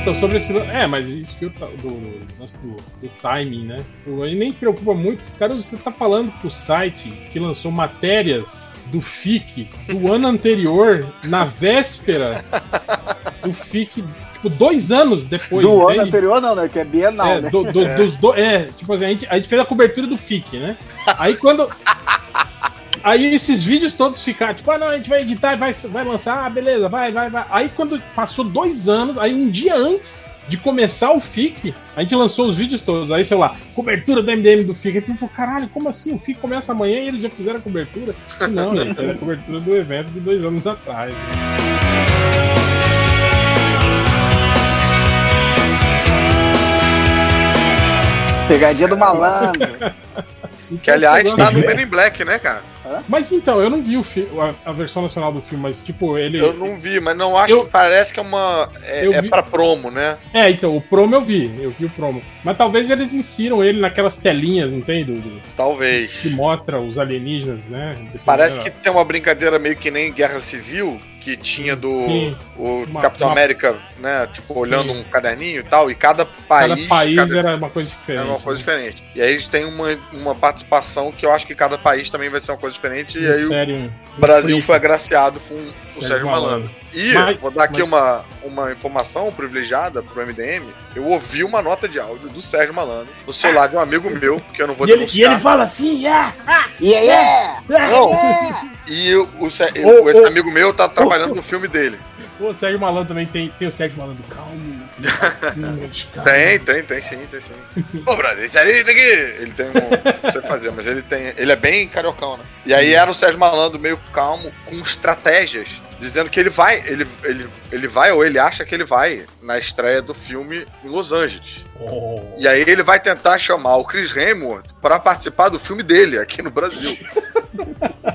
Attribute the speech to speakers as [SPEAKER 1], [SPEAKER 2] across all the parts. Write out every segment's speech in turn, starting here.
[SPEAKER 1] Então, sobre esse. É, mas isso que eu, ta- do, do, do, do timing, né? Eu, aí nem preocupa muito. Cara, você tá falando pro site que lançou matérias do FIC do ano anterior, na véspera do FIC, tipo, dois anos depois.
[SPEAKER 2] Do ano
[SPEAKER 1] entende?
[SPEAKER 2] anterior, não, né? Que é bienal,
[SPEAKER 1] É,
[SPEAKER 2] né?
[SPEAKER 1] do- do- dos do- é, tipo assim, a gente, a gente fez a cobertura do FIC, né? Aí quando. Aí esses vídeos todos ficaram, tipo, ah, não, a gente vai editar e vai, vai lançar, ah, beleza, vai, vai, vai. Aí quando passou dois anos, aí um dia antes de começar o FIC, a gente lançou os vídeos todos. Aí, sei lá, cobertura do MDM do FIC. Aí eu falei, caralho, como assim? O FIC começa amanhã e eles já fizeram a cobertura? Não, gente, era a cobertura do evento de dois anos atrás.
[SPEAKER 2] Pegadinha do malandro.
[SPEAKER 1] Então,
[SPEAKER 3] Que, aliás,
[SPEAKER 1] esse
[SPEAKER 3] tá
[SPEAKER 1] negócio-
[SPEAKER 3] no Men in Black, né, cara?
[SPEAKER 1] Mas então, eu não vi o fi- a, a versão nacional do filme, mas tipo, ele.
[SPEAKER 3] Eu não vi, mas não acho
[SPEAKER 1] Eu-
[SPEAKER 3] que parece que é uma. É,
[SPEAKER 1] Eu
[SPEAKER 3] é
[SPEAKER 1] vi-
[SPEAKER 3] pra promo, né?
[SPEAKER 1] É, então, o promo eu vi, eu vi o promo. Mas talvez eles insiram ele naquelas telinhas, não tem, do, do-
[SPEAKER 3] Talvez.
[SPEAKER 1] que mostra os alienígenas, né?
[SPEAKER 3] Parece que
[SPEAKER 1] Dependendo
[SPEAKER 3] tem uma brincadeira meio que nem Guerra Civil, que tinha do
[SPEAKER 1] Sim.
[SPEAKER 3] o
[SPEAKER 1] Uma-
[SPEAKER 3] Capitão
[SPEAKER 1] uma-
[SPEAKER 3] América, né? Tipo, olhando
[SPEAKER 1] Sim.
[SPEAKER 3] um caderninho e tal, e cada
[SPEAKER 1] da-
[SPEAKER 3] país.
[SPEAKER 1] Cada país
[SPEAKER 3] cada-
[SPEAKER 1] era uma coisa diferente. né?
[SPEAKER 3] era uma coisa diferente. E aí a gente tem uma, uma participação que eu acho que cada país também vai ser uma coisa diferente.
[SPEAKER 1] Um
[SPEAKER 3] E
[SPEAKER 1] é
[SPEAKER 3] aí o
[SPEAKER 1] Sério,
[SPEAKER 3] O Brasil foi agraciado com o
[SPEAKER 1] Sérgio
[SPEAKER 3] Sérgio, Malandro. E
[SPEAKER 1] Mas-
[SPEAKER 3] vou dar aqui
[SPEAKER 1] mas-
[SPEAKER 3] uma, uma informação privilegiada pro MDM. Eu ouvi uma nota de áudio do Sérgio Malandro no celular de um amigo meu, que eu não vou
[SPEAKER 1] E ele, e
[SPEAKER 3] denunciar.
[SPEAKER 1] ele fala assim, ah,
[SPEAKER 2] E aí, é?
[SPEAKER 3] Não, e eu- o, Sé-
[SPEAKER 1] Ô,
[SPEAKER 3] esse
[SPEAKER 1] ô.
[SPEAKER 3] amigo meu tá trabalhando no filme dele.
[SPEAKER 1] O Sérgio Malandro também tem, tem o Sérgio Malandro, calmo. calma, gente, calma.
[SPEAKER 3] Tem, tem, tem sim, tem sim. Ô, Brasil, isso aí, isso aqui. Ele tem um. Não sei fazer, mas ele tem. Ele é bem cariocão, né? E aí era o Sérgio Malandro meio calmo, com estratégias, dizendo que ele vai, ele, ele, ele vai, ou ele acha que ele vai, na estreia do filme em Los Angeles.
[SPEAKER 1] Oh.
[SPEAKER 3] E aí ele vai tentar chamar o Chris Hemsworth pra participar do filme dele aqui no Brasil.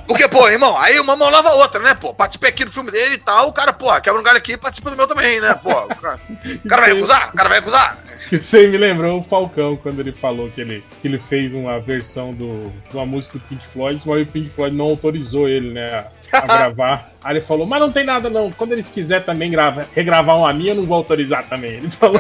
[SPEAKER 3] Porque, pô, irmão, aí uma mão lava a outra, né, pô? Participei aqui do filme dele e tal, o cara, porra, quebra um galho aqui e participa do meu também, né, pô? O cara, o cara vai
[SPEAKER 1] Então-
[SPEAKER 3] recusar, o cara vai recusar.
[SPEAKER 1] Isso aí me lembrou o Falcão quando ele falou que ele, que ele fez uma versão do, de uma música do Pink Floyd, mas o Pink Floyd não autorizou ele, né, a, a gravar. Aí ele falou, mas não tem nada não, quando eles quiserem também grava, regravar uma minha, eu não vou autorizar também. Ele falou.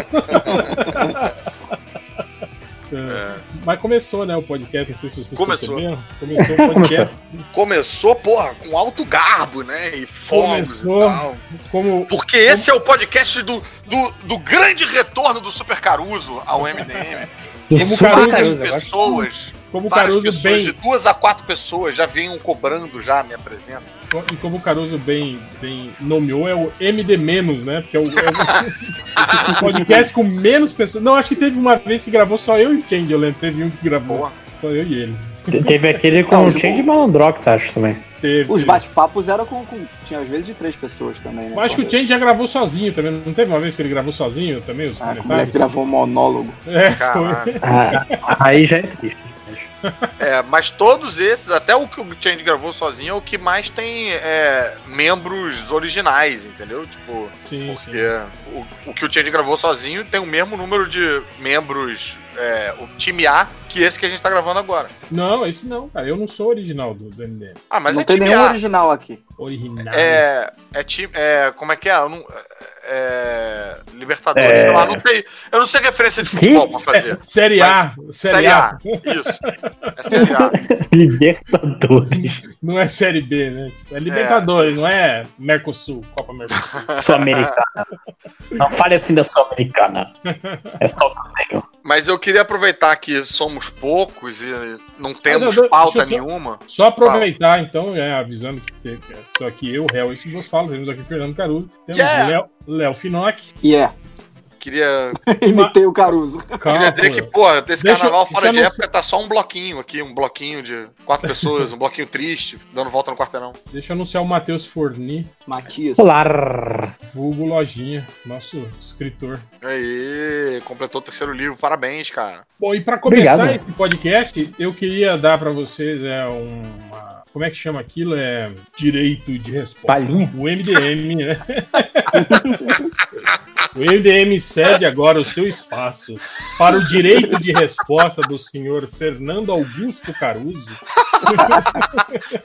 [SPEAKER 1] É. Mas começou, né, o podcast, não sei se vocês
[SPEAKER 3] Começou.
[SPEAKER 1] perceberam. Começou o podcast.
[SPEAKER 3] Começou, porra, com alto garbo, né? E fomos e
[SPEAKER 1] Começou.
[SPEAKER 3] tal.
[SPEAKER 1] Como
[SPEAKER 3] Porque esse é o podcast do, do, do grande retorno do Super Caruso ao MDM.
[SPEAKER 4] Do
[SPEAKER 1] Como o Caruso,
[SPEAKER 4] Super
[SPEAKER 3] Várias
[SPEAKER 4] Caruso, agora.
[SPEAKER 3] pessoas,
[SPEAKER 1] como o
[SPEAKER 3] várias
[SPEAKER 1] Caruso
[SPEAKER 3] pessoas,
[SPEAKER 1] bem
[SPEAKER 3] de duas a quatro pessoas já vinham cobrando já a minha presença.
[SPEAKER 1] E como o Caruso bem, bem nomeou, é o MD menos, né? Porque é o, é o- o podcast com menos pessoas. Não, acho que teve uma vez que gravou só eu e o Change, eu lembro. Teve um que gravou
[SPEAKER 3] Porra.
[SPEAKER 1] só eu e ele.
[SPEAKER 4] Te- Teve aquele com
[SPEAKER 2] Não,
[SPEAKER 4] o
[SPEAKER 2] os-
[SPEAKER 4] Change Malandrox, acho também.
[SPEAKER 1] Teve.
[SPEAKER 2] Os bate-papos eram com, com- Tinha às vezes de três pessoas também, né?
[SPEAKER 1] Eu acho que o Change já gravou sozinho também. Não teve uma vez que ele gravou sozinho também, os
[SPEAKER 2] Ah, como é que
[SPEAKER 1] comentários?
[SPEAKER 2] gravou um monólogo?
[SPEAKER 1] É, foi.
[SPEAKER 3] Caralho.
[SPEAKER 4] Ah, aí já é triste.
[SPEAKER 3] É, mas todos esses, até o que o Change gravou sozinho, é o que mais tem é, membros originais, entendeu? Tipo,
[SPEAKER 1] Sim, sim.
[SPEAKER 3] Porque o, o que o Change gravou sozinho tem o mesmo número de membros, é, o time A, que esse que a gente tá gravando agora.
[SPEAKER 1] Não, esse não, cara. Eu não sou original do, do MDM.
[SPEAKER 3] Ah, mas
[SPEAKER 2] não
[SPEAKER 3] é
[SPEAKER 2] tem
[SPEAKER 3] time
[SPEAKER 2] nenhum
[SPEAKER 3] A.
[SPEAKER 2] original aqui.
[SPEAKER 1] Original.
[SPEAKER 3] É, é time. É, como é que é? Eu não- é, Libertadores,
[SPEAKER 4] É.
[SPEAKER 3] sei lá, não sei. Eu não sei referência de futebol pra fazer.
[SPEAKER 1] Série A. Série, a.
[SPEAKER 3] Isso. É Série A.
[SPEAKER 4] Libertadores.
[SPEAKER 1] Não é Série B, né? É Libertadores, não é Mercosul, Copa Mercosul.
[SPEAKER 4] Sul-Americana. Não fale assim da Sul-Americana. É só o que eu tenho.
[SPEAKER 3] Mas eu queria aproveitar que somos poucos e não temos
[SPEAKER 1] Mas eu-
[SPEAKER 3] pauta
[SPEAKER 1] deixa eu só-
[SPEAKER 3] nenhuma.
[SPEAKER 1] Só aproveitar, então, é, avisando que, te- que é só aqui eu, Réu e Silvio falo, temos aqui Fernando Caruso, temos
[SPEAKER 3] Yeah!
[SPEAKER 1] Léo, Léo Finocchi,
[SPEAKER 2] E é.
[SPEAKER 3] Queria,
[SPEAKER 2] Imitei o Caruso.
[SPEAKER 3] queria
[SPEAKER 1] calma,
[SPEAKER 3] dizer que, porra, desse
[SPEAKER 1] Deixa eu- é
[SPEAKER 3] carnaval fora
[SPEAKER 1] deixa
[SPEAKER 3] de
[SPEAKER 1] eu
[SPEAKER 3] época tá só um bloquinho aqui, um bloquinho de quatro pessoas, um bloquinho triste, dando volta no quarteirão.
[SPEAKER 1] deixa eu anunciar o Matheus Forni,
[SPEAKER 2] Matias.
[SPEAKER 4] Olá.
[SPEAKER 1] vulgo Lojinha, nosso escritor.
[SPEAKER 3] Aí, completou o terceiro livro, parabéns, cara.
[SPEAKER 1] Bom, e para começar
[SPEAKER 4] Obrigado.
[SPEAKER 1] esse podcast, eu queria dar para vocês é, uma... Como é que chama aquilo? É direito de resposta.
[SPEAKER 4] Palhinha?
[SPEAKER 1] O MDM, né? o MDM cede agora o seu espaço para o direito de resposta do senhor Fernando Augusto Caruso.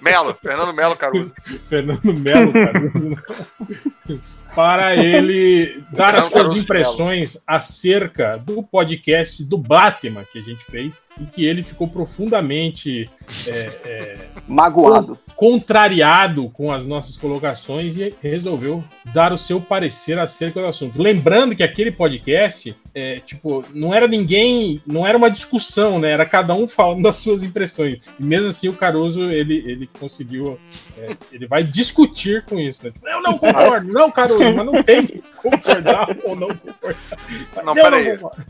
[SPEAKER 3] Melo, Fernando Melo Caruso.
[SPEAKER 1] Fernando Melo, Caruso. para ele dar as
[SPEAKER 3] Não,
[SPEAKER 1] suas
[SPEAKER 3] Carlos
[SPEAKER 1] impressões acerca do podcast do Batman que a gente fez e que ele ficou profundamente é, é,
[SPEAKER 2] Magoado.
[SPEAKER 1] contrariado com as nossas colocações e resolveu dar o seu parecer acerca do assunto. Lembrando que aquele podcast, é, tipo, não era ninguém, não era uma discussão, né? Era cada um falando das suas impressões. E mesmo assim, o Caruso, ele, ele conseguiu, é, ele vai discutir com isso. né? Eu não concordo, não, Caruso, mas não tem que concordar ou não concordar. Mas
[SPEAKER 3] Não,
[SPEAKER 1] eu
[SPEAKER 3] peraí.
[SPEAKER 1] concordo.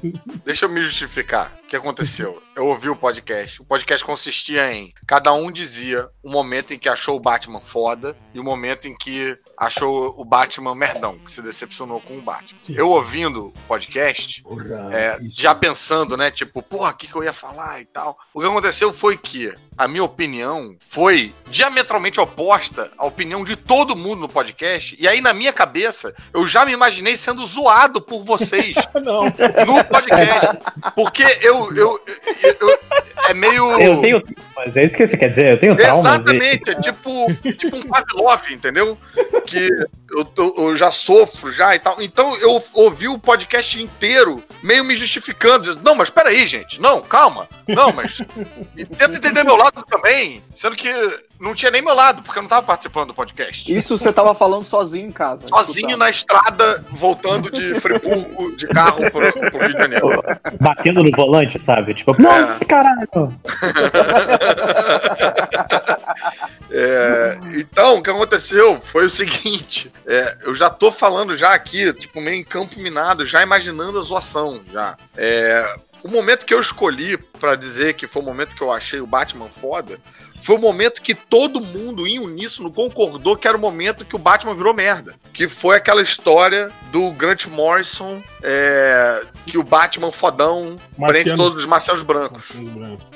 [SPEAKER 3] Deixa eu me justificar. O que aconteceu? Eu ouvi o podcast. O podcast consistia em cada um dizia o momento em que achou o Batman foda e o momento em que achou o Batman merdão, que se decepcionou com o Batman.
[SPEAKER 1] Sim.
[SPEAKER 3] Eu ouvindo o podcast,
[SPEAKER 1] Porra,
[SPEAKER 3] é,
[SPEAKER 1] isso.
[SPEAKER 3] já pensando, né? Tipo, porra, o que, que eu ia falar e tal. O que aconteceu foi que a minha opinião foi diametralmente oposta à opinião de todo mundo no podcast. E aí, na minha cabeça, eu já me imaginei sendo zoado por vocês
[SPEAKER 1] Não,
[SPEAKER 3] no podcast. Porque eu. eu, eu- eu- é meio.
[SPEAKER 4] Eu tenho traumas, é isso que você quer dizer? Eu tenho traumas. E...
[SPEAKER 3] Exatamente, é tipo, tipo um Pavlov, entendeu? Que eu, tô- eu já sofro já e tal. Então eu ouvi o podcast inteiro meio me justificando. dizendo, Não, mas peraí, gente. Não, calma. Não, mas. E tenta entender meu lado também. Sendo que não tinha nem meu lado, porque eu não tava participando do podcast.
[SPEAKER 2] Isso você tava falando sozinho em casa.
[SPEAKER 4] tá.
[SPEAKER 3] Sozinho na estrada, voltando de Friburgo de carro pro, pro Rio de Janeiro.
[SPEAKER 4] Batendo no volante, sabe? Tipo, não, caralho.
[SPEAKER 3] É, então, o que aconteceu foi o seguinte: é, eu já tô falando já aqui, tipo, meio em campo minado, já imaginando a zoação. Já. É, o momento que eu escolhi pra dizer que foi o momento que eu achei o Batman foda foi o momento que todo mundo em uníssono concordou que era o momento que o Batman virou merda. Que foi aquela história do Grant Morrison, é, que o Batman fodão prende
[SPEAKER 1] Marciano.
[SPEAKER 3] todos os marcianos brancos.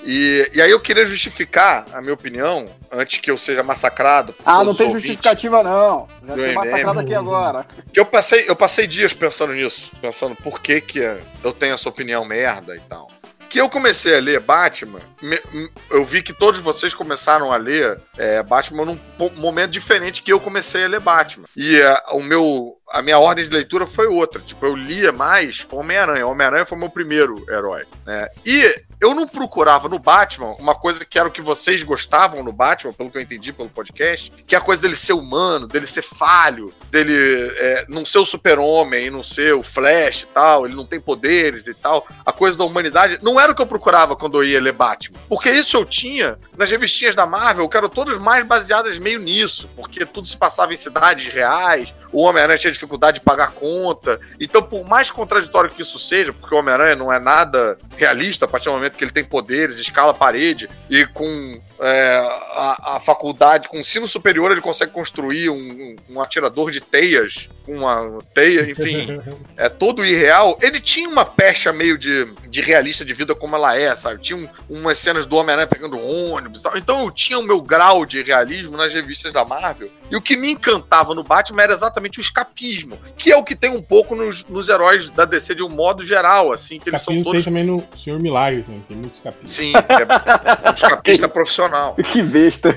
[SPEAKER 3] E, e aí eu queria justificar a minha opinião, antes que eu seja massacrado. por
[SPEAKER 2] Ah,
[SPEAKER 3] todos
[SPEAKER 2] não
[SPEAKER 3] os
[SPEAKER 2] tem
[SPEAKER 3] ouvintes, é.
[SPEAKER 2] justificativa, não. Já
[SPEAKER 3] Do
[SPEAKER 2] ser
[SPEAKER 3] MDM.
[SPEAKER 2] massacrado aqui agora.
[SPEAKER 3] Que eu passei, eu passei dias pensando nisso, pensando por que, que eu tenho essa opinião merda e tal. Que eu comecei a ler Batman, me- m- eu vi que todos vocês começaram a ler é, Batman num po- momento diferente que eu comecei a ler Batman. E é, o meu, a minha ordem de leitura foi outra. Tipo, eu lia mais Homem-Aranha. Homem-Aranha foi meu primeiro herói. né? E eu não procurava no Batman uma coisa que era o que vocês gostavam no Batman, pelo que eu entendi pelo podcast, que é a coisa dele ser humano, dele ser falho, dele é, não ser o super-homem, não ser o Flash e tal, ele não tem poderes e tal. A coisa da humanidade não era o que eu procurava quando eu ia ler Batman. Porque isso eu tinha nas revistinhas da Marvel, que eram todas mais baseadas meio nisso, porque tudo se passava em cidades reais, o Homem-Aranha tinha dificuldade de pagar conta, então, por mais contraditório que isso seja, porque o Homem-Aranha não é nada realista a partir do momento que ele tem poderes, escala a parede e com é, a, a faculdade, com o ensino superior, ele consegue construir um, um atirador de teias, uma teia, enfim é todo irreal, ele tinha uma pecha meio de, de realista de vida como ela é, sabe? Tinha um- umas cenas do Homem-Aranha pegando ônibus e tal. Então eu tinha o meu grau de realismo nas revistas da Marvel. E o que me encantava no Batman era exatamente o escapismo, que é o que tem um pouco nos, nos heróis da DC de um modo geral, assim, que eles são
[SPEAKER 1] Capinho tem
[SPEAKER 3] todos.
[SPEAKER 1] também no Senhor Milagre, também, tem muitos capítulos.
[SPEAKER 3] Sim, é um escapista profissional.
[SPEAKER 2] Que besta.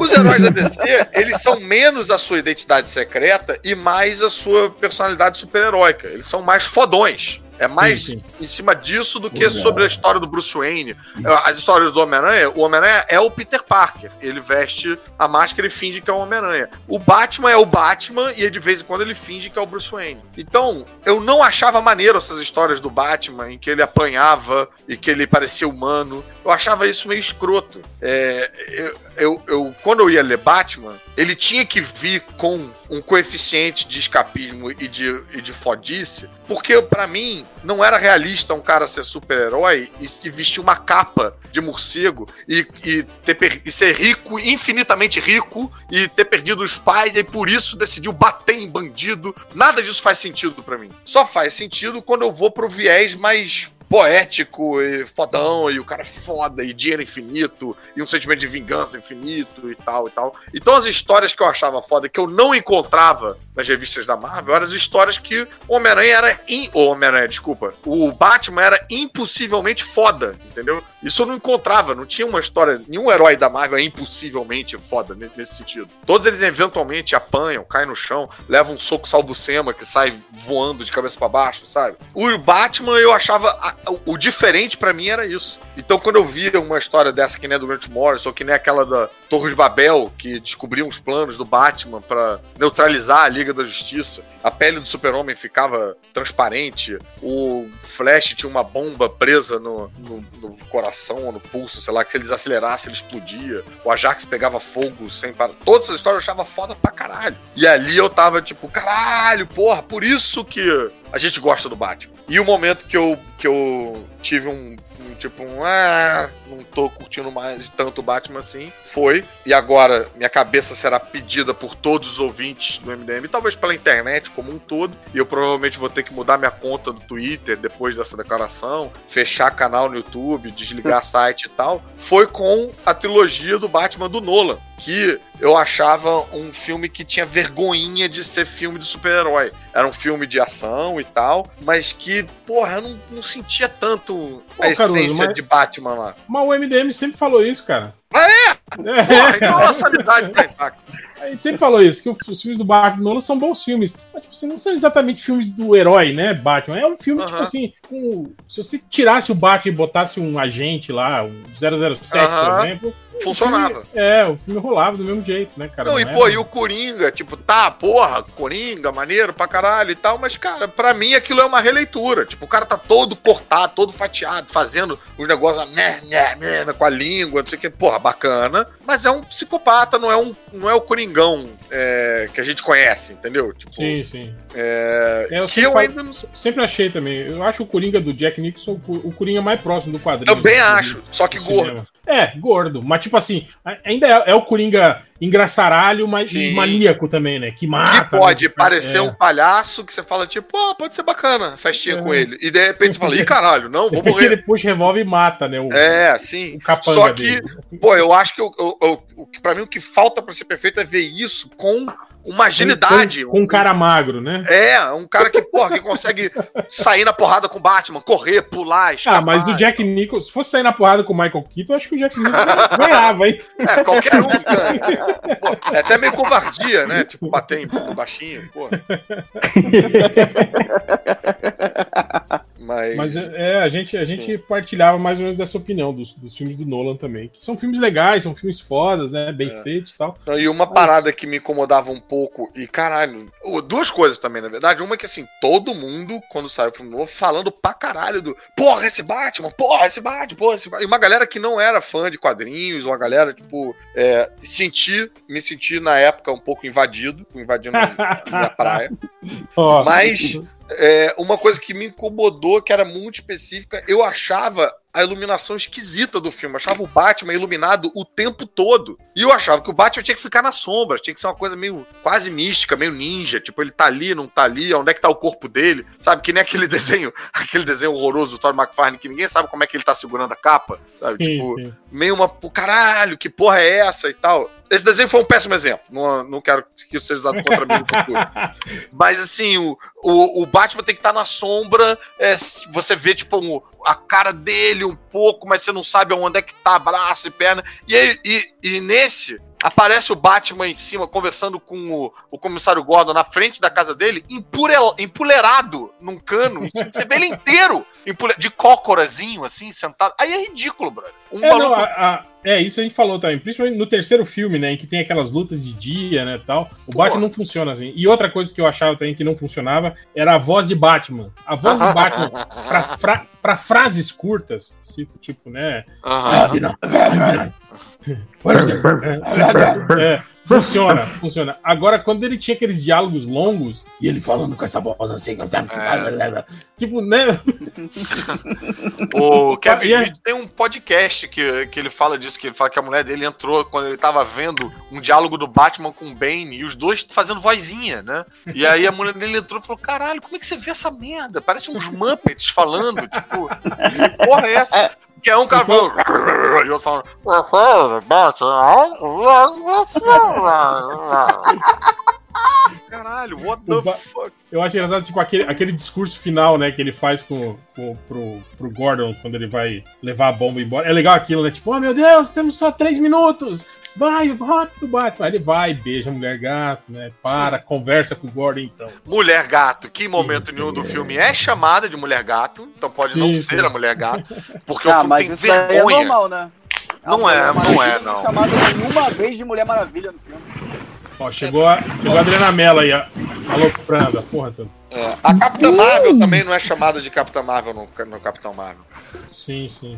[SPEAKER 3] Os heróis da DC, eles são menos a sua identidade secreta e mais a sua personalidade super-heróica. Eles são mais fodões. É mais
[SPEAKER 1] Sim, é. sim.
[SPEAKER 3] em cima disso do que
[SPEAKER 1] Legal.
[SPEAKER 3] sobre a história do Bruce Wayne. Ah, As histórias do Homem-Aranha, o Homem-Aranha é o Peter Parker. Ele veste a máscara e finge que é o Homem-Aranha. O Batman é o Batman e de vez em quando ele finge que é o Bruce Wayne. Então, eu não achava maneiro essas histórias do Batman em que ele apanhava e que ele parecia humano. Eu achava isso meio escroto. É, eu, eu- eu- quando eu ia ler Batman, ele tinha que vir com um coeficiente de escapismo e de, e de fodice, porque pra mim não era realista um cara ser super-herói e, e vestir uma capa de morcego e, e ter per- e ser rico, infinitamente rico, e ter perdido os pais e por isso decidiu bater em bandido. Nada disso faz sentido pra mim. Só faz sentido quando eu vou pro viés mais poético e fodão, e o cara é foda, e dinheiro infinito, e um sentimento de vingança infinito e tal e tal. Então as histórias que eu achava foda, que eu não encontrava nas revistas da Marvel, eram as histórias que o Homem-Aranha era. In... O Homem-Aranha, desculpa. O Batman era impossivelmente foda, entendeu? Isso eu não encontrava, não tinha uma história. Nenhum herói da Marvel é impossivelmente foda ne- nesse sentido. Todos eles eventualmente apanham, caem no chão, levam um soco salbucema que sai voando de cabeça pra baixo, sabe? O Batman eu achava. a- o- O diferente pra mim era isso. Então quando eu via uma história dessa que nem a do Grant Morrison, ou que nem aquela da Torre de Babel, que descobriam os planos do Batman pra neutralizar a Liga da Justiça, a pele do super-homem ficava transparente, o Flash tinha uma bomba presa no, no- no coração ou no pulso, sei lá, que se ele desacelerasse ele explodia, o Ajax pegava fogo sem parar. Todas essas histórias eu achava foda pra caralho. E ali eu tava tipo, caralho, porra, por isso que a gente gosta do Batman. E o momento que eu, que eu tive um, um tipo, um, ah, não tô curtindo mais tanto o Batman assim, foi. E agora minha cabeça será pedida por todos os ouvintes do MDM, talvez pela internet como um todo. E eu provavelmente vou ter que mudar minha conta do Twitter depois dessa declaração, fechar canal no YouTube, desligar site e tal. Foi com a trilogia do Batman do Nolan, que eu achava um filme que tinha vergonhinha de ser filme de super-herói. Era um filme de ação e tal, mas que, porra, eu não, não sentia tanto a
[SPEAKER 1] Pô, Caruso,
[SPEAKER 3] essência
[SPEAKER 1] mas-
[SPEAKER 3] de Batman lá.
[SPEAKER 1] Mas o MDM sempre falou isso, cara.
[SPEAKER 3] Ah, Porra,
[SPEAKER 1] É,
[SPEAKER 3] então a sanidade pra entrar.
[SPEAKER 1] a gente sempre falou isso, que os- os filmes do Batman Nolan são bons filmes. Mas, tipo assim, não são exatamente filmes do herói, né, Batman? É um filme, tipo
[SPEAKER 3] Aham.
[SPEAKER 1] assim, com- se você tirasse o Batman e botasse um agente lá, um 007, por
[SPEAKER 3] Aham.
[SPEAKER 1] exemplo... o
[SPEAKER 3] Funcionava.
[SPEAKER 1] filme- é, o filme rolava do mesmo jeito, né, cara?
[SPEAKER 3] Não, e
[SPEAKER 1] era-
[SPEAKER 3] pô, e o Coringa, tipo, tá, porra, Coringa, maneiro pra caralho e tal, mas, cara, pra mim aquilo é uma releitura. Tipo, o cara tá todo cortado, todo fatiado, fazendo os negócios né, né, né, com a língua, não sei o que, porra, bacana. Mas é um psicopata, não é, um, não é o Coringão é, que a gente conhece, entendeu? Tipo,
[SPEAKER 1] um- Sim, sim.
[SPEAKER 3] é,
[SPEAKER 1] É, eu
[SPEAKER 3] que
[SPEAKER 1] sempre,
[SPEAKER 3] eu
[SPEAKER 1] falo-
[SPEAKER 3] ainda não
[SPEAKER 1] sempre achei também. Eu acho o Coringa do Jack Nicholson o cu- o Coringa mais próximo do quadrinho. né?
[SPEAKER 3] Também
[SPEAKER 1] Do-
[SPEAKER 3] acho, só que
[SPEAKER 1] do
[SPEAKER 3] gordo.
[SPEAKER 1] cinema. É, gordo. Mas, tipo assim, a- ainda é, é o Coringa engraçaralho, mas e
[SPEAKER 3] Sim.
[SPEAKER 1] maníaco também, né? Que mata.
[SPEAKER 3] Que pode
[SPEAKER 1] né?
[SPEAKER 3] parecer
[SPEAKER 1] É.
[SPEAKER 3] um palhaço que você fala, tipo, pô, pode ser bacana, festinha
[SPEAKER 1] É.
[SPEAKER 3] com ele. E de repente você fala, ih, caralho, não,
[SPEAKER 1] De
[SPEAKER 3] vou
[SPEAKER 1] repente
[SPEAKER 3] morrer.
[SPEAKER 1] ele puxa revólver e mata, né? O,
[SPEAKER 3] É, sim.
[SPEAKER 1] o capanga
[SPEAKER 3] Só que,
[SPEAKER 1] dele.
[SPEAKER 3] pô, eu acho que eu, eu- eu- o que pra mim o que falta pra ser perfeito é ver isso com uma agilidade.
[SPEAKER 1] Com, com um cara magro, né?
[SPEAKER 3] É, um cara que, porra, que consegue sair na porrada com o Batman, correr, pular, escapar.
[SPEAKER 1] Ah, mas do Jack Nicholson, se fosse sair na porrada com o Michael Keaton, eu acho que o Jack Nicholson ganhava, hein?
[SPEAKER 3] É, qualquer um. Cara. Pô, é até meio covardia, né? Tipo, bater em baixinho, porra. Mas,
[SPEAKER 1] Mas é, a gente, a gente partilhava mais ou menos dessa opinião dos, dos filmes do Nolan também. Que são filmes legais, são filmes fodas, né? Bem
[SPEAKER 3] É.
[SPEAKER 1] feitos e tal.
[SPEAKER 3] Não, E uma parada que me incomodava um pouco, e caralho, ô, duas coisas também, na verdade. Uma é que, assim, todo mundo, quando saiu o filme novo, falando pra caralho do porra, esse Batman, porra, esse Batman, porra, esse Batman. E uma galera que não era fã de quadrinhos, uma galera, tipo, é, senti, me senti na época um pouco invadido, invadindo a minha praia.
[SPEAKER 1] Ó,
[SPEAKER 3] Mas é, uma coisa que me incomodou, que era muito específica, eu achava a iluminação esquisita do filme. Eu achava o Batman iluminado o tempo todo. E eu achava que o Batman tinha que ficar na sombra, tinha que ser uma coisa meio quase mística, meio ninja. Tipo, ele tá ali, não tá ali, onde é que tá o corpo dele? Sabe? Que nem aquele desenho, aquele desenho horroroso do Todd McFarlane, que ninguém sabe como é que ele tá segurando a capa. Sabe?
[SPEAKER 1] sim,
[SPEAKER 3] tipo,
[SPEAKER 1] sim.
[SPEAKER 3] meio uma. pô, Caralho, que porra é essa e tal. Esse desenho foi um péssimo exemplo. Não, não quero que isso seja usado contra mim no futuro. Mas assim, o, o, o Batman tem que estar na sombra. é, s- você vê, tipo, um- a cara dele um pouco, mas você não sabe onde é que tá braço e perna. E, aí- e, e nesse. Aparece o Batman em cima, conversando com o, o comissário Gordon na frente da casa dele, empurel- empuleirado num cano. Você vê ele inteiro, empule- de cócorazinho, assim, sentado. Aí é ridículo, brother. Um
[SPEAKER 1] É, não, a- a- é, isso a gente falou também. Principalmente no terceiro filme, né? Em que tem aquelas lutas de dia, né? Tal. O
[SPEAKER 3] Porra.
[SPEAKER 1] Batman não funciona assim. E outra coisa que eu achava também que não funcionava era a voz de Batman. A voz de Batman pra, fra- pra frases curtas, se- tipo, né?
[SPEAKER 3] Aham.
[SPEAKER 1] É, funciona, funciona. Agora, quando ele tinha aqueles diálogos longos, e ele falando com essa voz assim, tipo, né?
[SPEAKER 3] O Kevin
[SPEAKER 1] E é-
[SPEAKER 3] Smith tem um podcast que, que ele fala disso, que ele fala que a mulher dele entrou quando ele tava vendo um diálogo do Batman com o Bane e os dois fazendo vozinha, né? E aí a mulher dele entrou e falou: caralho, como é que você vê essa merda? Parece uns Muppets falando, tipo, que porra é essa? Que é um cara falando. E outro falando. Caralho, what
[SPEAKER 1] O
[SPEAKER 3] the
[SPEAKER 1] Ba-
[SPEAKER 3] fuck?
[SPEAKER 1] Eu acho engraçado, tipo, aquele, aquele discurso final, né, que ele faz com, com, pro, pro Gordon quando ele vai levar a bomba embora. É legal aquilo, né? Tipo, oh meu Deus, temos só três minutos! Vai, rápido, Batman. Aí ele vai, beija a mulher gato, né? Para, conversa com o Gordon então.
[SPEAKER 3] Mulher Gato, que em momento
[SPEAKER 1] Isso,
[SPEAKER 3] nenhum do filme é chamada de Mulher Gato, então pode não
[SPEAKER 1] Sim,
[SPEAKER 3] ser
[SPEAKER 1] sim.
[SPEAKER 3] a Mulher Gato, porque o
[SPEAKER 2] Ah,
[SPEAKER 3] filme
[SPEAKER 2] mas
[SPEAKER 3] tem
[SPEAKER 2] isso daí é
[SPEAKER 3] vergonha.
[SPEAKER 2] normal, né?
[SPEAKER 3] Não é,
[SPEAKER 2] A Mulher
[SPEAKER 3] não é,
[SPEAKER 2] Maravilha
[SPEAKER 3] não.
[SPEAKER 2] chamada nenhuma vez de Mulher Maravilha no filme.
[SPEAKER 1] Ó, chegou a, chegou a Adriana Mello aí, ó, aloprando a porra toda.
[SPEAKER 3] É, a Capitã Marvel também não é chamada de Capitã Marvel no, no Capitão Marvel.
[SPEAKER 1] Sim, sim.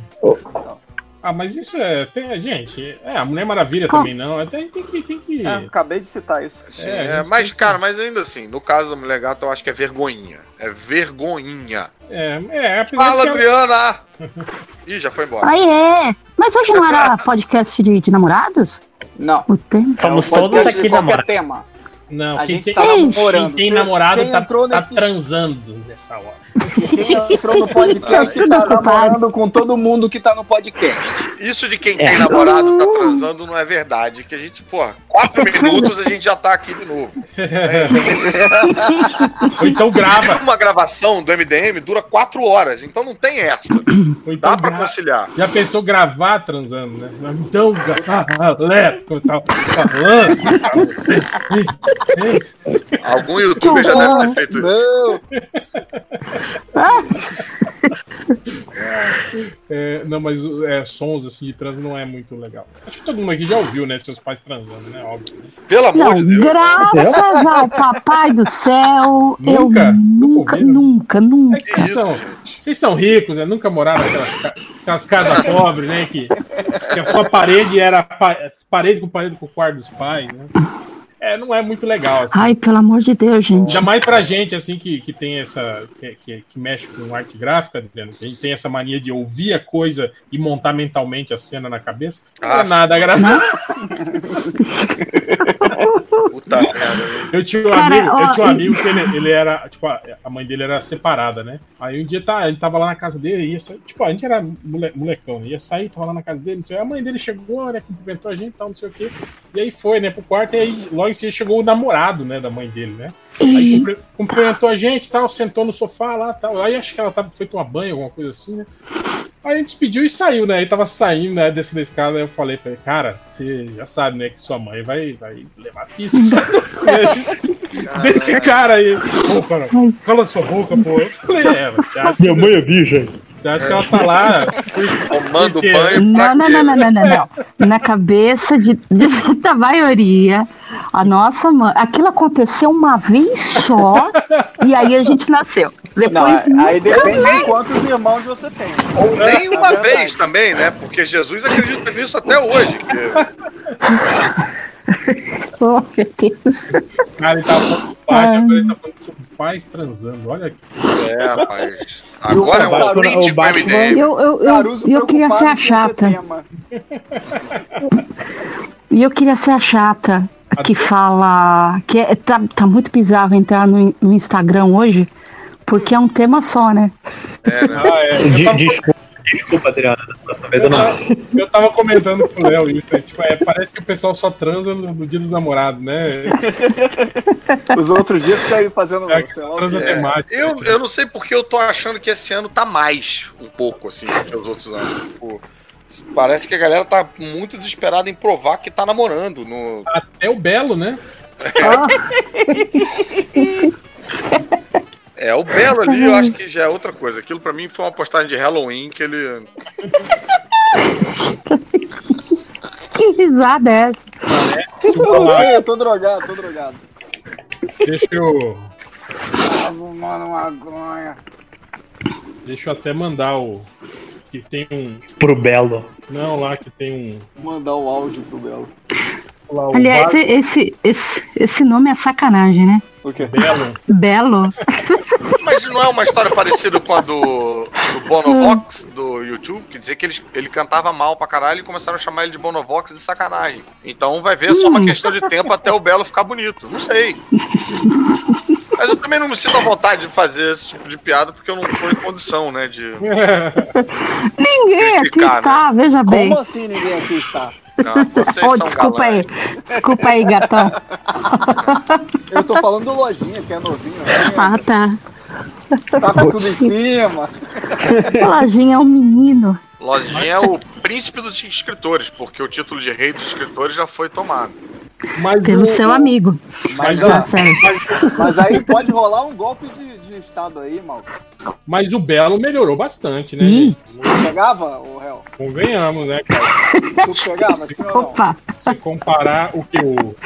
[SPEAKER 1] Ah, mas isso é. Tem, gente, é, a Mulher Maravilha também não. É, tem, tem que. Tem que...
[SPEAKER 2] Ah. É, acabei de citar isso.
[SPEAKER 3] Assim,
[SPEAKER 1] É,
[SPEAKER 3] é,
[SPEAKER 1] não sei
[SPEAKER 3] mas,
[SPEAKER 1] se-
[SPEAKER 3] cara, mas ainda assim, no caso da Mulher Gato, eu acho que é vergonhinha. É vergonhinha.
[SPEAKER 1] É, é, apesar
[SPEAKER 3] Fala,
[SPEAKER 1] que ela-
[SPEAKER 3] Adriana! Ih, já foi embora.
[SPEAKER 5] Aí é. Mas hoje não era podcast de, de namorados?
[SPEAKER 2] Não.
[SPEAKER 5] O tempo.
[SPEAKER 4] Somos
[SPEAKER 2] É um
[SPEAKER 4] todos
[SPEAKER 2] podcast de
[SPEAKER 4] aqui
[SPEAKER 2] qualquer
[SPEAKER 4] namorados.
[SPEAKER 2] tema.
[SPEAKER 1] Não,
[SPEAKER 2] A
[SPEAKER 1] quem
[SPEAKER 2] gente
[SPEAKER 1] tem,
[SPEAKER 2] tá
[SPEAKER 5] Quem
[SPEAKER 1] quem
[SPEAKER 2] namorando.
[SPEAKER 1] tem
[SPEAKER 2] Você-
[SPEAKER 1] namorado
[SPEAKER 2] quem
[SPEAKER 1] tá,
[SPEAKER 2] entrou
[SPEAKER 1] tá
[SPEAKER 2] nesse-
[SPEAKER 1] transando nessa hora.
[SPEAKER 2] Quem entrou no podcast
[SPEAKER 5] Tudo
[SPEAKER 2] tá
[SPEAKER 5] ocupado.
[SPEAKER 2] namorando com todo mundo que tá no podcast.
[SPEAKER 3] Isso de
[SPEAKER 2] É.
[SPEAKER 3] quem tem namorado tá transando não é verdade, que a gente, porra, quatro minutos a gente já tá aqui de novo.
[SPEAKER 1] Ou então grava,
[SPEAKER 3] Uma gravação do MDM dura quatro horas, então não tem essa.
[SPEAKER 1] ou então
[SPEAKER 2] Tá
[SPEAKER 3] Dá pra
[SPEAKER 1] grava.
[SPEAKER 3] conciliar.
[SPEAKER 1] Já pensou gravar transando, né? Então, galera, tal, falando.
[SPEAKER 3] Algum youtuber já deve ter feito
[SPEAKER 2] Né?
[SPEAKER 3] isso.
[SPEAKER 2] Não,
[SPEAKER 1] É, não, mas é, sons assim de trans não é muito legal. Acho que todo mundo aqui já ouviu, né? Seus pais transando, né? Óbvio. né?
[SPEAKER 3] Pelo amor
[SPEAKER 5] Não,
[SPEAKER 3] de Deus.
[SPEAKER 5] graças ao papai do céu.
[SPEAKER 1] Nunca?
[SPEAKER 5] Eu nunca,
[SPEAKER 1] Nunca ouviram?
[SPEAKER 5] nunca, nunca.
[SPEAKER 1] É que vocês são, vocês são ricos, né? Nunca moraram naquelas ca- aquelas casas pobres, né? Que, que a sua parede era pa- parede com parede com o quarto dos pais, né? É, não é muito legal. assim.
[SPEAKER 5] Ai, pelo amor de Deus, gente.
[SPEAKER 1] Ainda mais pra gente, assim, que, que tem essa. Que, que, que mexe com arte gráfica, Adriano, que a gente tem essa mania de ouvir a coisa e montar mentalmente a cena na cabeça. Não é
[SPEAKER 3] Ah.
[SPEAKER 1] nada agradável.
[SPEAKER 3] Puta merda.
[SPEAKER 1] Eu tinha um
[SPEAKER 5] Cara,
[SPEAKER 1] amigo, eu
[SPEAKER 5] ó,
[SPEAKER 1] tinha um
[SPEAKER 5] e-
[SPEAKER 1] amigo que ele, ele era. Tipo, a a mãe dele era separada, né? Aí um dia tá, a gente tava lá na casa dele, ia sair, tipo, a gente era mole- molecão, né? ia sair, tava lá na casa dele, não sei, o quê. a mãe dele chegou, né? Cumprimentou a gente e tal, não sei o quê. E aí foi, né, pro quarto, e aí logo em seguida chegou o namorado, né, da mãe dele, né? Aí cumpri- cumprimentou a gente e tal, sentou no sofá lá e tal. Aí acho que ela tava, foi tomar banho, alguma coisa assim, né? Aí a gente despediu e saiu, né? Aí tava saindo, né? Desse da escada, aí eu falei pra ele, cara, você já sabe, né? Que sua mãe vai, vai levar pista sabe? desse cara aí. Pô, cara, cala sua boca, pô. Eu falei, é, mas você acha,
[SPEAKER 4] mãe é virgem.
[SPEAKER 1] você acha que ela tá lá? por-
[SPEAKER 3] Tomando
[SPEAKER 1] Por quê?
[SPEAKER 3] banho pra
[SPEAKER 5] Não, não,
[SPEAKER 3] quê?
[SPEAKER 5] não, não, não, não, não. Na cabeça de, de- da maioria, a nossa mãe. Aquilo aconteceu uma vez só e aí a gente nasceu.
[SPEAKER 2] não é,
[SPEAKER 5] Depois.
[SPEAKER 2] aí depende de quantos irmãos você tem.
[SPEAKER 3] Ou nem uma
[SPEAKER 2] É verdade.
[SPEAKER 3] vez também, né? Porque Jesus acredita nisso até hoje. que-
[SPEAKER 5] Oh, meu Deus.
[SPEAKER 1] Cara, ele tava falando do pai, agora ele tá falando sobre pais transando. Olha aqui.
[SPEAKER 3] É, rapaz. Agora é um
[SPEAKER 2] Batman-
[SPEAKER 3] print
[SPEAKER 4] o
[SPEAKER 3] pro
[SPEAKER 4] Batman-
[SPEAKER 3] MDM.
[SPEAKER 5] Eu, eu, eu,
[SPEAKER 2] Caruso
[SPEAKER 5] eu queria ser a
[SPEAKER 2] preocupado sem ter
[SPEAKER 5] chata.
[SPEAKER 2] tema.
[SPEAKER 5] E eu queria ser a chata que fala. que é- tá, tá muito bizarro entrar no, no Instagram hoje, porque é um tema só, né?
[SPEAKER 3] É, né?
[SPEAKER 1] Ah, é. Eu
[SPEAKER 4] De-
[SPEAKER 1] tava
[SPEAKER 4] desculpa, desculpa, Adriana. Da próxima vez eu não.
[SPEAKER 1] Eu tava comentando com o Léo isso, né? Tipo, é, parece que o pessoal só transa no, no dia dos namorados, né?
[SPEAKER 2] Os outros dias fica aí fazendo.
[SPEAKER 1] É,
[SPEAKER 2] sei lá, o
[SPEAKER 1] transa
[SPEAKER 2] quê.
[SPEAKER 1] temática.
[SPEAKER 3] Eu, eu não sei porque eu tô achando que esse ano tá mais um pouco, assim, do que os outros anos. Tipo, parece que a galera tá muito desesperada em provar que tá namorando. No...
[SPEAKER 1] Até o Belo, né?
[SPEAKER 3] É, o Belo ali eu acho que já é outra coisa. Aquilo pra mim foi uma postagem de Halloween que ele.
[SPEAKER 5] Que risada é essa?
[SPEAKER 1] Se
[SPEAKER 2] Eu não
[SPEAKER 1] falar,
[SPEAKER 2] sei, eu tô drogado, tô drogado. Tá
[SPEAKER 1] deixa eu.
[SPEAKER 2] Ah, mano, magonha.
[SPEAKER 1] Deixa eu até mandar o. que que tem um.
[SPEAKER 4] Pro Belo.
[SPEAKER 1] Não, lá que tem um.
[SPEAKER 2] Vou mandar o áudio pro Belo.
[SPEAKER 1] Lá, o
[SPEAKER 5] Aliás,
[SPEAKER 1] Bar-
[SPEAKER 5] esse, esse, esse nome é sacanagem, né?
[SPEAKER 2] O quê?
[SPEAKER 1] Belo.
[SPEAKER 5] Belo.
[SPEAKER 3] Mas não é uma história parecida com a do, do Bonovox,
[SPEAKER 5] Hum.
[SPEAKER 3] do YouTube, que dizia que ele, ele cantava mal pra caralho e começaram a chamar ele de Bonovox de sacanagem. Então vai ver, é só uma
[SPEAKER 5] Hum.
[SPEAKER 3] questão de tempo até o Belo ficar bonito. Não sei. Mas eu também não me sinto à vontade de fazer esse tipo de piada, porque eu não tô em condição, né? De.
[SPEAKER 5] Ninguém aqui
[SPEAKER 3] Criticar, né?
[SPEAKER 5] está, veja bem.
[SPEAKER 2] Como assim ninguém aqui está?
[SPEAKER 3] Não, vocês
[SPEAKER 5] Oh,
[SPEAKER 3] são
[SPEAKER 5] desculpa
[SPEAKER 3] galãs.
[SPEAKER 5] aí. Desculpa aí, gatão.
[SPEAKER 2] Eu tô falando do Lojinha, que é novinho,
[SPEAKER 5] Ah,
[SPEAKER 2] né?
[SPEAKER 5] tá.
[SPEAKER 2] tá com tudo em cima.
[SPEAKER 5] Lojinha é um menino.
[SPEAKER 3] Lojinha é o príncipe dos escritores, porque o título de rei dos escritores já foi tomado.
[SPEAKER 1] Mas
[SPEAKER 5] Pelo
[SPEAKER 1] o-
[SPEAKER 5] seu amigo, Tá
[SPEAKER 1] Mas,
[SPEAKER 2] Mas,
[SPEAKER 1] ó,
[SPEAKER 2] ó,
[SPEAKER 5] Marcelo.
[SPEAKER 2] mas aí pode rolar um golpe de, de estado aí, mal.
[SPEAKER 1] mas o Belo melhorou bastante, né,
[SPEAKER 5] Ih.
[SPEAKER 1] gente?
[SPEAKER 2] Tu pegava, ô réu?
[SPEAKER 1] Convenhamos, né, cara?
[SPEAKER 2] Tu pegava, sim ou não?
[SPEAKER 5] Opa.
[SPEAKER 1] Se comparar o que o.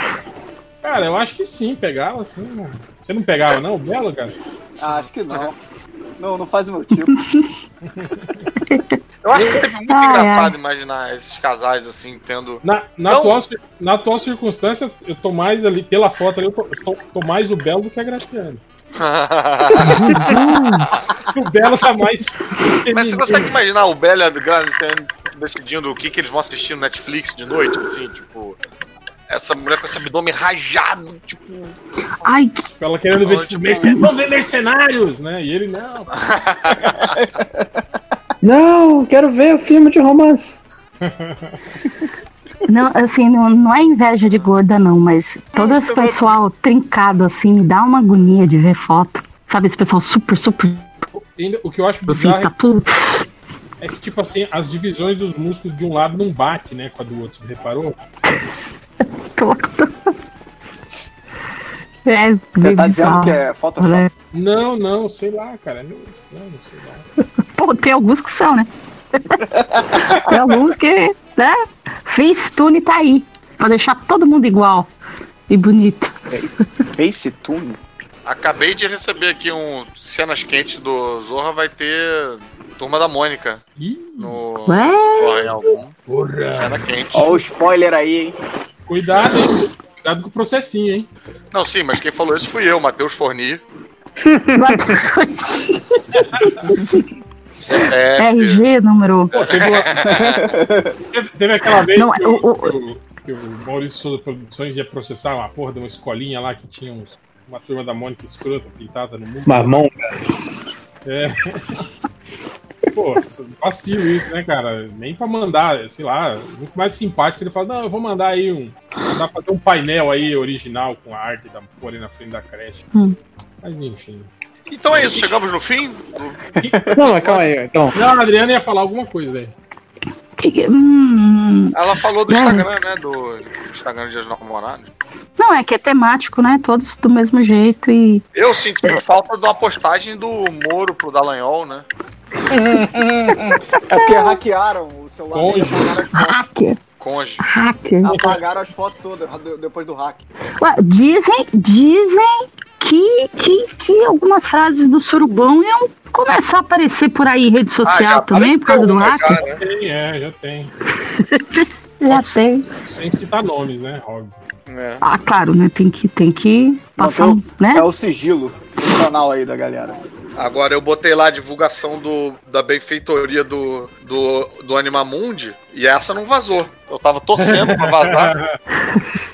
[SPEAKER 1] Cara, eu acho que sim, pegava sim. mano. Você não pegava, não, o Belo, cara?
[SPEAKER 2] Ah, acho que não. Não, não faz o meu tipo.
[SPEAKER 3] Eu acho que teve muito
[SPEAKER 5] Ai,
[SPEAKER 3] engraçado imaginar esses casais assim, tendo.
[SPEAKER 1] Na, na,
[SPEAKER 3] Não.
[SPEAKER 1] atual, cir- na atual circunstância, eu tô mais ali, pela foto ali, eu tô, eu tô- tô mais o Belo do que a Graciana.
[SPEAKER 5] Jesus.
[SPEAKER 1] O Belo tá mais.
[SPEAKER 3] Mas você consegue imaginar o Bela e a Graziane decidindo o que, que eles vão assistir no Netflix de noite, assim, tipo. Essa mulher com esse abdômen rajado, tipo.
[SPEAKER 5] Ai,
[SPEAKER 1] Ela querendo ver,
[SPEAKER 3] Olha,
[SPEAKER 1] tipo,
[SPEAKER 3] tipo,
[SPEAKER 1] mercen- vamos ver mercenários, né? E ele, não.
[SPEAKER 4] Não, quero ver o filme de romance.
[SPEAKER 5] não, assim, não, não é inveja de gorda, não, mas todo esse pessoal trincado, assim, me dá uma agonia de ver foto. Sabe, esse pessoal super, super,
[SPEAKER 1] Ainda- O que eu acho
[SPEAKER 5] assim,
[SPEAKER 1] bizarro
[SPEAKER 5] tá tudo.
[SPEAKER 1] é que, tipo assim, as divisões dos músculos de um lado não bate, né, com a do outro, você reparou?
[SPEAKER 5] torto. É,
[SPEAKER 2] Você tá
[SPEAKER 5] bizarro,
[SPEAKER 2] dizendo que é Photoshop?
[SPEAKER 5] né?
[SPEAKER 1] Não, não, sei lá, cara. É meio estranho, sei lá.
[SPEAKER 5] Pô, tem alguns que são, né? tem alguns que, né? Fez tune tá aí. Pra deixar todo mundo igual e bonito.
[SPEAKER 2] Face Tune?
[SPEAKER 3] Acabei de receber aqui um cenas quentes do Zorra, vai ter Turma da Mônica
[SPEAKER 1] Ih,
[SPEAKER 3] no
[SPEAKER 5] Ué?
[SPEAKER 3] Royal Moon.
[SPEAKER 1] porra.
[SPEAKER 3] Cena quente.
[SPEAKER 2] Ó o spoiler aí, hein?
[SPEAKER 1] Cuidado, hein? Cuidado com o processinho, hein?
[SPEAKER 3] Não, sim, mas quem falou isso fui eu, Matheus Forni.
[SPEAKER 5] É,
[SPEAKER 2] É
[SPEAKER 3] CPF.
[SPEAKER 5] RG número. um.
[SPEAKER 1] Pô, teve, uma- Teve- teve aquela vez
[SPEAKER 5] Não,
[SPEAKER 1] que,
[SPEAKER 5] é,
[SPEAKER 1] o,
[SPEAKER 5] o- o-
[SPEAKER 1] que o- que o Maurício Souza Produções ia processar uma porra de uma escolinha lá que tinha uns- uma turma da Mônica escrota pintada no mundo.
[SPEAKER 4] Mamão.
[SPEAKER 1] Pô, vacilo isso, né, cara? Nem pra mandar, sei lá, muito mais simpático se ele fala, não, eu vou mandar aí um. Dá pra ter um painel aí original com a arte da porra ali na frente da creche.
[SPEAKER 5] Hum.
[SPEAKER 1] Mas enfim.
[SPEAKER 3] Então é isso, chegamos no fim.
[SPEAKER 4] Não, mas calma aí, então.
[SPEAKER 1] Não, a Adriana ia falar alguma coisa, velho.
[SPEAKER 5] Que que- hum,
[SPEAKER 3] Ela falou do
[SPEAKER 5] Não.
[SPEAKER 3] Instagram, né? Do Instagram de Dias Namorados.
[SPEAKER 5] não, é que é temático, né? Todos do mesmo jeito e.
[SPEAKER 3] Eu senti falta de uma postagem do Moro pro Dallagnol, né?
[SPEAKER 2] É porque hackearam o celular e
[SPEAKER 1] Conge.
[SPEAKER 2] apagaram as fotos.
[SPEAKER 5] Hacker.
[SPEAKER 3] Conge.
[SPEAKER 2] Ah,
[SPEAKER 5] Hacker.
[SPEAKER 2] Apagaram as fotos todas de- depois do hack.
[SPEAKER 5] Ué, Dizem, dizem que, que, que algumas frases do surubão iam começar a aparecer por aí em rede social também, por causa do
[SPEAKER 3] Ah, apareceu
[SPEAKER 5] hacker.
[SPEAKER 3] uma já, né?
[SPEAKER 1] Tem, é, já tem.
[SPEAKER 5] Já tem.
[SPEAKER 1] Sem citar nomes, né, óbvio.
[SPEAKER 3] É.
[SPEAKER 5] Ah, claro, né? Tem que, tem que passar,
[SPEAKER 2] eu-
[SPEAKER 5] um, né?
[SPEAKER 2] É o sigilo profissional aí da galera.
[SPEAKER 3] Agora eu botei lá a divulgação do, da benfeitoria do, do, do Animamundi e essa não vazou. Eu tava torcendo pra vazar.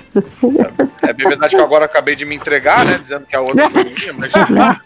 [SPEAKER 3] É bem verdade que agora eu acabei de me entregar, né? Dizendo que a outra foi minha, mas.
[SPEAKER 5] Ah,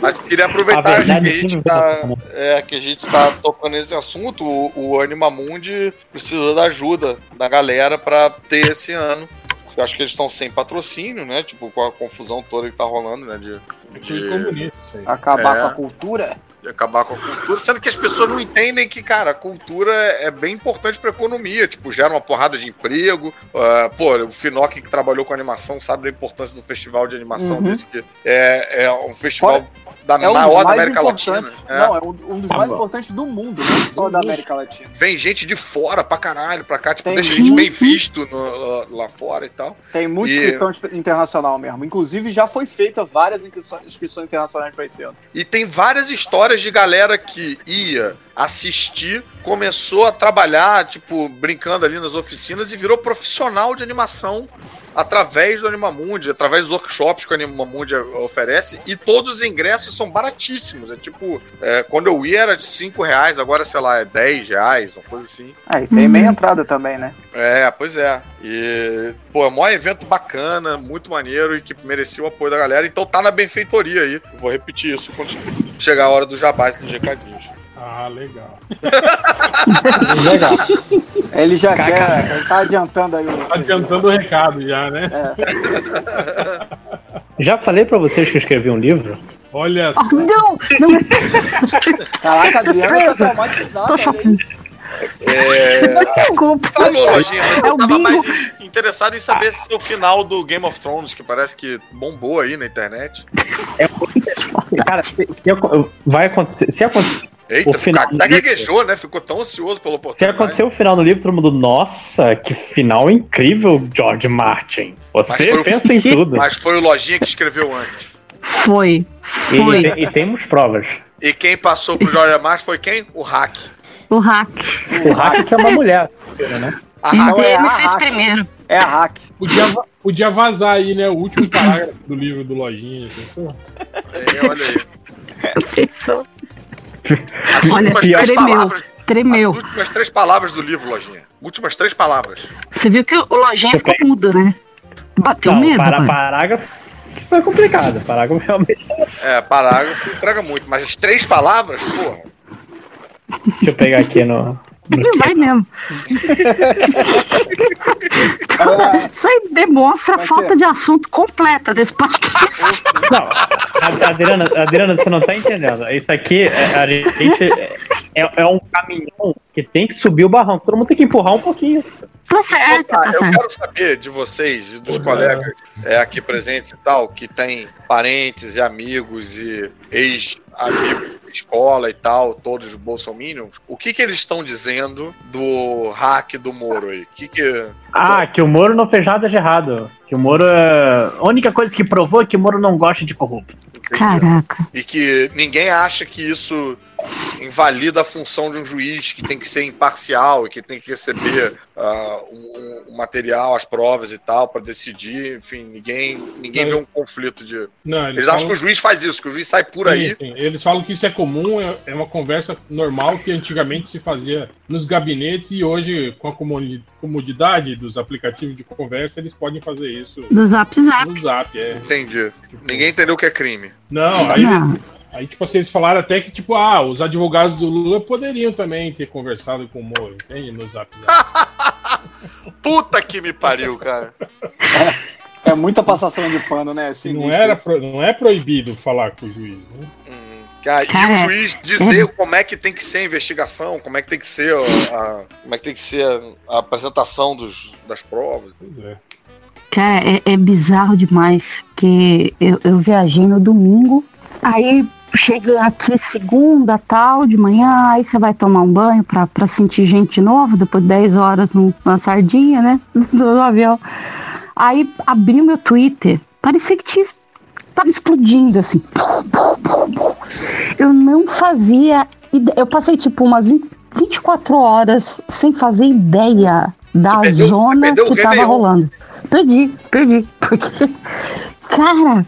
[SPEAKER 3] mas queria
[SPEAKER 4] A
[SPEAKER 3] aproveitar já
[SPEAKER 4] verdade
[SPEAKER 3] que
[SPEAKER 4] é
[SPEAKER 3] a gente
[SPEAKER 4] sempre
[SPEAKER 3] tá.
[SPEAKER 4] vem.
[SPEAKER 3] É, que a gente tá tocando nesse assunto. O, o Animamundi precisa da ajuda da galera pra ter esse ano. Eu acho que eles estão sem patrocínio, né? Tipo, com a confusão toda que tá rolando, né? De,
[SPEAKER 1] É
[SPEAKER 3] de-
[SPEAKER 1] coisa comunista isso aí.
[SPEAKER 2] Acabar
[SPEAKER 3] É.
[SPEAKER 2] com a cultura.
[SPEAKER 3] de acabar com a cultura, sendo que as pessoas não entendem que, cara, a cultura é bem importante pra economia, tipo, gera uma porrada de emprego, ah, pô, o Finoc que trabalhou com animação sabe da importância do festival de animação
[SPEAKER 2] Uhum.
[SPEAKER 3] desse que é, é um festival da,
[SPEAKER 2] É um
[SPEAKER 3] na
[SPEAKER 2] dos
[SPEAKER 3] hora da
[SPEAKER 2] mais
[SPEAKER 3] América Latina.
[SPEAKER 2] importantes.
[SPEAKER 3] É.
[SPEAKER 2] Não, é um, um dos
[SPEAKER 4] Tá
[SPEAKER 2] mais
[SPEAKER 4] bom.
[SPEAKER 2] importantes do mundo, não só da América Latina.
[SPEAKER 3] Vem gente de fora pra caralho pra cá, tipo,
[SPEAKER 2] Tem
[SPEAKER 3] deixa
[SPEAKER 5] gente.
[SPEAKER 3] gente bem visto no- lá fora e tal.
[SPEAKER 2] Tem muita
[SPEAKER 3] E-
[SPEAKER 2] inscrição est- internacional mesmo. Inclusive, já foi feita várias inscrições, inscrições internacionais para esse ano.
[SPEAKER 3] E tem várias histórias histórias de galera que ia assistir, começou a trabalhar, tipo, brincando ali nas oficinas e virou profissional de animação através do Animamundi, através dos workshops que o Animamundi oferece, e todos os ingressos são baratíssimos. É tipo, é, quando eu ia era de 5 reais, agora, sei lá, é 10 reais, uma coisa assim.
[SPEAKER 2] Ah, e
[SPEAKER 5] Uhum.
[SPEAKER 2] tem meia entrada também, né?
[SPEAKER 3] É, pois é. E, pô, é um maior evento bacana, muito maneiro e que merecia o apoio da galera. Então tá na benfeitoria aí. Vou repetir isso quando chegar a hora do jabás dos recadinhos.
[SPEAKER 1] Ah, legal.
[SPEAKER 2] Legal. Ele já quer, ele tá adiantando aí. o-
[SPEAKER 1] Tá adiantando o recado já, né?
[SPEAKER 4] Já falei pra vocês que eu escrevi um livro?
[SPEAKER 1] Olha
[SPEAKER 5] Ah, Não, não
[SPEAKER 2] Caraca, Adriano tá
[SPEAKER 5] Surpresa.
[SPEAKER 2] traumatizado.
[SPEAKER 5] estou chocada. Desculpa.
[SPEAKER 3] Falou, Tá Lojinha, mas
[SPEAKER 5] É
[SPEAKER 3] eu
[SPEAKER 5] o
[SPEAKER 3] tava
[SPEAKER 5] bingo.
[SPEAKER 3] mais in- interessado em saber se é o final do Game of Thrones, que parece que bombou aí na internet.
[SPEAKER 4] Cara, se, se eu- vai acontecer. Se, aconte-
[SPEAKER 3] Eita,
[SPEAKER 4] O final
[SPEAKER 3] fica- até
[SPEAKER 4] do livro.
[SPEAKER 3] gaguejou, né? Ficou tão ansioso pela
[SPEAKER 4] se
[SPEAKER 3] oportunidade.
[SPEAKER 4] acontecer o final do livro, todo mundo, nossa, que final incrível, George Martin.
[SPEAKER 3] Mas foi
[SPEAKER 4] Você
[SPEAKER 3] o-
[SPEAKER 4] pensa em tudo.
[SPEAKER 3] Mas foi o Lojinha que escreveu antes.
[SPEAKER 5] Foi.
[SPEAKER 4] E,
[SPEAKER 5] Foi.
[SPEAKER 4] e- e temos provas.
[SPEAKER 3] E quem passou pro Jorge Martin foi quem? O Hack.
[SPEAKER 5] O hack.
[SPEAKER 4] O hack é uma mulher. né?
[SPEAKER 3] Ah, A Hack
[SPEAKER 2] é
[SPEAKER 5] Ele
[SPEAKER 2] a
[SPEAKER 5] fez
[SPEAKER 2] hack.
[SPEAKER 5] primeiro.
[SPEAKER 2] É a hack.
[SPEAKER 1] Podia, va- podia vazar aí, né? O último parágrafo do livro do Lojinha, já pensou?
[SPEAKER 3] é, olha aí.
[SPEAKER 5] Pensou.
[SPEAKER 3] As
[SPEAKER 5] Olha,
[SPEAKER 3] últimas
[SPEAKER 5] pior
[SPEAKER 3] três
[SPEAKER 5] é meu.
[SPEAKER 3] palavras-
[SPEAKER 5] Tremeu.
[SPEAKER 3] As últimas três palavras do livro, Lojinha. Últimas três palavras.
[SPEAKER 5] Você viu que o lojinha ficou mudo, né? Bateu
[SPEAKER 4] Não,
[SPEAKER 5] medo?
[SPEAKER 4] para,
[SPEAKER 5] mano.
[SPEAKER 4] parágrafo foi complicado. Parágrafo realmente.
[SPEAKER 3] É, parágrafo entrega muito, mas as três palavras, porra.
[SPEAKER 4] Deixa eu pegar aqui no.
[SPEAKER 5] Ele vai mesmo. Então, Isso aí demonstra a
[SPEAKER 2] Vai
[SPEAKER 5] falta
[SPEAKER 2] ser.
[SPEAKER 5] de assunto completa desse podcast.
[SPEAKER 4] Não, a- Adriana, Adriana, você não tá entendendo. Isso aqui, é- a gente é, é um caminhão que tem que subir o barranco. Todo mundo tem que empurrar um pouquinho.
[SPEAKER 2] É,
[SPEAKER 5] Tá certo, tá
[SPEAKER 3] Eu
[SPEAKER 5] certo.
[SPEAKER 3] quero saber de vocês e dos colegas é, aqui presentes e tal, que tem parentes e amigos e ex-amigos de escola e tal, todos bolsominions, o que que eles estão dizendo do hack do Moro aí? O que que...
[SPEAKER 4] Ah, que o Moro não fez nada de errado. Que o Moro. é- A única coisa que provou é que o Moro não gosta de corrupto.
[SPEAKER 5] Caraca.
[SPEAKER 3] E que ninguém acha que isso invalida a função de um juiz que tem que ser imparcial e que tem que receber ah, o- o material, as provas e tal para decidir. Enfim, ninguém, ninguém vê um conflito de.
[SPEAKER 1] Não,
[SPEAKER 3] Eles acham que o juiz faz isso, que o juiz sai por aí.
[SPEAKER 1] Sim, sim. Eles falam que isso é comum, é é uma conversa normal que antigamente se fazia nos gabinetes e hoje, com a comuni- comodidade dos aplicativos de conversa, eles podem fazer isso
[SPEAKER 5] Do zap zap.
[SPEAKER 1] no zap. É.
[SPEAKER 3] Entendi.
[SPEAKER 1] Tipo,
[SPEAKER 3] Ninguém entendeu o que é crime.
[SPEAKER 1] Não, aí,
[SPEAKER 5] Não,
[SPEAKER 1] aí, tipo assim, eles falaram até que, tipo, ah, os advogados do Lula poderiam também ter conversado com o Moro, entende? No zap
[SPEAKER 3] Ah,
[SPEAKER 1] zap.
[SPEAKER 3] Puta que me pariu, cara.
[SPEAKER 2] É muita passação de pano, né?
[SPEAKER 1] não,
[SPEAKER 2] Sinistro
[SPEAKER 1] era
[SPEAKER 2] isso.
[SPEAKER 1] pro- não é proibido falar com o juiz, né?
[SPEAKER 3] Hum. Cara, e
[SPEAKER 5] Cara,
[SPEAKER 3] o juiz dizer como é que tem que ser a investigação, como é que tem que ser a, a- como é que tem que ser a, a apresentação dos, das provas.
[SPEAKER 1] Pois é.
[SPEAKER 5] cara, é, é bizarro demais. Porque eu, eu viajei no domingo, aí cheguei aqui segunda, tal, de manhã, aí você vai tomar um banho pra, pra sentir gente de novo, depois de 10 horas no, na sardinha, né? Do avião. Aí abri o meu Twitter, parecia que tinha. es- Tava explodindo assim. Pum, pum, pum, pum. Eu não fazia. ide- Eu passei tipo umas 20 24 horas sem fazer ideia da
[SPEAKER 3] Você perdeu-
[SPEAKER 5] zona
[SPEAKER 3] perdeu o
[SPEAKER 5] que tava
[SPEAKER 3] Réveillon.
[SPEAKER 5] rolando. Perdi, perdi. Porque, cara,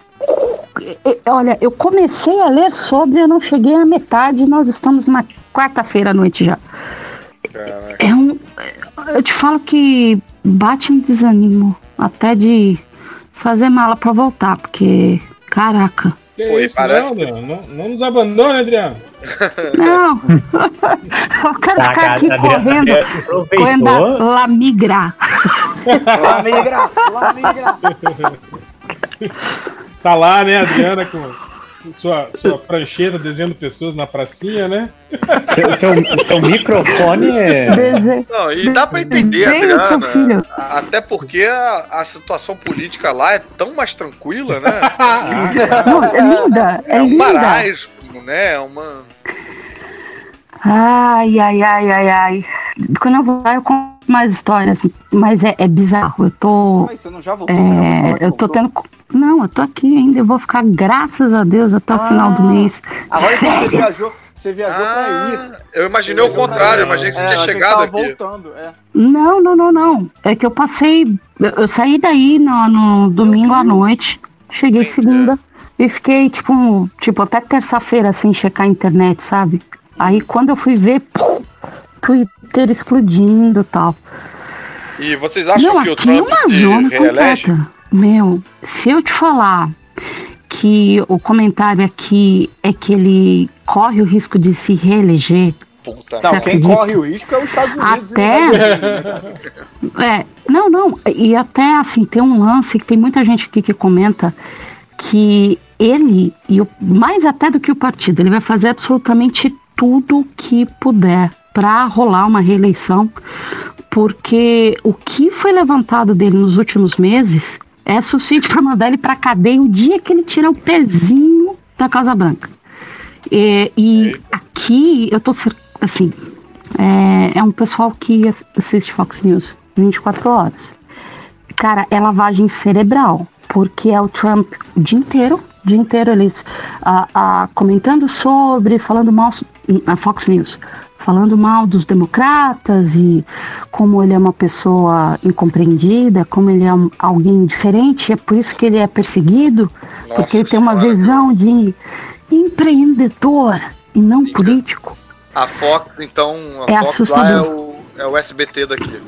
[SPEAKER 5] eh, olha, eu comecei a ler sobre, eu não cheguei à metade, nós estamos na quarta-feira à noite já.
[SPEAKER 3] Caraca.
[SPEAKER 5] É um. Eu te falo que bate um desânimo até de fazer mala pra voltar, porque. Caraca.
[SPEAKER 1] Que
[SPEAKER 3] Pô, e
[SPEAKER 1] isso,
[SPEAKER 3] parece
[SPEAKER 1] não, Adriano, não, não nos abandona, Adriano.
[SPEAKER 5] Não! Eu quero ficar tá aqui correndo, correndo a
[SPEAKER 4] Tá, aproveitou.
[SPEAKER 5] lá migrar.
[SPEAKER 2] Lá migra, lá migra.
[SPEAKER 1] Tá lá, né, Adriana, com sua, sua prancheta desenhando pessoas na pracinha, né?
[SPEAKER 4] Seu, seu- seu microfone é.
[SPEAKER 5] Dese...
[SPEAKER 3] Não, e dá pra entender,
[SPEAKER 5] Desenho, seu
[SPEAKER 3] Adriana. né?
[SPEAKER 5] filho.
[SPEAKER 3] Até porque a, a situação política lá é tão mais tranquila, né?
[SPEAKER 5] Não, é linda, é,
[SPEAKER 3] É um
[SPEAKER 5] linda.
[SPEAKER 3] marasmo, né? É uma.
[SPEAKER 5] Ai, ai, ai, ai, ai. Quando eu voltar, eu conto mais histórias, mas é, é bizarro. Eu tô.
[SPEAKER 2] Mas você não já voltou? você já
[SPEAKER 5] é,
[SPEAKER 2] falou que
[SPEAKER 5] eu tô
[SPEAKER 2] voltou?
[SPEAKER 5] tendo. Não, eu tô aqui ainda, eu vou ficar, graças a Deus, até o
[SPEAKER 2] Ah.
[SPEAKER 5] final do mês.
[SPEAKER 2] Agora que você
[SPEAKER 5] Férias.
[SPEAKER 2] viajou, você viajou pra
[SPEAKER 3] Ah,
[SPEAKER 2] ir.
[SPEAKER 3] eu imaginei o contrário, eu imaginei que você
[SPEAKER 2] É, eu
[SPEAKER 3] tinha
[SPEAKER 2] achei que
[SPEAKER 3] chegado
[SPEAKER 2] tava
[SPEAKER 3] aqui.
[SPEAKER 2] voltando, é.
[SPEAKER 5] Não, não, não, não. É que eu passei. Eu, eu saí daí no, no domingo à
[SPEAKER 2] Deus.
[SPEAKER 5] noite, cheguei
[SPEAKER 3] Entendi.
[SPEAKER 5] segunda e fiquei, tipo, um- tipo até terça-feira sem checar a internet, sabe? Aí quando eu fui ver, pum, Twitter explodindo e tal.
[SPEAKER 3] E vocês acham
[SPEAKER 5] Meu,
[SPEAKER 3] que o
[SPEAKER 5] aqui é
[SPEAKER 3] Trump
[SPEAKER 5] uma
[SPEAKER 3] se
[SPEAKER 5] zona
[SPEAKER 3] reelege?
[SPEAKER 5] completa. Meu, se eu te falar que o comentário aqui é que ele corre o risco de se reeleger,
[SPEAKER 3] Puta
[SPEAKER 2] Não,
[SPEAKER 5] Você
[SPEAKER 2] quem
[SPEAKER 5] acredita?
[SPEAKER 2] corre o risco é os Estados Unidos.
[SPEAKER 5] Até-
[SPEAKER 2] e os Estados Unidos, né, cara?
[SPEAKER 5] É, não, não. E até assim, tem um lance que tem muita gente aqui que comenta que ele, e o, mais até do que o partido, ele vai fazer absolutamente tudo que puder para rolar uma reeleição, porque o que foi levantado dele nos últimos meses é suficiente para mandar ele para cadeia o dia que ele tirar o pezinho da Casa Branca. É, e aqui eu tô cer- assim, é, é um pessoal que ass- assiste Fox News 24 horas. Cara, é lavagem cerebral, porque é o Trump o dia inteiro, o dia inteiro eles ah, ah, comentando sobre, falando mal s- na Fox News, falando mal dos democratas e como ele é uma pessoa incompreendida, como ele é um- alguém diferente, é por isso que ele é perseguido,
[SPEAKER 3] Nossa
[SPEAKER 5] porque ele tem uma
[SPEAKER 3] Senhora.
[SPEAKER 5] visão de empreendedor e não político.
[SPEAKER 3] A Fox, então, a
[SPEAKER 5] É
[SPEAKER 3] Fox lá é
[SPEAKER 5] assustador.
[SPEAKER 3] o, é o SBT daqui.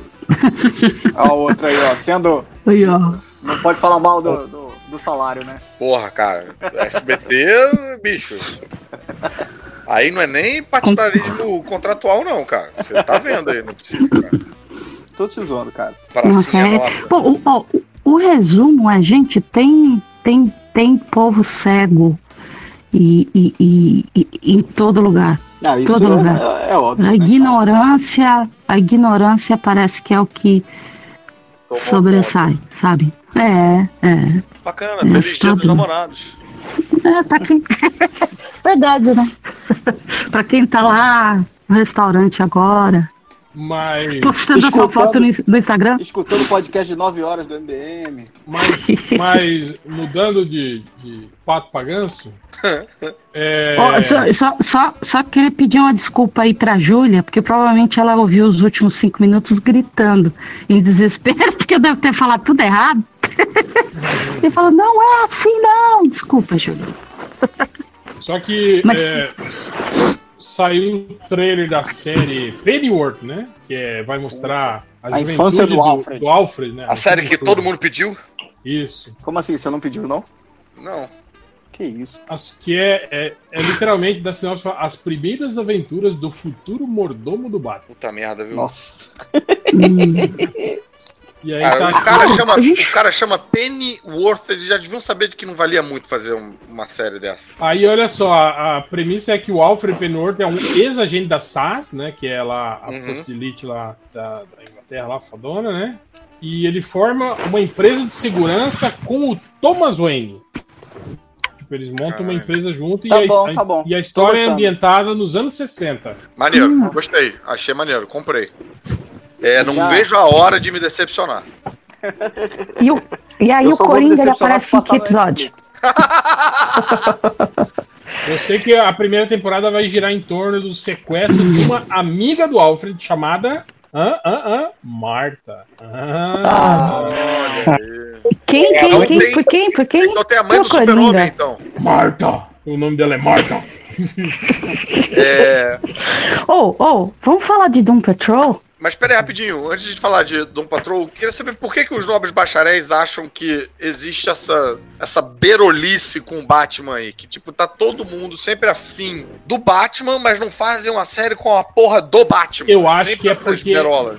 [SPEAKER 2] Ó, a outra aí, ó. Sendo.
[SPEAKER 5] Aí, ó.
[SPEAKER 2] Não pode falar mal do, do, do salário, né?
[SPEAKER 3] Porra, cara. SBT, bicho. Aí não é nem partidarismo contratual, não, cara. Você tá vendo aí, não é possível, cara.
[SPEAKER 2] Tô te zoando, cara.
[SPEAKER 5] Nossa,
[SPEAKER 3] Pracinha
[SPEAKER 5] é.
[SPEAKER 3] nossa.
[SPEAKER 5] Bom, o, ó, o- o resumo é, gente, tem, tem, tem povo cego e, e- e- e- em todo lugar.
[SPEAKER 2] Ah, isso
[SPEAKER 5] Todo
[SPEAKER 2] é, é óbvio.
[SPEAKER 5] A
[SPEAKER 2] né, cara?
[SPEAKER 5] ignorância, a ignorância parece que é o que
[SPEAKER 3] Tomou
[SPEAKER 5] sobressai, sabe? É, é.
[SPEAKER 3] conta. Bacana, feliz dia dos
[SPEAKER 5] Assustador.
[SPEAKER 3] namorados.
[SPEAKER 5] É, tá aqui. Verdade, né? pra quem tá lá no restaurante agora,
[SPEAKER 1] Mas,
[SPEAKER 5] postando essa
[SPEAKER 2] Escutando.
[SPEAKER 5] foto no, no Instagram.
[SPEAKER 2] Escutando o podcast de 9 horas do MDM.
[SPEAKER 1] mas, mas mudando de, de pato pra ganso. é,
[SPEAKER 5] Ó, só, só, só, só queria pedir uma desculpa aí pra Júlia, porque provavelmente ela ouviu os últimos cinco minutos gritando em desespero, porque eu devo ter falado tudo errado. Ele falou, não é assim não. Desculpa, Júlia.
[SPEAKER 1] Só que
[SPEAKER 5] Mas-
[SPEAKER 1] é, saiu o trailer da série Pennyworth, né? Que é, vai mostrar as
[SPEAKER 2] A infância
[SPEAKER 1] aventuras
[SPEAKER 2] do Alfred.
[SPEAKER 1] do Alfred, né?
[SPEAKER 3] A série que todo mundo pediu?
[SPEAKER 1] Isso.
[SPEAKER 2] Como assim? Você não pediu, não?
[SPEAKER 3] Não.
[SPEAKER 2] Que isso?
[SPEAKER 1] As, que é, é, é literalmente da sinopse fala, as primeiras aventuras do futuro mordomo do Batman.
[SPEAKER 3] Puta merda, viu?
[SPEAKER 2] Nossa.
[SPEAKER 5] Hum,
[SPEAKER 1] E aí
[SPEAKER 3] Cara,
[SPEAKER 1] tá.
[SPEAKER 3] Ah, o, cara chama,
[SPEAKER 5] Gente.
[SPEAKER 3] o cara chama Pennyworth, eles já deviam saber de que não valia muito fazer um- uma série dessa.
[SPEAKER 1] Aí olha só, a, a premissa é que o Alfred Pennyworth é um ex-agente da SAS, né? Que é lá a
[SPEAKER 3] Uhum.
[SPEAKER 1] força elite lá da, da Inglaterra, lá fodona, né? E ele forma uma empresa de segurança com o Thomas Wayne. Tipo, eles montam uma
[SPEAKER 3] Caralho.
[SPEAKER 1] empresa junto
[SPEAKER 2] Tá
[SPEAKER 1] e,
[SPEAKER 2] bom,
[SPEAKER 1] a,
[SPEAKER 2] tá bom.
[SPEAKER 1] e a história é
[SPEAKER 2] gostando.
[SPEAKER 1] ambientada nos anos 60.
[SPEAKER 3] Maneiro,
[SPEAKER 5] Nossa.
[SPEAKER 3] gostei. Achei maneiro, comprei. É, não
[SPEAKER 2] Já.
[SPEAKER 3] vejo a hora de me decepcionar.
[SPEAKER 5] e, o- e aí
[SPEAKER 2] Eu
[SPEAKER 5] o
[SPEAKER 2] só vou me
[SPEAKER 5] Coringa ele
[SPEAKER 2] decepcionar
[SPEAKER 5] aparece
[SPEAKER 2] se
[SPEAKER 5] em
[SPEAKER 2] passar
[SPEAKER 5] que
[SPEAKER 2] na
[SPEAKER 5] episódio?
[SPEAKER 2] Netflix.
[SPEAKER 1] Eu sei que a primeira temporada vai girar em torno do sequestro de uma amiga do Alfred chamada. Hã, hã, hã, Marta. Ah,
[SPEAKER 3] Olha aí.
[SPEAKER 5] Quem, quem,
[SPEAKER 3] não
[SPEAKER 5] quem?
[SPEAKER 3] tem-
[SPEAKER 5] Por quem? Por quem?
[SPEAKER 3] Então tem a mãe
[SPEAKER 5] Eu,
[SPEAKER 3] do super-homem,
[SPEAKER 5] Coringa.
[SPEAKER 3] então.
[SPEAKER 1] Marta! O nome dela é Marta.
[SPEAKER 3] É,
[SPEAKER 5] Ou, oh, oh, vamos falar de Doom Patrol?
[SPEAKER 3] mas pera aí, rapidinho. Antes de falar de Dom Patrol, eu queria saber por que, que os nobres bacharéis acham que existe essa, essa berolice com o Batman aí. Que, tipo, tá todo mundo sempre afim do Batman, mas não fazem uma série com a porra do Batman.
[SPEAKER 1] Eu acho
[SPEAKER 3] Sempre
[SPEAKER 1] que é
[SPEAKER 3] essas
[SPEAKER 1] porque-
[SPEAKER 3] berolas.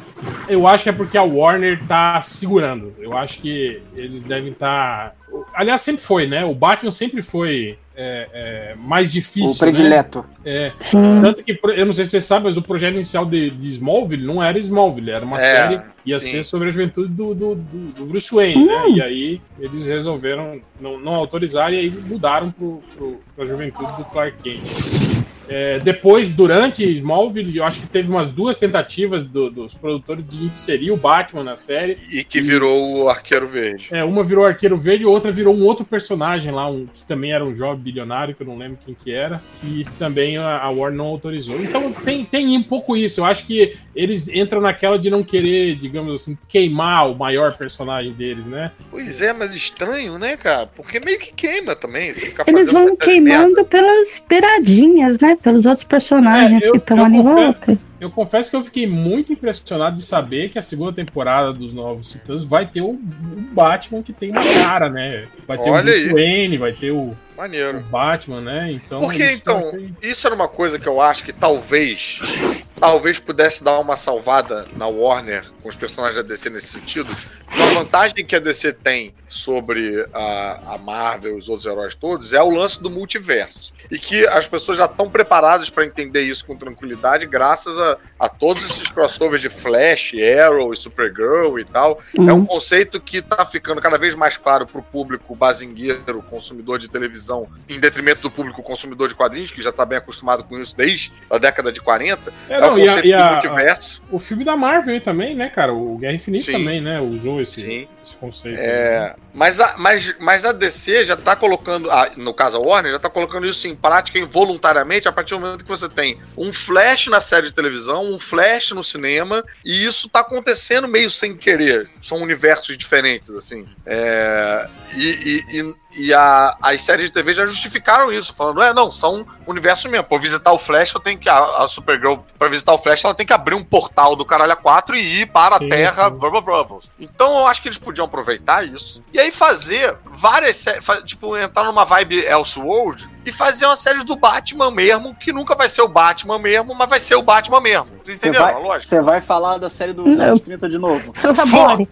[SPEAKER 1] Eu acho que é porque a Warner tá segurando. Eu acho que eles devem estar. Aliás, sempre foi, né? O Batman sempre foi é, é, mais difícil.
[SPEAKER 2] o predileto.
[SPEAKER 1] Né? É.
[SPEAKER 5] Sim.
[SPEAKER 1] Tanto que, eu não sei se você sabe, mas o projeto inicial de, de Smallville não era Smallville, era uma
[SPEAKER 3] É,
[SPEAKER 1] série ia
[SPEAKER 3] sim.
[SPEAKER 1] ser sobre a juventude do, do, do- do Bruce Wayne, né? E aí eles resolveram não, não autorizar e aí mudaram pro, pro, pra juventude do Clark Kent. É, depois, durante Smallville, eu acho que teve umas duas tentativas do- dos produtores de inserir o Batman na série.
[SPEAKER 3] E que virou o Arqueiro Verde.
[SPEAKER 1] É, uma virou Arqueiro Verde e outra virou um outro personagem lá, um, que também era um jovem bilionário, que eu não lembro quem que era, que também a, a Warner não autorizou. Então tem, tem um pouco isso. Eu acho que eles entram naquela de não querer, digamos assim, queimar o maior personagem deles, né?
[SPEAKER 3] Pois é, mas estranho, né, cara? Porque meio que queima também. Você fica
[SPEAKER 5] Eles
[SPEAKER 3] fazendo
[SPEAKER 5] vão
[SPEAKER 3] essas merda.
[SPEAKER 5] queimando pelas beiradinhas, né? Pelos outros personagens
[SPEAKER 1] É, eu-
[SPEAKER 5] que estão
[SPEAKER 1] eu
[SPEAKER 5] ali em
[SPEAKER 1] confesso-
[SPEAKER 5] volta.
[SPEAKER 1] Eu confesso que eu fiquei muito impressionado de saber que a segunda temporada dos Novos Titãs vai ter o, o Batman que tem uma cara, né? Vai ter
[SPEAKER 3] Olha
[SPEAKER 1] o Bruce
[SPEAKER 3] aí.
[SPEAKER 1] Wayne, vai ter o, o
[SPEAKER 3] Maneiro.
[SPEAKER 1] Batman, né? Então.
[SPEAKER 3] Porque
[SPEAKER 1] isso
[SPEAKER 3] então,
[SPEAKER 1] vai ter-
[SPEAKER 3] isso era uma coisa que eu acho que talvez. Talvez pudesse dar uma salvada na Warner com os personagens da DC nesse sentido. Uma vantagem que a DC tem sobre a, a Marvel e os outros heróis todos é o lance do multiverso. E que as pessoas já estão preparadas para entender isso com tranquilidade, graças a, a todos esses crossovers de Flash, Arrow e Supergirl e tal. É
[SPEAKER 1] Uhum.
[SPEAKER 3] um conceito que tá ficando cada vez mais claro pro público bazingueiro, consumidor de televisão, em detrimento do público consumidor de quadrinhos, que já tá bem acostumado com isso desde a década de 40.
[SPEAKER 1] É, não,
[SPEAKER 3] o
[SPEAKER 1] e a-
[SPEAKER 3] um conceito
[SPEAKER 1] e a-
[SPEAKER 3] do multiverso.
[SPEAKER 1] o filme da Marvel aí também, né, cara? O Guerra Infinita
[SPEAKER 3] Sim.
[SPEAKER 1] também, né? Usou esse,
[SPEAKER 3] Sim.
[SPEAKER 1] esse conceito.
[SPEAKER 3] É, mas, a, mas, mas a DC já tá colocando, a- no caso a Warner, já tá colocando isso em prática involuntariamente a partir do momento que você tem um flash na série de televisão, um flash no cinema, e isso tá acontecendo meio sem querer. São universos diferentes, assim. É, e e, e- e a- as séries de TV já justificaram isso, falando, é, não, são universo mesmo. Pra visitar o Flash, eu tenho que. A, a Supergirl, pra visitar o Flash, ela tem que abrir um portal do caralho A4 e ir para
[SPEAKER 1] Sim,
[SPEAKER 3] a Terra,
[SPEAKER 1] sim.
[SPEAKER 3] blá blá blá. blá. Então eu acho que eles podiam aproveitar isso. E aí fazer várias séries. Tipo, entrar numa vibe Elseworld e fazer uma série do Batman mesmo, que nunca vai ser o Batman mesmo, mas vai ser o Batman mesmo. Vocês
[SPEAKER 2] Você
[SPEAKER 3] entenderam? a
[SPEAKER 2] vai,
[SPEAKER 3] lógica?
[SPEAKER 2] você vai falar da série dos
[SPEAKER 5] Não.
[SPEAKER 2] anos 30 de novo.
[SPEAKER 5] Sabore.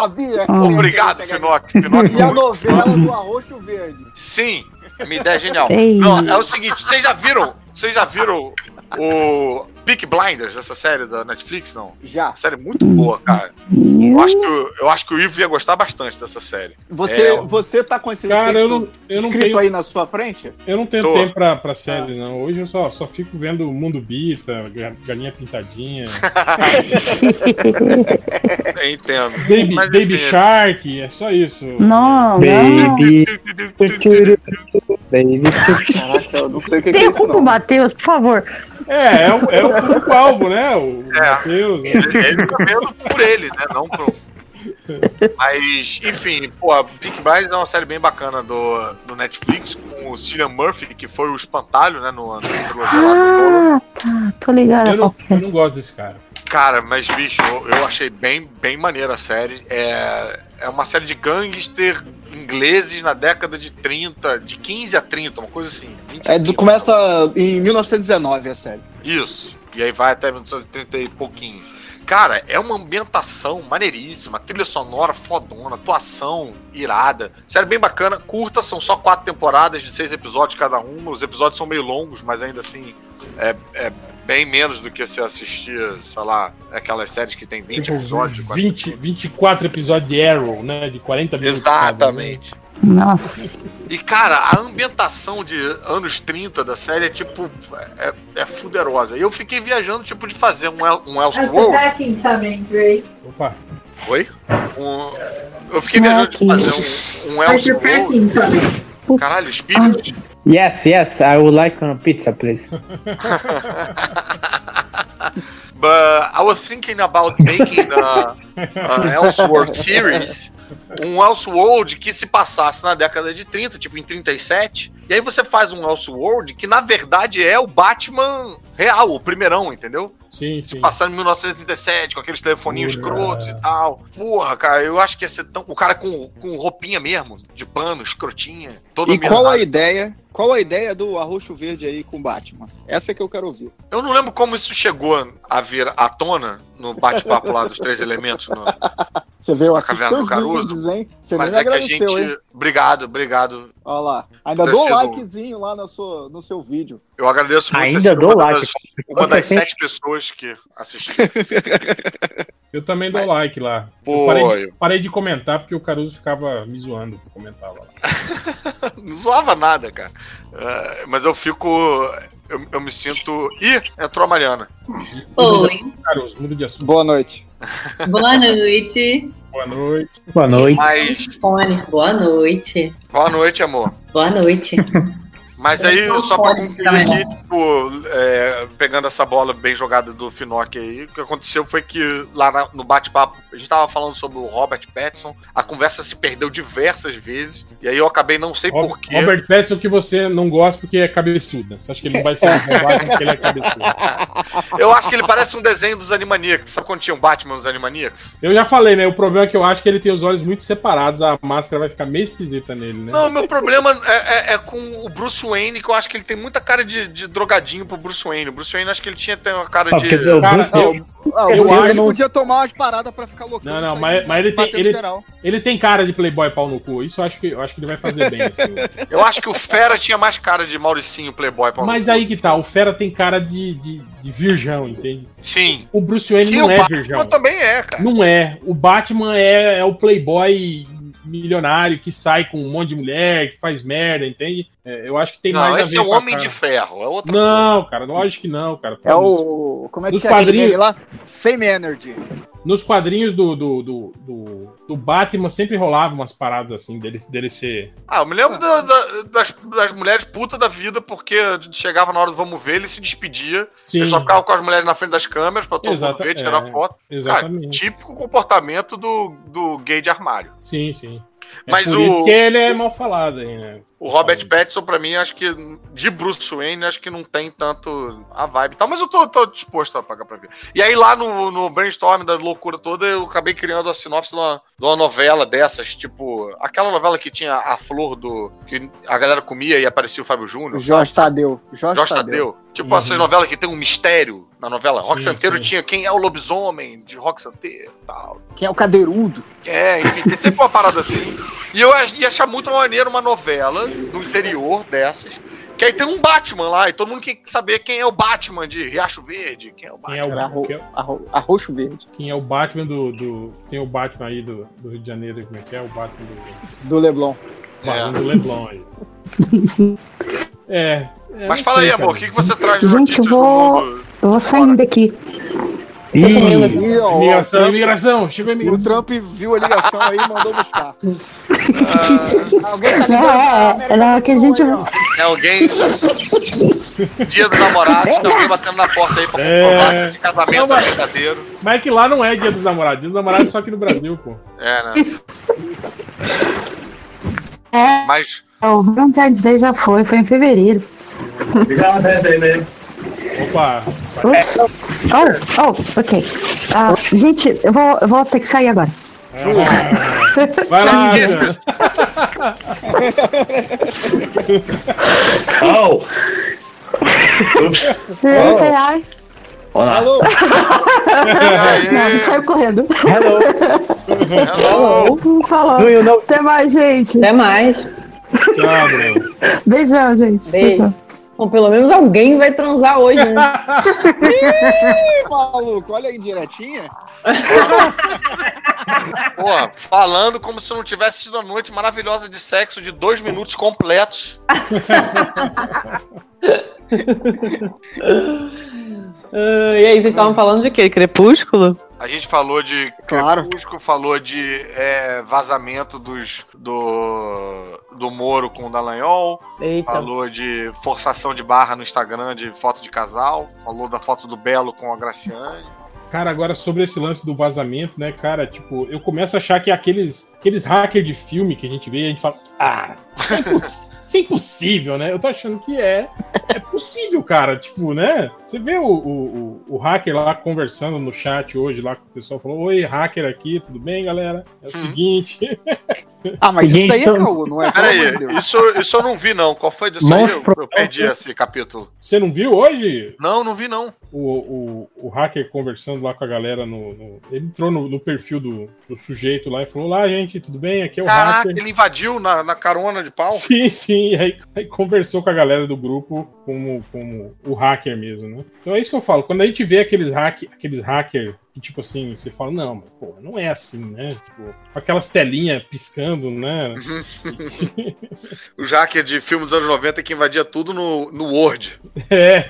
[SPEAKER 2] Sabia?
[SPEAKER 5] Ah.
[SPEAKER 3] Obrigado, Finoc. Finoc
[SPEAKER 2] E a novela do Arroxo Verde.
[SPEAKER 3] Sim, é uma ideia genial.
[SPEAKER 5] Ei.
[SPEAKER 3] Não, é o seguinte, vocês já viram, vocês já viram o Peak Blinders, essa série da Netflix, não?
[SPEAKER 2] Já.
[SPEAKER 3] Uma série muito boa, cara. Hum. Eu acho que, o- eu acho que o Ivo ia gostar bastante dessa série.
[SPEAKER 2] Você,
[SPEAKER 3] É.
[SPEAKER 2] você tá com esse
[SPEAKER 1] Cara, eu não, eu não
[SPEAKER 2] escrito
[SPEAKER 1] tenho,
[SPEAKER 2] aí na sua frente?
[SPEAKER 1] eu não tenho
[SPEAKER 3] Tô.
[SPEAKER 1] tempo pra, pra série, não. Hoje eu só, só fico vendo o Mundo Bita, Ga- Galinha Pintadinha,
[SPEAKER 3] Eu entendo.
[SPEAKER 1] Baby,
[SPEAKER 3] Mas
[SPEAKER 1] Baby
[SPEAKER 3] enfim.
[SPEAKER 1] Shark, é só isso.
[SPEAKER 5] Não, não.
[SPEAKER 4] Baby. Baby.
[SPEAKER 2] Caraca, eu não sei o que, que é isso,
[SPEAKER 5] Preocupa o
[SPEAKER 2] não.
[SPEAKER 5] Matheus, por favor.
[SPEAKER 1] É, é o, é o público-alvo, né? O
[SPEAKER 3] É.
[SPEAKER 1] Matheus. né?
[SPEAKER 3] Ele, ele tá vendo por ele, né? Não pro. Mas, enfim, pô, Peak Blinders é uma série bem bacana do, do Netflix, com o Cillian Murphy, que foi o espantalho, né? No, no trilogia lá do Nolan.
[SPEAKER 5] Ah, tá. Tô ligada.
[SPEAKER 1] Eu não, eu não gosto desse cara.
[SPEAKER 3] Cara, mas bicho, eu, eu achei bem, bem maneira a série. É, é uma série de gangster ingleses na década de 30, de 15 a 30, uma coisa assim. 20 a
[SPEAKER 2] É, do-
[SPEAKER 3] 30.
[SPEAKER 2] começa em 1919 a série.
[SPEAKER 3] Isso. E aí vai até 1930 e pouquinho. Cara, é uma ambientação maneiríssima, trilha sonora fodona, atuação irada. Série bem bacana, curta, são só quatro temporadas de seis episódios cada uma. Os episódios são meio longos, mas ainda assim é, é bem menos do que se assistir, sei lá, aquelas séries que tem 20
[SPEAKER 1] Tipo,
[SPEAKER 3] episódios.
[SPEAKER 1] 20, 24 episódios de Arrow, né? De 40 minutos. né?
[SPEAKER 3] Exatamente.
[SPEAKER 5] Nossa.
[SPEAKER 3] E, cara, a ambientação de anos 30 da série é tipo. É, é fuderosa. E eu fiquei viajando, tipo, de fazer um, El- um Elseworld.
[SPEAKER 1] cada um. Opa.
[SPEAKER 3] Oi? Um- Eu fiquei
[SPEAKER 5] Não, é
[SPEAKER 3] viajando de
[SPEAKER 5] aqui.
[SPEAKER 3] fazer um, um Elseworld. Caralho, Spirit.
[SPEAKER 4] Yes, yes, I would like a pizza, please.
[SPEAKER 3] But I was thinking about making a, a Elseworld series. Um Elseworld que se passasse na década de 30, tipo em 37. E aí você faz um Elseworld que na verdade é o Batman real, o primeirão, entendeu?
[SPEAKER 1] Sim, sim.
[SPEAKER 3] passando em 1937, com aqueles telefoninhos
[SPEAKER 1] Porra.
[SPEAKER 3] escrotos e tal. Porra, cara, eu acho que ia ser tão. O cara com, com roupinha mesmo, de pano, escrotinha. Todo
[SPEAKER 2] E qual a
[SPEAKER 3] milionário.
[SPEAKER 2] ideia? Qual a ideia do Arroxo Verde aí com Batman? Essa é que eu quero ouvir.
[SPEAKER 3] Eu não lembro como isso chegou a vir à tona no bate-papo lá dos três elementos. no-
[SPEAKER 2] Você veio
[SPEAKER 3] A
[SPEAKER 2] assistir
[SPEAKER 3] Caverna do
[SPEAKER 2] os
[SPEAKER 3] Caruso?
[SPEAKER 2] vídeos, hein? Você
[SPEAKER 3] Mas
[SPEAKER 2] nem
[SPEAKER 3] é que a
[SPEAKER 2] agradeceu,
[SPEAKER 3] gente.
[SPEAKER 2] hein?
[SPEAKER 3] Obrigado, obrigado.
[SPEAKER 2] Olha lá. Ainda
[SPEAKER 3] Deve
[SPEAKER 2] dou um
[SPEAKER 3] ser
[SPEAKER 2] likezinho lá no seu, no seu vídeo.
[SPEAKER 3] Eu agradeço muito
[SPEAKER 4] Ainda
[SPEAKER 3] ter sido
[SPEAKER 4] dou
[SPEAKER 3] uma
[SPEAKER 4] like.
[SPEAKER 3] das, uma
[SPEAKER 4] Você
[SPEAKER 3] das
[SPEAKER 4] sempre-
[SPEAKER 3] sete pessoas que assistiram.
[SPEAKER 1] Eu também dou like lá. Eu
[SPEAKER 3] Pô,
[SPEAKER 1] parei,
[SPEAKER 3] eu-
[SPEAKER 1] de, parei de comentar porque o Caruso ficava me zoando que eu comentava lá.
[SPEAKER 3] Não zoava nada, cara. Ah, mas eu É, fico. eu, eu me sinto. Ih, entrou a Mariana.
[SPEAKER 6] Oi,
[SPEAKER 1] Caros, muda de assunto.
[SPEAKER 2] Boa noite.
[SPEAKER 6] boa noite.
[SPEAKER 1] Boa noite.
[SPEAKER 4] Boa noite.
[SPEAKER 3] Mas.
[SPEAKER 6] Fone, boa noite.
[SPEAKER 3] Boa noite, amor.
[SPEAKER 6] Boa noite.
[SPEAKER 3] Mas aí,
[SPEAKER 6] Eu não
[SPEAKER 3] só pra
[SPEAKER 6] posso
[SPEAKER 3] concluir
[SPEAKER 6] também.
[SPEAKER 3] aqui, tipo, é, pegando essa bola bem jogada do Finock aí, o que aconteceu foi que lá na- no bate-papo, a gente tava falando sobre o Robert Pattinson, a conversa se perdeu diversas vezes, e aí eu acabei não sei
[SPEAKER 1] Rob-
[SPEAKER 3] porquê.
[SPEAKER 1] Robert Pattinson que você não gosta porque é cabeçuda. Você acha que ele não vai ser roubado porque ele é cabeçuda.
[SPEAKER 3] Eu acho que ele parece um desenho dos Animaniacs. Sabe quando tinha um Batman nos Animaniacs?
[SPEAKER 1] Eu já falei, né? O problema é que eu acho que ele tem os olhos muito separados, a máscara vai ficar meio esquisita nele, né?
[SPEAKER 3] Não, meu problema é, é- é com o Bruce Wayne, que eu acho que ele tem muita cara de, de drogadinho pro Bruce Wayne. O Bruce Wayne acho que ele tinha tem uma cara
[SPEAKER 4] Ah,
[SPEAKER 3] de.
[SPEAKER 4] porque o
[SPEAKER 1] Cara,
[SPEAKER 4] Bruce,
[SPEAKER 1] não,
[SPEAKER 2] Ah,
[SPEAKER 1] Eu
[SPEAKER 2] o Bruno
[SPEAKER 1] acho-
[SPEAKER 2] podia tomar umas paradas pra ficar loucão.
[SPEAKER 1] Não, não,
[SPEAKER 2] sair
[SPEAKER 1] mas- mas ele tem-
[SPEAKER 2] batendo
[SPEAKER 1] ele-
[SPEAKER 2] geral.
[SPEAKER 1] Ele tem cara de playboy pau no cu, isso eu acho que, eu acho que ele vai fazer bem. assim.
[SPEAKER 3] Eu acho que o Fera tinha mais cara de Mauricinho Playboy. Paulo.
[SPEAKER 1] Mas aí que tá, o Fera tem cara de, de, de virgão, entende?
[SPEAKER 3] Sim.
[SPEAKER 1] O Bruce Wayne
[SPEAKER 3] E
[SPEAKER 1] não
[SPEAKER 3] o
[SPEAKER 1] é
[SPEAKER 3] Batman
[SPEAKER 1] virgão.
[SPEAKER 3] também é, cara.
[SPEAKER 1] Não é. O Batman é, é o playboy milionário que sai com um monte de mulher, que faz merda, entende? É, eu acho que tem
[SPEAKER 3] Não,
[SPEAKER 1] mais
[SPEAKER 3] esse é o
[SPEAKER 1] com a
[SPEAKER 3] Homem
[SPEAKER 1] cara.
[SPEAKER 3] de Ferro. É outra
[SPEAKER 1] Não, cara, lógico que não, cara.
[SPEAKER 2] É o. Como é que
[SPEAKER 1] Dos
[SPEAKER 2] é aquele
[SPEAKER 1] quadrinhos.
[SPEAKER 2] nome lá? Same Energy.
[SPEAKER 1] Nos quadrinhos do, do, do, do, do Batman sempre rolava umas paradas assim, dele, dele ser.
[SPEAKER 3] Ah, eu me lembro da- da- das, das mulheres putas da vida, porque chegava na hora do vamos ver, ele se despedia.
[SPEAKER 1] Sim,
[SPEAKER 3] Ele só ficava com as mulheres na frente das câmeras pra todo mundo
[SPEAKER 1] Exata-
[SPEAKER 3] ver, tirar
[SPEAKER 1] é,
[SPEAKER 3] foto. Cara,
[SPEAKER 1] exatamente.
[SPEAKER 3] típico comportamento do, do gay de armário.
[SPEAKER 1] Sim, sim. É
[SPEAKER 3] Mas
[SPEAKER 1] por
[SPEAKER 3] o-
[SPEAKER 1] isso que ele é mal falado aí, né?
[SPEAKER 3] O Robert Pattinson, pra mim, acho que de Bruce Wayne, acho que não tem tanto a vibe e tal, mas eu tô, tô disposto a pagar pra ver. E aí lá no, no brainstorm da loucura toda, eu acabei criando a sinopse de uma, de uma novela dessas, tipo, aquela novela que tinha a flor do. que a galera comia e aparecia o Fábio Júnior.
[SPEAKER 2] Jorge Tadeu. Jorge,
[SPEAKER 3] Jorge
[SPEAKER 2] Tadeu.
[SPEAKER 3] Tadeu. Tipo, essas novelas que tem um mistério na novela.
[SPEAKER 1] Uhum. Sim,
[SPEAKER 3] Rock Santeiro
[SPEAKER 1] sim.
[SPEAKER 3] tinha quem é o lobisomem de Rock Santeiro e tal.
[SPEAKER 2] Quem é o Cadeirudo?
[SPEAKER 3] É, enfim, tem sempre uma parada assim. E eu ach- ia achar muito maneiro uma novela do interior dessas. Que aí tem um Batman lá, e todo mundo quer saber quem é o Batman de Riacho Verde, quem é o
[SPEAKER 1] Quem
[SPEAKER 3] Batman.
[SPEAKER 1] é o,
[SPEAKER 2] Era ro-
[SPEAKER 1] quem é-
[SPEAKER 2] arro- Arroxo Verde.
[SPEAKER 1] quem é o Batman do, do. Tem o Batman aí do, do Rio de Janeiro, como é que é? O Batman do,
[SPEAKER 2] Do Leblon.
[SPEAKER 3] É.
[SPEAKER 1] Batman do Leblon aí. É. é,
[SPEAKER 3] Mas
[SPEAKER 1] não
[SPEAKER 3] fala
[SPEAKER 1] sei,
[SPEAKER 3] aí,
[SPEAKER 1] cara.
[SPEAKER 3] amor, o que, que você traz de
[SPEAKER 5] Gente,
[SPEAKER 3] notícias
[SPEAKER 5] eu vou-
[SPEAKER 3] do mundo?
[SPEAKER 5] Eu vou saindo daqui.
[SPEAKER 4] Ih,
[SPEAKER 2] Ih, ó, o,
[SPEAKER 1] Imigração,
[SPEAKER 2] Trump,
[SPEAKER 1] imigração, chegou
[SPEAKER 2] o
[SPEAKER 1] a imigração.
[SPEAKER 2] Trump viu a ligação aí e mandou buscar. Alguém tá
[SPEAKER 5] É, é, é, é que a gente.
[SPEAKER 3] É alguém. Dia do namorado, tem alguém batendo na porta aí pra
[SPEAKER 1] É.
[SPEAKER 3] comprovar que esse casamento
[SPEAKER 1] Não, mas-
[SPEAKER 3] é verdadeiro.
[SPEAKER 1] Mas é que lá não é dia dos namorados, dia dos namorados é só aqui no Brasil, pô.
[SPEAKER 3] É, né?
[SPEAKER 5] É,
[SPEAKER 3] Mas.
[SPEAKER 5] o Valentine's Day já foi, foi em fevereiro.
[SPEAKER 1] É. Opa,
[SPEAKER 5] Ups. Oh, oh, ok. Ah, gente, eu vou, eu vou ter que sair agora.
[SPEAKER 1] vai lá. cara.
[SPEAKER 3] Kisses.
[SPEAKER 4] oh. Ups.
[SPEAKER 5] Ai,
[SPEAKER 4] Olá.
[SPEAKER 2] Alô?
[SPEAKER 1] É.
[SPEAKER 5] Não, saiu correndo.
[SPEAKER 4] Hello.
[SPEAKER 3] Hello.
[SPEAKER 5] Falou.
[SPEAKER 4] Do you know?
[SPEAKER 5] Até mais, gente.
[SPEAKER 6] Até mais.
[SPEAKER 1] Tchau, Bruno.
[SPEAKER 5] Beijão, gente.
[SPEAKER 6] Beijo.
[SPEAKER 5] Beijão.
[SPEAKER 6] Bom, pelo menos alguém vai transar hoje, né?
[SPEAKER 2] Ih, maluco, olha aí indiretinha.
[SPEAKER 3] Porra, falando como se não tivesse sido uma noite maravilhosa de sexo de dois minutos completos.
[SPEAKER 6] Ah, e aí, vocês estavam falando de quê? Crepúsculo?
[SPEAKER 3] A gente falou de
[SPEAKER 2] Claro.
[SPEAKER 3] Crepúsculo, falou de é, vazamento dos, do, do Moro com o Dallagnol,
[SPEAKER 6] Eita.
[SPEAKER 3] falou de forçação de barra no Instagram de foto de casal, falou da foto do Belo com a Graciane.
[SPEAKER 1] Cara, agora sobre esse lance do vazamento, né, cara, tipo, eu começo a achar que aqueles, aqueles hackers de filme que a gente vê, a gente fala, ah, isso é, imposs- isso é impossível, né? Eu tô achando que é. É possível, cara, tipo, né? Você vê o, o, o, o hacker lá conversando no chat hoje, lá com o pessoal, falou, oi, hacker aqui, tudo bem, galera? É o seguinte,
[SPEAKER 2] Ah, mas isso
[SPEAKER 4] Gente,
[SPEAKER 2] daí é
[SPEAKER 4] então-
[SPEAKER 2] caô, não é? Pelo
[SPEAKER 3] Peraí,
[SPEAKER 2] amor de Deus.
[SPEAKER 3] isso, isso eu não vi não. Qual foi disso aí?
[SPEAKER 4] Mãos
[SPEAKER 3] Eu,
[SPEAKER 4] pro-
[SPEAKER 3] eu perdi esse capítulo.
[SPEAKER 1] você não viu hoje?
[SPEAKER 3] Não, não vi não.
[SPEAKER 1] o, o, o hacker conversando lá com a galera no. no- ele entrou no, no perfil do, do sujeito lá e falou: Olá, gente, tudo bem? Aqui é o
[SPEAKER 3] Caraca,
[SPEAKER 1] hacker.
[SPEAKER 3] ele invadiu na, na carona de pau.
[SPEAKER 1] Sim, sim, e aí, aí conversou com a galera do grupo como, como o hacker mesmo, né? Então é isso que eu falo. Quando a gente vê aqueles, hack, aqueles hacker que, tipo assim, você fala, não, mas, pô, não é assim, né? Tipo, com aquelas telinhas piscando, né?
[SPEAKER 3] O hacker de filmes dos anos 90 que invadia tudo no, no Word.
[SPEAKER 1] É.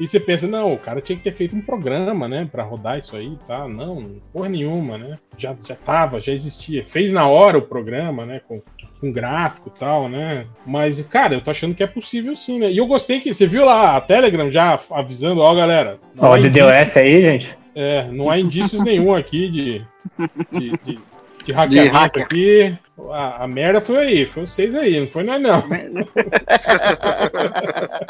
[SPEAKER 1] E você pensa, não, o cara tinha que ter feito um programa, né, pra rodar isso aí, tá? Não, porra nenhuma, né? Já, já tava, já existia. Fez na hora o programa, né, com, com gráfico e tal, né? Mas, cara, eu tô achando que é possível sim, né? E eu gostei que, você viu lá a Telegram já avisando, ó, galera. não
[SPEAKER 4] Ó,
[SPEAKER 1] há
[SPEAKER 4] o DDoS aí, gente.
[SPEAKER 1] é, não há indícios nenhum aqui de, de, de, de hackeamento
[SPEAKER 2] hacker.
[SPEAKER 1] aqui. A, a merda foi aí, foi vocês aí, não foi nós não.
[SPEAKER 4] Mas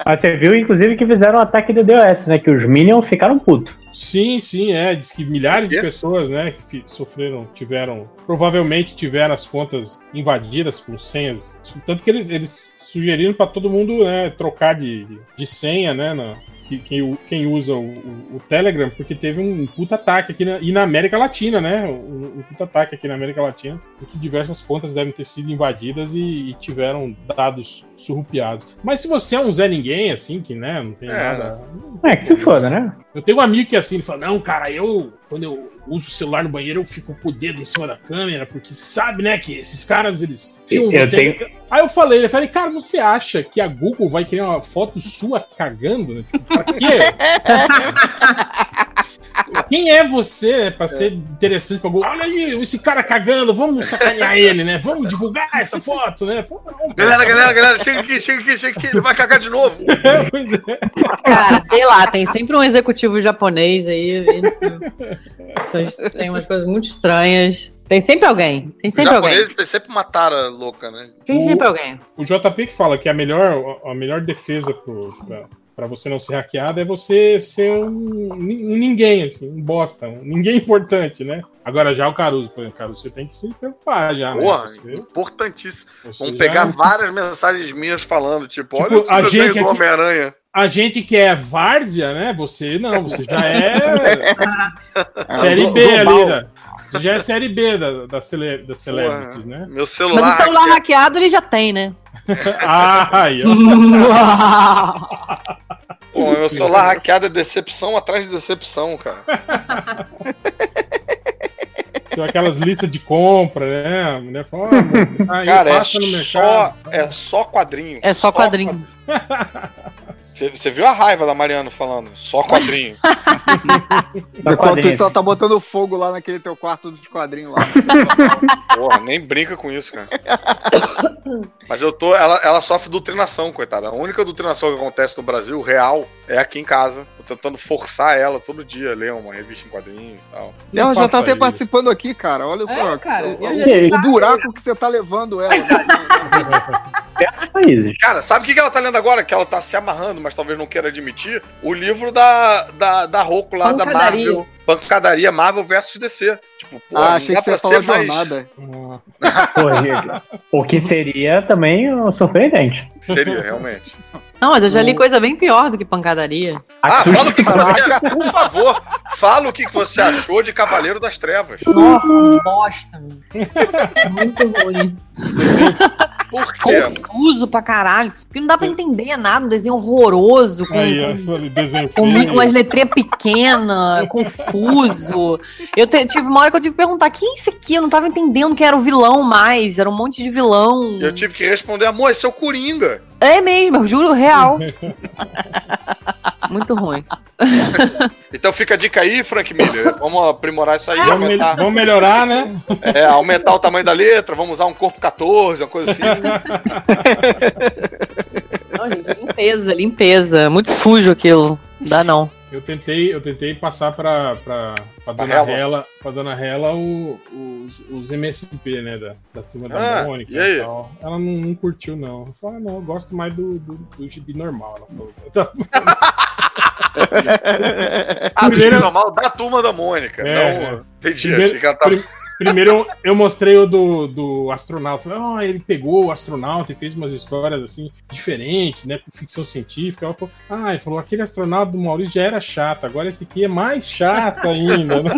[SPEAKER 4] Ah, você viu, inclusive, que fizeram um ataque DDoS, né? Que os Minions ficaram putos.
[SPEAKER 1] Sim, sim, é. Diz que milhares de
[SPEAKER 3] Quê?
[SPEAKER 1] pessoas, né, que fi- sofreram, tiveram, provavelmente tiveram as contas invadidas com senhas. Tanto que eles, eles sugeriram para todo mundo, né, trocar de, de- de senha, né, na- que- quem, u- quem usa o, o- o Telegram, porque teve um puta ataque aqui na, e na América Latina, né? Um, um puta ataque aqui na América Latina, em que diversas contas devem ter sido invadidas e, e tiveram dados surrupiados. Mas se você é um Zé Ninguém, assim, que, né, não tem
[SPEAKER 3] É,
[SPEAKER 1] nada.
[SPEAKER 4] É, que se foda, né?
[SPEAKER 1] Eu tenho um amigo que é assim, ele fala, não, cara, eu, quando eu uso o celular no banheiro, eu fico com o dedo em cima da câmera, porque você sabe, né, que esses caras, eles...
[SPEAKER 3] um
[SPEAKER 1] filmam
[SPEAKER 4] Eu
[SPEAKER 1] você."
[SPEAKER 4] tenho-
[SPEAKER 1] Aí eu falei, eu falei, cara, você acha que a Google vai criar uma foto sua cagando? né? Tipo, pra quê? Quem é você pra ser interessante pra Google? Olha aí, esse cara cagando, vamos sacanear ele, né? Vamos divulgar essa foto, né? Fala, "Não, cara."
[SPEAKER 3] Galera, galera, galera, chega aqui, chega aqui, chega aqui, ele vai cagar de novo.
[SPEAKER 1] Pois é.
[SPEAKER 6] Cara, Ah, sei lá, tem sempre um executivo japonês aí. Pessoas Tem umas coisas muito estranhas. Tem sempre alguém. Tem
[SPEAKER 3] Os
[SPEAKER 6] sempre alguém.
[SPEAKER 3] japoneses tem sempre uma tara louca, né?
[SPEAKER 6] Tem sempre alguém.
[SPEAKER 1] O JP que fala que a melhor, a melhor defesa pro, pra, pra você não ser hackeado é você ser um, ni- um ninguém, assim, um bosta, um ninguém importante, né? Agora já o Caruso, por exemplo, Caruso, você tem que se preocupar já, né?
[SPEAKER 3] Porra,
[SPEAKER 1] Você,
[SPEAKER 3] importantíssimo.
[SPEAKER 1] você
[SPEAKER 3] Vamos
[SPEAKER 1] já- é um
[SPEAKER 3] pegar várias mensagens minhas falando, tipo,
[SPEAKER 1] Tipo,
[SPEAKER 3] olha o
[SPEAKER 1] a
[SPEAKER 3] desenho
[SPEAKER 1] gente
[SPEAKER 3] do
[SPEAKER 1] aqui-
[SPEAKER 3] Homem-Aranha.
[SPEAKER 1] A gente que é várzea, né? Você não, você já é série B ali, né? Você já é série B da, da, cele, da Celebrities, né?
[SPEAKER 3] Meu
[SPEAKER 6] Mas
[SPEAKER 3] celular.
[SPEAKER 6] o celular
[SPEAKER 3] aqui-
[SPEAKER 6] hackeado ele já tem, né?
[SPEAKER 1] Ah, aí, ó.
[SPEAKER 3] Pô, meu celular hackeado é decepção atrás de decepção, cara.
[SPEAKER 1] Tem aquelas listas de compra, né? A mulher fala, ó, aí
[SPEAKER 3] cara, é
[SPEAKER 1] passa no mercado.
[SPEAKER 3] só, é só quadrinho.
[SPEAKER 6] É só quadrinho.
[SPEAKER 3] Você você viu a raiva da Mariana falando? Só quadrinho.
[SPEAKER 2] Enquanto
[SPEAKER 4] quadrinhos.
[SPEAKER 2] isso, ela tá botando fogo lá naquele teu quarto de quadrinho lá.
[SPEAKER 3] Porra, nem brinca com isso, cara. Mas eu tô. Ela, ela sofre doutrinação, coitada. A única doutrinação que acontece no Brasil, real, é aqui em casa. Tô tentando forçar ela todo dia a ler uma revista em quadrinho e tal.
[SPEAKER 2] E ela já tá
[SPEAKER 1] Papai.
[SPEAKER 2] até participando aqui, cara. Olha
[SPEAKER 7] É,
[SPEAKER 2] só.
[SPEAKER 6] É, cara,
[SPEAKER 2] o,
[SPEAKER 6] eu
[SPEAKER 2] o-
[SPEAKER 4] já-
[SPEAKER 2] o buraco que você tá levando ela.
[SPEAKER 4] Diversos países.
[SPEAKER 3] Cara, sabe o que que ela tá lendo agora? Que ela tá se amarrando, mas talvez não queira admitir. O livro da, da, da Roku lá, da
[SPEAKER 6] Pancadaria.
[SPEAKER 3] Marvel. Pancadaria Marvel versus DC. Tipo, pô,
[SPEAKER 2] ah, achei que você ia falar jornada.
[SPEAKER 4] Pô, gente, o que seria também um surpreendente.
[SPEAKER 3] Seria, realmente.
[SPEAKER 6] Não, mas eu já li coisa bem pior do que pancadaria.
[SPEAKER 3] Ah,
[SPEAKER 4] Aqui-
[SPEAKER 3] fala o que que você.
[SPEAKER 2] Caraca.
[SPEAKER 3] Por favor, fala o que que você achou de Cavaleiro das Trevas.
[SPEAKER 6] Nossa, um bosta. mano. Muito ruim.
[SPEAKER 3] Por quê?
[SPEAKER 6] Confuso pra caralho. Porque não dá pra entender nada. Um desenho horroroso.
[SPEAKER 3] É,
[SPEAKER 6] Com...
[SPEAKER 1] Aí, ó, falei, desenho
[SPEAKER 6] Com
[SPEAKER 1] feio.
[SPEAKER 6] umas letrinhas pequenas, confuso. Eu te- tive uma hora que eu tive que perguntar: quem é esse aqui? Eu não tava entendendo quem era o vilão mais. Era um monte de vilão.
[SPEAKER 3] Eu tive que responder, amor, esse é o Coringa.
[SPEAKER 6] É mesmo, eu juro, real. Muito ruim.
[SPEAKER 3] Então fica a dica aí, Frank Miller. Vamos aprimorar isso aí,
[SPEAKER 1] Vamos, mel-
[SPEAKER 3] aumentar,
[SPEAKER 1] vamos melhorar, né?
[SPEAKER 3] é, aumentar o tamanho da letra, vamos usar um corpo 14, uma coisa assim.
[SPEAKER 6] Não, gente, limpeza, limpeza. Muito sujo aquilo. Dá não.
[SPEAKER 1] Eu tentei, eu tentei passar pra, pra, pra dona
[SPEAKER 3] Hela.
[SPEAKER 1] Hela, pra dona Hela o- os, os MSP, né? Da, da turma da
[SPEAKER 3] Ah,
[SPEAKER 1] Mônica
[SPEAKER 3] e aí?
[SPEAKER 1] tal. Ela não, não curtiu, não. Eu falei, ah, não, eu gosto mais do, do, do gibi normal. Ela falou. Então,
[SPEAKER 3] Ah,
[SPEAKER 1] Primeiro-
[SPEAKER 3] primeiro normal da turma da Mônica.
[SPEAKER 1] É,
[SPEAKER 3] não, entendi.
[SPEAKER 1] Primeiro-
[SPEAKER 3] achei que ela tava-
[SPEAKER 1] prim- primeiro eu, eu mostrei o do, do astronauta. Falei, ah, ele pegou o astronauta e fez umas histórias assim, diferentes, né? Ficção científica. Ela falou, ah, ele falou, aquele astronauta do Maurício já era chato, agora esse aqui é mais chato ainda. né?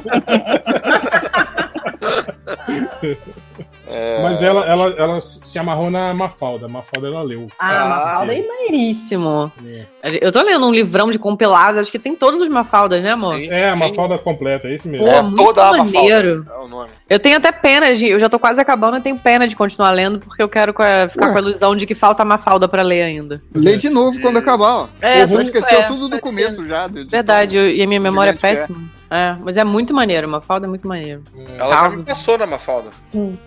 [SPEAKER 3] É,
[SPEAKER 1] Mas ela, ela, ela se amarrou na Mafalda. Mafalda ela leu.
[SPEAKER 7] Ah,
[SPEAKER 3] Ah,
[SPEAKER 7] Mafalda é maneiríssimo.
[SPEAKER 1] É.
[SPEAKER 7] Eu tô lendo um livrão de compilados, acho que tem todos os Mafaldas, né, amor?
[SPEAKER 3] sim,
[SPEAKER 1] É, a
[SPEAKER 3] sim.
[SPEAKER 1] Mafalda completa, é isso mesmo.
[SPEAKER 7] Pô,
[SPEAKER 3] É,
[SPEAKER 7] muito
[SPEAKER 3] toda a Mafalda.
[SPEAKER 7] maneiro.
[SPEAKER 3] É o nome.
[SPEAKER 7] Eu tenho até pena, de, eu já tô quase acabando, eu tenho pena de continuar lendo, porque eu quero co- ficar
[SPEAKER 2] Ué.
[SPEAKER 7] com a ilusão de que falta a Mafalda pra ler ainda.
[SPEAKER 2] Lê de novo quando acabar, ó.
[SPEAKER 7] É,
[SPEAKER 2] Você
[SPEAKER 7] só-
[SPEAKER 2] esqueceu
[SPEAKER 7] é,
[SPEAKER 2] tudo do
[SPEAKER 7] pode
[SPEAKER 2] começo
[SPEAKER 7] ser.
[SPEAKER 2] já. de- de-
[SPEAKER 7] Verdade, eu- e a minha memória é
[SPEAKER 2] Gigante que é.
[SPEAKER 7] péssima. É, mas é muito maneiro, Mafalda é muito maneiro.
[SPEAKER 3] Ela já
[SPEAKER 7] Calma.
[SPEAKER 3] me passou na Mafalda.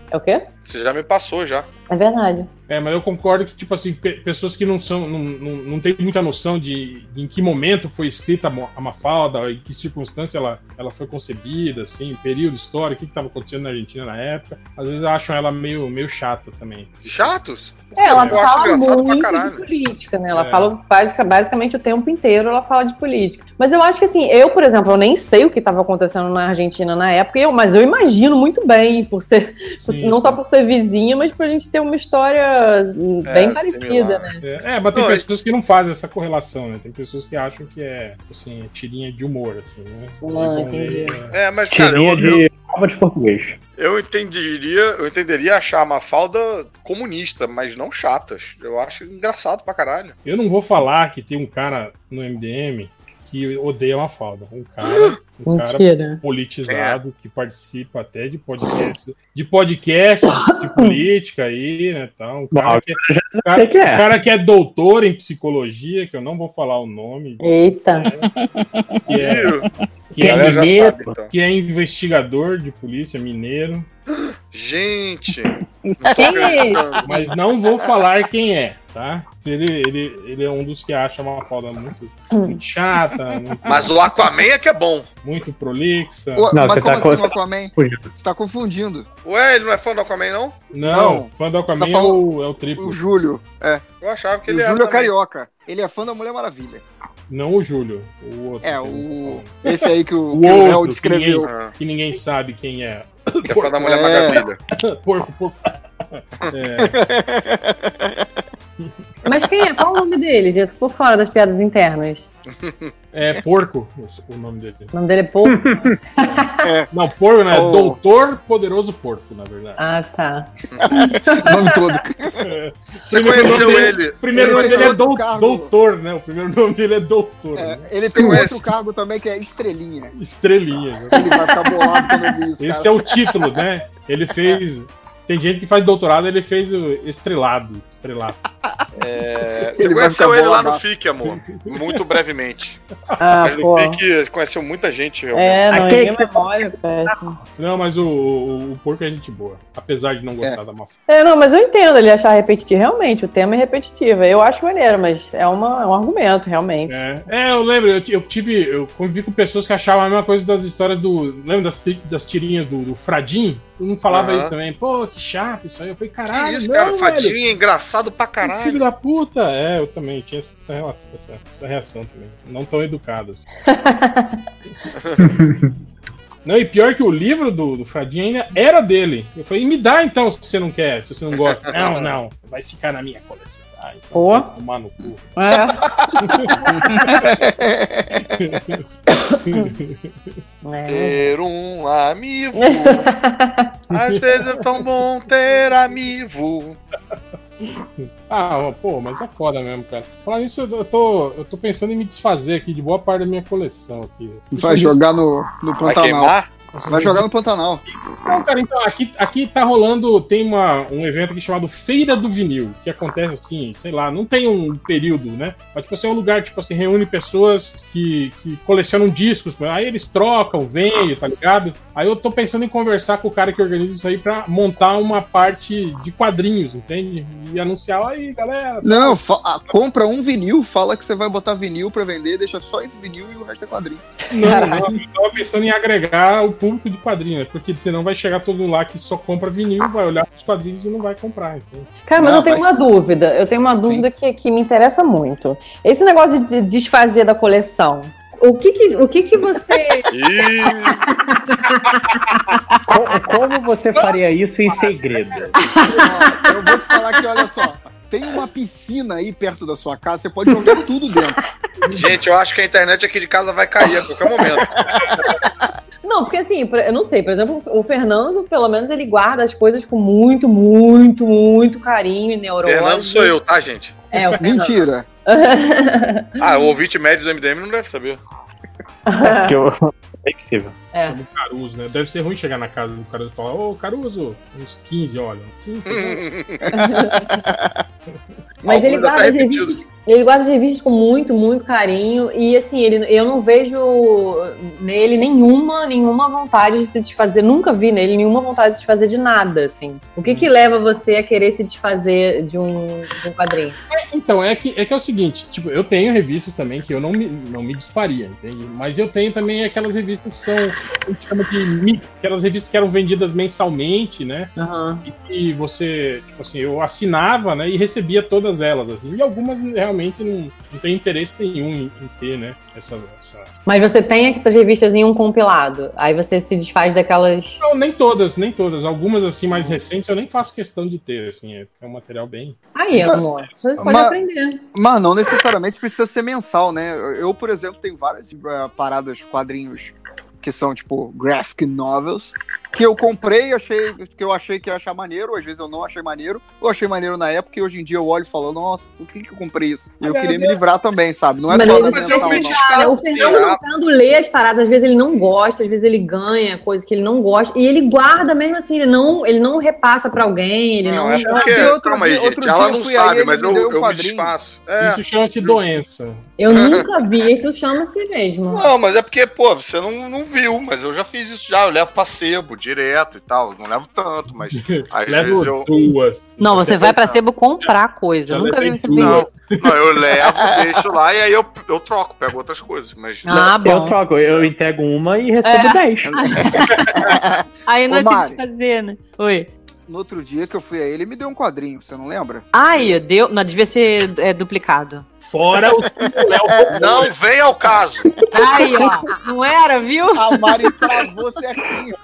[SPEAKER 7] É o quê?
[SPEAKER 3] Você já me passou já.
[SPEAKER 7] É verdade.
[SPEAKER 1] É, mas eu concordo que, tipo assim, pe- pessoas que não são, não, não, não tem muita noção de, de em que momento foi escrita a Mo- a Mafalda, em que circunstância ela, ela foi concebida, assim, período histórico, o que estava acontecendo na Argentina na época, às vezes acham ela meio, meio chata também.
[SPEAKER 3] Chatos?
[SPEAKER 7] É, ela
[SPEAKER 3] Eu acho
[SPEAKER 7] fala
[SPEAKER 3] engraçado pra
[SPEAKER 7] muito de
[SPEAKER 3] caralho.
[SPEAKER 7] política, né? Ela
[SPEAKER 1] É.
[SPEAKER 7] fala basica- basicamente o tempo inteiro, ela fala de política. Mas eu acho que assim, eu, por exemplo, eu nem sei o que estava acontecendo na Argentina na época, eu- mas eu imagino muito bem, por ser, por-
[SPEAKER 1] Sim,
[SPEAKER 7] não só
[SPEAKER 1] sim.
[SPEAKER 7] por ser vizinha, mas por a gente ter uma história hum,
[SPEAKER 3] É,
[SPEAKER 7] bem
[SPEAKER 3] similar.
[SPEAKER 7] parecida, né?
[SPEAKER 1] É, é, mas tem
[SPEAKER 3] Não,
[SPEAKER 1] pessoas que não fazem essa correlação, né? Tem pessoas que acham que é, assim, é tirinha de humor, assim, né?
[SPEAKER 7] Ah,
[SPEAKER 1] E vão
[SPEAKER 7] entendi.
[SPEAKER 1] ler,
[SPEAKER 3] É, mas, cara, eu,
[SPEAKER 4] Tirinha
[SPEAKER 3] eu,
[SPEAKER 4] de prova de português.
[SPEAKER 3] eu entenderia, eu entenderia achar a Mafalda comunista, mas não chatas. Eu acho engraçado pra caralho.
[SPEAKER 1] Eu não vou falar que tem um cara no MDM que odeia a Mafalda. Um cara, um cara
[SPEAKER 7] Mentira.
[SPEAKER 1] politizado
[SPEAKER 2] É.
[SPEAKER 1] que participa até de podcast, de podcast de política aí, né? Tal. Um cara,
[SPEAKER 4] Não,
[SPEAKER 1] que,
[SPEAKER 4] Não sei o que
[SPEAKER 1] um
[SPEAKER 4] é.
[SPEAKER 1] cara que é doutor em psicologia, que eu não vou falar o nome,
[SPEAKER 7] Eita.
[SPEAKER 1] que é,
[SPEAKER 3] Ih,
[SPEAKER 1] que é-
[SPEAKER 3] galera já
[SPEAKER 4] mineiro.
[SPEAKER 3] sabe, então.
[SPEAKER 1] que é investigador de polícia mineiro,
[SPEAKER 3] Gente, não tô acreditando.
[SPEAKER 1] mas não vou falar quem é, tá? Ele, ele, ele é um dos que acha uma falda muito,
[SPEAKER 2] Hum.
[SPEAKER 1] muito chata, muito,
[SPEAKER 3] Mas o Aquaman é que é bom.
[SPEAKER 1] muito prolixa.
[SPEAKER 2] Ô, mas
[SPEAKER 4] Não, você
[SPEAKER 2] como
[SPEAKER 4] tá com-
[SPEAKER 2] assim, o Aquaman? Você tá confundindo.
[SPEAKER 3] Ué, ele não é fã do Aquaman, não?
[SPEAKER 1] Não,
[SPEAKER 2] não,
[SPEAKER 1] fã do Aquaman
[SPEAKER 2] você
[SPEAKER 1] é o,
[SPEAKER 2] falou-
[SPEAKER 1] é o triplo,
[SPEAKER 2] O Júlio. É.
[SPEAKER 3] Eu achava que
[SPEAKER 2] E o
[SPEAKER 3] ele
[SPEAKER 2] Júlio
[SPEAKER 3] era.
[SPEAKER 2] é
[SPEAKER 3] também.
[SPEAKER 2] carioca. Ele é fã da Mulher Maravilha.
[SPEAKER 1] não o Júlio, o outro.
[SPEAKER 2] É,
[SPEAKER 1] que eu não vou
[SPEAKER 2] o.
[SPEAKER 1] falar.
[SPEAKER 2] Esse aí que o,
[SPEAKER 1] O
[SPEAKER 2] que o
[SPEAKER 1] outro,
[SPEAKER 2] Léo
[SPEAKER 1] que
[SPEAKER 2] descreveu.
[SPEAKER 3] Ah,
[SPEAKER 1] Que ninguém sabe quem é.
[SPEAKER 3] que é fã da Mulher
[SPEAKER 2] É.
[SPEAKER 3] Maravilha.
[SPEAKER 1] Porco, porco. É,
[SPEAKER 7] Mas quem é? Qual o nome dele, gente? Por fora das piadas internas.
[SPEAKER 1] é porco o- o nome dele.
[SPEAKER 7] O nome dele é Paul.
[SPEAKER 1] Não, porco, né?
[SPEAKER 2] Oh.
[SPEAKER 1] Doutor Poderoso Porco, na verdade.
[SPEAKER 7] Ah, tá.
[SPEAKER 2] O nome todo.
[SPEAKER 3] Você
[SPEAKER 1] Primeiro
[SPEAKER 3] conheceu
[SPEAKER 1] nome
[SPEAKER 3] ele?
[SPEAKER 1] O primeiro
[SPEAKER 2] Ele
[SPEAKER 1] nome
[SPEAKER 2] tem
[SPEAKER 1] dele é
[SPEAKER 2] outro
[SPEAKER 1] dou-
[SPEAKER 2] cargo.
[SPEAKER 1] Doutor, né? O primeiro nome dele é Doutor. né?
[SPEAKER 2] É, ele tem um
[SPEAKER 3] Conhece.
[SPEAKER 2] outro cargo também que é Estrelinha.
[SPEAKER 1] Estrelinha. né?
[SPEAKER 2] Ele vai ficar bolado quando eu vi isso.
[SPEAKER 1] Esse
[SPEAKER 2] cara.
[SPEAKER 1] é o título, né? Ele fez. Tem gente que faz doutorado, ele fez o estrelado. Estrelado.
[SPEAKER 3] É,
[SPEAKER 2] Ele
[SPEAKER 3] Você
[SPEAKER 2] vai
[SPEAKER 3] conheceu
[SPEAKER 2] ficar
[SPEAKER 3] ele lá
[SPEAKER 2] bolado.
[SPEAKER 3] no FIC, amor. Muito brevemente.
[SPEAKER 7] Ah,
[SPEAKER 3] Mas
[SPEAKER 7] pô.
[SPEAKER 3] no FIC conheceu muita gente, realmente.
[SPEAKER 7] É, não,
[SPEAKER 4] Aquele
[SPEAKER 7] minha
[SPEAKER 4] que- tá
[SPEAKER 7] memória é péssima.
[SPEAKER 1] Não, mas o, o, o porco é gente boa. Apesar de não gostar da Mafalda.
[SPEAKER 7] É, não, mas eu entendo ele achar repetitivo. Realmente, o tema é repetitivo. Eu acho maneiro, mas é, uma, é um argumento, realmente.
[SPEAKER 1] É, é, eu lembro, eu, ti- eu tive. Eu convivi com pessoas que achavam a mesma coisa das histórias do. Lembra das, ti- das tirinhas do, do Fradim? Todo mundo falava
[SPEAKER 3] Aham.
[SPEAKER 1] isso também. Pô, que chato isso aí. Eu falei,
[SPEAKER 3] Que
[SPEAKER 1] caralho,
[SPEAKER 3] isso,
[SPEAKER 1] não,
[SPEAKER 3] cara?
[SPEAKER 1] velho.
[SPEAKER 3] Fadinha, engraçado pra
[SPEAKER 1] Que Filho
[SPEAKER 3] caralho.
[SPEAKER 1] da puta! É, eu também tinha essa, relação, essa, essa reação também. Não tão educados. não, e pior que o livro do, do Fradinho ainda era dele. Eu falei, me dá então se você não quer, se você não gosta. não, não, vai ficar na minha coleção. Ah, então
[SPEAKER 7] Pô.
[SPEAKER 1] vai tomar no cu.
[SPEAKER 7] É.
[SPEAKER 3] Ter um amigo. Às vezes é tão bom ter amigo.
[SPEAKER 1] Ah, ó, pô, mas é foda mesmo, cara. Falar nisso, eu tô, eu tô pensando em me desfazer aqui de boa parte da minha coleção aqui.
[SPEAKER 2] Vai jogar no, no
[SPEAKER 3] Vai
[SPEAKER 1] tá
[SPEAKER 2] Pantanal.
[SPEAKER 3] queimar?
[SPEAKER 2] Vai jogar no Pantanal.
[SPEAKER 1] Não, cara, então aqui, aqui tá rolando, tem uma, um evento aqui chamado Feira do Vinil, que acontece assim, sei lá, não tem um período, né? Mas tipo assim, é um lugar que tipo assim, reúne pessoas que, que colecionam discos, aí eles trocam, vendem, tá ligado? Aí eu tô pensando em conversar com o cara que organiza isso aí pra montar uma parte de quadrinhos, entende? E anunciar, "Ó aí, galera.
[SPEAKER 2] Não, fa- ah, compra um vinil, fala que você vai botar vinil pra vender, deixa só esse vinil e o resto é quadrinho.
[SPEAKER 1] Não, não, eu tava pensando em agregar o público de quadrinhos, né? porque senão vai chegar todo mundo lá que só compra vinil, vai olhar pros quadrinhos e não vai comprar, Então, entende?
[SPEAKER 7] Cara, mas
[SPEAKER 2] Não,
[SPEAKER 7] eu tenho
[SPEAKER 2] mas-
[SPEAKER 7] uma dúvida. Eu tenho uma dúvida que, que me interessa muito. Esse negócio de desfazer da coleção. O que que, o que, que você.
[SPEAKER 3] Ih,
[SPEAKER 4] Co- Como você faria isso em segredo?
[SPEAKER 3] Ah,
[SPEAKER 2] Ó, eu vou te falar que, olha só, tem uma piscina aí perto da sua casa, você pode jogar tudo dentro.
[SPEAKER 3] É gente, eu acho que a internet aqui de casa vai cair a qualquer momento.
[SPEAKER 7] Não, porque assim,
[SPEAKER 6] assim, por- eu não sei, por exemplo, o Fernando, pelo menos, ele guarda as coisas com muito, muito, muito carinho e neurológico.
[SPEAKER 3] Fernando sou eu, tá, gente?
[SPEAKER 6] É, o Fernando.
[SPEAKER 2] Mentira.
[SPEAKER 3] Ah, o ouvinte médio do MDM não deve saber.
[SPEAKER 4] Que eu... É impossível.
[SPEAKER 6] É.
[SPEAKER 1] Chama o Caruso, né? Deve ser ruim chegar na casa do Caruso e falar, ô Caruso, uns 15 olham. Sim,
[SPEAKER 6] Mas ele
[SPEAKER 3] Alguns até
[SPEAKER 6] guarda, as
[SPEAKER 3] repetidos.
[SPEAKER 6] revistas, ele guarda as revistas com muito, muito carinho. E assim, ele, eu não vejo nele nenhuma, nenhuma vontade de se desfazer. Nunca vi nele nenhuma vontade de se desfazer de nada, assim. O que que leva você a querer se desfazer de um, de um quadrinho?
[SPEAKER 1] Então, é que, é que é o seguinte, tipo, eu tenho revistas também que eu não me, não me desfaria, entende? Mas eu tenho também aquelas revistas que são, a gente chama de mix, aquelas revistas que eram vendidas mensalmente, né?
[SPEAKER 6] Aham.
[SPEAKER 1] E que você, tipo assim, eu assinava, né? E recebia todas elas, assim. E algumas realmente não, não tem interesse nenhum em, em ter, né? Essa, essa...
[SPEAKER 6] Mas você tem essas revistas em um compilado. Aí você se desfaz daquelas.
[SPEAKER 1] Não, nem todas, nem todas. Algumas, assim, mais
[SPEAKER 3] Uhum.
[SPEAKER 1] recentes eu nem faço questão de ter, assim. É, é um material bem...
[SPEAKER 6] Aí, amor. Você pode
[SPEAKER 2] Mas-
[SPEAKER 6] aprender.
[SPEAKER 2] Mas não necessariamente precisa ser mensal, né? Eu, por exemplo, tenho várias eh, paradas, quadrinhos que são tipo graphic novels que eu comprei, achei que eu achei que ia achar maneiro, às vezes eu não achei maneiro. Eu achei maneiro na época e hoje em dia eu olho e falo, nossa, por que, que eu comprei isso? E eu
[SPEAKER 1] Aliás,
[SPEAKER 2] queria me livrar também, sabe? Não é
[SPEAKER 6] Mas
[SPEAKER 2] só
[SPEAKER 6] eu-
[SPEAKER 2] da
[SPEAKER 6] mas
[SPEAKER 2] mental,
[SPEAKER 6] eu fiz-
[SPEAKER 2] não.
[SPEAKER 6] né?
[SPEAKER 7] Ah,
[SPEAKER 6] Cara, é o Fernando, não, o Fernando lê as paradas, às vezes ele não gosta, às vezes ele ganha coisa que ele não gosta, e ele guarda mesmo assim, ele não, ele não repassa pra alguém, ele não.
[SPEAKER 3] Não, é porque.
[SPEAKER 2] Não, de outro
[SPEAKER 3] calma
[SPEAKER 2] dia-
[SPEAKER 3] aí,
[SPEAKER 2] outro
[SPEAKER 3] gente. Ela
[SPEAKER 2] dia eu
[SPEAKER 3] não
[SPEAKER 2] fui aí,
[SPEAKER 3] sabe,
[SPEAKER 2] ele
[SPEAKER 3] mas
[SPEAKER 2] me
[SPEAKER 3] eu,
[SPEAKER 2] deu um
[SPEAKER 3] eu me
[SPEAKER 2] quadrinho.
[SPEAKER 3] desfaço. É.
[SPEAKER 1] Isso chama-se doença.
[SPEAKER 6] Eu nunca vi, isso chama-se mesmo.
[SPEAKER 3] Não, mas é porque, pô, você não, não viu, mas eu já fiz isso já. Eu levo pra sebo direto e tal. Não levo tanto, mas às vezes
[SPEAKER 1] Levo
[SPEAKER 3] eu.
[SPEAKER 1] duas.
[SPEAKER 7] Não, você vai pra sebo comprar coisa.
[SPEAKER 1] Já
[SPEAKER 7] Eu nunca vi
[SPEAKER 1] levei
[SPEAKER 7] você
[SPEAKER 1] duas.
[SPEAKER 7] ver.
[SPEAKER 3] Não, eu levo, deixo lá e aí eu, eu troco, pego outras coisas. Mas.
[SPEAKER 7] Ah,
[SPEAKER 4] Eu
[SPEAKER 7] bom.
[SPEAKER 4] troco, eu entrego uma e recebo
[SPEAKER 7] É.
[SPEAKER 4] dez.
[SPEAKER 7] Aí não
[SPEAKER 2] Ô,
[SPEAKER 7] é
[SPEAKER 2] Mari.
[SPEAKER 7] se desfazer, né? Oi.
[SPEAKER 2] No outro dia que eu fui a ele, ele me deu um quadrinho, você não lembra?
[SPEAKER 7] Ai, deu. Não, devia ser é, duplicado.
[SPEAKER 1] Fora o Léo.
[SPEAKER 3] Não vem ao caso.
[SPEAKER 7] Ai, ó. Não era, viu?
[SPEAKER 2] A Ah, Mari travou certinho.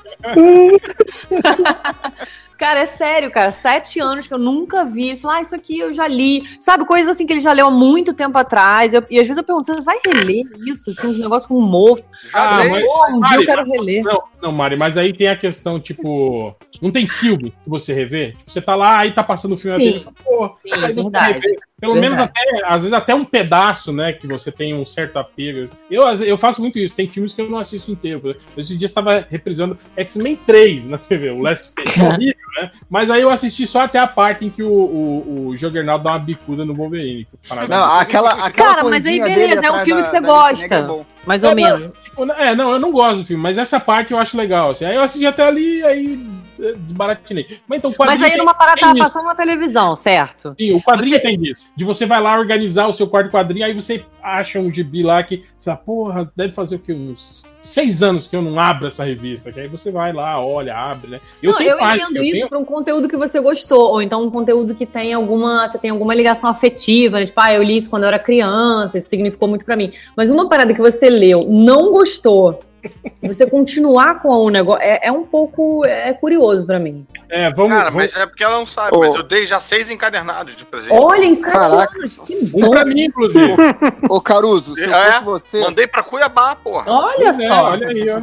[SPEAKER 7] Cara, é sério, cara. Sete anos que eu nunca vi. Ele falou, ah, isso aqui eu já li. Sabe, coisas assim que ele já leu há muito tempo atrás. Eu- e às vezes eu pergunto, você vai reler isso? Assim, um negócio com um mofo.
[SPEAKER 3] Já
[SPEAKER 1] Ah,
[SPEAKER 3] dei.
[SPEAKER 1] mas-
[SPEAKER 7] Pô, um dia
[SPEAKER 1] Mari,
[SPEAKER 7] eu quero reler.
[SPEAKER 1] Não, não, Mari, mas aí tem a questão, tipo, não tem filme que você revê? Tipo, você tá lá, aí tá passando o filme
[SPEAKER 7] Sim.
[SPEAKER 1] aí você fala, pô,
[SPEAKER 7] Sim, é
[SPEAKER 1] aí você
[SPEAKER 7] verdade.
[SPEAKER 1] revê. Pelo
[SPEAKER 7] Verdade.
[SPEAKER 1] menos até, às vezes até um pedaço, né, que você tem um certo apego. Eu, às- eu faço muito isso, tem filmes que eu não assisto inteiro. Por exemplo, Esses dias tava reprisando X-Men 3 na TV, o Last Stand, é horrível, né? Mas aí eu assisti só até a parte em que o, o, o Juggernaut dá uma bicuda no Wolverine. que o parada-
[SPEAKER 2] Não, aquela, aquela
[SPEAKER 7] Cara, mas aí
[SPEAKER 2] corridinha
[SPEAKER 7] beleza,
[SPEAKER 2] dele
[SPEAKER 7] é um
[SPEAKER 2] atrás
[SPEAKER 7] filme que
[SPEAKER 2] da
[SPEAKER 7] você
[SPEAKER 2] Nick Nega
[SPEAKER 7] gosta.
[SPEAKER 2] é bom.
[SPEAKER 7] Mais ou
[SPEAKER 1] É,
[SPEAKER 7] menos.
[SPEAKER 1] Tipo, né, É, não, eu não gosto do filme, mas essa parte eu acho legal. Assim. Aí eu assisti até ali aí eh, desbaratinei. Mas então o
[SPEAKER 7] Mas
[SPEAKER 1] quadrinho.
[SPEAKER 7] aí
[SPEAKER 1] tem-
[SPEAKER 7] numa parada
[SPEAKER 1] tem
[SPEAKER 7] tava
[SPEAKER 1] isso.
[SPEAKER 7] passando na televisão, certo?
[SPEAKER 1] Sim, o quadrinho
[SPEAKER 7] você-
[SPEAKER 1] tem disso. De você vai lá organizar o seu quarto quadrinho, aí você acha um gibi lá que, você fala, porra, deve fazer o quê? Uns seis anos que eu não abro essa revista. Que aí você vai lá, olha, abre, né? Eu
[SPEAKER 7] não,
[SPEAKER 1] tenho
[SPEAKER 7] eu
[SPEAKER 1] mais,
[SPEAKER 7] entendo
[SPEAKER 1] eu
[SPEAKER 7] isso
[SPEAKER 1] tenho-
[SPEAKER 7] pra um conteúdo que você gostou, ou então um conteúdo que tem alguma, você tem alguma ligação afetiva, né? tipo, ah, eu li isso quando eu era criança, isso significou muito pra mim. Mas uma parada que você leu, não gostou, você continuar com o negócio, é, é um pouco é curioso pra mim.
[SPEAKER 1] É, vamos.
[SPEAKER 3] Cara,
[SPEAKER 1] vamos...
[SPEAKER 3] mas é porque ela não sabe.
[SPEAKER 2] Ô.
[SPEAKER 3] Mas eu dei já seis encadernados de
[SPEAKER 1] É.
[SPEAKER 3] presente.
[SPEAKER 7] Olha, em sete
[SPEAKER 2] Caraca.
[SPEAKER 7] anos, que
[SPEAKER 1] Um pra
[SPEAKER 7] bom.
[SPEAKER 1] mim, inclusive.
[SPEAKER 2] Ô, Caruso, se eu
[SPEAKER 3] É?
[SPEAKER 2] fosse você,
[SPEAKER 3] Mandei pra Cuiabá, porra.
[SPEAKER 7] Olha
[SPEAKER 1] Pois é,
[SPEAKER 7] só,
[SPEAKER 1] olha aí, ó.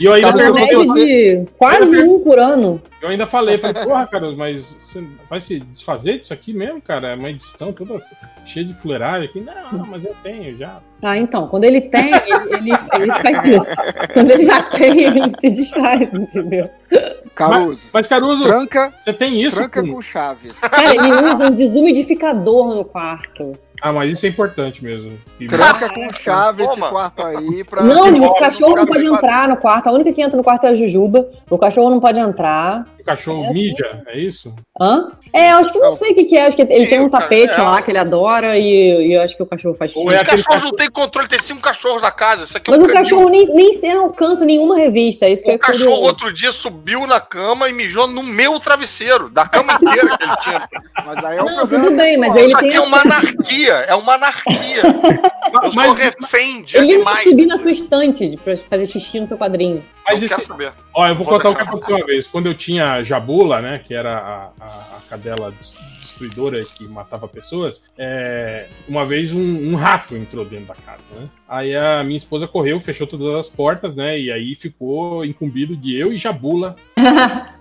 [SPEAKER 1] E eu ainda,
[SPEAKER 2] Cara,
[SPEAKER 6] Uma
[SPEAKER 2] se eu
[SPEAKER 1] perguntei-
[SPEAKER 6] média
[SPEAKER 2] fosse
[SPEAKER 6] de quase um por ano.
[SPEAKER 1] eu ainda falei, falei, porra, cara, mas você vai se desfazer disso aqui mesmo, cara? É uma edição toda cheia de fuleiragem aqui. Não, não, mas eu tenho já.
[SPEAKER 7] tá?
[SPEAKER 6] Ah, então, quando ele tem, ele, ele, ele faz isso. Quando ele já tem, ele se desfaz, entendeu?
[SPEAKER 2] Caruso,
[SPEAKER 1] Mas, Caruso,
[SPEAKER 2] tranca,
[SPEAKER 1] você tem isso?
[SPEAKER 2] tranca
[SPEAKER 1] com-
[SPEAKER 2] com chave.
[SPEAKER 6] Cara, ele usa um desumidificador no quarto.
[SPEAKER 1] Ah, mas isso é importante mesmo. E-
[SPEAKER 2] Tranca com chave esse
[SPEAKER 3] Toma.
[SPEAKER 2] quarto aí pra.
[SPEAKER 6] Não,
[SPEAKER 2] pra
[SPEAKER 6] o cachorro não
[SPEAKER 2] ficar
[SPEAKER 6] pode
[SPEAKER 2] sem
[SPEAKER 6] entrar no quarto. A única que entra no quarto é a Jujuba. O cachorro não pode entrar.
[SPEAKER 1] O cachorro
[SPEAKER 6] É assim.
[SPEAKER 1] mídia, é isso?
[SPEAKER 6] Hã? É, eu acho que não sei o que, que é. Acho que ele tem um
[SPEAKER 3] Sim, cara,
[SPEAKER 6] tapete
[SPEAKER 3] é.
[SPEAKER 6] lá que ele adora e, e eu acho que o cachorro faz xixi.
[SPEAKER 1] Ou é
[SPEAKER 3] Os
[SPEAKER 1] aquele
[SPEAKER 3] cachorros não tem controle, tem cinco cachorros na casa. Isso aqui é
[SPEAKER 6] Mas o
[SPEAKER 3] canil.
[SPEAKER 6] cachorro nem, nem se alcança nenhuma revista. Isso que é
[SPEAKER 3] O Um cachorro
[SPEAKER 6] curioso.
[SPEAKER 3] outro dia subiu na cama e mijou no meu travesseiro, da cama inteira que ele tinha.
[SPEAKER 2] quadro. Mas aí é o
[SPEAKER 6] Não,
[SPEAKER 2] problema.
[SPEAKER 6] tudo bem, mas
[SPEAKER 2] Pô,
[SPEAKER 6] ele
[SPEAKER 3] Isso
[SPEAKER 6] tem
[SPEAKER 3] aqui é uma anarquia, é uma anarquia. Eu sou
[SPEAKER 1] Mas,
[SPEAKER 3] refém de
[SPEAKER 6] Ele não vai
[SPEAKER 3] animais.
[SPEAKER 6] subir na sua estante pra fazer xixi no seu quadrinho.
[SPEAKER 1] mas
[SPEAKER 3] Não quero
[SPEAKER 1] esse,
[SPEAKER 3] saber.
[SPEAKER 1] ó, eu vou
[SPEAKER 3] Vou
[SPEAKER 1] contar o que
[SPEAKER 3] deixar.
[SPEAKER 1] aconteceu uma vez. Quando eu tinha a Jabula, né, que era a, a, a cadela des- destruidora que matava pessoas, é, uma vez um, um rato entrou dentro da casa, né? Aí a minha esposa correu, fechou todas as portas, né? E aí ficou incumbido de eu e Jabula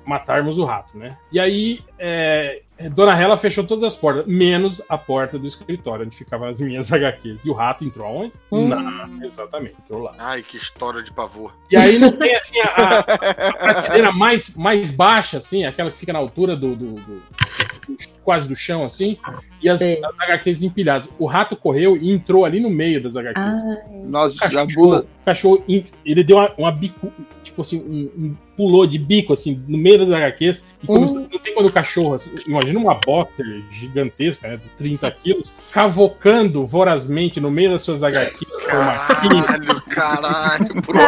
[SPEAKER 1] matarmos o rato, né? E aí, é, Dona Hela fechou todas as portas, menos a porta do escritório, onde ficavam as minhas HQs. E o rato entrou onde?
[SPEAKER 7] Hum.
[SPEAKER 1] Na, exatamente, entrou lá.
[SPEAKER 3] Ai, que história de pavor.
[SPEAKER 1] E aí não tem assim a, a- a prateleira mais, mais baixa, assim, aquela que fica na altura do. do- do- do- quase do chão, assim, e as,
[SPEAKER 7] Sei.
[SPEAKER 1] as HQs empilhadas. O rato correu e entrou ali no meio das HQs.
[SPEAKER 7] Ah.
[SPEAKER 2] Nós, Jabula.
[SPEAKER 1] O cachorro, in- ele deu uma, uma bico, tipo assim, um, um pulou de bico, assim, no meio das HQs. E como
[SPEAKER 7] Hum.
[SPEAKER 1] não tem quando o cachorro, assim, imagina uma boxer gigantesca, né, de 30 quilos, cavocando vorazmente no meio das suas HQs. com uma-
[SPEAKER 3] Caralho, caralho, bro.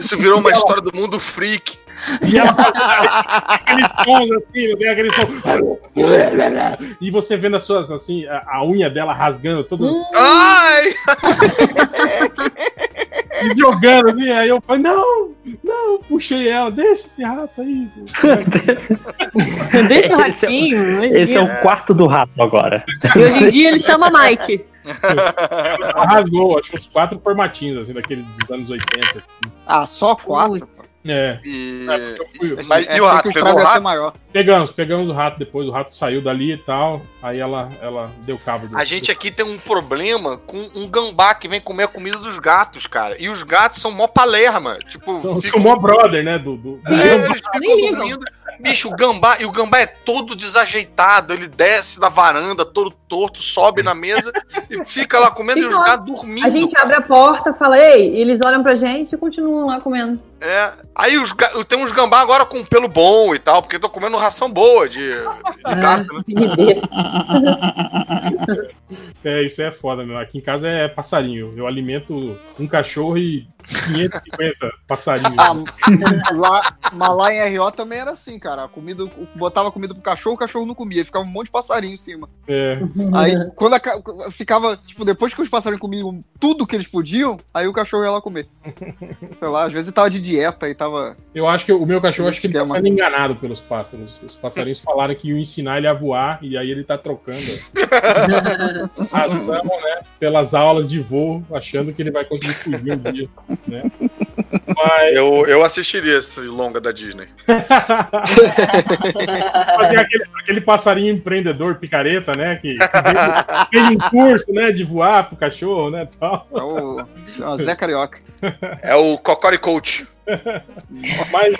[SPEAKER 3] Isso virou uma história do mundo freak.
[SPEAKER 1] E ela aqueles sons assim, né, aquele som. E você vendo as suas, assim, a, a unha dela rasgando todas
[SPEAKER 7] Hum.
[SPEAKER 6] Ah.
[SPEAKER 3] Ai!
[SPEAKER 1] e jogando, assim, aí eu falei, não, não, puxei ela, deixa esse rato aí.
[SPEAKER 7] Deixa o
[SPEAKER 4] Esse é-
[SPEAKER 7] ratinho. hoje em
[SPEAKER 4] Esse é
[SPEAKER 7] dia.
[SPEAKER 4] o quarto do rato agora.
[SPEAKER 7] E hoje em dia ele chama Mike.
[SPEAKER 1] Ela rasgou, acho que uns quatro formatinhos, assim, daqueles dos anos 80.
[SPEAKER 2] Ah, só quatro?
[SPEAKER 1] É.
[SPEAKER 3] E...
[SPEAKER 1] É, porque eu fui-
[SPEAKER 3] Mas
[SPEAKER 2] É,
[SPEAKER 3] e o
[SPEAKER 2] achei
[SPEAKER 3] rato?
[SPEAKER 2] que
[SPEAKER 3] Pegou o
[SPEAKER 2] estrago ia ser
[SPEAKER 3] rato?
[SPEAKER 2] maior.
[SPEAKER 1] Pegamos, pegamos o rato depois, o rato saiu dali e tal. Aí ela, ela deu cabo do.
[SPEAKER 3] A gente aqui tem um problema com um gambá que vem comer a comida dos gatos, cara. E os gatos são mó palerma. Tipo,
[SPEAKER 1] São, são
[SPEAKER 3] ficam-
[SPEAKER 1] mó brother, né? Do, do...
[SPEAKER 7] Sim.
[SPEAKER 3] É, eles ficam
[SPEAKER 7] Nem ligam.
[SPEAKER 3] dormindo. Bicho, o gambá, e o gambá é todo desajeitado. Ele desce da varanda, todo torto, sobe na mesa e fica lá comendo e
[SPEAKER 7] Fica
[SPEAKER 3] os
[SPEAKER 7] lá.
[SPEAKER 3] gatos dormindo.
[SPEAKER 7] A gente abre a porta, fala, ei, e eles olham pra gente e continuam lá comendo.
[SPEAKER 3] É. Aí os ga- tem uns gambá agora com pelo bom e tal, porque tô comendo ração boa de, de gato. né?
[SPEAKER 1] É, isso é foda, meu. Aqui em casa é passarinho. Eu alimento um cachorro e 550 passarinhos.
[SPEAKER 2] Ah, lá, mas lá em RO também era assim, cara. A comida, botava comida pro cachorro, o cachorro não comia, ficava um monte de passarinho em cima.
[SPEAKER 1] É.
[SPEAKER 2] Aí,
[SPEAKER 6] Uhum.
[SPEAKER 2] quando a ca- ficava, tipo, depois que os passarinhos comiam tudo que eles podiam, aí o cachorro ia lá comer. Sei lá, às vezes ele tava de dieta e tava.
[SPEAKER 1] Eu acho que o meu cachorro acho que ele tá
[SPEAKER 2] Esse
[SPEAKER 1] sendo enganado pelos pássaros. Os passarinhos falaram que iam ensinar ele a voar e aí ele tá trocando ração, né? Pelas aulas de voo, achando que ele vai conseguir fugir um dia, né? Mas
[SPEAKER 3] É. Eu, eu assistiria esse longa da Disney.
[SPEAKER 1] fazer é aquele, aquele passarinho empreendedor picareta, né? Que, que fez um curso, né? De voar pro cachorro, né? Tal.
[SPEAKER 2] É o, é o Zé Carioca.
[SPEAKER 3] É o Cocori Coach.
[SPEAKER 1] Mas,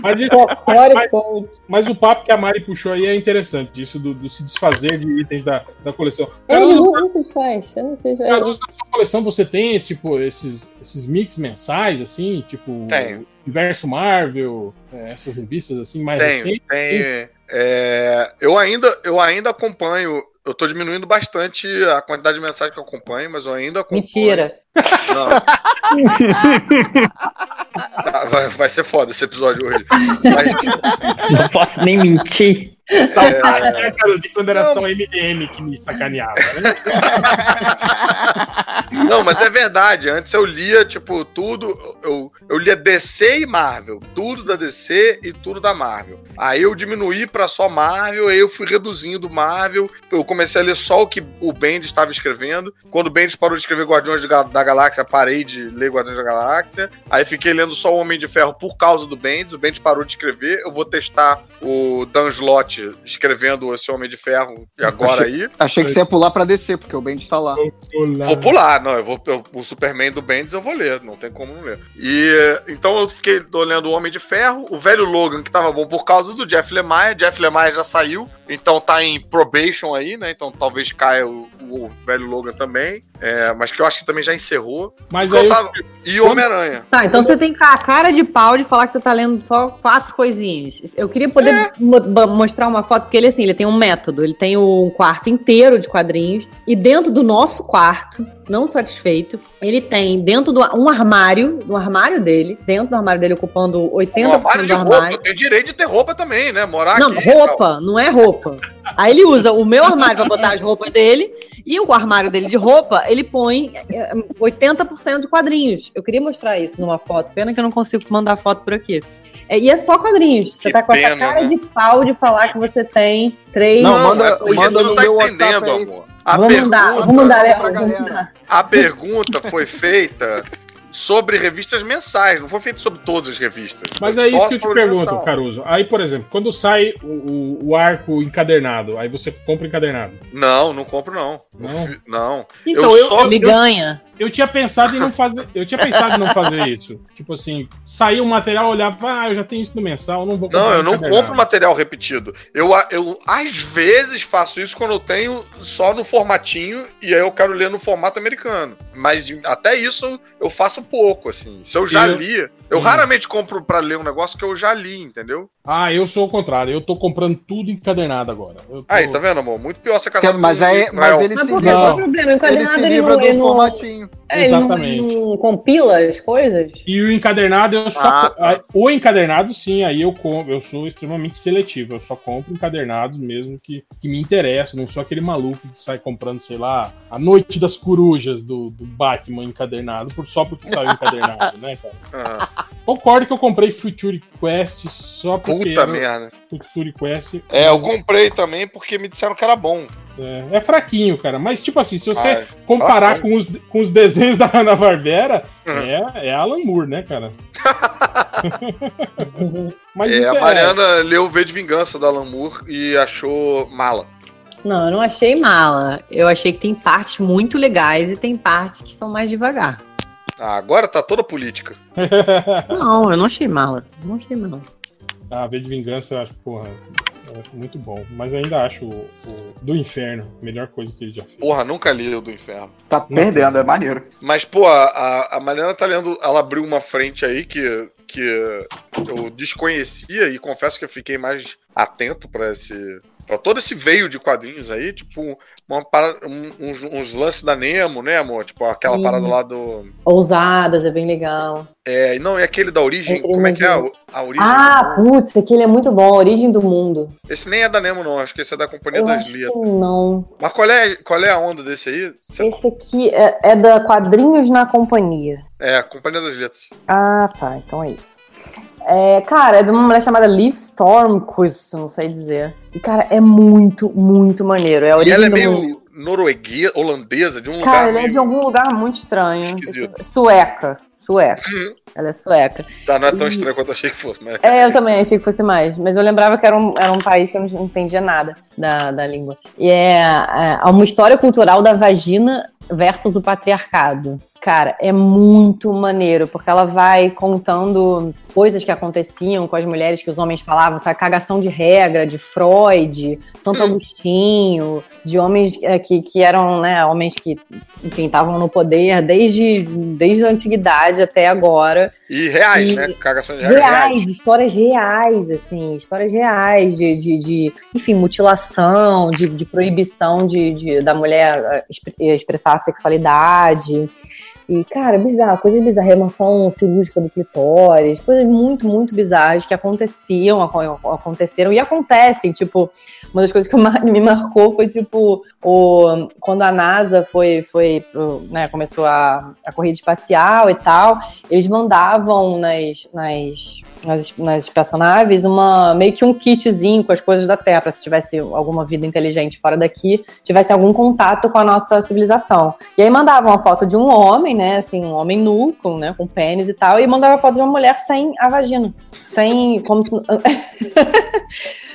[SPEAKER 1] mas isso, Mas o papo que a Mari puxou aí é interessante, disso do, do se desfazer de itens da, da coleção. Caruso,
[SPEAKER 7] não se faz. Eu não sei se é- faz.
[SPEAKER 1] Caruso, na sua coleção você tem esse, tipo, esses, esses mix mensais, assim, tipo
[SPEAKER 3] Tenho.
[SPEAKER 1] Universo Marvel, é, essas revistas assim, mais
[SPEAKER 3] Tem,
[SPEAKER 1] recentes.
[SPEAKER 3] tem. é, eu, ainda, eu ainda acompanho. Eu tô diminuindo bastante a quantidade de mensagem que eu acompanho, mas eu ainda acompanho.
[SPEAKER 7] Mentira.
[SPEAKER 3] Não. Ah, vai, vai ser foda esse episódio hoje. Mas,
[SPEAKER 4] Não posso nem mentir.
[SPEAKER 3] É.
[SPEAKER 1] Saudade, né, Caruso, de quando era só o MDM que me sacaneava, né?
[SPEAKER 3] não, mas é verdade. Antes eu lia, tipo, tudo. Eu, eu lia DC e Marvel. Tudo da DC e tudo da Marvel. Aí eu diminuí pra só Marvel, aí eu fui reduzindo Marvel. Eu comecei a ler só o que o Bendis estava escrevendo. Quando o Bendis parou de escrever Guardiões de Ga- da Galáxia, parei de ler Guardiões da Galáxia. Aí fiquei lendo só o Homem de Ferro por causa do Bendis. O Bendis parou de escrever. Eu vou testar o Dan Slott escrevendo esse Homem de Ferro agora aí.
[SPEAKER 2] Achei que você ia pular pra descer, porque o Bendy tá lá.
[SPEAKER 1] Olá.
[SPEAKER 3] Vou pular, não. Eu vou, eu- o Superman do Bendis eu vou ler, não tem como não ler. E então eu fiquei olhando o Homem de Ferro, o velho Logan, que tava bom por causa do Jeff Lemire. Jeff Lemire já saiu, então tá em probation aí, né? Então talvez caia o, o velho Logan também. É, mas que eu acho que também já é encerrou.
[SPEAKER 1] Mas
[SPEAKER 3] Eu
[SPEAKER 1] aí eu-
[SPEAKER 3] tava- E Homem-Aranha.
[SPEAKER 7] Tá, então você tem a cara de pau de falar que você tá lendo só quatro coisinhas. Eu queria poder mo- ba- mostrar uma foto, porque ele assim, ele tem um método. Ele tem um quarto inteiro de quadrinhos. E dentro do nosso quarto, não satisfeito, ele tem dentro do um armário, no armário dele, dentro do armário dele, ocupando
[SPEAKER 3] Um
[SPEAKER 7] 80%
[SPEAKER 3] armário de
[SPEAKER 7] do
[SPEAKER 3] roupa.
[SPEAKER 7] armário.
[SPEAKER 3] Eu tenho direito de ter roupa também, né? Morar
[SPEAKER 7] Não,
[SPEAKER 3] aqui. e tal.
[SPEAKER 7] roupa, não é roupa. Aí ele usa o meu armário pra botar as roupas dele e o armário dele de roupa, ele põe eh, 80% de quadrinhos. Eu queria mostrar isso numa foto, pena que eu não consigo mandar foto por aqui. É, e é só quadrinhos. Você
[SPEAKER 3] Que
[SPEAKER 7] tá com essa
[SPEAKER 3] pena,
[SPEAKER 7] cara
[SPEAKER 3] né?
[SPEAKER 7] de pau de falar que você tem três.
[SPEAKER 2] Não, manda-
[SPEAKER 3] é porque
[SPEAKER 2] manda
[SPEAKER 3] você não
[SPEAKER 2] no
[SPEAKER 3] tá
[SPEAKER 2] meu WhatsApp
[SPEAKER 3] entendendo,
[SPEAKER 2] aí.
[SPEAKER 3] amor. A
[SPEAKER 7] vou mandar,
[SPEAKER 3] pergunta-
[SPEAKER 7] vou mandar,
[SPEAKER 2] pra
[SPEAKER 7] Léo, vou
[SPEAKER 2] galera.
[SPEAKER 7] mandar.
[SPEAKER 3] A pergunta foi feita sobre revistas mensais, não foi feita sobre todas as revistas.
[SPEAKER 1] Mas
[SPEAKER 3] Foi
[SPEAKER 1] é isso
[SPEAKER 3] só
[SPEAKER 1] que eu te
[SPEAKER 3] sobre
[SPEAKER 1] pergunto,
[SPEAKER 3] mensal.
[SPEAKER 1] Caruso. Aí, por exemplo, quando sai o, o- o arco encadernado, aí você compra encadernado.
[SPEAKER 3] Não, não compro, não.
[SPEAKER 1] Não?
[SPEAKER 3] Fi- Não.
[SPEAKER 1] Então, eu,
[SPEAKER 3] só-
[SPEAKER 1] eu,
[SPEAKER 7] Me
[SPEAKER 1] eu,
[SPEAKER 7] ganha.
[SPEAKER 1] eu tinha pensado em não fazer. Eu tinha pensado em não fazer isso. Tipo assim, saiu o material, eu olhava, ah, eu já tenho isso no mensal, não vou
[SPEAKER 3] Não, eu não
[SPEAKER 1] encadernado."
[SPEAKER 3] compro material repetido. Eu, a- eu às vezes faço isso quando eu tenho só no formatinho e aí eu quero ler no formato americano. Mas em- até isso eu- eu faço pouco, assim. Se eu já
[SPEAKER 1] Eu-
[SPEAKER 3] li, eu
[SPEAKER 1] Hum.
[SPEAKER 3] raramente compro pra ler um negócio que eu já li, entendeu?
[SPEAKER 1] Ah, eu sou o contrário. Eu tô comprando tudo encadernado agora. Eu tô-
[SPEAKER 3] Aí, tá vendo, amor? Muito pior você
[SPEAKER 2] Quer-
[SPEAKER 3] casar
[SPEAKER 2] Mas,
[SPEAKER 3] com um
[SPEAKER 2] aí, mas
[SPEAKER 3] Israel.
[SPEAKER 2] ele
[SPEAKER 7] Mas
[SPEAKER 2] se
[SPEAKER 7] por que?
[SPEAKER 2] livra,
[SPEAKER 1] Não.
[SPEAKER 7] Qual o problema? O
[SPEAKER 2] ele
[SPEAKER 7] encadernado
[SPEAKER 2] se
[SPEAKER 7] ele,
[SPEAKER 2] livra
[SPEAKER 7] não, é ele,
[SPEAKER 2] do
[SPEAKER 7] não,
[SPEAKER 2] formatinho.
[SPEAKER 7] é, ele, não, ele
[SPEAKER 1] Exatamente.
[SPEAKER 7] não compila as coisas?
[SPEAKER 1] E o encadernado eu só.
[SPEAKER 3] Ah, tá.
[SPEAKER 1] ah, O encadernado, sim, aí eu compro. Eu sou extremamente seletivo. Eu só compro encadernados mesmo que, que me interessam. Não sou aquele maluco que sai comprando, sei lá, a noite das corujas do, do Batman encadernado, por, só porque saiu encadernado, né, cara?
[SPEAKER 3] Ah,
[SPEAKER 2] tá
[SPEAKER 1] Concordo que eu comprei Future Quest só porque.
[SPEAKER 3] puta
[SPEAKER 1] era
[SPEAKER 3] merda.
[SPEAKER 1] Future Quest.
[SPEAKER 3] É, eu comprei também porque me disseram que era bom.
[SPEAKER 1] É, é fraquinho, cara. Mas, tipo assim, se você
[SPEAKER 3] Ah,
[SPEAKER 1] comparar
[SPEAKER 3] fraquinho.
[SPEAKER 1] com os, com os desenhos da Ana Barbera,
[SPEAKER 3] Uhum.
[SPEAKER 1] é, é Alan Moore, né, cara? Mas
[SPEAKER 3] é,
[SPEAKER 1] isso
[SPEAKER 3] a
[SPEAKER 1] é.
[SPEAKER 3] Mariana leu V de Vingança do Alan Moore e achou mala.
[SPEAKER 7] Não, eu não achei mala. Eu achei que tem partes muito legais e tem partes que são mais devagar.
[SPEAKER 3] Ah, agora tá toda política.
[SPEAKER 7] Não, eu não achei mala. Não achei mala.
[SPEAKER 1] A Ah, V de Vingança, eu acho, porra, eu acho muito bom. Mas ainda acho o, o do Inferno a melhor coisa que ele já fez.
[SPEAKER 3] Porra, nunca li o do inferno.
[SPEAKER 2] Tá perdendo, é maneiro.
[SPEAKER 3] Mas, pô, a, a Mariana tá lendo. Ela abriu uma frente aí que, que eu desconhecia e confesso que eu fiquei mais atento pra esse. pra todo esse veio de quadrinhos aí, tipo, uma parada- um- uns, uns lances da Nemo, né, amor? Tipo, aquela
[SPEAKER 7] Sim.
[SPEAKER 3] parada lá do.
[SPEAKER 7] Ousadas, é bem legal.
[SPEAKER 3] É, não, é aquele da origem.
[SPEAKER 7] Entre
[SPEAKER 3] Como é que é?
[SPEAKER 7] Imagina.
[SPEAKER 3] A a origem.
[SPEAKER 7] Ah, putz, aquele é muito bom. Origem do Mundo.
[SPEAKER 3] Esse nem é da Nemo, não. Acho que esse é da Companhia
[SPEAKER 7] Eu
[SPEAKER 3] das
[SPEAKER 7] acho que
[SPEAKER 3] Letras.
[SPEAKER 7] não.
[SPEAKER 3] Mas qual é, qual é a onda desse aí? Cê-
[SPEAKER 7] Esse aqui é, é da Quadrinhos na Companhia.
[SPEAKER 3] É, Companhia das Letras.
[SPEAKER 7] Ah, tá. Então é isso. É, cara, é de uma mulher chamada Liv Storm, coisa, não sei dizer. E, cara, é muito, muito maneiro. É a
[SPEAKER 3] E
[SPEAKER 7] origem
[SPEAKER 3] ela é
[SPEAKER 7] do mundo.
[SPEAKER 3] meio norueguesa, holandesa, de um lugar.
[SPEAKER 7] Cara, ela é
[SPEAKER 3] meio-
[SPEAKER 7] de algum lugar muito estranho.
[SPEAKER 3] Esquisito. Uhum.
[SPEAKER 7] Sueca. Sueca. Ela é sueca.
[SPEAKER 3] Tá, não é tão estranho quanto eu achei que fosse, mas.
[SPEAKER 7] É, eu também achei que fosse mais, mas eu lembrava que era um, era um país que eu não entendia nada da, da língua. E é, é uma história cultural da vagina versus o patriarcado. Cara, é muito maneiro, porque ela vai contando coisas que aconteciam com as mulheres que os homens falavam, sabe? Cagação de regra, de Freud, Santo Agostinho, de homens é, que, que eram, né, homens que, enfim, estavam no poder desde, desde a antiguidade até agora.
[SPEAKER 3] E reais,
[SPEAKER 7] E-
[SPEAKER 3] né? Cagação de reais.
[SPEAKER 7] Reais, histórias reais, assim, histórias reais de, de, de, enfim, mutilação, de, de proibição de, de- da mulher eh, exp- eh, expressar a sexualidade. E, cara, bizarro, coisas bizarras, remoção cirúrgica do clitóris, coisas muito, muito bizarras que aconteciam, acon- aconteceram e acontecem. Tipo, uma das coisas que ma- me marcou foi, tipo, o, quando a NASA foi, foi pro- né, começou a, a corrida espacial e tal, eles mandavam nas, nas, nas, nas espaçonaves uma, meio que um kitzinho com as coisas da Terra, pra se tivesse alguma vida inteligente fora daqui, tivesse algum contato com a nossa civilização. E aí mandavam a foto de um homem, né, assim, um homem nu, com, né, com pênis e tal, e mandava a foto de uma mulher sem a vagina, sem, como se...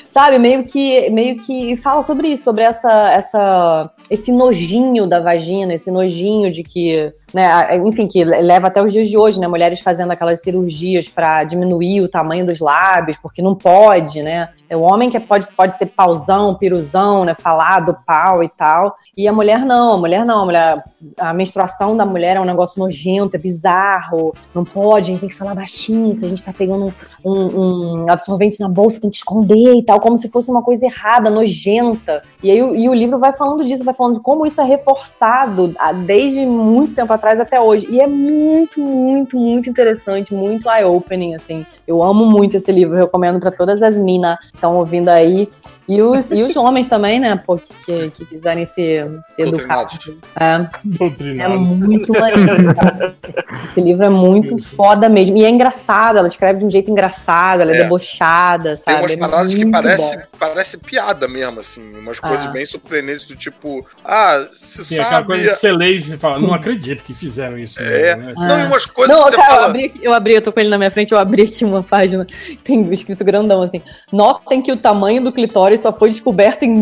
[SPEAKER 7] Sabe, meio que, meio que fala sobre isso, sobre essa, essa, esse nojinho da vagina, esse nojinho de que né, a- enfim, que le- leva até os dias de hoje, né, mulheres fazendo aquelas cirurgias para diminuir o tamanho dos lábios, porque não pode, né, É o homem que pode, pode ter pauzão, piruzão, né, falar do pau e tal, e a mulher não, a mulher não, a, mulher, a menstruação da mulher é um negócio nojento, é bizarro, não pode, a gente tem que falar baixinho, se a gente tá pegando um, um absorvente na bolsa, tem que esconder e tal, como se fosse uma coisa errada, nojenta. E aí o- e o livro vai falando disso, vai falando de como isso é reforçado ah, desde muito tempo atrás até hoje. E é muito, muito, muito interessante, muito eye-opening, assim. Eu amo muito esse livro, recomendo para todas as minas que estão ouvindo aí. E os, e os homens também, né, pô, que, que quiserem se, se educar.
[SPEAKER 3] Doutrinados.
[SPEAKER 7] É. É
[SPEAKER 1] Doutrinado.
[SPEAKER 7] muito maneiro, cara. Esse livro é muito foda mesmo. E é engraçado, ela escreve de um jeito engraçado, ela é,
[SPEAKER 3] É.
[SPEAKER 7] debochada,
[SPEAKER 3] Tem
[SPEAKER 7] sabe?
[SPEAKER 3] umas
[SPEAKER 7] É
[SPEAKER 3] paradas que
[SPEAKER 7] muito
[SPEAKER 3] parece,
[SPEAKER 7] bom.
[SPEAKER 3] parece piada mesmo, assim. Umas
[SPEAKER 7] Ah.
[SPEAKER 3] coisas bem surpreendentes do tipo, ah, você
[SPEAKER 1] Sim, aquela coisa
[SPEAKER 3] sabe.
[SPEAKER 1] que você lê e você fala, não acredito que fizeram isso.
[SPEAKER 3] É.
[SPEAKER 1] mesmo, né?
[SPEAKER 3] Não, e umas coisas
[SPEAKER 7] Ah. Não,
[SPEAKER 3] que você
[SPEAKER 7] cara, eu
[SPEAKER 3] fala.
[SPEAKER 7] abri, aqui, eu abri, eu tô com ele na minha frente, eu abri aqui uma página, tem escrito grandão assim. Notem que o tamanho do clitóris só foi descoberto em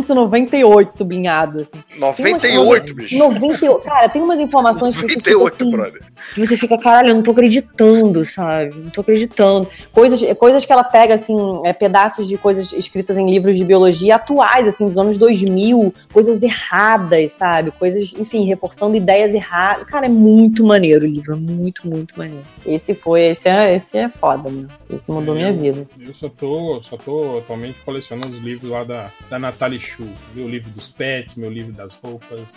[SPEAKER 7] 1998, sublinhado, assim. Tem umas
[SPEAKER 3] 98, bicho.
[SPEAKER 7] 98, cara, tem umas informações que você fica
[SPEAKER 3] 98,
[SPEAKER 7] assim,
[SPEAKER 3] brother.
[SPEAKER 7] que você fica, caralho, eu não tô acreditando, sabe? Não tô acreditando. Coisas, coisas que ela pega, assim, é, pedaços de coisas escritas em livros de biologia atuais, assim, dos anos 2000, coisas erradas, sabe? Coisas, enfim, reforçando ideias erradas. Cara, é muito maneiro o livro, é muito, muito maneiro. Esse foi, esse é, esse é foda, meu. Esse mudou minha vida.
[SPEAKER 1] Eu só tô, só tô atualmente colecionando os livros lá da, da Nathalie Chu. Meu livro dos pets, meu livro das roupas,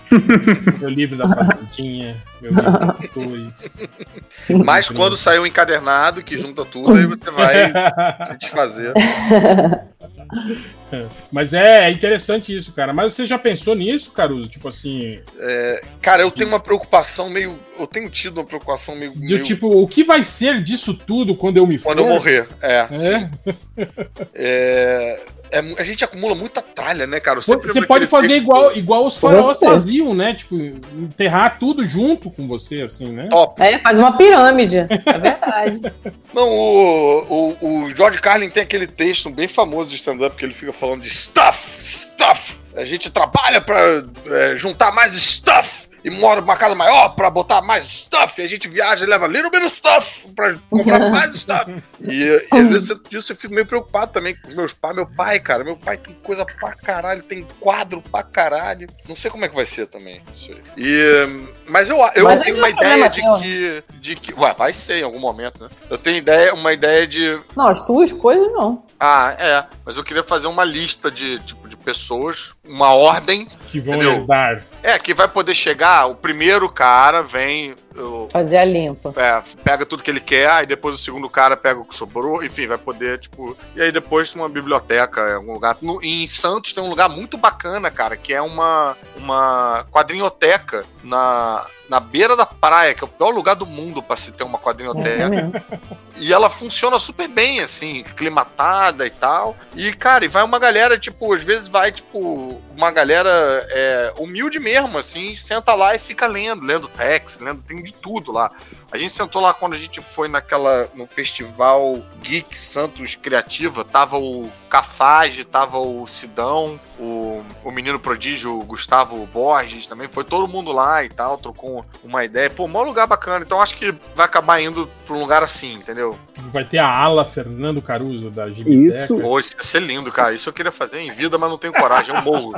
[SPEAKER 1] meu livro da fazendinha, meu livro das cores.
[SPEAKER 3] Mas quando sair um encadernado que junta tudo, aí você vai se desfazer.
[SPEAKER 1] Mas é, é interessante isso, cara. Mas você já pensou nisso, Caruso? Tipo assim,
[SPEAKER 3] Cara, eu tenho uma preocupação meio. Eu tenho tido uma preocupação meio.
[SPEAKER 1] do
[SPEAKER 3] meio-
[SPEAKER 1] tipo, o que vai ser disso tudo quando eu me
[SPEAKER 3] Quando eu
[SPEAKER 1] for?
[SPEAKER 3] morrer. É.
[SPEAKER 1] É?
[SPEAKER 3] sim. É, é mu- a gente acumula muita tralha, né, cara? Eu sempre
[SPEAKER 1] Você
[SPEAKER 3] lembro
[SPEAKER 1] pode
[SPEAKER 3] aquele
[SPEAKER 1] fazer
[SPEAKER 3] texto-
[SPEAKER 1] igual, igual os faraós
[SPEAKER 7] Você.
[SPEAKER 1] faziam, né? Tipo, enterrar tudo junto com você, assim, né?
[SPEAKER 3] Top.
[SPEAKER 7] É, faz uma pirâmide, é verdade.
[SPEAKER 3] Não, o, o, o George Carlin tem aquele texto bem famoso de stand-up que ele fica falando de stuff, stuff. A gente trabalha pra é, juntar mais stuff. E mora numa casa maior pra botar mais stuff. E a gente viaja e leva little bit of stuff pra comprar mais stuff. E, e
[SPEAKER 7] Hum.
[SPEAKER 3] às vezes eu- disso eu fico meio preocupado também com meus pais. Meu pai, cara, meu pai tem coisa pra caralho, tem quadro pra caralho. Não sei como é que vai ser também isso aí. E, mas eu, eu
[SPEAKER 7] Mas aí
[SPEAKER 3] tenho
[SPEAKER 7] não
[SPEAKER 3] uma
[SPEAKER 7] é problema
[SPEAKER 3] ideia de
[SPEAKER 7] teu, né?
[SPEAKER 3] que, de que. Ué, vai ser em algum momento, né? Eu tenho ideia, uma ideia de.
[SPEAKER 7] Não, as tuas coisas não.
[SPEAKER 3] Ah, é. Mas eu queria fazer uma lista de, tipo, de pessoas, uma ordem.
[SPEAKER 1] Que vão
[SPEAKER 3] Entendeu?
[SPEAKER 1] herdar.
[SPEAKER 3] É, que vai poder chegar, o primeiro cara vem. eu-
[SPEAKER 7] Fazer a limpa.
[SPEAKER 3] é, pega tudo que ele quer, aí depois o segundo cara pega o que sobrou, enfim, vai poder, tipo. E aí depois numa biblioteca, em algum lugar. No- em Santos tem um lugar muito bacana, cara, que é uma, uma quadrinhoteca na, na beira da praia, que é o pior lugar do mundo pra se ter uma
[SPEAKER 7] É
[SPEAKER 3] quadrinhoteca.
[SPEAKER 7] mesmo.
[SPEAKER 3] E ela funciona super bem, assim, climatada e tal. E, cara, e vai uma galera, tipo, às vezes vai, tipo, uma galera é, humilde mesmo, assim, senta lá e fica lendo, lendo text, lendo, tem de tudo lá. A gente sentou lá quando a gente foi naquela, no festival Geek Santos Criativa, tava o Cafage, tava o Sidão, o, o menino prodígio, o Gustavo Borges também, foi todo mundo lá e tal, trocou uma ideia. Pô, mó lugar bacana, então acho que vai acabar indo pra um lugar assim, entendeu?
[SPEAKER 1] Vai ter a ala Fernando Caruso da Gibiseca.
[SPEAKER 2] Isso.
[SPEAKER 3] Pô, isso ia ser lindo, cara. Isso eu queria fazer em vida, mas não tenho coragem. Eu morro.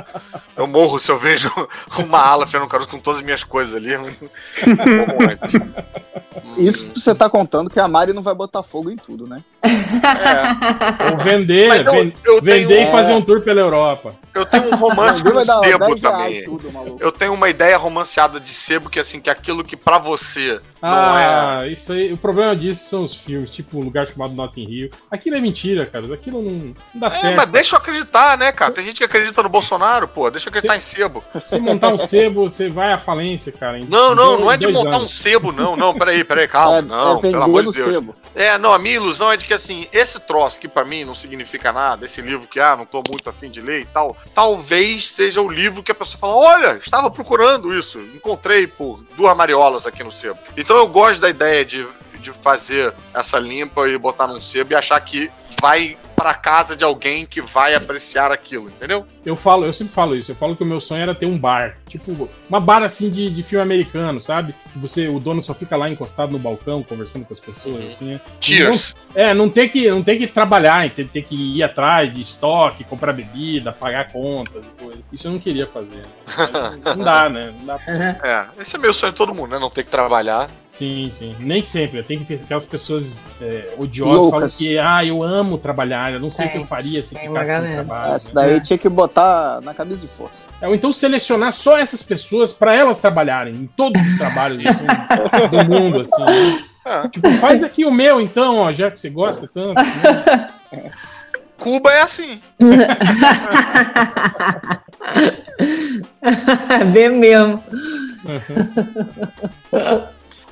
[SPEAKER 3] Eu morro se eu vejo uma ala Fernando Caruso com todas as minhas coisas ali. é Eu morro antes.
[SPEAKER 2] Isso você tá contando que a Mari não vai botar fogo em tudo, né?
[SPEAKER 3] É.
[SPEAKER 1] Ou vender,
[SPEAKER 3] Mas eu,
[SPEAKER 1] ven-
[SPEAKER 3] eu
[SPEAKER 1] vender
[SPEAKER 3] tenho,
[SPEAKER 1] e fazer um tour pela Europa.
[SPEAKER 3] eu tenho um romance
[SPEAKER 2] Alguém
[SPEAKER 3] com
[SPEAKER 2] vai dar
[SPEAKER 3] sebo
[SPEAKER 2] 10 reais
[SPEAKER 3] também.
[SPEAKER 2] tudo, maluco.
[SPEAKER 3] Eu tenho uma ideia romanceada de sebo que assim que aquilo que pra você
[SPEAKER 1] Ah,
[SPEAKER 3] é.
[SPEAKER 1] isso aí. O problema disso são os filmes, tipo um lugar chamado Notting Hill. Aquilo é mentira, cara. Aquilo não, não
[SPEAKER 2] Tá
[SPEAKER 1] dá
[SPEAKER 3] É, mas
[SPEAKER 1] certo. né?
[SPEAKER 3] deixa eu acreditar, né, cara? Tem gente que acredita no Bolsonaro, pô. Deixa eu acreditar em sebo.
[SPEAKER 1] Se montar um sebo, você vai à falência, cara. em
[SPEAKER 3] Não, não,
[SPEAKER 1] dois-
[SPEAKER 3] não é de
[SPEAKER 1] dois
[SPEAKER 3] montar um
[SPEAKER 1] anos.
[SPEAKER 3] sebo, não. Não, peraí, peraí, calma.
[SPEAKER 2] é,
[SPEAKER 3] não,
[SPEAKER 2] é
[SPEAKER 3] pelo
[SPEAKER 2] vender
[SPEAKER 3] amor de
[SPEAKER 2] no
[SPEAKER 3] Deus.
[SPEAKER 2] sebo.
[SPEAKER 3] É, não, a minha ilusão é de que, assim, esse troço que pra mim não significa nada, esse livro que, ah, não tô muito afim de ler e tal, talvez seja o livro que a pessoa fala, olha, estava procurando isso, encontrei por duas mariolas aqui no sebo. Então eu gosto da ideia de, de fazer essa limpa e botar num sebo e achar que vai pra casa de alguém que vai apreciar aquilo, entendeu?
[SPEAKER 1] Eu falo, eu sempre falo isso. Eu falo que o meu sonho era ter um bar, tipo uma bar assim de, de filme americano, sabe? Que você, o dono só fica lá encostado no balcão conversando com as pessoas,
[SPEAKER 3] Uhum.
[SPEAKER 1] assim.
[SPEAKER 3] Cheers.
[SPEAKER 1] É, não tem que, não tem que trabalhar, tem, tem que ir atrás de estoque, comprar bebida, pagar contas, e coisa. Isso eu não queria fazer. né? Mas Não, não dá, né? Não dá pra...
[SPEAKER 3] É, esse é meu sonho de todo mundo, né? Não ter que trabalhar.
[SPEAKER 1] Sim, sim. Nem que sempre. Tem que ter aquelas pessoas é, odiosas que falam
[SPEAKER 2] Loucas.
[SPEAKER 1] que, ah, eu amo trabalhar, trabalho. Não sei o que eu faria se
[SPEAKER 6] tem uma
[SPEAKER 1] ficasse sem
[SPEAKER 6] galera.
[SPEAKER 3] Ah,
[SPEAKER 1] trabalho.
[SPEAKER 2] Essa
[SPEAKER 1] né?
[SPEAKER 2] É, daí
[SPEAKER 3] é.
[SPEAKER 2] tinha que botar na camisa de força.
[SPEAKER 1] É, Ou então selecionar só essas pessoas para elas trabalharem em todos os trabalhos do, do mundo, assim. né?
[SPEAKER 3] Ah,
[SPEAKER 1] Tipo, faz aqui o meu, então, ó, já que você gosta tanto. né?
[SPEAKER 3] Cuba é assim.
[SPEAKER 7] É
[SPEAKER 6] Bem mesmo.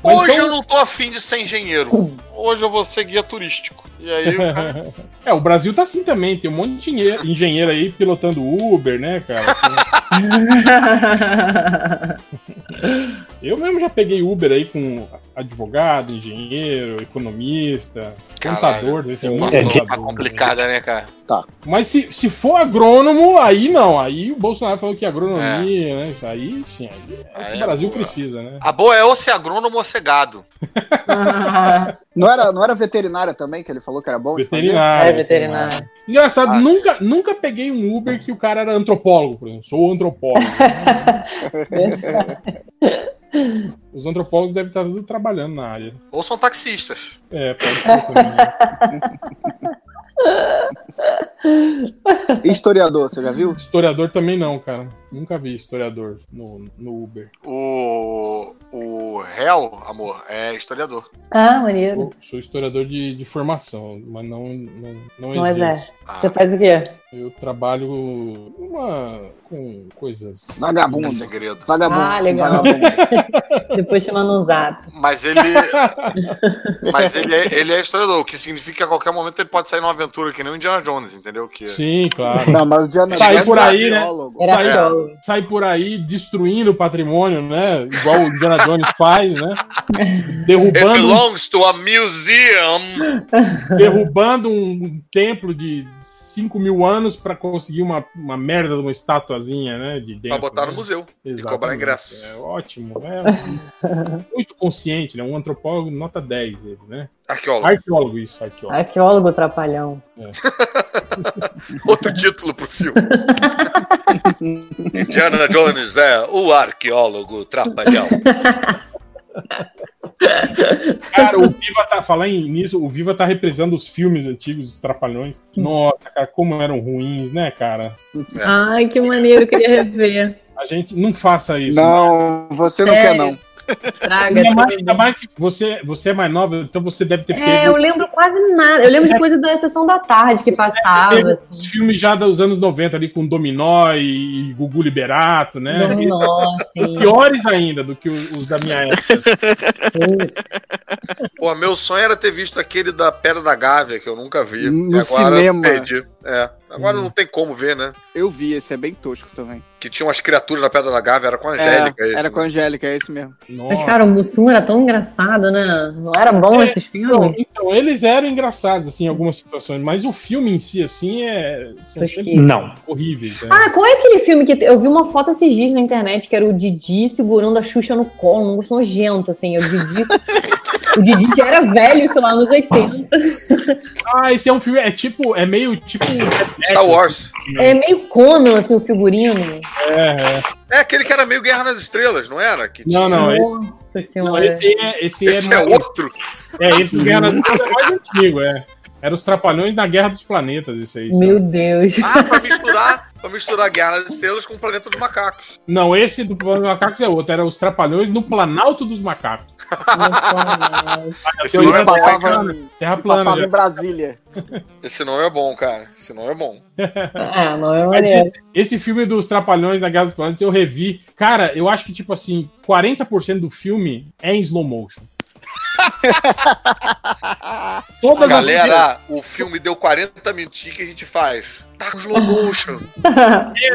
[SPEAKER 1] Ou
[SPEAKER 3] Hoje
[SPEAKER 1] então-
[SPEAKER 3] eu não tô afim de ser engenheiro. Hoje eu vou ser guia turístico. E aí o cara
[SPEAKER 1] É, o Brasil tá assim também, tem um monte de engenhe- engenheiro aí pilotando Uber, né, cara? Eu mesmo já peguei Uber aí com advogado, engenheiro, economista, contador,
[SPEAKER 3] Caralho,
[SPEAKER 1] esse
[SPEAKER 2] situação
[SPEAKER 1] muito
[SPEAKER 3] a situação tá
[SPEAKER 1] contador, né?
[SPEAKER 3] complicada, né, cara?
[SPEAKER 1] Mas se, se for agrônomo, aí não. Aí o Bolsonaro falou que é agronomia, né? Isso aí sim, aí é o que
[SPEAKER 3] É. Aí
[SPEAKER 1] o
[SPEAKER 3] é
[SPEAKER 1] Brasil
[SPEAKER 3] boa.
[SPEAKER 1] precisa, né?
[SPEAKER 3] A boa é ou ser agrônomo ou ser gado.
[SPEAKER 2] Não era, não era veterinária também, que ele falou que era bom? de
[SPEAKER 1] Veterinário.
[SPEAKER 6] É veterinário.
[SPEAKER 1] Engraçado,
[SPEAKER 3] Ah.
[SPEAKER 1] nunca, nunca peguei um Uber que o cara era antropólogo, por exemplo. Sou antropólogo. Os antropólogos devem estar tudo trabalhando na área.
[SPEAKER 3] Ou são taxistas.
[SPEAKER 1] É, pode ser também. né?
[SPEAKER 2] fazer? Historiador, você já viu?
[SPEAKER 1] Historiador também não, cara. Nunca vi historiador no, no Uber.
[SPEAKER 3] O. O réu, amor, é historiador.
[SPEAKER 6] Ah, maneiro.
[SPEAKER 1] Sou, sou historiador de, de formação, mas não, não, não,
[SPEAKER 6] Não
[SPEAKER 1] exerço.
[SPEAKER 6] exerce.
[SPEAKER 3] Ah,
[SPEAKER 6] Você faz o quê?
[SPEAKER 1] Eu trabalho uma, com coisas.
[SPEAKER 3] é
[SPEAKER 2] Vagabundo.
[SPEAKER 3] segredo.
[SPEAKER 2] Vagabundo.
[SPEAKER 6] Ah, legal.
[SPEAKER 2] Vagabundo.
[SPEAKER 6] Depois te manda um zap.
[SPEAKER 3] Mas ele. mas ele é, ele é historiador, o que significa que a qualquer momento ele pode sair numa aventura que nem o Indiana Jones, entendeu? Que...
[SPEAKER 1] Sim, claro.
[SPEAKER 2] Não, mas o Diana
[SPEAKER 1] Sai
[SPEAKER 2] Jones
[SPEAKER 1] por
[SPEAKER 2] era
[SPEAKER 1] aí, né?
[SPEAKER 2] biólogo.
[SPEAKER 6] Era
[SPEAKER 1] Saiu.
[SPEAKER 6] show.
[SPEAKER 1] Sai por aí destruindo o patrimônio, né? Igual o Indiana Jones faz, né?
[SPEAKER 3] It
[SPEAKER 1] Derrubando,
[SPEAKER 3] belongs to a museum.
[SPEAKER 1] derrubando um templo de 5 mil anos para conseguir uma, uma merda de uma estatuazinha, né? De dentro,
[SPEAKER 3] Pra botar no
[SPEAKER 1] né?
[SPEAKER 3] museu.
[SPEAKER 1] Exatamente.
[SPEAKER 3] cobrar ingresso.
[SPEAKER 1] É ótimo. é muito consciente, né? Um antropólogo nota 10, ele, né?
[SPEAKER 3] Arqueólogo.
[SPEAKER 1] Arqueólogo, isso, arqueólogo.
[SPEAKER 6] Arqueólogo trapalhão.
[SPEAKER 3] Outro título pro filme. Indiana Jones é o arqueólogo trapalhão.
[SPEAKER 1] Cara, o Viva tá falando nisso, o Viva tá reprisando os filmes antigos, os Trapalhões. Nossa, cara, como eram ruins, né, cara?
[SPEAKER 6] Ai, que maneiro, queria rever.
[SPEAKER 1] A gente não faça isso.
[SPEAKER 2] Não, você não
[SPEAKER 6] Sério?
[SPEAKER 2] quer, não.
[SPEAKER 6] Traga.
[SPEAKER 1] Ainda mais,
[SPEAKER 6] tudo.
[SPEAKER 1] ainda mais que você, você é mais nova, então você deve ter
[SPEAKER 6] É,
[SPEAKER 1] pego
[SPEAKER 6] eu lembro quase nada. Eu lembro de coisa da sessão da tarde que passava. Assim.
[SPEAKER 1] os filmes já dos anos 90 ali com Dominó e, e Gugu Liberato, né?
[SPEAKER 6] Dominó, assim.
[SPEAKER 1] Piores ainda do que os, os da minha época.
[SPEAKER 6] assim.
[SPEAKER 3] Pô, meu sonho era ter visto aquele da Pedra da Gávea, que eu nunca vi.
[SPEAKER 2] No
[SPEAKER 3] E agora eu
[SPEAKER 2] cinema.
[SPEAKER 3] Perdi. É. Agora não tem como ver, né?
[SPEAKER 2] Eu vi, esse é bem tosco também.
[SPEAKER 3] Que tinha umas criaturas na Pedra da Gávea, era com a Angélica.
[SPEAKER 2] É,
[SPEAKER 3] esse,
[SPEAKER 2] era
[SPEAKER 3] né?
[SPEAKER 2] com a Angélica, é isso mesmo.
[SPEAKER 6] Mas,
[SPEAKER 1] Nossa.
[SPEAKER 6] cara, o Mussum era tão engraçado, né? Não era bom
[SPEAKER 1] É,
[SPEAKER 6] esses
[SPEAKER 1] Então,
[SPEAKER 6] filmes?
[SPEAKER 1] então, eles eram engraçados, assim, em algumas situações, mas o filme em si, assim, é. São
[SPEAKER 6] Tosquinho.
[SPEAKER 1] sempre
[SPEAKER 4] Não.
[SPEAKER 1] horríveis. né?
[SPEAKER 6] Ah, qual é aquele filme que eu vi uma foto esses dias na internet que era o Didi segurando a Xuxa no colo, um gosto nojento, assim. O Didi, o Didi já era velho, sei lá, nos 80.
[SPEAKER 1] Ah, esse é um filme. É tipo. É meio tipo.
[SPEAKER 3] Star Wars.
[SPEAKER 6] É meio Conan, assim, o figurino.
[SPEAKER 1] É, é.
[SPEAKER 3] É aquele que era meio Guerra nas Estrelas, não era? Que tinha-
[SPEAKER 1] Não, não. Esse,
[SPEAKER 6] Nossa
[SPEAKER 1] não,
[SPEAKER 6] senhora.
[SPEAKER 1] esse é. Esse,
[SPEAKER 3] Esse é
[SPEAKER 1] é, mais-
[SPEAKER 3] outro.
[SPEAKER 1] é, esse do Guerra das Estrelas é mais antigo, é. Era os Trapalhões na Guerra dos Planetas, isso aí.
[SPEAKER 6] Meu Deus.
[SPEAKER 3] Ah, pra misturar, pra misturar Guerra nas Estrelas com o Planeta dos Macacos.
[SPEAKER 1] Não, esse do Planalto dos Macacos é outro. Era os Trapalhões no Planalto dos Macacos.
[SPEAKER 3] Esse
[SPEAKER 2] Eu
[SPEAKER 3] nome é bom, hein, cara?
[SPEAKER 2] passava, em-
[SPEAKER 1] Terra
[SPEAKER 2] passava em
[SPEAKER 1] plana. né?
[SPEAKER 2] Brasília.
[SPEAKER 3] Esse nome é bom, cara. Esse nome é bom.
[SPEAKER 6] Ah, não é
[SPEAKER 1] Mas
[SPEAKER 6] maneiro.
[SPEAKER 1] esse, esse filme dos Trapalhões na Guerra dos Planetas eu revi. Cara, eu acho que, tipo assim, 40% do filme é em slow motion.
[SPEAKER 2] é
[SPEAKER 1] Todas as
[SPEAKER 3] Galera, o filme deu 40 minutos que a gente faz. Tá com slow motion.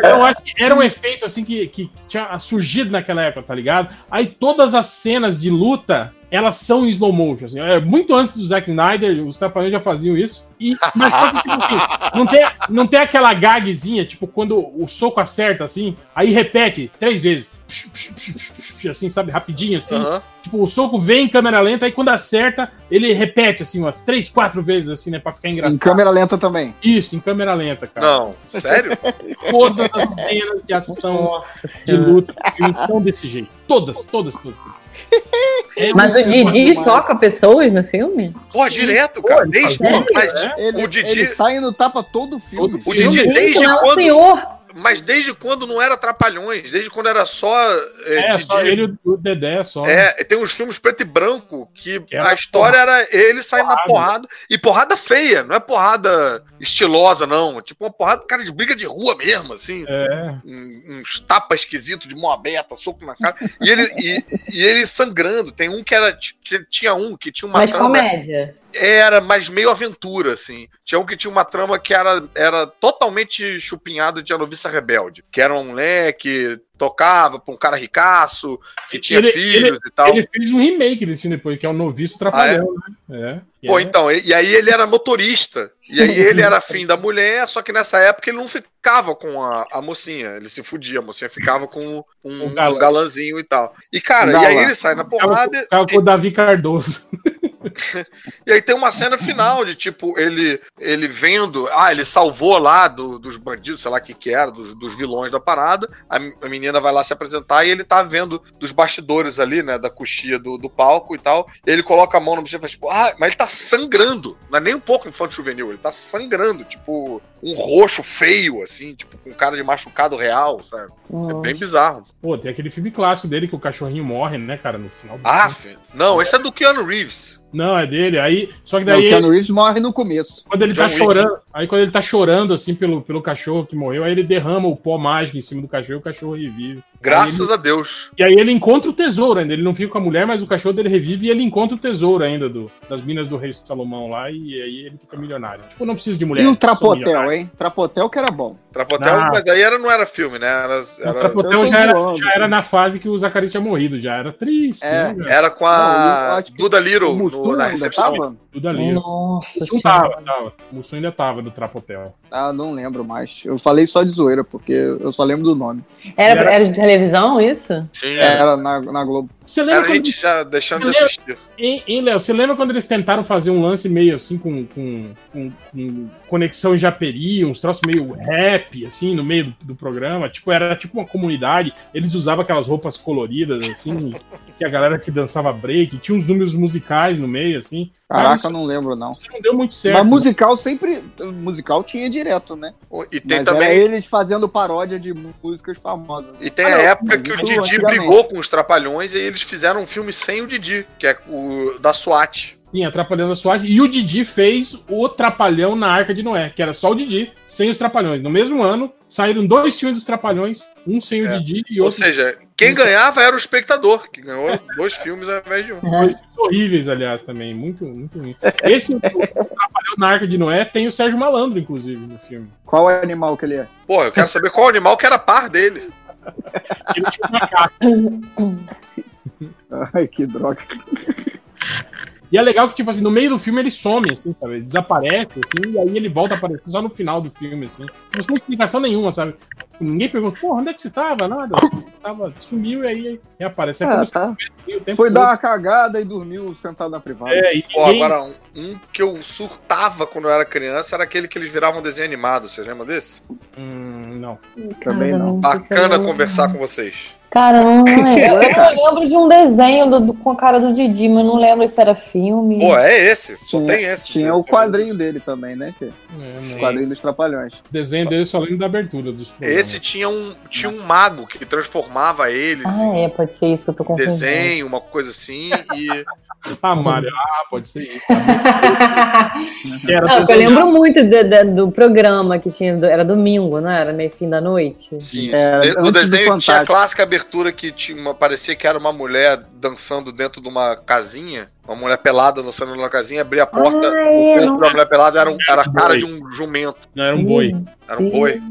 [SPEAKER 3] É.
[SPEAKER 1] Eu acho que era um efeito assim que, que tinha surgido naquela época, tá ligado? Aí todas as cenas de luta, elas são em slow motion. Assim. É, muito antes do Zack Snyder, os Trapalhões já faziam isso. E, mas só que, tipo, assim, não, tem, não tem aquela gagzinha, tipo, quando o soco acerta assim, aí repete três vezes. Psh, psh, psh, psh, psh, psh, Assim, sabe, rapidinho assim.
[SPEAKER 3] Aham.
[SPEAKER 1] Tipo, o soco vem em câmera lenta, aí quando acerta, ele repete assim, umas três, quatro vezes, assim, né? Pra ficar
[SPEAKER 2] Em
[SPEAKER 1] engraçado.
[SPEAKER 2] câmera lenta também.
[SPEAKER 1] Isso, em câmera lenta, cara
[SPEAKER 3] Não, sério?
[SPEAKER 1] todas as cenas de ação
[SPEAKER 6] Nossa
[SPEAKER 1] de
[SPEAKER 6] senhora.
[SPEAKER 7] Ah.
[SPEAKER 1] luta do filme são desse jeito. Todas, todas, todas. É
[SPEAKER 7] Mas o
[SPEAKER 1] muito bom
[SPEAKER 7] Didi
[SPEAKER 1] demais.
[SPEAKER 7] soca pessoas no filme?
[SPEAKER 3] Pô, direto, cara. Desde
[SPEAKER 7] né?
[SPEAKER 1] Pô,
[SPEAKER 3] quando? Mas,
[SPEAKER 1] é.
[SPEAKER 2] Ele,
[SPEAKER 3] O Didi-
[SPEAKER 2] ele sai no tapa todo o filme.
[SPEAKER 1] Todo
[SPEAKER 3] o
[SPEAKER 1] filme.
[SPEAKER 3] Didi,
[SPEAKER 7] Gente,
[SPEAKER 3] desde
[SPEAKER 6] é um
[SPEAKER 7] mas o
[SPEAKER 3] quando,
[SPEAKER 7] senhor.
[SPEAKER 3] mas desde quando não era Trapalhões? Desde quando era só. É,
[SPEAKER 1] É, só
[SPEAKER 3] Didi.
[SPEAKER 1] ele e o Dedé, só.
[SPEAKER 3] É, tem uns filmes preto e branco que
[SPEAKER 1] Que é era
[SPEAKER 3] a história era ele saindo na porrada. E porrada feia, não é porrada estilosa, não. Tipo uma porrada, cara, de briga de rua mesmo, assim.
[SPEAKER 1] É.
[SPEAKER 3] um- uns tapas esquisitos de mão aberta, soco na cara. E ele, e, e ele sangrando. Tem um que era. t- t- Tinha um que tinha uma
[SPEAKER 7] Mas
[SPEAKER 3] trama-
[SPEAKER 7] comédia.
[SPEAKER 3] Era, mas meio aventura, assim. Tinha um que tinha uma trama que era, era totalmente chupinhado de A Noviça Rebelde. Que era um moleque, tocava pra um cara ricaço, que tinha
[SPEAKER 1] Ele-
[SPEAKER 3] filhos e tal.
[SPEAKER 1] Ele fez um remake desse filme depois, que é o Noviço Trapalhão, né? É.
[SPEAKER 3] Ah, Pô,
[SPEAKER 1] E é-
[SPEAKER 3] então, e, e aí ele era motorista. E aí ele era afim da mulher, só que nessa época ele não ficava com a, a mocinha. Ele se fudia, a mocinha ficava com um,
[SPEAKER 1] Um galã.
[SPEAKER 3] um galanzinho e tal. E, cara,
[SPEAKER 2] Um
[SPEAKER 3] e aí
[SPEAKER 2] galã.
[SPEAKER 3] ele sai na
[SPEAKER 1] Ficava
[SPEAKER 3] porrada.
[SPEAKER 1] com- ficava com o Davi Cardoso.
[SPEAKER 3] E aí tem uma cena final de tipo, ele ele vendo, ah, ele salvou lá do- dos bandidos, sei lá o que que era, dos, dos vilões da parada. A, m- a menina vai lá se apresentar e ele tá vendo dos bastidores ali, né, da coxia do, do palco e tal. ele coloca a mão no bicho e faz tipo, ah, mas ele tá sangrando. Não é nem um pouco infanto juvenil, ele tá sangrando, tipo, um roxo feio, assim, tipo, com cara de machucado real, sabe? É bem bizarro.
[SPEAKER 1] Pô, tem aquele filme clássico dele que o cachorrinho morre, né, cara, no final. do
[SPEAKER 3] Ah,
[SPEAKER 1] filme.
[SPEAKER 3] fi- não, esse é do Keanu Reeves.
[SPEAKER 1] Não, é dele. Aí, só que
[SPEAKER 2] Não, o
[SPEAKER 1] daí,
[SPEAKER 2] Keanu Reeves morre no começo.
[SPEAKER 1] quando ele
[SPEAKER 3] John
[SPEAKER 1] tá
[SPEAKER 3] Wick.
[SPEAKER 1] chorando, aí quando ele tá chorando, assim, pelo, pelo cachorro que morreu, aí ele derrama o pó mágico em cima do cachorro e o cachorro revive.
[SPEAKER 3] Graças a Deus.
[SPEAKER 1] E aí ele encontra o tesouro ainda. Ele não fica com a mulher, mas o cachorro dele revive e ele encontra o tesouro ainda do, das minas do rei Salomão lá e aí ele fica milionário. Tipo, não precisa de mulher.
[SPEAKER 2] e um né? o
[SPEAKER 1] sou milionário.
[SPEAKER 2] Trapotel, hein? Trapotel que era bom.
[SPEAKER 3] Trapotel,
[SPEAKER 1] Não.
[SPEAKER 3] um, mas aí era, não era filme, né? Era,
[SPEAKER 1] O
[SPEAKER 3] era,
[SPEAKER 1] Trapotel
[SPEAKER 2] Eu tô
[SPEAKER 1] Um já era,
[SPEAKER 2] zoando.
[SPEAKER 1] já era na fase que o Zacarias tinha morrido, já era triste,
[SPEAKER 2] É.
[SPEAKER 1] né? cara?
[SPEAKER 3] era com
[SPEAKER 2] Não, eu
[SPEAKER 3] a
[SPEAKER 2] acho que
[SPEAKER 3] Ah, Duda
[SPEAKER 2] O
[SPEAKER 3] Little
[SPEAKER 2] Mussum
[SPEAKER 3] no- na
[SPEAKER 2] ainda
[SPEAKER 3] recepção.
[SPEAKER 2] tava?
[SPEAKER 1] Tudo ali.
[SPEAKER 7] Nossa
[SPEAKER 1] Mussum
[SPEAKER 7] senhora.
[SPEAKER 1] tava, tava. O Mussum ainda tava do Trapotel.
[SPEAKER 2] Ah, não lembro mais. Eu falei só de zoeira, porque eu só lembro do nome.
[SPEAKER 7] Era, era de televisão isso?
[SPEAKER 3] Sim, era.
[SPEAKER 2] Era na, na Globo.
[SPEAKER 1] Você lembra
[SPEAKER 3] Era a
[SPEAKER 1] quando
[SPEAKER 3] gente já deixando de
[SPEAKER 1] Lembra-
[SPEAKER 3] assistir.
[SPEAKER 1] Hein, hein, Léo, você lembra quando eles tentaram fazer um lance meio assim com, com, com, com conexão em Japeri, uns troços meio rap, assim, no meio do, do programa? Tipo, era tipo uma comunidade, eles usavam aquelas roupas coloridas, assim, que a galera que dançava break, tinha uns números musicais no meio, assim.
[SPEAKER 2] Caraca,
[SPEAKER 1] isso-
[SPEAKER 2] eu não lembro, não.
[SPEAKER 1] Isso não deu muito certo. né?
[SPEAKER 2] Mas musical sempre. Musical tinha direto, né?
[SPEAKER 3] E tem
[SPEAKER 2] Mas era
[SPEAKER 3] também.
[SPEAKER 2] eles fazendo paródia de músicas famosas.
[SPEAKER 3] E tem
[SPEAKER 2] Ah,
[SPEAKER 3] a
[SPEAKER 2] não,
[SPEAKER 3] época
[SPEAKER 2] mas
[SPEAKER 3] que o
[SPEAKER 2] isso
[SPEAKER 3] Didi
[SPEAKER 2] antigamente.
[SPEAKER 3] brigou com os Trapalhões e eles fizeram um filme sem o Didi, que é o da SWAT.
[SPEAKER 1] Sim, atrapalhando a SWAT. E o Didi fez o Trapalhão na Arca de Noé, que era só o Didi, sem os Trapalhões. No mesmo ano, saíram dois filmes dos Trapalhões, um sem
[SPEAKER 3] É.
[SPEAKER 1] o Didi e
[SPEAKER 3] Ou
[SPEAKER 1] outro
[SPEAKER 3] seja, quem ganhava era o espectador, que ganhou dois filmes ao invés de um.
[SPEAKER 1] Coisas horríveis, aliás, também. Muito, muito ruim. Esse o Trapalhão na Arca de Noé tem o Sérgio Malandro, inclusive, no filme.
[SPEAKER 2] Qual é o animal que ele é?
[SPEAKER 3] Pô, eu quero saber qual animal que era par dele.
[SPEAKER 1] Ele tinha um macaco.
[SPEAKER 2] Ai, que droga.
[SPEAKER 1] E é legal que, tipo assim, no meio do filme ele some, assim, sabe? Ele desaparece, assim, e aí ele volta a aparecer só no final do filme, assim. Tipo, sem explicação nenhuma, sabe? Ninguém pergunta, porra, onde é que você tava? Nada. Tava, sumiu e aí reaparece. É como
[SPEAKER 2] Ah,
[SPEAKER 1] se
[SPEAKER 2] tá.
[SPEAKER 1] fosse o tempo
[SPEAKER 2] Foi dar
[SPEAKER 1] todo.
[SPEAKER 2] uma cagada e dormiu sentado na privada.
[SPEAKER 1] É, e
[SPEAKER 3] Pô,
[SPEAKER 1] ninguém-
[SPEAKER 3] agora, um, um que eu surtava quando eu era criança era aquele que eles viravam desenho animado. Vocês lembram desse?
[SPEAKER 1] Hum, não.
[SPEAKER 2] Também não.
[SPEAKER 3] Bacana conversar com vocês.
[SPEAKER 7] Cara, não lembro.
[SPEAKER 2] Cara.
[SPEAKER 7] Eu lembro de um desenho do- do- com a cara do Didi, mas não lembro se era filme.
[SPEAKER 3] Pô, é esse. Só
[SPEAKER 2] Tinha-
[SPEAKER 3] tem esse.
[SPEAKER 2] Tinha o quadrinho dele também, né? que-
[SPEAKER 1] É,
[SPEAKER 2] O
[SPEAKER 1] não.
[SPEAKER 2] quadrinho dos Trapalhões.
[SPEAKER 1] O desenho dele só lembro da abertura dos programas.
[SPEAKER 3] Esse tinha um, tinha um mago que transformava eles
[SPEAKER 7] Ah, é, pode ser isso que eu tô
[SPEAKER 3] em
[SPEAKER 7] confundindo.
[SPEAKER 3] desenho, uma coisa assim. E
[SPEAKER 1] Ah, Mário. Ah, pode ser isso. Que era
[SPEAKER 7] Não, é eu
[SPEAKER 1] desenhado.
[SPEAKER 7] lembro muito de- de- do programa que tinha, do- era domingo, não era? Meio fim da noite.
[SPEAKER 3] Sim.
[SPEAKER 2] Era
[SPEAKER 3] De- no
[SPEAKER 2] antes do
[SPEAKER 3] desenho tinha a
[SPEAKER 2] Fantástico.
[SPEAKER 3] clássica abertura que tinha uma, parecia que era uma mulher dançando dentro de uma casinha. Uma mulher pelada dançando numa casinha, abria a porta.
[SPEAKER 7] Ah,
[SPEAKER 3] o
[SPEAKER 7] é,
[SPEAKER 3] corpo da mulher pelada era, um- era a cara
[SPEAKER 1] Boi.
[SPEAKER 3] de um jumento,
[SPEAKER 1] Não, era um boi.
[SPEAKER 3] era um boi.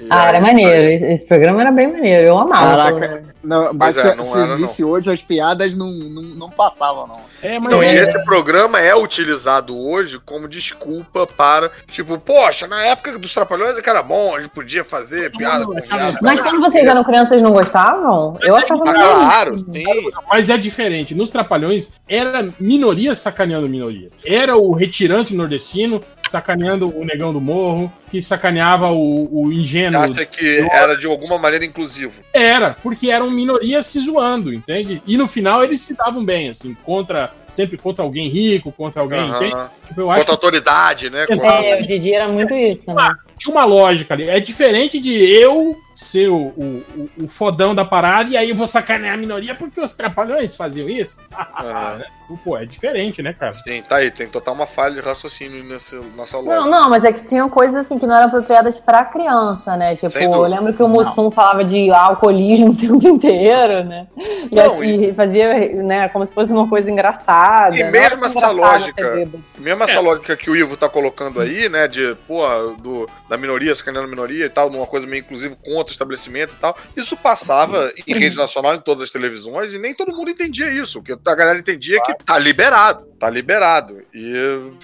[SPEAKER 3] E
[SPEAKER 7] Ah, era
[SPEAKER 3] aí-
[SPEAKER 7] maneiro. Esse, esse programa era bem maneiro. Eu amava.
[SPEAKER 2] Caraca.
[SPEAKER 7] pelo menos.
[SPEAKER 2] Não, mas
[SPEAKER 3] Pois é,
[SPEAKER 2] se,
[SPEAKER 3] não
[SPEAKER 2] se
[SPEAKER 3] era, não.
[SPEAKER 2] visse hoje, as piadas não, não, não passavam, não.
[SPEAKER 1] É, mas
[SPEAKER 3] Então, e
[SPEAKER 1] é-
[SPEAKER 3] esse
[SPEAKER 7] né?
[SPEAKER 3] programa é utilizado hoje como desculpa para, tipo, poxa, na época dos Trapalhões é que era bom, a gente podia fazer piada né? com viado.
[SPEAKER 7] Mas quando vocês eram crianças, não gostavam? Eu achava
[SPEAKER 3] Ah,
[SPEAKER 7] maneiro.
[SPEAKER 3] Claro, sim.
[SPEAKER 1] mas é diferente. Nos Trapalhões, era minoria sacaneando minoria. Era o retirante nordestino sacaneando o negão do morro, que sacaneava o, o
[SPEAKER 3] Você
[SPEAKER 1] ingênuo.
[SPEAKER 3] acha que era de alguma maneira inclusivo?
[SPEAKER 1] Era, porque eram minorias se zoando, entende? E no final eles se davam bem, assim, contra, sempre contra alguém rico, contra alguém. entende?
[SPEAKER 3] Aham.
[SPEAKER 1] Tipo, eu acho
[SPEAKER 3] Contra a
[SPEAKER 1] que
[SPEAKER 3] autoridade, né?
[SPEAKER 1] Exato.
[SPEAKER 3] Contra-
[SPEAKER 7] É, o Didi era muito isso, né?
[SPEAKER 1] tinha uma lógica ali. É diferente de eu ser o, o, o- o fodão da parada e aí eu vou sacanear a minoria porque os trapalhões faziam isso. Ah,
[SPEAKER 3] Aham.
[SPEAKER 1] Pô, é diferente, né, cara?
[SPEAKER 3] Ah, Sim, tá aí, tem total uma falha de raciocínio nessa, nessa
[SPEAKER 7] Não,
[SPEAKER 3] lógica.
[SPEAKER 7] não, mas é que tinham coisas assim que não eram apropriadas pra criança, né? Tipo,
[SPEAKER 3] Sem dúvida.
[SPEAKER 7] eu lembro que o Mussum falava de alcoolismo o tempo inteiro, né? E,
[SPEAKER 3] Não,
[SPEAKER 7] acho que fazia, né, como se fosse uma coisa engraçada.
[SPEAKER 3] E
[SPEAKER 7] Não
[SPEAKER 3] mesmo
[SPEAKER 7] era
[SPEAKER 3] essa
[SPEAKER 7] engraçado
[SPEAKER 3] lógica-
[SPEAKER 7] ser bêbado.
[SPEAKER 3] Mesmo essa lógica que o Ivo tá colocando aí, né? De, porra, do, da minoria, sacaneando a minoria e tal, numa coisa meio inclusiva contra o estabelecimento e tal. Isso passava
[SPEAKER 7] Uhum.
[SPEAKER 3] em rede nacional, em todas as televisões, e nem todo mundo entendia isso. O que a galera entendia é que tá liberado, tá liberado. E,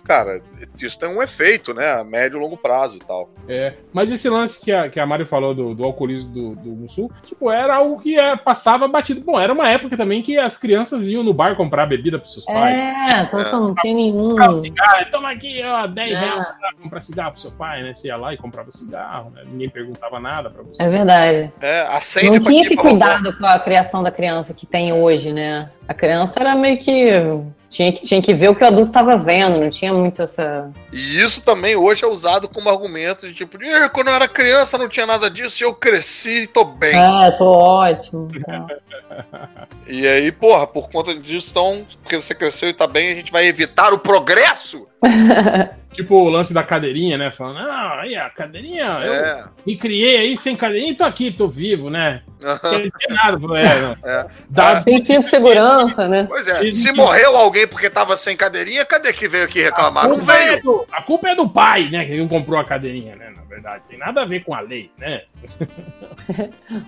[SPEAKER 3] cara, isso tem um efeito, né? A médio e longo prazo e tal.
[SPEAKER 1] Mas esse lance que a, que a Mari falou do, do alcoolismo do, do Musul, tipo, era algo que é, passava batido. Bom, era uma época também que as crianças iam no bar comprar bebida pros seus pais.
[SPEAKER 7] É, total, não tem nenhum.
[SPEAKER 1] Comprar um cigarro, toma aqui, ó, 10 reais
[SPEAKER 7] né?
[SPEAKER 1] pra comprar cigarro pro seu pai, né? Você ia lá e comprava cigarro, né? Ninguém perguntava nada pra você.
[SPEAKER 7] É verdade.
[SPEAKER 3] É, acende
[SPEAKER 7] não
[SPEAKER 3] pra
[SPEAKER 7] tinha
[SPEAKER 3] aqui,
[SPEAKER 7] esse
[SPEAKER 3] pra lá,
[SPEAKER 7] cuidado com a criação da criança que tem hoje, né? A criança era meio que. Tinha que, tinha que ver o que o adulto tava vendo, não tinha muito essa.
[SPEAKER 3] E isso também hoje é usado como argumento de tipo, de, "Eh, quando eu era criança não tinha nada disso, e eu cresci e tô bem.
[SPEAKER 7] É, tô ótimo. tá.
[SPEAKER 3] E aí, porra, por conta disso, então, porque você cresceu e tá bem, a gente vai evitar o progresso?
[SPEAKER 1] Tipo o lance da cadeirinha, né? Falando, ah, aí a cadeirinha, eu
[SPEAKER 3] É.
[SPEAKER 1] me criei aí sem cadeirinha e tô aqui, tô vivo, né?
[SPEAKER 3] Aham.
[SPEAKER 1] Não quer dizer nada. Eu falei, É, não.
[SPEAKER 3] É.
[SPEAKER 1] Dados
[SPEAKER 7] Tem cinto de segurança, né?
[SPEAKER 3] Pois é,
[SPEAKER 1] Existe-
[SPEAKER 3] se morreu alguém porque tava sem cadeirinha, cadê que veio aqui reclamar? Ah,
[SPEAKER 7] Ah,
[SPEAKER 3] Não
[SPEAKER 1] culpa é
[SPEAKER 3] veio.
[SPEAKER 1] do- a culpa é do pai, né? Que não comprou a cadeirinha, né? Na verdade, tem nada a ver com a lei, né?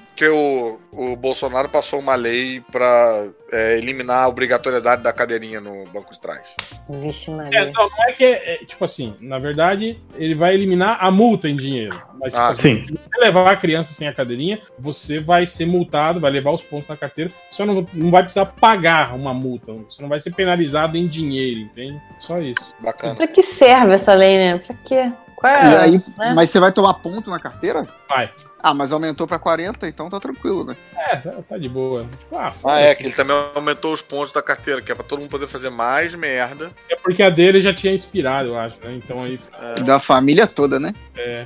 [SPEAKER 3] Porque o, o Bolsonaro passou uma lei pra é, eliminar a obrigatoriedade da cadeirinha no banco de trás.
[SPEAKER 7] Vixe,
[SPEAKER 1] É,
[SPEAKER 7] Maria.
[SPEAKER 1] não, não é que é, é, tipo assim, na verdade, ele vai eliminar a multa em dinheiro. Mas, tipo
[SPEAKER 3] Ah,
[SPEAKER 1] assim,
[SPEAKER 4] Sim.
[SPEAKER 1] se você levar a criança sem a cadeirinha, você vai ser multado, vai levar os pontos na carteira, só não, não vai precisar pagar uma multa, você não vai ser penalizado em dinheiro, entende? Só isso.
[SPEAKER 3] Bacana.
[SPEAKER 7] Pra que serve essa lei, né? Pra quê? Qual é?
[SPEAKER 2] E aí,
[SPEAKER 7] né?
[SPEAKER 2] mas você vai tomar ponto na carteira?
[SPEAKER 1] Vai.
[SPEAKER 2] Ah, mas aumentou pra 40, então tá tranquilo, né?
[SPEAKER 1] É, tá, tá de boa. Tipo, ah,
[SPEAKER 3] Ah, é,
[SPEAKER 1] foda-se.
[SPEAKER 3] que ele também aumentou os pontos da carteira, que é pra todo mundo poder fazer mais merda.
[SPEAKER 1] É porque a dele já tinha inspirado, eu acho, né? Então
[SPEAKER 3] Tá
[SPEAKER 1] aí.
[SPEAKER 2] Da família toda, né?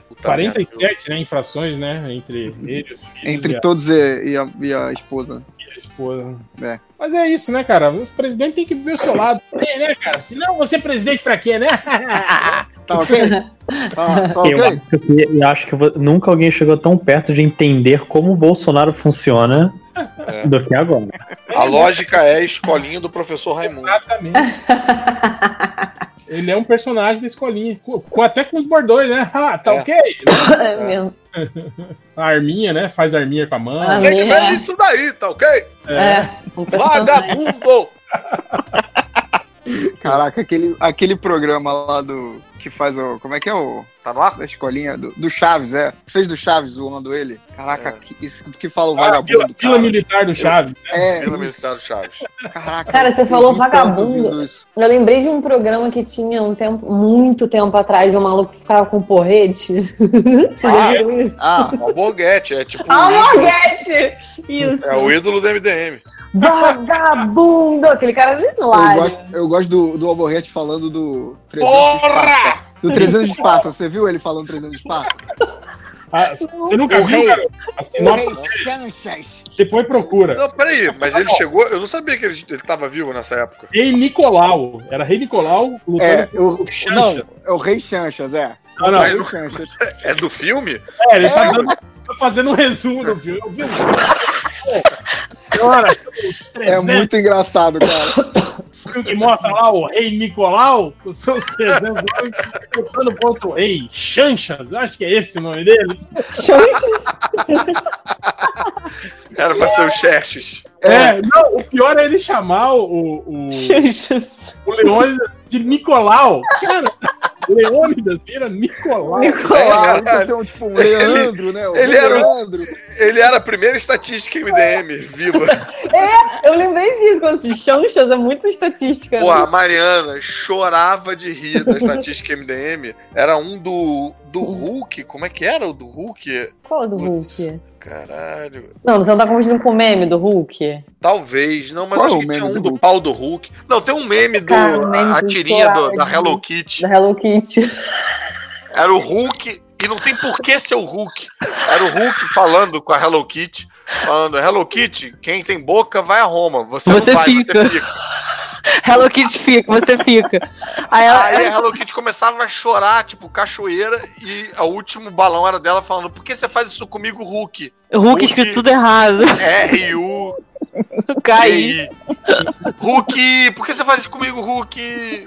[SPEAKER 3] Puta
[SPEAKER 1] 47 né, infrações, né? Entre ele, os filhos
[SPEAKER 2] Entre
[SPEAKER 1] e, a,
[SPEAKER 2] todos e, e a, e a esposa.
[SPEAKER 1] e a esposa.
[SPEAKER 2] É.
[SPEAKER 1] Mas é isso, né, cara? O presidente tem que ver o seu lado também, né, cara? Senão você é presidente pra quê, né?
[SPEAKER 2] Tá ok? Tá, tá
[SPEAKER 4] Eu
[SPEAKER 2] ok?
[SPEAKER 4] acho, que, eu acho que vo- nunca alguém chegou tão perto de entender como o Bolsonaro funciona
[SPEAKER 3] É.
[SPEAKER 4] do que agora.
[SPEAKER 3] merda. A lógica é a escolinha do professor Raimundo.
[SPEAKER 1] Exatamente. Ele é um personagem da escolinha. Co- co- até com os bordões, né? Ah, tá
[SPEAKER 3] É.
[SPEAKER 1] ok.
[SPEAKER 7] É mesmo.
[SPEAKER 1] A arminha, né? Faz arminha com a mão.
[SPEAKER 7] Ah,
[SPEAKER 3] Tem é que
[SPEAKER 7] Amiga.
[SPEAKER 3] ver isso daí, tá ok?
[SPEAKER 7] É. um personagem.
[SPEAKER 3] Vagabundo!
[SPEAKER 2] Caraca, aquele, aquele programa lá do. Que faz o. Como é que é o.
[SPEAKER 3] Tá no ar?
[SPEAKER 2] Da escolinha? Do, do Chaves, é. Fez do Chaves zoando ele. Caraca,
[SPEAKER 3] É.
[SPEAKER 2] que, isso que fala o
[SPEAKER 1] Ah,
[SPEAKER 2] vagabundo.
[SPEAKER 1] Vila, Vila
[SPEAKER 2] tá cara.
[SPEAKER 1] militar do Chaves.
[SPEAKER 2] É,
[SPEAKER 3] Pelo Ministério Chaves.
[SPEAKER 2] caraca.
[SPEAKER 7] Cara, você
[SPEAKER 2] eu
[SPEAKER 7] falou
[SPEAKER 2] ri tanto
[SPEAKER 7] vagabundo.
[SPEAKER 2] ouvindo isso.
[SPEAKER 7] Eu lembrei de um programa que tinha um tempo, muito tempo atrás, de um maluco que ficava com porrete. Você já
[SPEAKER 3] Ah,
[SPEAKER 7] viu isso?
[SPEAKER 2] Ah,
[SPEAKER 3] Uma boguete, é tipo.
[SPEAKER 7] Ah, Morguete! Isso.
[SPEAKER 3] É o ídolo do MDM.
[SPEAKER 7] Vagabundo! Aquele cara era
[SPEAKER 2] eu
[SPEAKER 7] hilário.
[SPEAKER 2] gosto, eu gosto do, do Alborrete falando do. 300 de Esparta.
[SPEAKER 3] Porra!
[SPEAKER 2] Do 300 de Esparta. Você viu ele falando 300 de Esparta?
[SPEAKER 1] Ah, c- você nunca
[SPEAKER 2] O
[SPEAKER 1] viu,
[SPEAKER 2] rei.
[SPEAKER 1] cara? A sinopse, depois procura.
[SPEAKER 3] Não, peraí, mas ele chegou. Eu não sabia que ele, ele tava vivo nessa época.
[SPEAKER 1] Rei Nicolau. Era Rei Nicolau lutando
[SPEAKER 2] É, eu,
[SPEAKER 1] com o Xancha.
[SPEAKER 2] não, é o Rei Chanchas, é.
[SPEAKER 1] Não, não,
[SPEAKER 2] É o
[SPEAKER 3] Mas
[SPEAKER 2] Rei Chanchas.
[SPEAKER 3] É do filme?
[SPEAKER 1] é, ele tá, dando- tá fazendo um resumo do filme. Eu vi o filme. Senhora,
[SPEAKER 2] É muito engraçado, cara.
[SPEAKER 1] que mostra lá o rei Nicolau, com seus 300 anos, lutando contra o rei Chanchas, eu acho que é esse o nome dele.
[SPEAKER 7] Chanches.
[SPEAKER 3] Era pra ser o Xerxes.
[SPEAKER 1] É, não, o pior é ele chamar o, o,
[SPEAKER 7] Chanches.
[SPEAKER 1] o Leônidas de Nicolau. Cara, Leônidas vira Nicolau.
[SPEAKER 2] Nicolau, então, você é um, tipo, um Leandro, né? O
[SPEAKER 3] ele era o-
[SPEAKER 2] Leandro.
[SPEAKER 3] Ele era a primeira estatística MDM, viva.
[SPEAKER 7] Eu lembrei disso, quando se chanchas é muito estatística.
[SPEAKER 3] Pô, a Mariana chorava de rir da estatística MDM. Era um do, do Hulk. Como é que era o do Hulk?
[SPEAKER 7] Qual é do
[SPEAKER 3] Putz.
[SPEAKER 7] Hulk?
[SPEAKER 3] Caralho.
[SPEAKER 7] Não, você não tá confundindo com o meme do Hulk?
[SPEAKER 3] Talvez, não, mas
[SPEAKER 2] Qual é
[SPEAKER 3] acho
[SPEAKER 2] o
[SPEAKER 3] que
[SPEAKER 2] meme
[SPEAKER 3] tinha um
[SPEAKER 2] do
[SPEAKER 3] do,
[SPEAKER 2] Hulk?
[SPEAKER 3] pau do Hulk. Não, tem um meme do.
[SPEAKER 7] Cara, o meme
[SPEAKER 3] a, a
[SPEAKER 7] do
[SPEAKER 3] tirinha do- da
[SPEAKER 7] Coragem.
[SPEAKER 3] Hello Kitty.
[SPEAKER 7] Da Hello Kitty.
[SPEAKER 3] Era o Hulk. E não tem por que ser o Hulk. Era o Hulk falando com a Hello Kitty. Falando, Hello Kitty, quem tem boca vai a Roma. Você,
[SPEAKER 8] Você
[SPEAKER 3] não vai,
[SPEAKER 8] fica."
[SPEAKER 3] você fica.
[SPEAKER 8] Hello Kitty fica, você fica. Aí ela,
[SPEAKER 7] é
[SPEAKER 3] Aí a Hello Kitty começava a chorar, tipo, cachoeira. E o último balão era dela falando, por que você faz isso comigo, Hulk?
[SPEAKER 8] Hulk escrito tudo errado.
[SPEAKER 3] R-U.
[SPEAKER 8] Caí.
[SPEAKER 3] Hulk, por que você faz isso comigo, Hulk?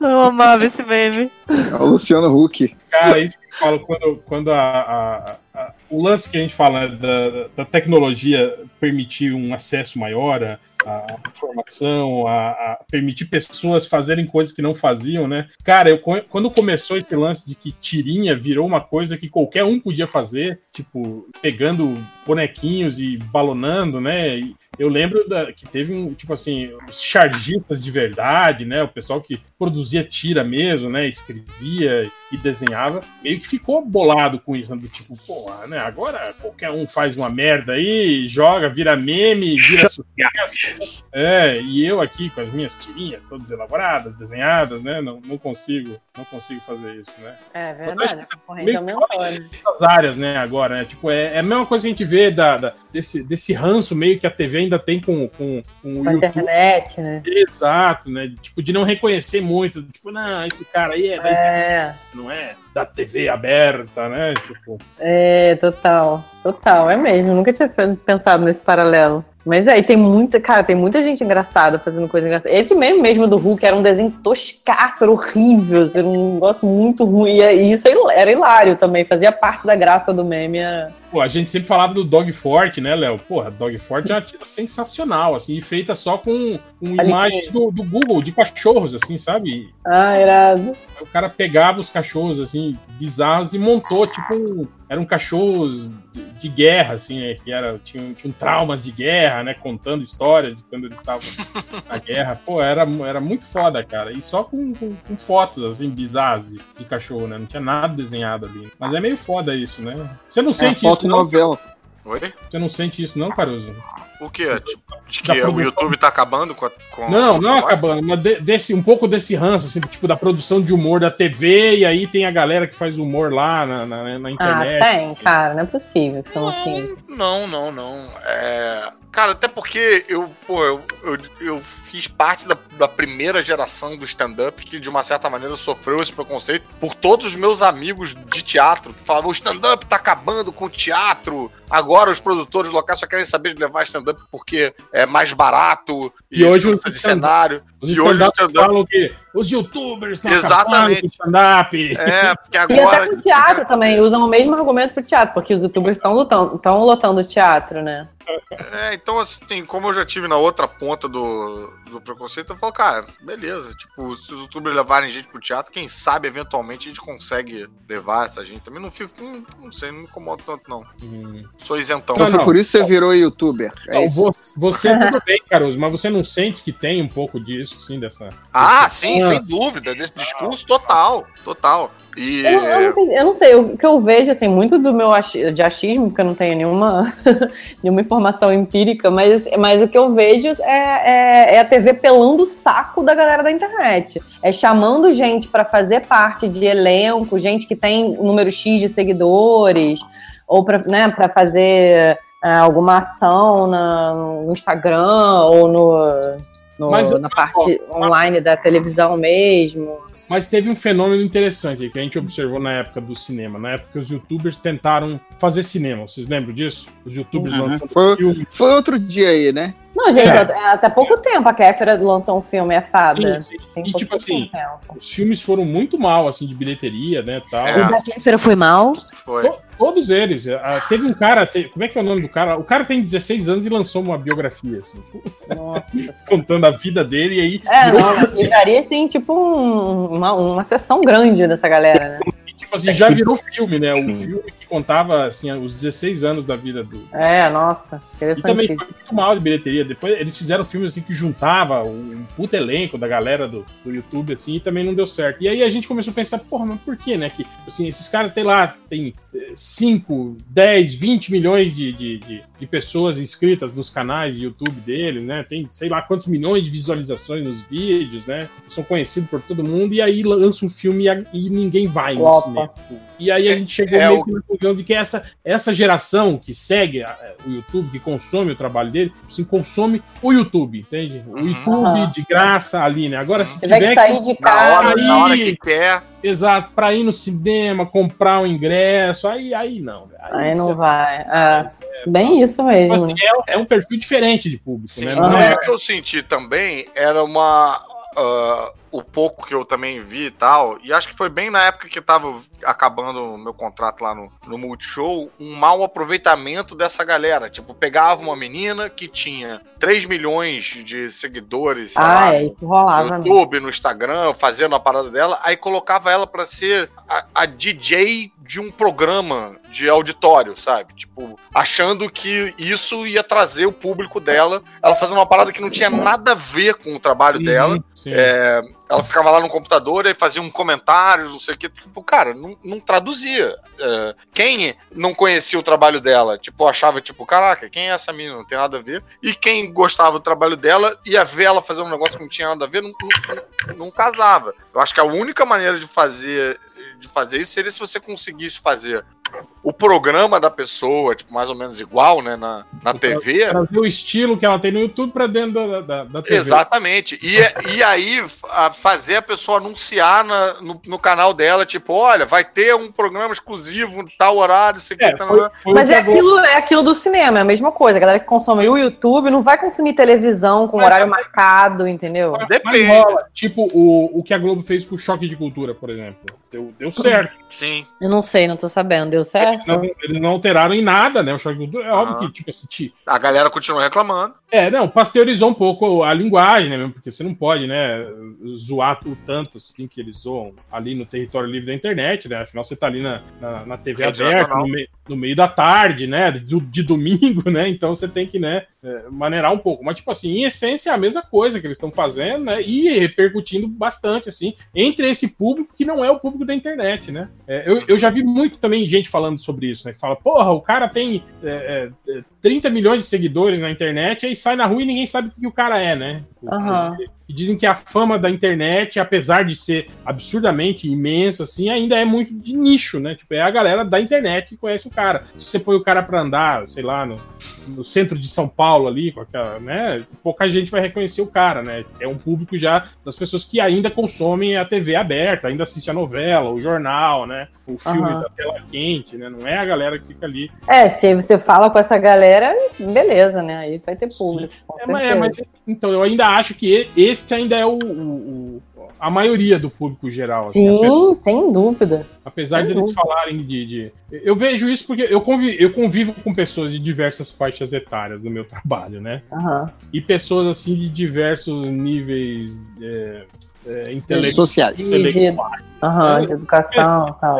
[SPEAKER 8] Eu amava esse meme.
[SPEAKER 2] É o Luciano Huck.
[SPEAKER 1] Cara, isso que eu falo quando, quando a, a- a- o lance que a gente fala da, da tecnologia permitir um acesso maior à, à informação, a, a permitir pessoas fazerem coisas que não faziam, né? Cara, eu, co- quando começou esse lance de que tirinha virou uma coisa que qualquer um podia fazer, tipo, pegando bonequinhos e balonando, né? E eu lembro da- que teve um, tipo assim, os chargistas de verdade, né? O pessoal que produzia tira mesmo, né? Escrevia e desenhava, meio que ficou bolado com isso, né? do tipo, pô, né? Agora qualquer um faz uma merda aí, joga, vira meme, vira sucesso. É, e eu aqui com as minhas tirinhas todas elaboradas, desenhadas, né? Não, não consigo, não consigo fazer isso, né?
[SPEAKER 7] É
[SPEAKER 1] verdade,
[SPEAKER 7] a
[SPEAKER 1] meio
[SPEAKER 7] concorrência
[SPEAKER 1] que olha essas áreas, né, agora, né? Tipo, é, é a mesma coisa que a gente vê da, da- desse, desse ranço meio que a TV ainda tem com, com, com o
[SPEAKER 7] Na
[SPEAKER 1] YouTube.
[SPEAKER 7] internet, né?
[SPEAKER 1] Exato, né? Tipo, de não reconhecer muito. Tipo, não, esse cara aí é da
[SPEAKER 7] É,
[SPEAKER 1] não é da TV aberta, né? Tipo,
[SPEAKER 7] é, total. Total, é mesmo. Nunca tinha pe- pensado nesse paralelo. Mas aí tem muita, cara, tem muita gente engraçada fazendo coisa engraçada. Esse meme mesmo do Hulk era um desenho toscaço, era horrível, era um negócio muito ruim. E isso é era hilário também, fazia parte da graça do meme. era-
[SPEAKER 1] pô, a gente sempre falava do Dog Forte, né, Léo? Porra, Dog Forte é uma tira sensacional, assim, e feita só com, com
[SPEAKER 7] Olha
[SPEAKER 1] imagens do, do Google, de cachorros, assim, sabe?
[SPEAKER 7] Ah, irado.
[SPEAKER 1] Aí o cara pegava os cachorros, assim, bizarros e montou, tipo, um- eram cachorros de, de guerra, assim, né? Que era, tinham, tinham traumas de guerra, né? Contando história de quando eles estavam na guerra. Pô, era, era muito foda, cara. E só com, com- com fotos, assim, bizarras de, de cachorro, né? Não tinha nada desenhado ali. Mas é meio foda isso, né? Você não
[SPEAKER 2] É a
[SPEAKER 1] sente isso,
[SPEAKER 2] foto
[SPEAKER 1] não?
[SPEAKER 2] novela.
[SPEAKER 3] Oi?
[SPEAKER 1] Você não sente isso, não, Caruso?
[SPEAKER 3] O quê? Tipo, de
[SPEAKER 1] Da
[SPEAKER 3] que o
[SPEAKER 1] produção.
[SPEAKER 3] YouTube tá acabando com a. com-
[SPEAKER 1] Não, não
[SPEAKER 3] com a-
[SPEAKER 1] acabando, mas de- desse, um pouco desse ranço, assim, tipo, da produção de humor da TV, e aí tem a galera que faz humor lá na, na- na
[SPEAKER 7] Ah,
[SPEAKER 1] internet.
[SPEAKER 7] tem, cara, não é possível que são assim.
[SPEAKER 3] Não, não, não. É, Cara, até porque eu, pô, eu, eu, eu fiz parte da, da primeira geração do stand-up que, de uma certa maneira, sofreu esse preconceito por todos os meus amigos de teatro que falavam: o stand-up tá acabando com o teatro. Agora os produtores locais só querem saber de levar stand-up porque é mais barato
[SPEAKER 1] E hoje
[SPEAKER 3] eles
[SPEAKER 1] os
[SPEAKER 3] precisam de
[SPEAKER 1] stand-up-
[SPEAKER 3] cenário.
[SPEAKER 1] Os
[SPEAKER 3] E hoje
[SPEAKER 1] stand-up
[SPEAKER 3] o stand-up-
[SPEAKER 1] falam que os youtubers estão
[SPEAKER 3] Exatamente.
[SPEAKER 1] acabando com o stand-up.
[SPEAKER 3] É, porque
[SPEAKER 7] E
[SPEAKER 3] agora. tá
[SPEAKER 7] até pro teatro também, usam o mesmo argumento pro teatro, porque os youtubers estão lotando, tão lotando o teatro, né?
[SPEAKER 3] É, então, assim, como eu já tive na outra ponta do, do preconceito, eu falo, cara, beleza. Tipo, se os youtubers levarem gente pro teatro, quem sabe eventualmente a gente consegue levar essa gente. Também não fico, não, não sei, não me incomodo tanto, não. Sou isentão.
[SPEAKER 1] tá, Não,
[SPEAKER 2] Então,
[SPEAKER 1] não.
[SPEAKER 2] foi por isso que você virou youtuber. É
[SPEAKER 1] Não,
[SPEAKER 2] isso.
[SPEAKER 1] Então, vo- você tudo bem, Caruso, mas você não sente que tem um pouco disso, assim, dessa.
[SPEAKER 3] Ah, sim,
[SPEAKER 1] Ah.
[SPEAKER 3] sem dúvida. Desse discurso, total. Total. E.
[SPEAKER 7] Eu, eu não sei, eu não sei, o que eu vejo, assim, muito do meu achi- de achismo, porque eu não tenho nenhuma, nenhuma informação empírica, mas, mas o que eu vejo é, é, é a TV pelando o saco da galera da internet. É chamando gente pra fazer parte de elenco, gente que tem um número X de seguidores, ou pra, né, pra fazer ah, alguma ação na- no Instagram ou no, no-
[SPEAKER 1] Mas,
[SPEAKER 7] na parte online da televisão mesmo.
[SPEAKER 1] Mas teve um fenômeno interessante aí que a gente observou na época do cinema, na época que os youtubers tentaram fazer cinema. Vocês lembram disso? Os youtubers
[SPEAKER 2] Uhum.
[SPEAKER 1] lançando
[SPEAKER 2] Foi-
[SPEAKER 1] filme.
[SPEAKER 2] Foi outro dia aí, né?
[SPEAKER 6] Não, gente,
[SPEAKER 1] Cara.
[SPEAKER 6] há- até pouco tempo a Kéfera lançou um filme, é fada.
[SPEAKER 1] Sim, sim.
[SPEAKER 6] Tem
[SPEAKER 1] E, tipo
[SPEAKER 6] pouquíssimo
[SPEAKER 1] assim,
[SPEAKER 6] tempo.
[SPEAKER 1] Os filmes foram muito mal, assim, de bilheteria, né, tal.
[SPEAKER 3] É.
[SPEAKER 8] O da Kéfera foi mal.
[SPEAKER 3] Foi.
[SPEAKER 1] To- Todos eles. Ah, Teve um cara, te- como é que é o nome do cara? O cara tem 16 anos e lançou uma biografia, assim,
[SPEAKER 6] Nossa senhora.
[SPEAKER 1] contando a vida dele e aí
[SPEAKER 6] É, não, as livrarias têm tipo um- uma, uma sessão grande dessa galera, né?
[SPEAKER 1] Tipo assim, já virou filme, né? O filme que contava assim, os 16 anos da vida do.
[SPEAKER 6] É, nossa,
[SPEAKER 1] E também
[SPEAKER 6] interessante.
[SPEAKER 1] foi muito mal de bilheteria. Depois eles fizeram filmes assim que juntava um puta elenco da galera do, do YouTube, assim, e também não deu certo. E aí a gente começou a pensar, porra, mas por quê, né? Que assim, esses caras, tem lá, tem eh, 5, 10, 20 milhões de, de, de, de pessoas inscritas nos canais de YouTube deles, né? Tem sei lá quantos milhões de visualizações nos vídeos, né? São conhecidos por todo mundo, e aí lança um filme e, a- e ninguém vai no
[SPEAKER 6] Flopa.
[SPEAKER 1] cinema. E aí a gente chegou
[SPEAKER 3] é
[SPEAKER 1] meio
[SPEAKER 3] o-
[SPEAKER 1] que na conclusão de que essa, essa geração que segue a- o YouTube, que consome o trabalho dele, assim, consome o YouTube, entende? O
[SPEAKER 3] Uhum.
[SPEAKER 1] YouTube
[SPEAKER 6] Aham.
[SPEAKER 1] de graça ali, né? Agora, se
[SPEAKER 6] Você tiver
[SPEAKER 1] tiver
[SPEAKER 6] que
[SPEAKER 1] que-
[SPEAKER 6] sair de
[SPEAKER 3] Na
[SPEAKER 6] casa.
[SPEAKER 3] hora,
[SPEAKER 1] Aí.
[SPEAKER 3] na hora que quer.
[SPEAKER 1] Exato, pra ir no cinema, comprar o ingresso, aí, aí não. velho.
[SPEAKER 6] Aí
[SPEAKER 1] você-
[SPEAKER 6] não vai. É, bem isso mesmo.
[SPEAKER 1] Mas
[SPEAKER 6] né?
[SPEAKER 1] é, é um perfil diferente de público,
[SPEAKER 3] Sim.
[SPEAKER 1] né?
[SPEAKER 3] Não
[SPEAKER 1] Não
[SPEAKER 3] é
[SPEAKER 1] é-
[SPEAKER 3] o que eu senti também, era uma. ah, o pouco que eu também vi e tal, e acho que foi bem na época que tava acabando o meu contrato lá no, no Multishow, um mau aproveitamento dessa galera. Tipo, pegava uma menina que tinha 3 milhões de
[SPEAKER 1] assim,
[SPEAKER 3] seguidores, sei
[SPEAKER 6] Ah,
[SPEAKER 3] lá,
[SPEAKER 6] é, isso
[SPEAKER 3] no
[SPEAKER 6] rolava. né?
[SPEAKER 3] YouTube, no Instagram, fazendo a parada dela, aí colocava ela pra ser a, a DJ de um programa de auditório, sabe? Tipo, achando que isso ia trazer o público dela. Ela fazendo uma parada que não tinha nada a ver com o trabalho
[SPEAKER 1] Uhum.
[SPEAKER 3] dela.
[SPEAKER 1] né? Sim.
[SPEAKER 3] É, ela ficava lá no computador e fazia um comentário, não sei o que. Tipo, cara, não, não traduzia. É, quem não conhecia o trabalho dela? Tipo, achava, tipo, caraca, quem é essa menina? Não tem nada a ver. E quem gostava do trabalho dela ia ver ela fazer um negócio que não tinha nada a ver, não, não, não casava. Eu acho que a única maneira de fazer, de fazer isso seria se você conseguisse fazer o programa da pessoa, tipo, mais ou menos igual, né, na, na
[SPEAKER 1] O
[SPEAKER 3] TV.
[SPEAKER 1] Trazer o estilo que ela tem no YouTube pra dentro da, da, da TV.
[SPEAKER 3] Exatamente. E, é, e aí f- a fazer a pessoa anunciar na- no, no canal dela, tipo, olha, vai ter um programa exclusivo de tal horário, sei o que,
[SPEAKER 1] É,
[SPEAKER 3] tal,
[SPEAKER 1] foi,
[SPEAKER 3] tal.
[SPEAKER 1] foi
[SPEAKER 6] Mas
[SPEAKER 1] o que
[SPEAKER 6] é
[SPEAKER 1] a Globo-
[SPEAKER 6] aquilo, é aquilo do cinema, é a mesma coisa. A galera que consome o YouTube não vai consumir televisão com
[SPEAKER 1] Mas- é-
[SPEAKER 6] horário marcado, entendeu?
[SPEAKER 1] mas
[SPEAKER 3] Depende.
[SPEAKER 1] rola, tipo o, o que a Globo fez com o Choque de Cultura, por exemplo. Deu,
[SPEAKER 6] Uhum.
[SPEAKER 1] deu certo.
[SPEAKER 3] Sim.
[SPEAKER 7] Eu não sei, não tô sabendo. Deu certo?
[SPEAKER 1] Não- eles não alteraram em nada, né? O Choque de Cultura. É óbvio
[SPEAKER 3] Aham.
[SPEAKER 1] que, tipo assim, ti-
[SPEAKER 3] A galera continua reclamando.
[SPEAKER 1] É, não, pasteurizou um pouco a linguagem, né? mesmo, Porque você não pode, né, zoar o tanto assim que eles zoam ali no território livre da internet, né? Afinal, você tá ali na, na, na TV
[SPEAKER 3] Rede
[SPEAKER 1] aberta,
[SPEAKER 3] nacional.
[SPEAKER 1] no, me- no meio da tarde, né? do- de domingo, né? Então você tem que, né, é, maneirar um pouco. Mas, tipo assim, em essência é a mesma coisa que eles estão fazendo, né? E repercutindo bastante, assim, entre esse público que não é o público da internet, né? É, eu, eu já vi muito também gente falando sobre isso, né? Que fala, porra, o cara tem é, é, é, 30 milhões de seguidores na internet, aí sai na rua e ninguém sabe o que o cara é, né?
[SPEAKER 6] Aham.
[SPEAKER 1] E dizem que a fama da internet, apesar de ser absurdamente imensa, assim, ainda é muito de nicho, né? Tipo, é a galera da internet que conhece o cara. Se você põe o cara pra andar, sei lá, no, no centro de São Paulo ali, com aquela, né? Pouca gente vai reconhecer o cara, né? É um público já das pessoas que ainda consomem a TV aberta, ainda assiste a novela, o jornal, né? O filme
[SPEAKER 6] Aham.
[SPEAKER 1] da tela quente, né? Não é a galera que fica ali.
[SPEAKER 6] É, se aí você fala com essa galera, beleza, né? Aí vai ter público. com
[SPEAKER 1] É, mas, é,
[SPEAKER 6] certeza.
[SPEAKER 1] mas- então eu ainda acho que e- esse ainda é o, o- o- a maioria do público geral. assim,
[SPEAKER 6] Sim,
[SPEAKER 1] ape-
[SPEAKER 6] sem dúvida.
[SPEAKER 1] apesar de
[SPEAKER 6] sem
[SPEAKER 1] eles
[SPEAKER 6] dúvida.
[SPEAKER 1] falarem de, de- Eu vejo isso porque eu convivo, eu convivo com pessoas de diversas faixas etárias no meu trabalho, né?
[SPEAKER 6] Aham.
[SPEAKER 1] e pessoas assim de diversos níveis é, é, intele-
[SPEAKER 2] Sociais.
[SPEAKER 1] intelectuais.
[SPEAKER 6] Aham,
[SPEAKER 1] É.
[SPEAKER 6] de educação e tal.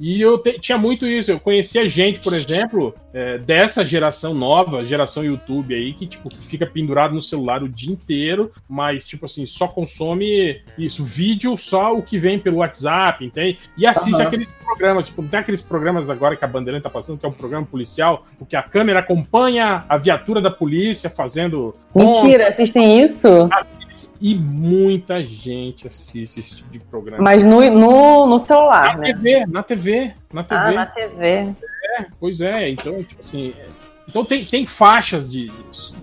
[SPEAKER 1] E eu te- tinha muito isso. Eu conhecia gente, por exemplo, é, dessa geração nova, geração YouTube aí, que tipo que fica pendurado no celular o dia inteiro, mas tipo assim só consome isso, vídeo só o que vem pelo WhatsApp, entende? E assiste
[SPEAKER 6] Aham.
[SPEAKER 1] aqueles programas, tipo tem aqueles programas agora que a Bandeirante tá passando, que é um programa policial, o que a câmera acompanha a viatura da polícia fazendo
[SPEAKER 6] Mentira, assistem isso?
[SPEAKER 1] E muita gente assiste esse tipo de programa.
[SPEAKER 6] Mas no, no, no celular,
[SPEAKER 1] na
[SPEAKER 6] né?
[SPEAKER 1] TV, na TV, na TV.
[SPEAKER 6] Ah, na TV.
[SPEAKER 1] Pois é, então, tipo assim, é- Então tem, tem faixas de,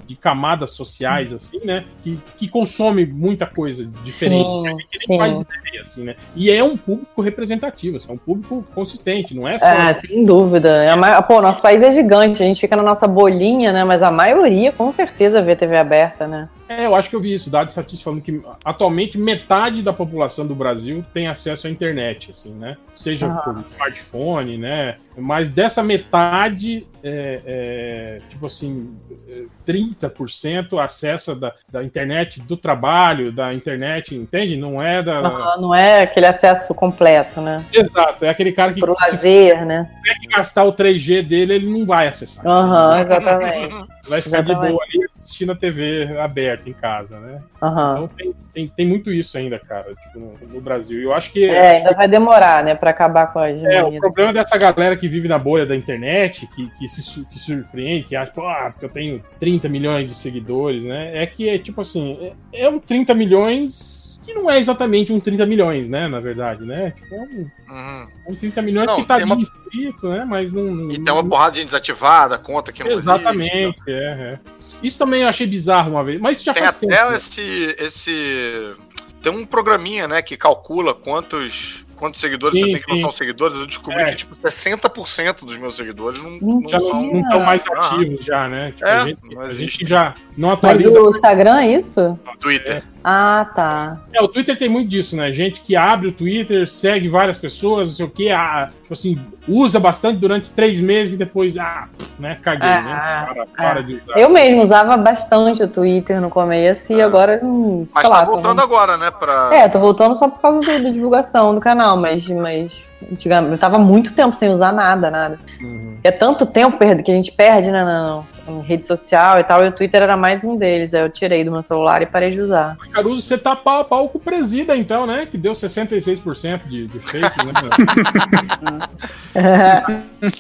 [SPEAKER 1] de camadas sociais, assim, né? Que, que consome muita coisa diferente.
[SPEAKER 7] Sim,
[SPEAKER 1] né, que nem
[SPEAKER 7] sim.
[SPEAKER 1] faz ideia, assim, né? E é um público representativo, assim, é um público consistente, não é só.
[SPEAKER 7] É, sem dúvida. A ma- Pô, nosso país é gigante, a gente fica na nossa bolinha, né? Mas a maioria com certeza vê TV aberta, né?
[SPEAKER 1] É, eu acho que eu vi isso, dados estatísticos falando que atualmente metade da população do Brasil tem acesso à internet, assim, né? Seja por smartphone, né? Mas dessa metade, é, é, tipo assim, é, 30% acessa da, da internet do trabalho, da internet, entende? Não é da.
[SPEAKER 7] Não- Não é aquele acesso completo, né?
[SPEAKER 1] Exato, é aquele cara que
[SPEAKER 7] Pro
[SPEAKER 1] se
[SPEAKER 7] lazer, né?
[SPEAKER 1] tiver que gastar o 3G dele, ele não vai acessar.
[SPEAKER 7] Aham, exatamente.
[SPEAKER 1] vai ficar de
[SPEAKER 7] exatamente.
[SPEAKER 1] boa ali assistindo a TV aberta em casa, né?
[SPEAKER 7] Aham.
[SPEAKER 1] Então tem, tem, tem muito isso ainda, cara, tipo, no, no Brasil. E eu acho que,
[SPEAKER 7] É,
[SPEAKER 1] acho que
[SPEAKER 7] ainda vai demorar, né, pra acabar com a
[SPEAKER 1] é,
[SPEAKER 7] hegemonia.
[SPEAKER 1] o problema dessa galera que vive na bolha da internet, que, que se su- que surpreende, que acha, pô, ah, porque eu tenho 30 milhões de seguidores, né? É que é tipo assim, é, é um 30 milhões que não é exatamente um 30 milhões, né? Na verdade, né? Tipo, é um,
[SPEAKER 3] Uhum.
[SPEAKER 1] é um 30 milhões
[SPEAKER 3] Não,
[SPEAKER 1] que tá
[SPEAKER 3] tem
[SPEAKER 1] ali
[SPEAKER 3] uma- Então, é
[SPEAKER 1] inscrito, né? Mas não. não
[SPEAKER 3] E tem uma
[SPEAKER 1] não- é
[SPEAKER 3] porrada de gente desativada, conta que um não existe,
[SPEAKER 1] Exatamente, é, é. Isso também eu achei bizarro uma vez, mas isso já
[SPEAKER 3] né? Tem
[SPEAKER 1] faz
[SPEAKER 3] até
[SPEAKER 1] tempo. né?
[SPEAKER 3] esse, esse. Tem um programinha, né, que calcula quantos. Quantos seguidores
[SPEAKER 1] Sim,
[SPEAKER 3] você tem que não
[SPEAKER 1] sim.
[SPEAKER 3] são seguidores? Eu descobri
[SPEAKER 1] É. Hum,
[SPEAKER 3] que, tipo, 60% dos meus seguidores não, não
[SPEAKER 1] Já não- não
[SPEAKER 3] são.
[SPEAKER 1] estão mais
[SPEAKER 3] Ah.
[SPEAKER 1] ativos já, né? Tipo,
[SPEAKER 3] É,
[SPEAKER 1] a gente,
[SPEAKER 3] não
[SPEAKER 1] a gente
[SPEAKER 3] existe.
[SPEAKER 1] já não
[SPEAKER 7] Mas
[SPEAKER 1] atualiza
[SPEAKER 7] o Instagram é isso?
[SPEAKER 3] no Twitter.
[SPEAKER 7] Ah, tá.
[SPEAKER 1] É, o Twitter tem muito disso, né? Gente que abre o Twitter, segue várias pessoas, não sei o quê, ah, tipo assim, usa bastante durante três meses e depois, ah, né, caguei,
[SPEAKER 3] É,
[SPEAKER 7] Ah,
[SPEAKER 1] né? Para, para de usar.
[SPEAKER 7] Eu mesmo usava bastante o Twitter no começo e
[SPEAKER 1] Tá.
[SPEAKER 3] Ah.
[SPEAKER 7] agora, hum,
[SPEAKER 3] Mas
[SPEAKER 7] sei
[SPEAKER 3] tá
[SPEAKER 7] lá. tô-
[SPEAKER 3] voltando agora, né? Pra...
[SPEAKER 7] É, tô voltando só por causa do- da divulgação do canal, mas, mas antigamente, eu tava muito tempo sem usar nada, nada.
[SPEAKER 1] Uhum.
[SPEAKER 7] É tanto tempo perdo- que a gente perde, né, na, em rede social e tal, e o Twitter era mais um deles. Aí eu tirei do meu celular e parei de usar.
[SPEAKER 1] Caruso, você tá pau a pau com o Presida, então, né? Que deu 66% de, de fake, né?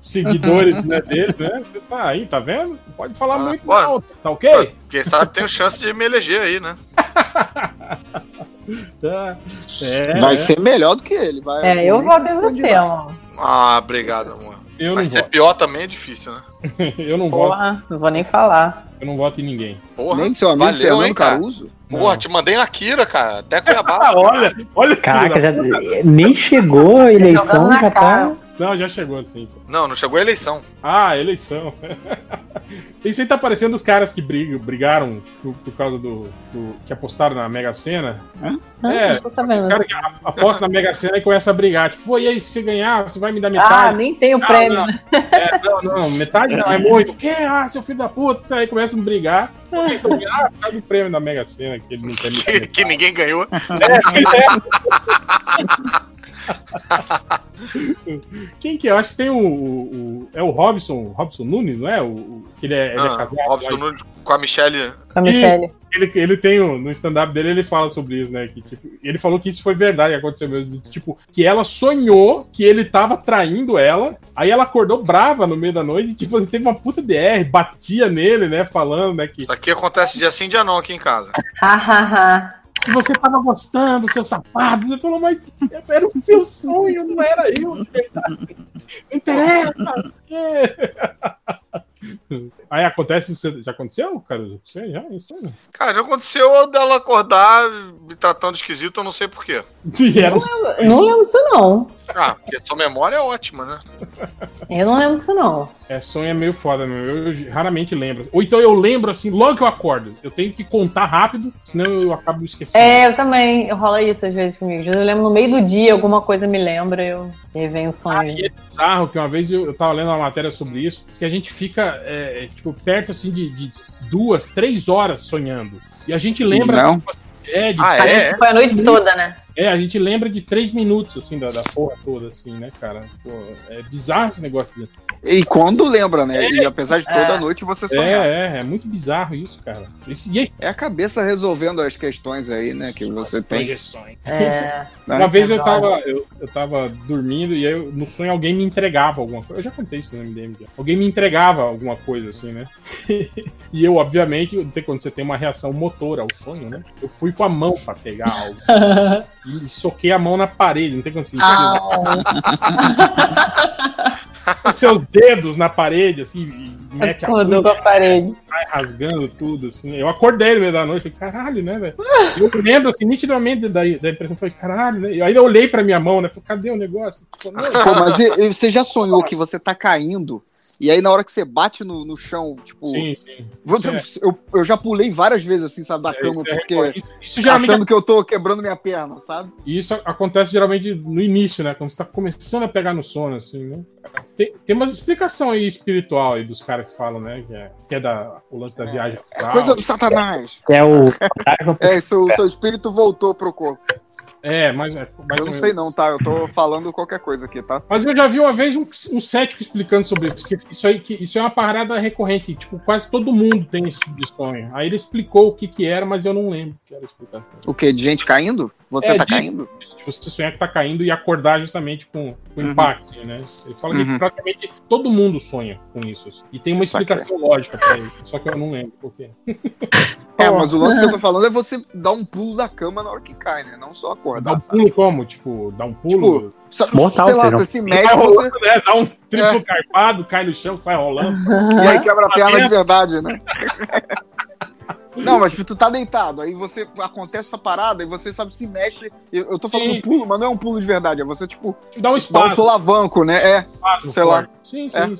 [SPEAKER 1] Seguidores né, dele, né? Você tá aí, tá vendo? Não pode falar
[SPEAKER 3] Ah,
[SPEAKER 1] muito
[SPEAKER 3] olha.
[SPEAKER 1] não, tá ok?
[SPEAKER 3] Quem sabe tem chance de me eleger aí, né?
[SPEAKER 1] Tá. É,
[SPEAKER 2] vai
[SPEAKER 1] é.
[SPEAKER 2] ser melhor do que ele. Vai,
[SPEAKER 7] é, eu
[SPEAKER 2] nem
[SPEAKER 7] voto em
[SPEAKER 2] se esconde
[SPEAKER 7] você,
[SPEAKER 2] mais.
[SPEAKER 7] amor.
[SPEAKER 3] Ah, obrigado, amor.
[SPEAKER 1] Eu não
[SPEAKER 3] Mas ser
[SPEAKER 1] voto.
[SPEAKER 3] pior também é difícil, né?
[SPEAKER 1] Eu não voto,
[SPEAKER 7] Porra, não vou nem falar.
[SPEAKER 1] eu não voto em ninguém.
[SPEAKER 3] Porra,
[SPEAKER 2] Nem do seu amigo
[SPEAKER 3] Valeu,
[SPEAKER 2] Fernando
[SPEAKER 3] hein, cara.
[SPEAKER 2] Caruso.
[SPEAKER 3] porra, te mandei na Kira, cara. Até
[SPEAKER 1] Ah,
[SPEAKER 3] Cuiabá.
[SPEAKER 1] olha, olha que
[SPEAKER 4] Caraca, já,
[SPEAKER 1] tá
[SPEAKER 4] nem chegou a eleição,
[SPEAKER 7] Jogando na
[SPEAKER 4] já tá.
[SPEAKER 7] cara.
[SPEAKER 1] Não, já chegou assim.
[SPEAKER 3] Não, não chegou a eleição.
[SPEAKER 1] Ah, eleição. Isso aí tá parecendo os caras que brigam, brigaram por, por causa do, do- que apostaram na Mega Sena.
[SPEAKER 7] Não,
[SPEAKER 1] É,
[SPEAKER 7] Ah, não tô sabendo.
[SPEAKER 1] Os caras que a- apostam na Mega Sena e começam a brigar. Tipo, pô, e aí, se você ganhar, você vai me dar
[SPEAKER 7] Ah,
[SPEAKER 1] metade?
[SPEAKER 7] nem tem o
[SPEAKER 1] Não,
[SPEAKER 7] prêmio. né,
[SPEAKER 1] não. É, não, não, metade não, é muito. O quê? Ah, seu filho da puta. Aí começam a brigar. Por que estão brigando? Ah, por causa do prêmio da Mega Sena, que ele não quer me dar
[SPEAKER 3] Que,
[SPEAKER 1] metade.
[SPEAKER 3] que ninguém ganhou.
[SPEAKER 1] Quem que é? Eu acho que tem o, o- o- É o Robson, o Robson Nunes, não é? O, o- que ele é, ele é
[SPEAKER 3] Ah,
[SPEAKER 1] casado.
[SPEAKER 3] Robson
[SPEAKER 1] mas
[SPEAKER 3] Nunes com a Michelle.
[SPEAKER 7] Com a Michelle.
[SPEAKER 1] Ele, ele tem um- no stand-up dele, ele fala sobre isso, né? Que, tipo, ele falou que isso foi verdade, que aconteceu mesmo. de, Tipo, que ela sonhou que ele tava traindo ela, aí ela acordou brava no meio da noite, e, tipo, teve uma puta DR, batia nele, né? Falando, né? Que,
[SPEAKER 3] Isso aqui acontece dia sim, dia não aqui em casa.
[SPEAKER 7] Ha, ha, ha.
[SPEAKER 1] que você tava gostando, seu safado. Ele falou, mas era o seu sonho, não era eu, de verdade. Não interessa. é." Aí acontece isso. Já aconteceu, Caruso? Você já? Isso aí?
[SPEAKER 3] Cara, já aconteceu dela acordar me tratando de esquisito, eu não sei porquê.
[SPEAKER 1] E era o
[SPEAKER 7] Não lembro disso, não.
[SPEAKER 3] Ah, porque sua memória é ótima, né?
[SPEAKER 7] Eu não lembro disso, não.
[SPEAKER 1] É, sonho é meio foda, meu. Eu, eu raramente lembro. Ou então eu lembro assim, logo que eu acordo. Eu tenho que contar rápido, senão eu acabo esquecendo.
[SPEAKER 7] É, eu também. Rola isso às vezes comigo. Às vezes Eu lembro no meio do dia, alguma coisa me lembra eu... e aí vem o sonho.
[SPEAKER 1] E é bizarro que uma vez eu, eu tava lendo uma matéria sobre isso, que a gente fica, é, é, tipo, perto assim de, de duas, três horas sonhando. E a gente lembra.
[SPEAKER 2] Não.
[SPEAKER 1] tipo, assim, é, de,
[SPEAKER 3] Ah,
[SPEAKER 7] a gente
[SPEAKER 3] é?
[SPEAKER 7] foi a noite toda, né?
[SPEAKER 1] é, a gente lembra de três minutos, assim, da, da porra toda, assim, né, cara? Pô, é bizarro esse negócio.
[SPEAKER 2] E quando lembra, né? E apesar de toda
[SPEAKER 7] É.
[SPEAKER 2] noite você
[SPEAKER 1] É,
[SPEAKER 2] sonhar.
[SPEAKER 1] é, é muito bizarro isso, cara. Isso, e aí,
[SPEAKER 2] É. a cabeça resolvendo as questões aí, né? Que você tem.
[SPEAKER 1] projeções.
[SPEAKER 7] É.
[SPEAKER 2] né?
[SPEAKER 1] Uma vez eu
[SPEAKER 7] Verdade.
[SPEAKER 1] tava, eu, eu tava dormindo e aí eu- no sonho alguém me entregava alguma coisa. Eu já contei isso no MDM. já. Alguém me entregava alguma coisa, assim, né? e eu, obviamente, tem- quando você tem uma reação motora ao sonho, né? Eu fui com a mão pra pegar algo.
[SPEAKER 7] Ah.
[SPEAKER 1] e soquei a mão na parede, não tem como assim.
[SPEAKER 7] Au.
[SPEAKER 1] os seus dedos na parede, assim, e mete a
[SPEAKER 6] Tudo com
[SPEAKER 1] unha,
[SPEAKER 6] a parede.
[SPEAKER 1] sai rasgando tudo, assim. Eu acordei no meio da noite, falei, caralho, né, velho? Eu lembro, assim, nitidamente da, da impressão, falei, caralho, né? E aí eu olhei pra minha mão, né? Falei, cadê o negócio? Pô, não,
[SPEAKER 7] Ah,
[SPEAKER 2] Pô, mas e- e você já sonhou que você tá caindo? E aí, na hora que você bate no, no chão, tipo.
[SPEAKER 1] Sim, sim.
[SPEAKER 2] você- eu, eu já pulei várias vezes, assim, sabe, da cama,
[SPEAKER 1] Isso, é
[SPEAKER 2] porque.
[SPEAKER 1] recorde. Isso- isso geralmente
[SPEAKER 2] Achando que eu tô quebrando minha perna, sabe?
[SPEAKER 1] E isso acontece geralmente no início, né? Quando você tá começando a pegar no sono, assim, né? Tem, tem umas explicações aí espiritual aí dos caras que falam, né? Que é, que é da, o lance da viagem astral.
[SPEAKER 2] é Ah, Coisa do satanás.
[SPEAKER 4] Que é o fantasma.
[SPEAKER 2] É, seu, seu espírito voltou pro corpo.
[SPEAKER 1] É, mas, é, mas
[SPEAKER 2] Eu não sei não, tá? Eu tô falando qualquer coisa aqui, tá?
[SPEAKER 1] Mas eu já vi uma vez um, um cético explicando sobre isso. Que isso, aí, que isso é uma parada recorrente. Tipo, quase todo mundo tem esse tipo de sonho. Aí ele explicou o que que era, mas eu não lembro o que era a explicação.
[SPEAKER 2] O quê? De gente caindo? Você
[SPEAKER 1] É,
[SPEAKER 2] tá
[SPEAKER 1] de-
[SPEAKER 2] caindo?
[SPEAKER 1] Se você sonhar que tá caindo e acordar justamente com com o
[SPEAKER 2] Uhum.
[SPEAKER 1] impacto, né? Ele fala que
[SPEAKER 2] Uhum.
[SPEAKER 1] praticamente todo mundo sonha com isso. assim. E tem uma
[SPEAKER 2] Saquei.
[SPEAKER 1] explicação lógica pra ele. Só que eu não lembro por quê.
[SPEAKER 2] É, mas o lance que eu tô falando é você dar um pulo da cama na hora que cai, né? Não só
[SPEAKER 1] Dá um
[SPEAKER 2] acordar.
[SPEAKER 1] pulo como? Tipo, dá um pulo.
[SPEAKER 2] Sabe?
[SPEAKER 4] Mortal,
[SPEAKER 2] sei lá,
[SPEAKER 4] seja.
[SPEAKER 2] você se
[SPEAKER 1] sai
[SPEAKER 2] mexe, é você...
[SPEAKER 1] rolando, né? Dá um triplo carpado, cai no chão, sai rolando.
[SPEAKER 2] e aí quebra a perna de
[SPEAKER 1] Cabeça.
[SPEAKER 2] verdade, né? Não, mas tu tá deitado, aí você acontece essa parada e você sabe se mexe. Eu, eu tô falando
[SPEAKER 1] Sim.
[SPEAKER 2] pulo, mas não é um pulo de verdade, é você, tipo,
[SPEAKER 1] Tipo, dá um
[SPEAKER 2] dá um
[SPEAKER 1] espaço.
[SPEAKER 2] solavanco, né? É. sei lá.
[SPEAKER 1] Sim, sim,
[SPEAKER 2] É.
[SPEAKER 1] sim.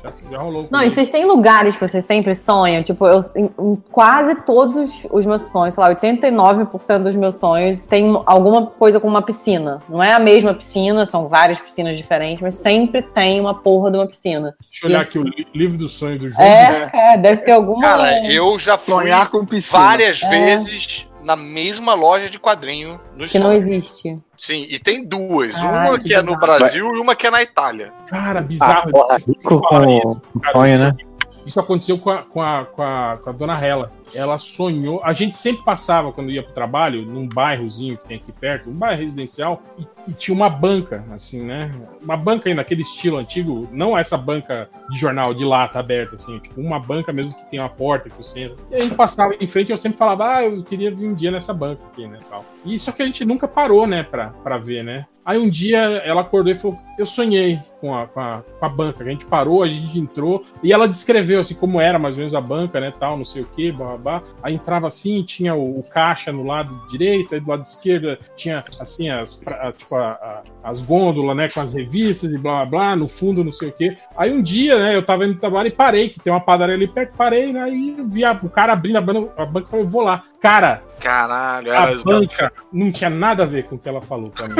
[SPEAKER 1] Já, já- já rolou.
[SPEAKER 7] Não, e vocês têm lugares que vocês sempre sonham? Tipo, eu, em, em quase todos os meus sonhos, sei lá, 89% dos meus sonhos tem alguma coisa com uma piscina. Não é a mesma piscina, são várias piscinas diferentes, mas sempre tem uma porra de uma piscina.
[SPEAKER 1] Deixa eu olhar aqui o li- livro do sonho do jogo.
[SPEAKER 7] É, cara, deve ter alguma.
[SPEAKER 3] Cara, eu já fui
[SPEAKER 2] Sonhar com piscina.
[SPEAKER 3] várias vezes na mesma loja de quadrinho nos
[SPEAKER 7] que não
[SPEAKER 3] Estados.
[SPEAKER 7] existe.
[SPEAKER 3] Sim, e tem duas.
[SPEAKER 7] Ai,
[SPEAKER 3] uma
[SPEAKER 7] que
[SPEAKER 3] que, é no
[SPEAKER 7] bizarro.
[SPEAKER 3] Brasil e uma que é na Itália.
[SPEAKER 1] Cara,
[SPEAKER 4] Ah,
[SPEAKER 1] bizarro.
[SPEAKER 4] porra,
[SPEAKER 1] isso.
[SPEAKER 4] rico
[SPEAKER 1] Fala
[SPEAKER 4] com com
[SPEAKER 1] cara.
[SPEAKER 4] sonho, né?
[SPEAKER 1] Isso aconteceu com a, com, a, com, a, com a dona Hela. Ela sonhou. A gente sempre passava quando ia pro trabalho, num bairrozinho que tem aqui perto, um bairro residencial, e, e tinha uma banca, assim, né? Uma banca aí naquele estilo antigo, não essa banca de jornal de lata aberta, assim, tipo, uma banca mesmo que tem uma porta que você entra. E a gente passava em frente e eu sempre falava, ah, eu queria vir um dia nessa banca aqui, né? Tal. E só que a gente nunca parou, né, pra, pra ver, né? Aí um dia ela acordou e falou: Eu sonhei com a, com, a, com a banca. A gente parou, a gente entrou. E ela descreveu assim como era mais ou menos a banca, né? Tal, não sei o que, babá. Aí entrava assim, tinha o, o caixa no lado direito, aí do lado esquerdo tinha assim as, pra- a- tipo, a- a- as gôndolas, né? Com as revistas e blá blá blá, no fundo, não sei o que. Aí um dia, né, eu tava indo trabalhar e parei, que tem uma padaria ali perto, parei, né? E vi a- o cara abrindo a banca, a banca e falei, eu vou lá. Cara,
[SPEAKER 3] Caralho,
[SPEAKER 1] a
[SPEAKER 3] era
[SPEAKER 1] banca não tinha nada a ver com o que ela falou pra mim.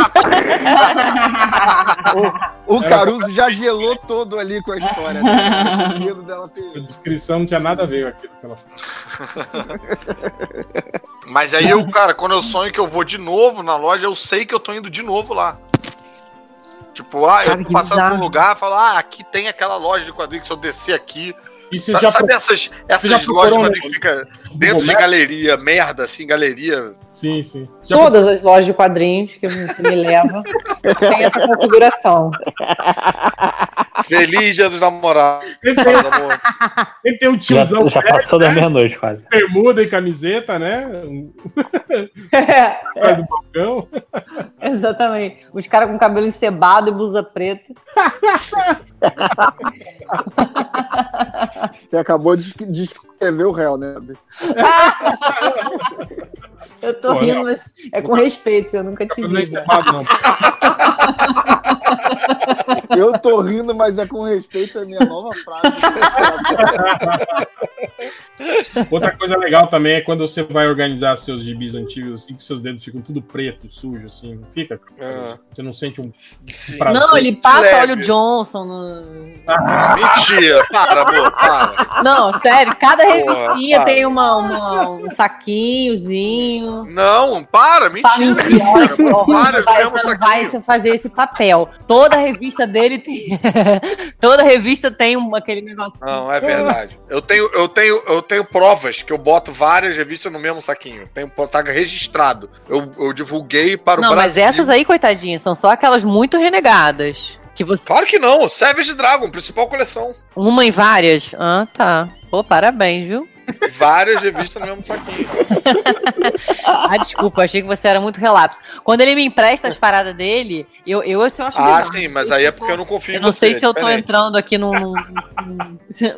[SPEAKER 2] O
[SPEAKER 1] Era-
[SPEAKER 2] Caruso já gelou todo ali com a história. Né? O medo dela
[SPEAKER 1] A
[SPEAKER 2] ter.
[SPEAKER 1] descrição não tinha nada a ver com aquilo que ela falou.
[SPEAKER 3] Mas aí eu, cara, quando eu sonho que eu vou de novo na loja, eu sei que eu tô indo de novo lá. Tipo, ah,
[SPEAKER 7] Cara,
[SPEAKER 3] eu tô
[SPEAKER 7] que
[SPEAKER 3] passando por um
[SPEAKER 7] bizarro.
[SPEAKER 3] lugar e falo, ah, aqui tem aquela loja de quadrinhos, se eu descer aqui.
[SPEAKER 1] E você
[SPEAKER 3] Sabe,
[SPEAKER 1] já
[SPEAKER 3] sabe essas,
[SPEAKER 1] já
[SPEAKER 3] essas
[SPEAKER 1] procurou um
[SPEAKER 3] lojas de
[SPEAKER 1] no-
[SPEAKER 3] quadrinhos que fica
[SPEAKER 1] procurou
[SPEAKER 3] dentro
[SPEAKER 1] no
[SPEAKER 3] de
[SPEAKER 1] Google
[SPEAKER 3] galeria, merda, assim, galeria.
[SPEAKER 1] Maps? Sim, sim. Você já
[SPEAKER 7] Todas as lojas de quadrinhos que você me leva tem essa configuração.
[SPEAKER 3] Feliz dia dos namorados.
[SPEAKER 1] procurou- Sempre, tem-
[SPEAKER 3] meus amor.
[SPEAKER 1] sempre tem um
[SPEAKER 4] Já,
[SPEAKER 1] tiozão né?
[SPEAKER 4] já
[SPEAKER 1] velho,
[SPEAKER 4] passou da meia-noite quase.
[SPEAKER 1] bermuda e camiseta, né? Um cara do balcão.
[SPEAKER 7] Exatamente. Os caras com cabelo encebado e blusa preta.
[SPEAKER 2] Você acabou de de escrever o réu, né?
[SPEAKER 7] Eu tô
[SPEAKER 1] Pô,
[SPEAKER 7] rindo,
[SPEAKER 1] não.
[SPEAKER 7] mas é com respeito, eu nunca te
[SPEAKER 1] Não é
[SPEAKER 7] vi. né?
[SPEAKER 1] encebado, não.
[SPEAKER 2] Eu tô rindo, mas é com respeito à minha nova frase.
[SPEAKER 1] Outra coisa legal também é quando você vai organizar seus gibis antigos, assim, que seus dedos ficam tudo preto, sujo, assim, não fica?
[SPEAKER 3] Ah.
[SPEAKER 1] Você não sente um
[SPEAKER 3] Sim.
[SPEAKER 1] prazer.
[SPEAKER 7] Não, ele passa
[SPEAKER 3] Leve.
[SPEAKER 7] óleo Johnson. no-
[SPEAKER 3] Mentira, para, amor, para.
[SPEAKER 7] Não, sério, cada
[SPEAKER 3] Porra,
[SPEAKER 7] revistinha
[SPEAKER 3] cara.
[SPEAKER 7] tem uma, uma- um saquinhozinho.
[SPEAKER 3] Não, para,
[SPEAKER 7] Tá
[SPEAKER 3] mentira.
[SPEAKER 7] mentindo, olha,
[SPEAKER 3] cara,
[SPEAKER 7] porra,
[SPEAKER 3] para,
[SPEAKER 7] você tá não vai,
[SPEAKER 3] eu
[SPEAKER 7] você não
[SPEAKER 3] mesmo
[SPEAKER 7] vai
[SPEAKER 3] saquinho.
[SPEAKER 7] fazer esse papel. Toda revista dele tem. Toda revista tem um, aquele negócio.
[SPEAKER 3] Não, é verdade. Eu tenho, eu tenho, eu tenho provas que eu boto várias revistas no mesmo saquinho. Tem tá registrado. Eu, eu divulguei para o
[SPEAKER 7] Não,
[SPEAKER 3] Brasil.
[SPEAKER 7] mas essas aí, coitadinhas, são só aquelas muito renegadas. Que você.
[SPEAKER 3] Claro que não, Savage Dragon, principal coleção.
[SPEAKER 7] Uma em várias? Ah, tá. Pô, parabéns, viu?
[SPEAKER 3] várias revistas no mesmo saquinho.
[SPEAKER 8] Ah, desculpa, achei que você era muito relapso. Quando ele me empresta as paradas dele, eu, eu, assim, eu acho
[SPEAKER 3] Ah,
[SPEAKER 8] bizarro.
[SPEAKER 3] sim, mas aí é porque eu não confio em
[SPEAKER 8] Eu não sei
[SPEAKER 3] você,
[SPEAKER 8] se eu tô
[SPEAKER 3] diferente.
[SPEAKER 8] entrando aqui num, num,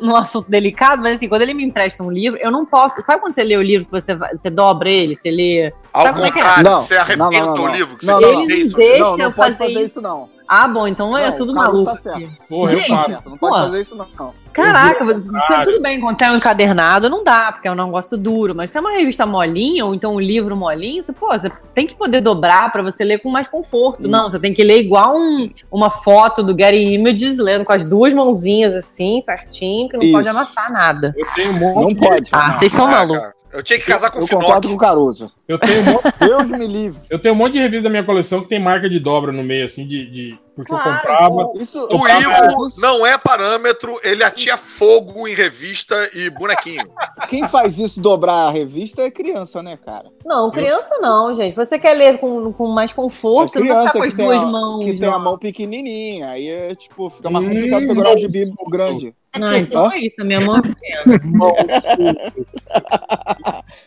[SPEAKER 8] num assunto delicado, mas assim, quando ele me empresta um livro, eu não posso. Sabe quando você lê o livro que você, vai- você dobra ele, você lê.
[SPEAKER 3] Ao
[SPEAKER 8] Sabe como é que é?
[SPEAKER 3] contrário,
[SPEAKER 2] Não,
[SPEAKER 3] você arrebenta
[SPEAKER 2] não, não, não,
[SPEAKER 3] o
[SPEAKER 2] não.
[SPEAKER 3] livro. Que
[SPEAKER 2] Não,
[SPEAKER 3] você
[SPEAKER 2] não,
[SPEAKER 3] não,
[SPEAKER 2] não.
[SPEAKER 3] isso.
[SPEAKER 8] Deixa
[SPEAKER 2] não, não
[SPEAKER 8] eu
[SPEAKER 2] pode
[SPEAKER 8] fazer
[SPEAKER 2] fazer
[SPEAKER 8] isso.
[SPEAKER 2] isso, não.
[SPEAKER 8] Ah, bom, então é
[SPEAKER 2] Não,
[SPEAKER 8] tudo
[SPEAKER 2] o Carlos
[SPEAKER 8] maluco.
[SPEAKER 2] Tá
[SPEAKER 8] aqui.
[SPEAKER 2] certo.
[SPEAKER 1] Porra,
[SPEAKER 8] Gente,
[SPEAKER 1] eu
[SPEAKER 2] Tá
[SPEAKER 1] falo.
[SPEAKER 2] certo, não pode
[SPEAKER 8] pô.
[SPEAKER 2] fazer isso, não.
[SPEAKER 8] Caraca, você,
[SPEAKER 1] Claro.
[SPEAKER 8] tudo bem encontrar um encadernado, não dá, porque é um negócio duro, mas se é uma revista molinha, ou então um livro molinho, você, pô, você tem que poder dobrar pra você ler com mais
[SPEAKER 2] Hum.
[SPEAKER 8] conforto. Não, você tem que ler igual um- uma foto do Gary Images, lendo com as duas mãozinhas assim, certinho, que não
[SPEAKER 2] Isso.
[SPEAKER 8] pode amassar nada.
[SPEAKER 1] Eu tenho um monte.
[SPEAKER 2] Não pode.
[SPEAKER 8] Ah, vocês são
[SPEAKER 3] Ah,
[SPEAKER 8] malucos.
[SPEAKER 3] cara, Eu tinha que casar com o
[SPEAKER 2] Eu concordo com
[SPEAKER 3] Finoc.
[SPEAKER 2] o Caruso.
[SPEAKER 1] Eu tenho, um monte,
[SPEAKER 2] Deus me livre.
[SPEAKER 1] eu tenho um monte de revista da minha coleção que tem marca de dobra no meio, assim, de. de- porque eu
[SPEAKER 8] Claro,
[SPEAKER 1] comprava.
[SPEAKER 2] Isso,
[SPEAKER 3] O Ivo não é parâmetro, ele atia fogo em revista e bonequinho.
[SPEAKER 2] Quem faz isso dobrar a revista é criança, né, cara?
[SPEAKER 7] Não, criança não, gente. Você quer ler com, com mais conforto, você não vai ficar com as duas
[SPEAKER 2] a,
[SPEAKER 7] mãos.
[SPEAKER 2] É
[SPEAKER 8] né?
[SPEAKER 2] que tem
[SPEAKER 7] não.
[SPEAKER 2] a mão pequenininha. Aí é tipo, fica mais
[SPEAKER 1] Hum,
[SPEAKER 2] complicado segurar o
[SPEAKER 1] não.
[SPEAKER 2] gibi grande.
[SPEAKER 7] Ah, então é isso, a minha mão.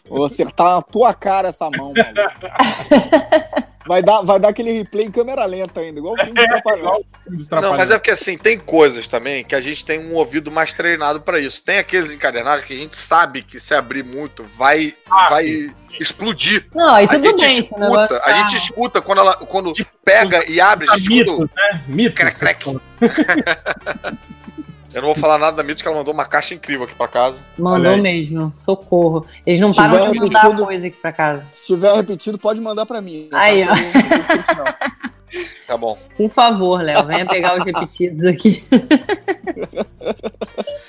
[SPEAKER 2] Vou acertar tá na tua cara essa mão, maluco. Vai dar, vai dar aquele replay em câmera lenta ainda, igual o filme do Trapalhão.
[SPEAKER 3] Não, mas é porque assim, tem coisas também que a gente tem um ouvido mais treinado pra isso. Tem aqueles encadernados que a gente sabe que se abrir muito vai,
[SPEAKER 1] Ah,
[SPEAKER 3] vai
[SPEAKER 1] sim.
[SPEAKER 3] explodir.
[SPEAKER 7] Não, aí
[SPEAKER 3] a
[SPEAKER 7] tudo
[SPEAKER 3] gente
[SPEAKER 7] bem, esse negócio.
[SPEAKER 3] escuta,
[SPEAKER 7] tá-
[SPEAKER 3] a gente escuta quando ela quando pega e abre, é, a gente escuta. o-
[SPEAKER 1] mitos, né? Mitos.
[SPEAKER 3] Crac, crac. Eu não vou falar nada da Mitos, que ela mandou uma caixa incrível aqui pra casa.
[SPEAKER 1] Olha
[SPEAKER 7] Mandou
[SPEAKER 1] aí.
[SPEAKER 7] mesmo, socorro. Eles não
[SPEAKER 2] Se
[SPEAKER 7] param
[SPEAKER 2] tiver
[SPEAKER 7] de mandar
[SPEAKER 2] repetido-
[SPEAKER 7] coisa aqui pra casa.
[SPEAKER 2] Se tiver repetido, pode mandar pra mim.
[SPEAKER 7] Aí,
[SPEAKER 2] tá? Eu
[SPEAKER 7] ó.
[SPEAKER 2] não- eu não tenho isso, não.
[SPEAKER 3] Tá bom.
[SPEAKER 7] Por favor, Léo, venha pegar os repetidos aqui.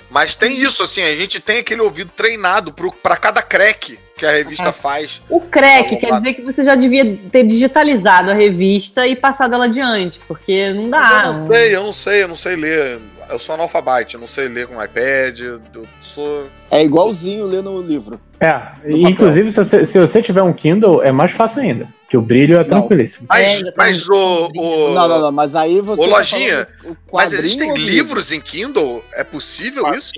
[SPEAKER 3] Mas tem isso, assim, a gente tem aquele ouvido treinado pro, pra cada crack que a
[SPEAKER 7] Uhum.
[SPEAKER 3] revista faz.
[SPEAKER 7] O
[SPEAKER 3] Tá
[SPEAKER 7] crack
[SPEAKER 3] bom,
[SPEAKER 7] quer
[SPEAKER 3] vai.
[SPEAKER 7] dizer que você já devia ter digitalizado a revista e passado ela adiante, porque não
[SPEAKER 3] Mas
[SPEAKER 7] dá.
[SPEAKER 3] eu não
[SPEAKER 2] Ah.
[SPEAKER 3] sei, eu não sei, eu não sei ler. Eu sou analfabeto, eu não sei ler com iPad, eu sou.
[SPEAKER 2] É igualzinho ler no livro.
[SPEAKER 4] É,
[SPEAKER 2] No
[SPEAKER 4] e,
[SPEAKER 1] tá
[SPEAKER 2] papel.
[SPEAKER 4] inclusive, se, você- se você tiver um Kindle, é mais fácil ainda. Que o brilho é
[SPEAKER 2] Não.
[SPEAKER 4] tranquilíssimo.
[SPEAKER 7] É,
[SPEAKER 3] Mas,
[SPEAKER 7] ainda tá
[SPEAKER 3] mas
[SPEAKER 7] um-
[SPEAKER 3] o, o-
[SPEAKER 2] não, não, não, mas aí você.
[SPEAKER 3] Ô,
[SPEAKER 2] tá
[SPEAKER 3] Lojinha,
[SPEAKER 2] falando o
[SPEAKER 3] Mas
[SPEAKER 2] quadrinho
[SPEAKER 3] existem
[SPEAKER 2] ou
[SPEAKER 3] livros em Kindle? É possível isso?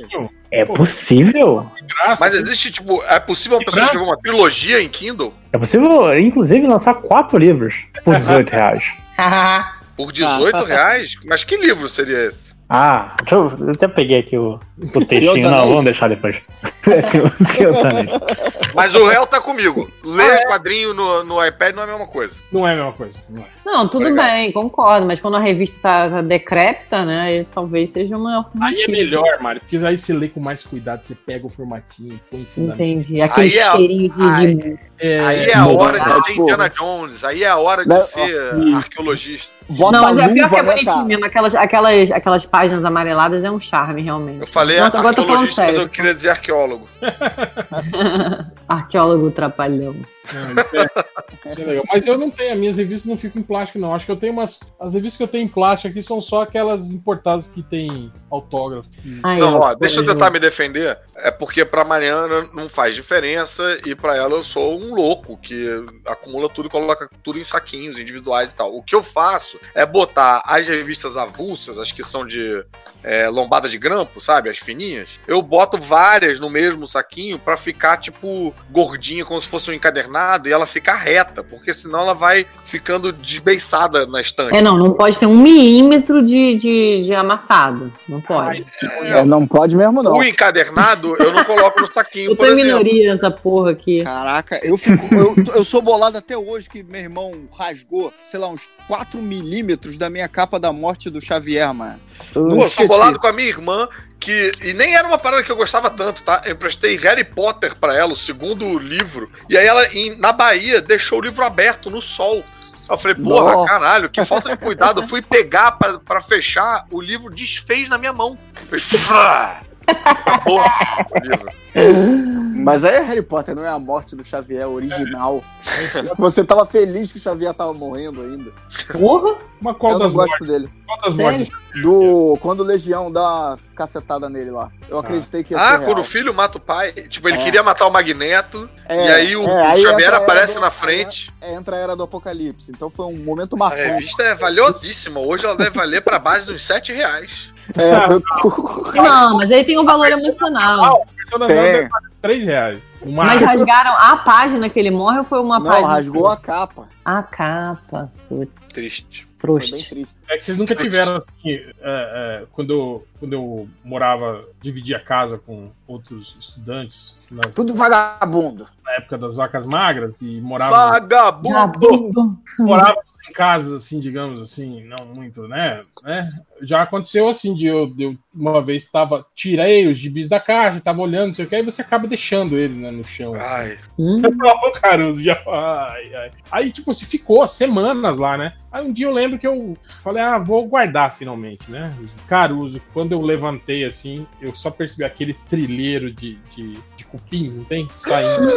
[SPEAKER 4] É
[SPEAKER 1] Pô.
[SPEAKER 4] possível?
[SPEAKER 1] Graça,
[SPEAKER 3] Mas existe, tipo, é possível uma pessoa escrever uma trilogia em Kindle
[SPEAKER 4] É possível, inclusive, lançar quatro livros por 18 reais.
[SPEAKER 2] Ah.
[SPEAKER 3] por 18 reais? Mas que livro seria esse?
[SPEAKER 4] Ah, deixa eu, eu até peguei aqui o, o
[SPEAKER 2] Senhor dos
[SPEAKER 4] textinho. Não,
[SPEAKER 2] Anéis.
[SPEAKER 4] vamos deixar depois. É, Senhor, Senhor dos Anéis.
[SPEAKER 3] Mas o réu tá comigo.
[SPEAKER 2] Ah,
[SPEAKER 3] Ler
[SPEAKER 2] é?
[SPEAKER 3] quadrinho no, no iPad não é a mesma coisa.
[SPEAKER 1] Não é a mesma coisa. Não é.
[SPEAKER 7] Não, tudo
[SPEAKER 3] Obrigado.
[SPEAKER 7] bem, concordo, mas quando a revista tá, tá decrépita, né, e talvez seja uma
[SPEAKER 1] Aí é
[SPEAKER 7] alternativa.
[SPEAKER 1] melhor, Mário, porque aí você lê com mais cuidado, você pega o formatinho, põe em cima da mesa.
[SPEAKER 7] Entendi, aquele
[SPEAKER 3] Aí é-
[SPEAKER 7] cheirinho de...
[SPEAKER 3] aí-
[SPEAKER 7] de-
[SPEAKER 1] É,
[SPEAKER 3] Aí é a
[SPEAKER 2] não,
[SPEAKER 3] hora
[SPEAKER 2] não,
[SPEAKER 3] de ser
[SPEAKER 2] tipo-
[SPEAKER 3] Indiana Jones, aí é a hora
[SPEAKER 2] Não,
[SPEAKER 3] de ser
[SPEAKER 1] isso.
[SPEAKER 3] arqueologista.
[SPEAKER 2] Bota
[SPEAKER 7] Não, mas é
[SPEAKER 2] luva,
[SPEAKER 7] pior que é
[SPEAKER 2] né,
[SPEAKER 7] bonitinho
[SPEAKER 2] cara?
[SPEAKER 7] mesmo, aquelas, aquelas, aquelas páginas amareladas é um charme, realmente.
[SPEAKER 3] Eu falei
[SPEAKER 7] Não, agora eu tô falando
[SPEAKER 3] arqueologista, mas eu
[SPEAKER 7] sério.
[SPEAKER 3] queria dizer arqueólogo.
[SPEAKER 7] Arqueólogo trapalhão.
[SPEAKER 1] Não, isso é- isso é legal. Mas eu não tenho, as minhas revistas não ficam em plástico, não. Acho que eu tenho umas. As revistas que eu tenho em plástico aqui são só aquelas importadas que tem autógrafo.
[SPEAKER 7] Aí,
[SPEAKER 3] Não,
[SPEAKER 7] ó, tipo,
[SPEAKER 3] ó, deixa eu tentar me defender. É porque pra Mariana não faz diferença e pra ela eu sou um louco que acumula tudo e coloca tudo em saquinhos individuais e tal. O que eu faço é botar as revistas avulsas, as que são de é, lombada de grampo, sabe? As fininhas. Eu boto várias no mesmo saquinho pra ficar, tipo, gordinha, como se fosse um encadernado e ela ficar reta, porque senão ela vai ficando desbeiçada na estante.
[SPEAKER 7] É, não, não pode ter um milímetro de, de, de amassado.
[SPEAKER 3] Ah,
[SPEAKER 7] Não pode. né?
[SPEAKER 2] É, não pode mesmo, não.
[SPEAKER 3] O encadernado eu não coloco no saquinho,
[SPEAKER 7] eu tô
[SPEAKER 3] por
[SPEAKER 7] em
[SPEAKER 3] exemplo.
[SPEAKER 7] minoria nessa porra aqui.
[SPEAKER 2] Caraca, eu, fico, eu, eu sou bolado até hoje que meu irmão rasgou, sei lá, uns 4 milímetros da minha capa da morte do Xavier, mano. Eu
[SPEAKER 3] Pô,
[SPEAKER 2] Não
[SPEAKER 3] eu sou
[SPEAKER 2] esqueci.
[SPEAKER 3] bolado com a minha irmã, que. E nem era uma parada que eu gostava tanto, tá? Eu emprestei Harry Potter pra ela, o segundo livro. E aí ela, em- na Bahia, deixou o livro aberto no sol. Eu falei, porra,
[SPEAKER 2] Nossa.
[SPEAKER 3] caralho, que falta de cuidado. Eu fui pegar pra, pra fechar, o livro desfez na minha mão. Fez frá. Acabou o livro.
[SPEAKER 2] Mas aí é Harry Potter, não é a morte do Xavier original. Você tava feliz que o Xavier tava morrendo ainda.
[SPEAKER 7] Porra!
[SPEAKER 1] Mas qual
[SPEAKER 2] eu
[SPEAKER 1] das
[SPEAKER 2] não
[SPEAKER 1] mortes?
[SPEAKER 2] gosto dele.
[SPEAKER 1] Qual das
[SPEAKER 7] Sério?
[SPEAKER 1] mortes?
[SPEAKER 2] Do, quando o Legião dá cacetada nele lá. Eu acreditei que ia
[SPEAKER 3] Ah,
[SPEAKER 2] ser
[SPEAKER 3] quando
[SPEAKER 2] real.
[SPEAKER 3] o filho mata o pai. Tipo, ele
[SPEAKER 2] É.
[SPEAKER 3] queria matar o Magneto.
[SPEAKER 2] É,
[SPEAKER 3] e aí o
[SPEAKER 2] é,
[SPEAKER 3] o Xavier
[SPEAKER 2] entra a era
[SPEAKER 3] aparece
[SPEAKER 2] do-
[SPEAKER 3] na frente.
[SPEAKER 2] é, entra a era do apocalipse. Então foi um momento
[SPEAKER 3] A
[SPEAKER 2] marcante.
[SPEAKER 3] revista é valiosíssima. Hoje ela deve valer pra base dos 7 reais.
[SPEAKER 2] É, foi-
[SPEAKER 7] Não, mas aí tem um valor emocional.
[SPEAKER 1] Persona Zero
[SPEAKER 2] Tem.
[SPEAKER 1] deve valer 3 é reais. O Mar-
[SPEAKER 7] Mas rasgaram a página que ele morre ou foi uma
[SPEAKER 2] Não,
[SPEAKER 7] página?
[SPEAKER 2] rasgou a capa.
[SPEAKER 7] A capa. Putz,
[SPEAKER 3] Triste.
[SPEAKER 2] Foi bem
[SPEAKER 7] trouxa.
[SPEAKER 2] triste.
[SPEAKER 1] É que vocês nunca tiveram assim. é, é, quando, eu, quando eu morava, dividia casa com outros estudantes na,
[SPEAKER 2] Tudo vagabundo.
[SPEAKER 1] na época das vacas magras e
[SPEAKER 3] Tá
[SPEAKER 1] morava,
[SPEAKER 3] Vagabundo!
[SPEAKER 1] morávamos em casas, assim, digamos assim, não muito, né? né? Já aconteceu assim, de eu, de eu uma vez tava, tirei os gibis da caixa, tava olhando, não sei o que, aí você acaba deixando eles né, no chão. assim.
[SPEAKER 3] Ai,
[SPEAKER 7] Hum?
[SPEAKER 1] Não, cara, eu já. Ai, ai. Aí, tipo, se ficou semanas lá, né? Aí um dia eu lembro que eu falei, ah, vou guardar finalmente, né? Caruso, quando eu levantei assim, eu só percebi aquele trilheiro de, de, de cupim, não tem? Saindo,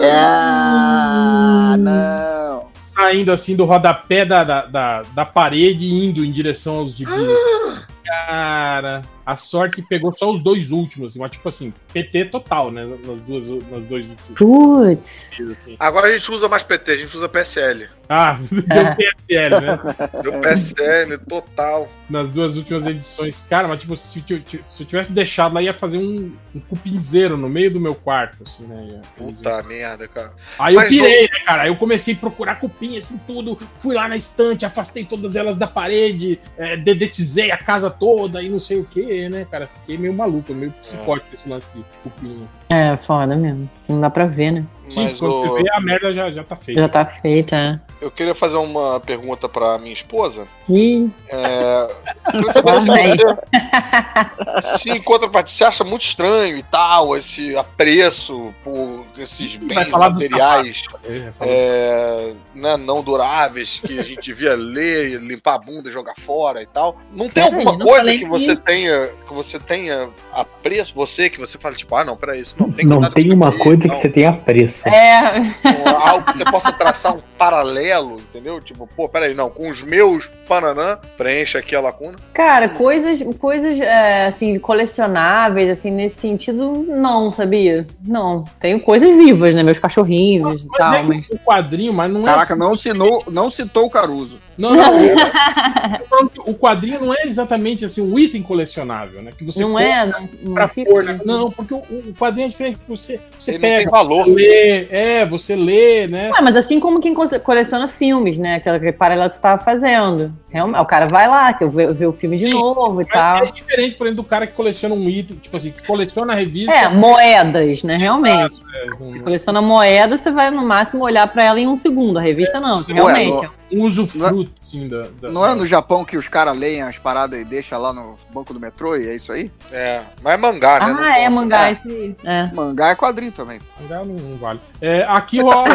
[SPEAKER 7] Hum.
[SPEAKER 2] Ah, não.
[SPEAKER 1] saindo assim do rodapé da, da, da, da parede e indo em direção aos gibis. assim. Cara, a sorte que pegou só os dois últimos, assim, mas tipo assim, PT total, né? Nas duas, nas dois últimos.
[SPEAKER 7] Putz.
[SPEAKER 1] Assim.
[SPEAKER 3] agora a gente usa mais PT, a gente usa PSL.
[SPEAKER 1] Ah, deu PSL, né?
[SPEAKER 3] Deu PSL total.
[SPEAKER 1] nas duas últimas edições. Cara, mas tipo, se, eu ti- se eu tivesse deixado lá, ia fazer um, um cupinzeiro no meio do meu quarto, assim, né?
[SPEAKER 3] Puta merda, cara.
[SPEAKER 1] Aí eu
[SPEAKER 3] Mas
[SPEAKER 1] pirei, né, cara? Aí eu comecei a procurar cupim, assim, tudo. Fui lá na estante, afastei todas elas da parede, é, dedetizei a casa toda e não sei o que, né, cara? Fiquei meio maluco, meio
[SPEAKER 3] É.
[SPEAKER 1] psicótico esse lance de cupim.
[SPEAKER 7] É, foda mesmo. Não dá pra ver, né?
[SPEAKER 1] Sim,
[SPEAKER 3] Mas
[SPEAKER 1] quando
[SPEAKER 3] o-
[SPEAKER 1] você vê, a merda já, já tá feita.
[SPEAKER 7] Já tá feita. é.
[SPEAKER 3] eu queria fazer uma pergunta pra minha esposa.
[SPEAKER 7] Ih,
[SPEAKER 3] É, eu queria saber se você- se em contrapartida, você acha muito estranho e tal, esse apreço por esses
[SPEAKER 1] Vai
[SPEAKER 3] bens
[SPEAKER 1] falar dos
[SPEAKER 3] materiais
[SPEAKER 1] É, fala-
[SPEAKER 3] é, né, não duráveis que a gente devia ler, limpar a bunda e jogar fora e tal. Não tem
[SPEAKER 7] Peraí,
[SPEAKER 3] alguma
[SPEAKER 7] não
[SPEAKER 3] coisa
[SPEAKER 7] falei
[SPEAKER 3] que você
[SPEAKER 7] isso.
[SPEAKER 3] tenha que você tenha apreço, você que você fala tipo, ah, não, peraí, isso não tem
[SPEAKER 4] Não
[SPEAKER 3] nada
[SPEAKER 4] tem
[SPEAKER 3] disso
[SPEAKER 4] uma
[SPEAKER 3] aqui,
[SPEAKER 4] coisa que
[SPEAKER 3] não.
[SPEAKER 4] você tenha preço.
[SPEAKER 7] É,
[SPEAKER 3] Ou algo que você possa traçar um paralelo, entendeu? Tipo, pô, peraí, não, com os meus pananã, preencha aqui a lacuna.
[SPEAKER 7] cara, coisas, coisas é, assim, colecionáveis, assim, nesse sentido, não, sabia? Não. Tenho coisas vivas, né? Meus cachorrinhos e
[SPEAKER 1] Mas
[SPEAKER 7] tal.
[SPEAKER 1] é
[SPEAKER 7] Mas...
[SPEAKER 1] que o quadrinho, mas não é
[SPEAKER 7] assim.
[SPEAKER 2] Caraca, não, sinou, não citou o Caruso.
[SPEAKER 1] Não, não. eu- eu falo que o quadrinho não é exatamente assim, um item colecionável, né? Que você
[SPEAKER 7] Não
[SPEAKER 1] compra
[SPEAKER 7] é? Não,
[SPEAKER 1] pra
[SPEAKER 7] não fica,
[SPEAKER 1] pôr, né?
[SPEAKER 7] né?
[SPEAKER 1] Não, porque o, o quadrinho é diferente. Você, você
[SPEAKER 3] Ele não tem
[SPEAKER 1] pega,
[SPEAKER 3] valor.
[SPEAKER 1] você lê, é, você lê, né?
[SPEAKER 7] Ah, mas assim como quem cole- coleciona filmes, né? Aquela que paralelo que tu tava fazendo. Realmente, o cara vai lá, que eu ve- vê o filme de
[SPEAKER 1] Sim,
[SPEAKER 7] novo e
[SPEAKER 1] Mas
[SPEAKER 7] tal.
[SPEAKER 1] É diferente, por exemplo, do cara que coleciona um item, tipo assim, que coleciona a revista.
[SPEAKER 7] É, moedas, né? Realmente.
[SPEAKER 1] é, um,
[SPEAKER 7] Coleciona moeda, você vai no máximo olhar pra ela em um segundo. A revista não,
[SPEAKER 1] Ué,
[SPEAKER 7] realmente.
[SPEAKER 1] um usufruto, assim, da. da-
[SPEAKER 2] é- Não é no Japão que os caras leem as paradas e deixam lá no banco do metrô e é isso aí?
[SPEAKER 3] É, mas é mangá, né? Não
[SPEAKER 7] Ah, é
[SPEAKER 3] conta.
[SPEAKER 7] mangá, isso aí. É.
[SPEAKER 2] Mangá é quadrinho também.
[SPEAKER 1] Mangá não, não vale. É, aqui rola.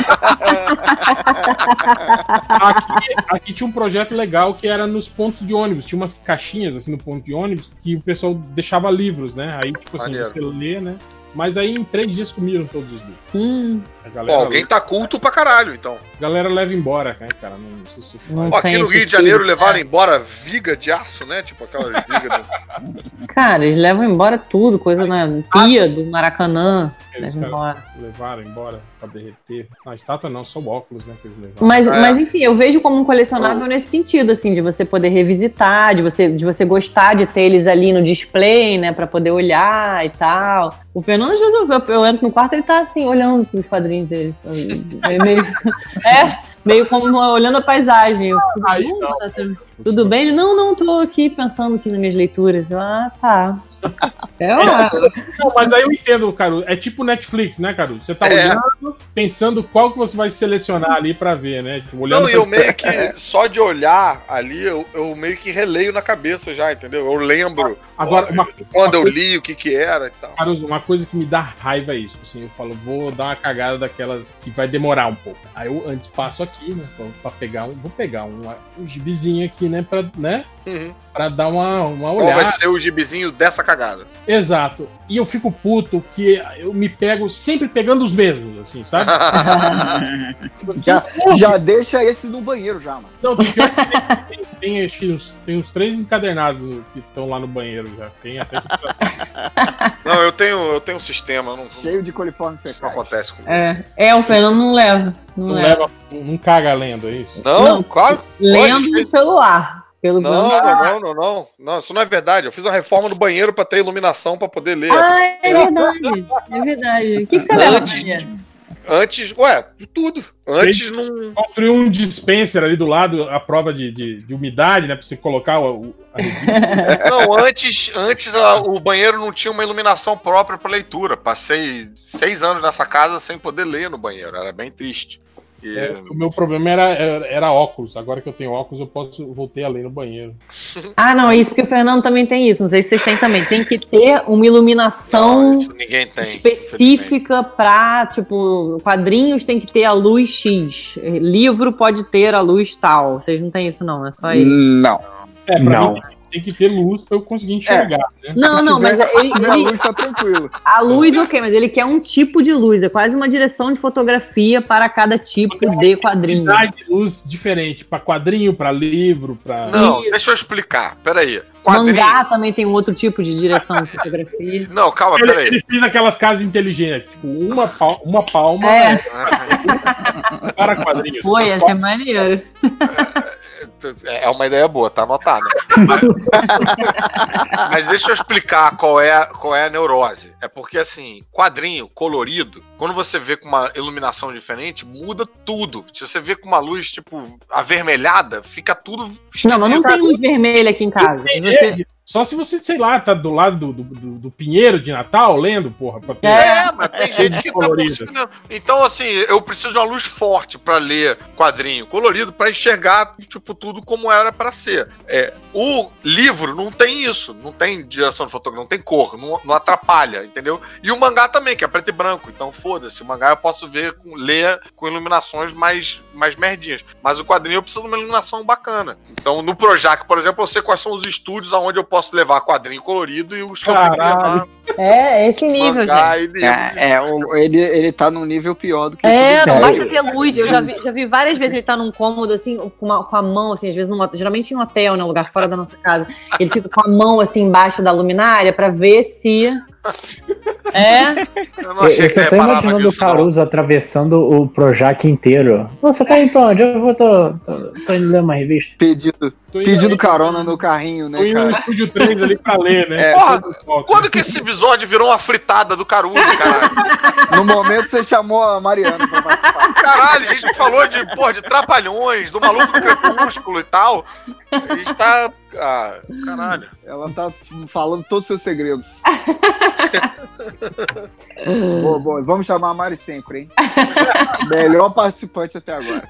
[SPEAKER 1] aqui, aqui tinha um projeto legal que era nos pontos de ônibus. Tinha umas caixinhas assim no ponto de ônibus que o pessoal deixava livros, né? Aí, tipo assim,
[SPEAKER 3] Maneiro.
[SPEAKER 1] você lê, né? Mas aí em três dias sumiram todos os livros.
[SPEAKER 7] Hum,
[SPEAKER 1] A
[SPEAKER 3] Pô,
[SPEAKER 1] galera,
[SPEAKER 3] alguém tá culto pra caralho, então.
[SPEAKER 1] a galera leva embora, né, cara? Não sei se
[SPEAKER 7] não
[SPEAKER 3] Ó, aqui
[SPEAKER 7] tem
[SPEAKER 3] no Rio de
[SPEAKER 7] esse é. filme.
[SPEAKER 3] Janeiro levaram embora viga de aço, né? Tipo aquelas vigas. do-
[SPEAKER 7] Cara, eles levam embora tudo, coisa na pia do Maracanã.
[SPEAKER 1] eles
[SPEAKER 7] Levam embora.
[SPEAKER 1] levaram embora pra derreter. Não, a estátua não, só o óculos, né? Que eles levaram.
[SPEAKER 7] Mas,
[SPEAKER 3] É.
[SPEAKER 7] mas enfim, eu vejo como um colecionável nesse sentido, assim, de você poder revisitar, de você, de você gostar de ter eles ali no display, né, pra poder olhar e tal. O Fernando, às vezes, eu, eu- eu entro no quarto ele tá assim, olhando os quadrinhos dele. É meio, é, meio como uma- olhando a paisagem. Eu, tudo,
[SPEAKER 1] Aí
[SPEAKER 7] bom? Tá tudo- tudo bem? Ele, não, não, tô aqui pensando aqui nas minhas leituras. Eu, ah, tá. É, ó,
[SPEAKER 1] Não, mas aí eu entendo, Caru. É tipo Netflix, né, Caru? Você tá
[SPEAKER 3] É.
[SPEAKER 1] olhando, pensando qual que você vai selecionar ali pra ver, né? Tipo, olhando
[SPEAKER 3] Não, e
[SPEAKER 1] pra- É.
[SPEAKER 3] eu meio que, só de olhar ali, eu, eu meio que releio na cabeça já, entendeu? Eu lembro
[SPEAKER 1] Agora, uma,
[SPEAKER 3] quando eu li, o que que era e tal.
[SPEAKER 1] Caruso, uma coisa que me dá raiva é isso. Assim, eu falo, vou dar uma cagada daquelas que vai demorar um pouco. Aí eu antes passo aqui, né? falo, Pra pegar um. Vou pegar um, um gibizinho aqui, né? Pra, né?
[SPEAKER 3] Uhum.
[SPEAKER 1] pra dar uma, uma
[SPEAKER 3] Qual
[SPEAKER 1] olhada.
[SPEAKER 3] vai ser o gibizinho dessa cagada?
[SPEAKER 1] Exato. E eu fico puto que eu me pego sempre pegando os mesmos, assim, sabe?
[SPEAKER 2] Já, já deixa esse no banheiro já, mano.
[SPEAKER 1] Não, tem pior que tem, tem tem, acho que uns, tem uns três encadernados que estão lá no banheiro já. Tem até que.
[SPEAKER 3] Não, eu tenho, eu tenho um sistema, não, não-
[SPEAKER 2] Cheio de coliforme
[SPEAKER 3] isso não
[SPEAKER 2] fecal.
[SPEAKER 3] acontece comigo.
[SPEAKER 7] É, é, o Fernando não leva. Não,
[SPEAKER 1] Não,
[SPEAKER 7] leva.
[SPEAKER 1] leva, não caga a lenda, é isso?
[SPEAKER 3] Não,
[SPEAKER 7] Não. tipo,
[SPEAKER 3] claro.
[SPEAKER 7] Lendo
[SPEAKER 3] Olha,
[SPEAKER 7] no celular. Pelo
[SPEAKER 3] Não,
[SPEAKER 7] menos.
[SPEAKER 3] não, não, não, não. Não, isso não é verdade. Eu fiz uma reforma do banheiro pra ter iluminação pra poder ler.
[SPEAKER 7] Ah, é verdade. É verdade. O que, que você
[SPEAKER 3] Não,
[SPEAKER 7] leva,
[SPEAKER 3] gente.
[SPEAKER 7] Maria?
[SPEAKER 3] Antes, ué, de tudo. Antes
[SPEAKER 7] Hum.
[SPEAKER 3] não.
[SPEAKER 1] Construiu um dispenser ali do lado, a prova de, de, de umidade, né? Pra você colocar o. o- a revista.
[SPEAKER 3] Não, antes, antes a- o banheiro não tinha uma iluminação própria pra leitura. Passei seis anos nessa casa sem poder ler no banheiro. Era bem triste. E-
[SPEAKER 1] É, o meu problema era, era, era óculos. Agora que eu tenho óculos, eu posso eu voltei a ler no banheiro.
[SPEAKER 7] Ah, não, é isso, porque o Fernando também tem isso. Não sei se vocês têm também. Tem que ter uma
[SPEAKER 3] Não,
[SPEAKER 7] iluminação
[SPEAKER 3] isso ninguém tem. infelizmente.
[SPEAKER 7] específica pra, tipo, quadrinhos tem que ter a luz X. Livro pode ter a luz tal. Vocês não têm isso, não. É só isso.
[SPEAKER 2] Não.
[SPEAKER 1] É, pra
[SPEAKER 4] Não.
[SPEAKER 1] mim tem, tem que ter luz pra eu conseguir enxergar.
[SPEAKER 7] Não, não, mas ele,
[SPEAKER 2] Se tiver
[SPEAKER 7] ele-
[SPEAKER 2] luz, tá tranquilo.
[SPEAKER 7] a luz, ok, mas ele quer um tipo de luz. É quase uma direção de fotografia para cada tipo de quadrinho.
[SPEAKER 1] Cidade de luz diferente, pra quadrinho, pra livro, pra.
[SPEAKER 3] Não,
[SPEAKER 7] Isso.
[SPEAKER 3] deixa eu explicar. Peraí. Quadrinho.
[SPEAKER 7] Mangá também tem um outro tipo de direção de fotografia.
[SPEAKER 3] Não, calma,
[SPEAKER 1] Ele,
[SPEAKER 3] peraí.
[SPEAKER 1] ele fez aquelas casas inteligentes, tipo, uma, pal- uma palma
[SPEAKER 7] É.
[SPEAKER 3] Ah.
[SPEAKER 1] para quadrinho.
[SPEAKER 7] Foi, assim, ia ser maneiro.
[SPEAKER 3] É uma ideia boa, tá anotada. Mas, mas deixa eu explicar qual é, qual é a neurose. É porque, assim, quadrinho colorido, quando você vê com uma iluminação diferente, muda tudo. Se você vê com uma luz, tipo, avermelhada, fica tudo.
[SPEAKER 7] Não, mas não
[SPEAKER 3] esquisito.
[SPEAKER 7] tem luz vermelha aqui em casa. Você-
[SPEAKER 1] É, só se você, sei lá, tá do lado do, do, do- do Pinheiro de Natal, lendo, porra. Pra ter...
[SPEAKER 3] É, mas tem gente que tá
[SPEAKER 1] Colorido.
[SPEAKER 3] conseguindo. Então, assim, eu preciso de uma luz forte pra ler quadrinho colorido, pra enxergar, tipo, tudo como era pra ser. É, o livro não tem isso, não tem direção de fotografia, não tem cor, não, não atrapalha, entendeu? E o mangá também, que é preto e branco, então foda-se. O mangá eu posso ver, com, ler com iluminações mais, mais merdinhas. Mas o quadrinho eu preciso de uma iluminação bacana. Então, no Projac, por exemplo, eu sei quais são os estúdios aonde eu posso levar quadrinho colorido e os que eu tenho que
[SPEAKER 1] Caralho.
[SPEAKER 3] levar
[SPEAKER 7] É, é esse nível, gente.
[SPEAKER 3] mangá tipo e livro.
[SPEAKER 2] É, é, o- ele, ele tá num nível pior do que
[SPEAKER 7] É,
[SPEAKER 2] tudo
[SPEAKER 7] não
[SPEAKER 2] bem.
[SPEAKER 7] basta ter luz. Eu já vi, já vi várias vezes ele tá num cômodo, assim, com, uma- com a mão, assim, às vezes num, geralmente em um hotel, né? um lugar fora da nossa casa. Ele fica com a mão, assim, embaixo da luminária pra ver se. É,
[SPEAKER 3] Eu não
[SPEAKER 4] Eu,
[SPEAKER 3] achei
[SPEAKER 4] eu
[SPEAKER 3] que
[SPEAKER 4] só
[SPEAKER 3] ele
[SPEAKER 4] tô
[SPEAKER 3] reparava
[SPEAKER 4] imaginando o
[SPEAKER 3] nisso, não.
[SPEAKER 4] Caruso atravessando o Projac inteiro. Você tá indo pra onde? Eu vou, tô, tô, tô indo ler uma revista.
[SPEAKER 2] Pedido,
[SPEAKER 1] Tô indo-
[SPEAKER 2] pedindo carona no carrinho, né,
[SPEAKER 1] Tô indo no
[SPEAKER 2] cara?
[SPEAKER 1] estúdio 3 ali pra ler, né?
[SPEAKER 2] É,
[SPEAKER 3] Porra,
[SPEAKER 1] Tudo volta.
[SPEAKER 3] Quando que esse episódio virou uma fritada do Caruso, caralho?
[SPEAKER 2] No momento você chamou a Mariana pra participar.
[SPEAKER 3] Caralho, a gente falou de, porra, de trapalhões, do maluco do crepúsculo e tal. A gente tá. Ah, caralho.
[SPEAKER 2] Ela tá falando todos os seus segredos. boa, boa. Vamos chamar a Mari sempre, hein? Melhor participante até agora.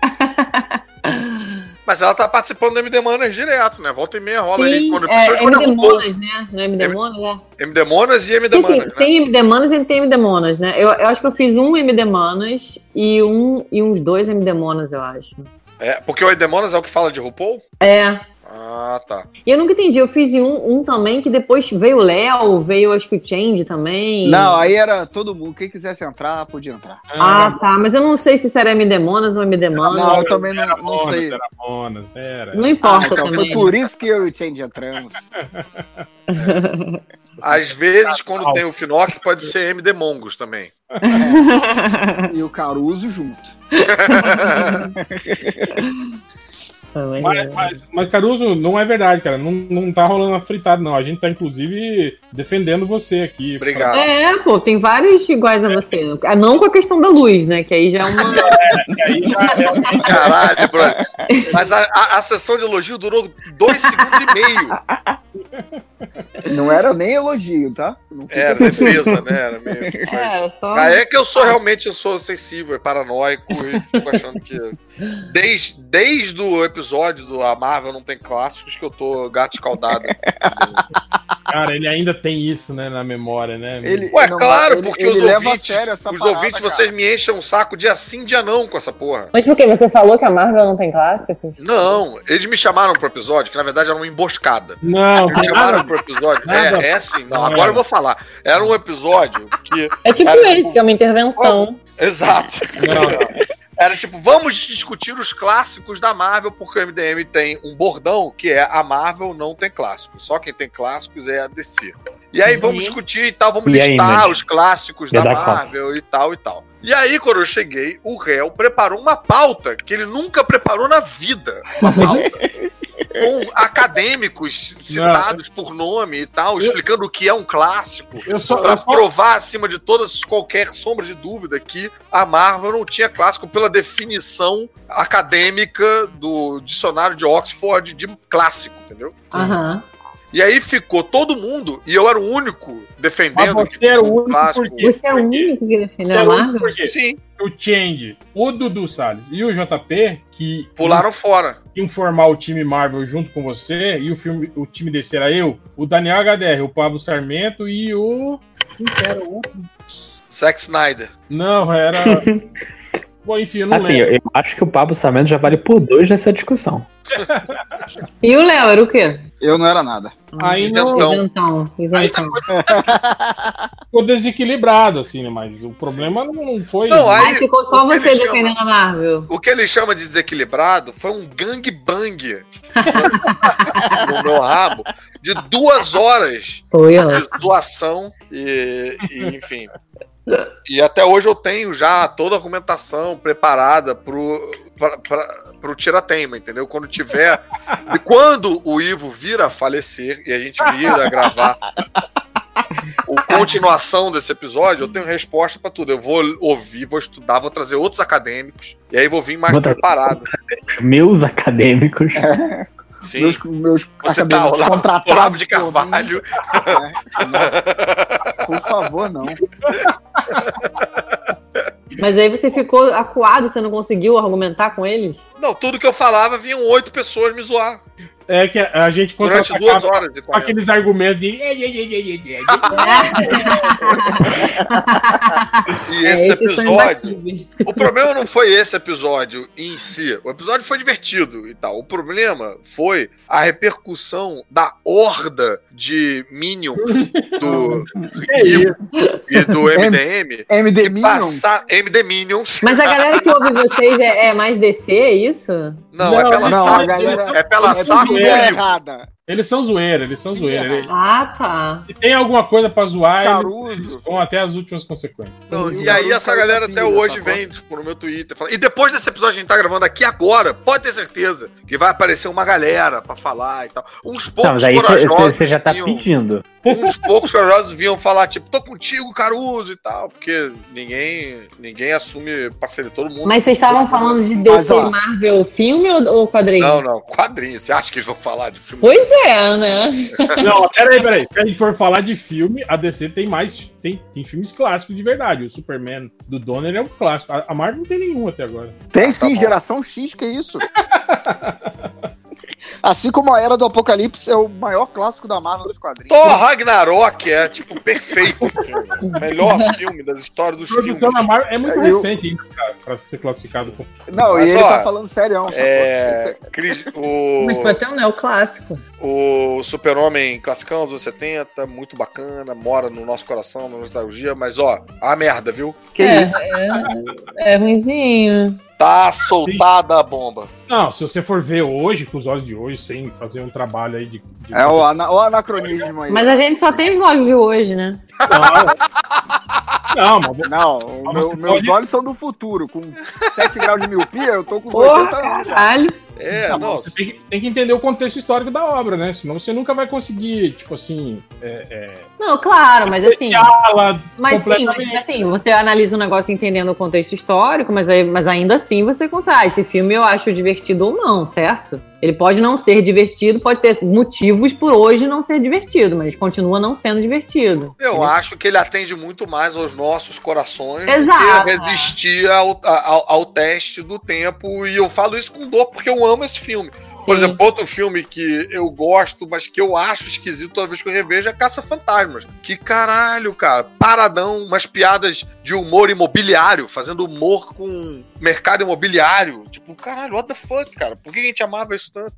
[SPEAKER 3] Mas ela tá participando do MD Manas direto, né? Volta e meia rola aí.
[SPEAKER 7] sim,
[SPEAKER 3] Quando,
[SPEAKER 7] é,
[SPEAKER 3] principalmente quando
[SPEAKER 7] MD
[SPEAKER 3] eu vou-
[SPEAKER 7] Monas, né? Não é MD Monas, é?
[SPEAKER 3] MD Manas e MD
[SPEAKER 7] Porque, assim,
[SPEAKER 3] Manas, né?
[SPEAKER 7] tem MD Manas e tem MD Monas, né? Eu, eu acho que eu fiz um MD Manas e, um, e uns dois MD Monas, eu acho.
[SPEAKER 3] É, porque o MD Manas é o que fala de RuPaul?
[SPEAKER 7] É,
[SPEAKER 3] Ah, tá.
[SPEAKER 7] E eu nunca entendi, eu fiz um, um também que depois veio o Léo, veio acho que o Change também.
[SPEAKER 2] Não, aí era todo mundo. Quem quisesse entrar, podia entrar.
[SPEAKER 7] Ah, tá, mas eu não sei se isso era MD Monas ou MD Manas.
[SPEAKER 2] Não, eu também não,
[SPEAKER 1] Era né?
[SPEAKER 2] não
[SPEAKER 1] Monas,
[SPEAKER 2] sei.
[SPEAKER 1] era Monas, era.
[SPEAKER 7] Não
[SPEAKER 2] Ah,
[SPEAKER 7] importa
[SPEAKER 2] então foi
[SPEAKER 7] também.
[SPEAKER 2] por isso que eu e o Change entramos.
[SPEAKER 7] né?
[SPEAKER 3] Às vezes,
[SPEAKER 4] Ah,
[SPEAKER 3] quando tem o Finoc, pode ser MD Mongos também.
[SPEAKER 2] E o Caruso junto.
[SPEAKER 7] Também,
[SPEAKER 1] Mas,
[SPEAKER 7] né?
[SPEAKER 1] mas- mas, Caruso, não é verdade, cara. Não, não tá rolando a fritada, não. A gente tá, inclusive, defendendo você aqui.
[SPEAKER 3] Obrigado.
[SPEAKER 7] É, pô, tem vários iguais a você. Ah, Não com a questão da luz, né? Que aí já é uma.
[SPEAKER 1] Porque aí já é-
[SPEAKER 3] Caralho, brother. Mas a, a- a sessão de elogio durou dois segundos e meio.
[SPEAKER 2] Não era nem elogio, tá? Não fica-
[SPEAKER 3] Era defesa, né? Era meio... Mas...
[SPEAKER 7] É, só.
[SPEAKER 3] Ah, é que eu sou realmente eu sou sensível, é paranoico e fico achando que. Desde, desde o episódio do A Marvel Não Tem Clássicos que eu tô gato escaldado.
[SPEAKER 1] Cara, ele ainda tem isso, né, na memória, né?
[SPEAKER 2] Ele-
[SPEAKER 3] Ué,
[SPEAKER 2] não,
[SPEAKER 3] claro,
[SPEAKER 2] ele-
[SPEAKER 3] porque
[SPEAKER 2] ele
[SPEAKER 3] os
[SPEAKER 2] leva a
[SPEAKER 3] ouvintes,
[SPEAKER 2] sério essa
[SPEAKER 3] os
[SPEAKER 2] parada,
[SPEAKER 3] ouvintes
[SPEAKER 2] cara.
[SPEAKER 3] vocês me enchem um saco dia sim, dia não com essa porra.
[SPEAKER 7] Mas por quê? Você falou que a Marvel não tem clássicos?
[SPEAKER 3] Não, eles me chamaram pro episódio, que na verdade era uma emboscada.
[SPEAKER 1] Não,
[SPEAKER 3] Me chamaram
[SPEAKER 1] cara,
[SPEAKER 3] pro episódio.
[SPEAKER 1] Nada.
[SPEAKER 3] É, é assim, não,
[SPEAKER 1] Não.
[SPEAKER 3] agora eu vou falar. Era um episódio que.
[SPEAKER 7] É tipo
[SPEAKER 3] Cara,
[SPEAKER 7] esse, que é uma intervenção.
[SPEAKER 3] Exato.
[SPEAKER 1] não, não.
[SPEAKER 3] Era tipo, vamos discutir os clássicos da Marvel, porque o MDM tem um bordão que é a Marvel não tem clássicos. Só quem tem clássicos é a DC. E aí vamos discutir e tal, vamos
[SPEAKER 4] E aí,
[SPEAKER 3] listar
[SPEAKER 4] Mandy?
[SPEAKER 3] os clássicos da
[SPEAKER 4] Me dá
[SPEAKER 3] Marvel e tal e tal. E aí, quando eu cheguei, o réu preparou uma pauta que ele nunca preparou na vida. Uma pauta. Com acadêmicos citados por nome e tal, explicando o que é um clássico.
[SPEAKER 1] Eu só,
[SPEAKER 3] Pra
[SPEAKER 1] eu só-
[SPEAKER 3] provar acima de todas qualquer sombra de dúvida que a Marvel não tinha clássico pela definição acadêmica do dicionário de Oxford de clássico, entendeu?
[SPEAKER 7] Aham.
[SPEAKER 3] E aí ficou todo mundo, e eu era o único
[SPEAKER 1] mas
[SPEAKER 3] defendendo
[SPEAKER 1] você era o único porque,
[SPEAKER 7] Você é o único que defende
[SPEAKER 1] você
[SPEAKER 7] a
[SPEAKER 1] era o único
[SPEAKER 7] Marvel?
[SPEAKER 1] porque
[SPEAKER 3] Sim,
[SPEAKER 1] o Change, o Dudu Salles e o JP, que
[SPEAKER 3] pularam fora.
[SPEAKER 1] iam formar o time Marvel junto com você, e o, filme, o time desse era eu, o Daniel HDR, o Pablo Sarmento e o. Quem que era o outro?
[SPEAKER 3] Zack Snyder.
[SPEAKER 1] Não, era. Bom, enfim, eu não
[SPEAKER 4] Assim,
[SPEAKER 1] lembro.
[SPEAKER 4] eu, eu acho que o Pablo Sarmento já vale por dois nessa discussão.
[SPEAKER 7] E o Léo era o quê?
[SPEAKER 2] Eu não era nada.
[SPEAKER 1] Aí não,
[SPEAKER 3] Então-
[SPEAKER 7] Isentão, isentão.
[SPEAKER 1] ficou desequilibrado, assim, né? Mas o problema não, não foi.
[SPEAKER 3] Não, aí-
[SPEAKER 7] Aí ficou só
[SPEAKER 3] o que
[SPEAKER 7] você
[SPEAKER 3] ele chama-
[SPEAKER 7] defendendo a Marvel.
[SPEAKER 3] O que ele chama de desequilibrado foi um gangbang no meu rabo de duas horas
[SPEAKER 7] Foi,
[SPEAKER 4] Ah.
[SPEAKER 7] ó.
[SPEAKER 3] de doação e, e, enfim. E até hoje eu tenho já toda a argumentação preparada pro, pra, pra, pro tiratema, entendeu? Quando tiver. E quando o Ivo vir a falecer e a gente vir a gravar a continuação desse episódio, eu tenho resposta pra tudo. Eu vou ouvir, vou estudar, vou trazer outros acadêmicos e aí vou vir mais
[SPEAKER 4] Vou trazer-
[SPEAKER 3] preparado.
[SPEAKER 4] Meus acadêmicos.
[SPEAKER 3] É. Sim.
[SPEAKER 2] Meus, meus
[SPEAKER 3] Você tá
[SPEAKER 2] acadêmicos
[SPEAKER 3] o Olavo-
[SPEAKER 2] contratados
[SPEAKER 3] Olavo de
[SPEAKER 2] por mim.
[SPEAKER 4] né?
[SPEAKER 3] Carvalho.
[SPEAKER 2] Nossa, por favor, não.
[SPEAKER 7] Mas aí você ficou acuado, você não conseguiu argumentar com eles?
[SPEAKER 3] Não, tudo que eu falava vinham oito pessoas me zoar.
[SPEAKER 1] É que a, a gente
[SPEAKER 3] Durante
[SPEAKER 1] contra-atacava
[SPEAKER 3] duas horas e
[SPEAKER 1] com aqueles argumentos de. "Ei, ei, ei, ei, ei, ei".
[SPEAKER 3] E esse
[SPEAKER 7] É, esses são
[SPEAKER 3] episódio.
[SPEAKER 7] imbatíveis.
[SPEAKER 3] O problema não foi esse episódio em si. O episódio foi divertido e tal. O problema foi a repercussão da horda de Minion do Rio e do MDM.
[SPEAKER 2] MD Minion?
[SPEAKER 3] Passar MD Minions.
[SPEAKER 7] Mas a galera que ouve vocês é, é mais DC, é isso?
[SPEAKER 3] Não,
[SPEAKER 1] Não,
[SPEAKER 3] é pela
[SPEAKER 2] Não, a
[SPEAKER 3] Sarco.
[SPEAKER 2] galera.
[SPEAKER 3] É pela
[SPEAKER 2] É
[SPEAKER 3] Sarco
[SPEAKER 2] tudo
[SPEAKER 3] do Rio.
[SPEAKER 2] errada.
[SPEAKER 1] Eles são zoeira, eles são zoeira. Eles-
[SPEAKER 7] Ah,
[SPEAKER 3] é.
[SPEAKER 7] tá.
[SPEAKER 1] Se tem alguma coisa pra zoar, eles
[SPEAKER 2] Caruso.
[SPEAKER 1] vão até as últimas consequências.
[SPEAKER 3] Não, e
[SPEAKER 2] Não,
[SPEAKER 3] aí
[SPEAKER 2] não
[SPEAKER 3] essa
[SPEAKER 2] caiu
[SPEAKER 3] galera
[SPEAKER 2] essa
[SPEAKER 3] até
[SPEAKER 2] pilha,
[SPEAKER 3] hoje
[SPEAKER 2] tá
[SPEAKER 3] vem tipo, no meu Twitter falando. E depois desse episódio que a gente tá gravando aqui agora, pode ter certeza que vai aparecer uma galera pra falar e tal. Uns
[SPEAKER 4] Não,
[SPEAKER 3] poucos
[SPEAKER 4] mas aí
[SPEAKER 3] corajosos É.
[SPEAKER 4] você já tá
[SPEAKER 3] vinham-
[SPEAKER 4] pedindo.
[SPEAKER 3] uns poucos corajosos vinham falar tipo, tô contigo, Caruso e tal, porque ninguém ninguém assume parceria todo mundo.
[SPEAKER 7] Mas vocês estavam falando de
[SPEAKER 2] Mas,
[SPEAKER 7] DC
[SPEAKER 2] ó.
[SPEAKER 7] Marvel filme ou, ou quadrinho?
[SPEAKER 3] Não, não, quadrinho. Você acha que eles vão falar de filme?
[SPEAKER 7] Pois é, né?
[SPEAKER 1] Não, peraí, peraí. Se a gente for falar de filme, a DC tem mais. Tem, tem filmes clássicos de verdade. O Superman do Donner é um clássico. A, a Marvel não tem nenhum até agora.
[SPEAKER 2] Tem sim,
[SPEAKER 3] Ah, tá bom.
[SPEAKER 2] geração X, que é isso? assim como a Era do Apocalipse é o maior clássico da Marvel dos quadrinhos.
[SPEAKER 3] Thor Ragnarok é tipo perfeito o filme. Melhor filme das histórias dos
[SPEAKER 1] A produção da
[SPEAKER 3] filmes.
[SPEAKER 1] Marvel é muito
[SPEAKER 2] Eu-
[SPEAKER 1] recente ainda, cara, pra ser classificado como.
[SPEAKER 2] Não,
[SPEAKER 3] Mas,
[SPEAKER 2] e ele
[SPEAKER 3] ó,
[SPEAKER 2] tá falando sério.
[SPEAKER 3] É, Cris- o...
[SPEAKER 7] Mas pra ter um neo clássico.
[SPEAKER 3] O Super-Homem classicão dos anos 70, muito bacana, mora no nosso coração, na nostalgia, mas ó, a merda, viu?
[SPEAKER 2] Que
[SPEAKER 7] é,
[SPEAKER 2] isso?
[SPEAKER 7] é, é ruimzinho.
[SPEAKER 3] Tá soltada a bomba.
[SPEAKER 1] Não, se você for ver hoje, com os olhos de hoje, sem fazer um trabalho aí de. de-
[SPEAKER 2] É o, ana- o anacronismo aí.
[SPEAKER 7] Mas a gente só tem os logs de hoje, né?
[SPEAKER 1] Não,
[SPEAKER 7] é-
[SPEAKER 1] mas
[SPEAKER 2] Não, o meu-
[SPEAKER 1] você
[SPEAKER 2] meus
[SPEAKER 1] pode-
[SPEAKER 2] olhos são do futuro. Com 7 graus de miopia, eu tô com os
[SPEAKER 7] Porra,
[SPEAKER 2] 80 anos.
[SPEAKER 7] Caralho.
[SPEAKER 3] É,
[SPEAKER 1] Não,
[SPEAKER 3] nossa.
[SPEAKER 1] Tá você tem que, tem que entender o contexto histórico da obra, né? Senão você nunca vai conseguir, tipo assim, é,
[SPEAKER 7] Não, claro, mas assim.
[SPEAKER 1] fala
[SPEAKER 7] Mas sim, mas
[SPEAKER 1] completamente.
[SPEAKER 7] assim, você analisa o negócio entendendo o contexto histórico, mas, aí, mas ainda assim você consegue. Ah, esse filme eu acho divertido ou não, certo? Ele pode não ser divertido, pode ter motivos por hoje não ser divertido, mas continua não sendo divertido.
[SPEAKER 3] Eu acho que ele atende muito mais aos nossos corações do
[SPEAKER 7] Exato.
[SPEAKER 3] que resistir ao, ao, ao teste do tempo. E eu falo isso com dor, porque eu amo esse filme. Por
[SPEAKER 7] Sim.
[SPEAKER 3] exemplo, outro filme que eu gosto, mas que eu acho esquisito toda vez que eu revejo é Caça Fantasmas. Que caralho, cara. Paradão, umas piadas de humor imobiliário, fazendo humor com mercado imobiliário. Tipo, caralho, what the fuck, cara? Por que a gente amava isso isso tanto.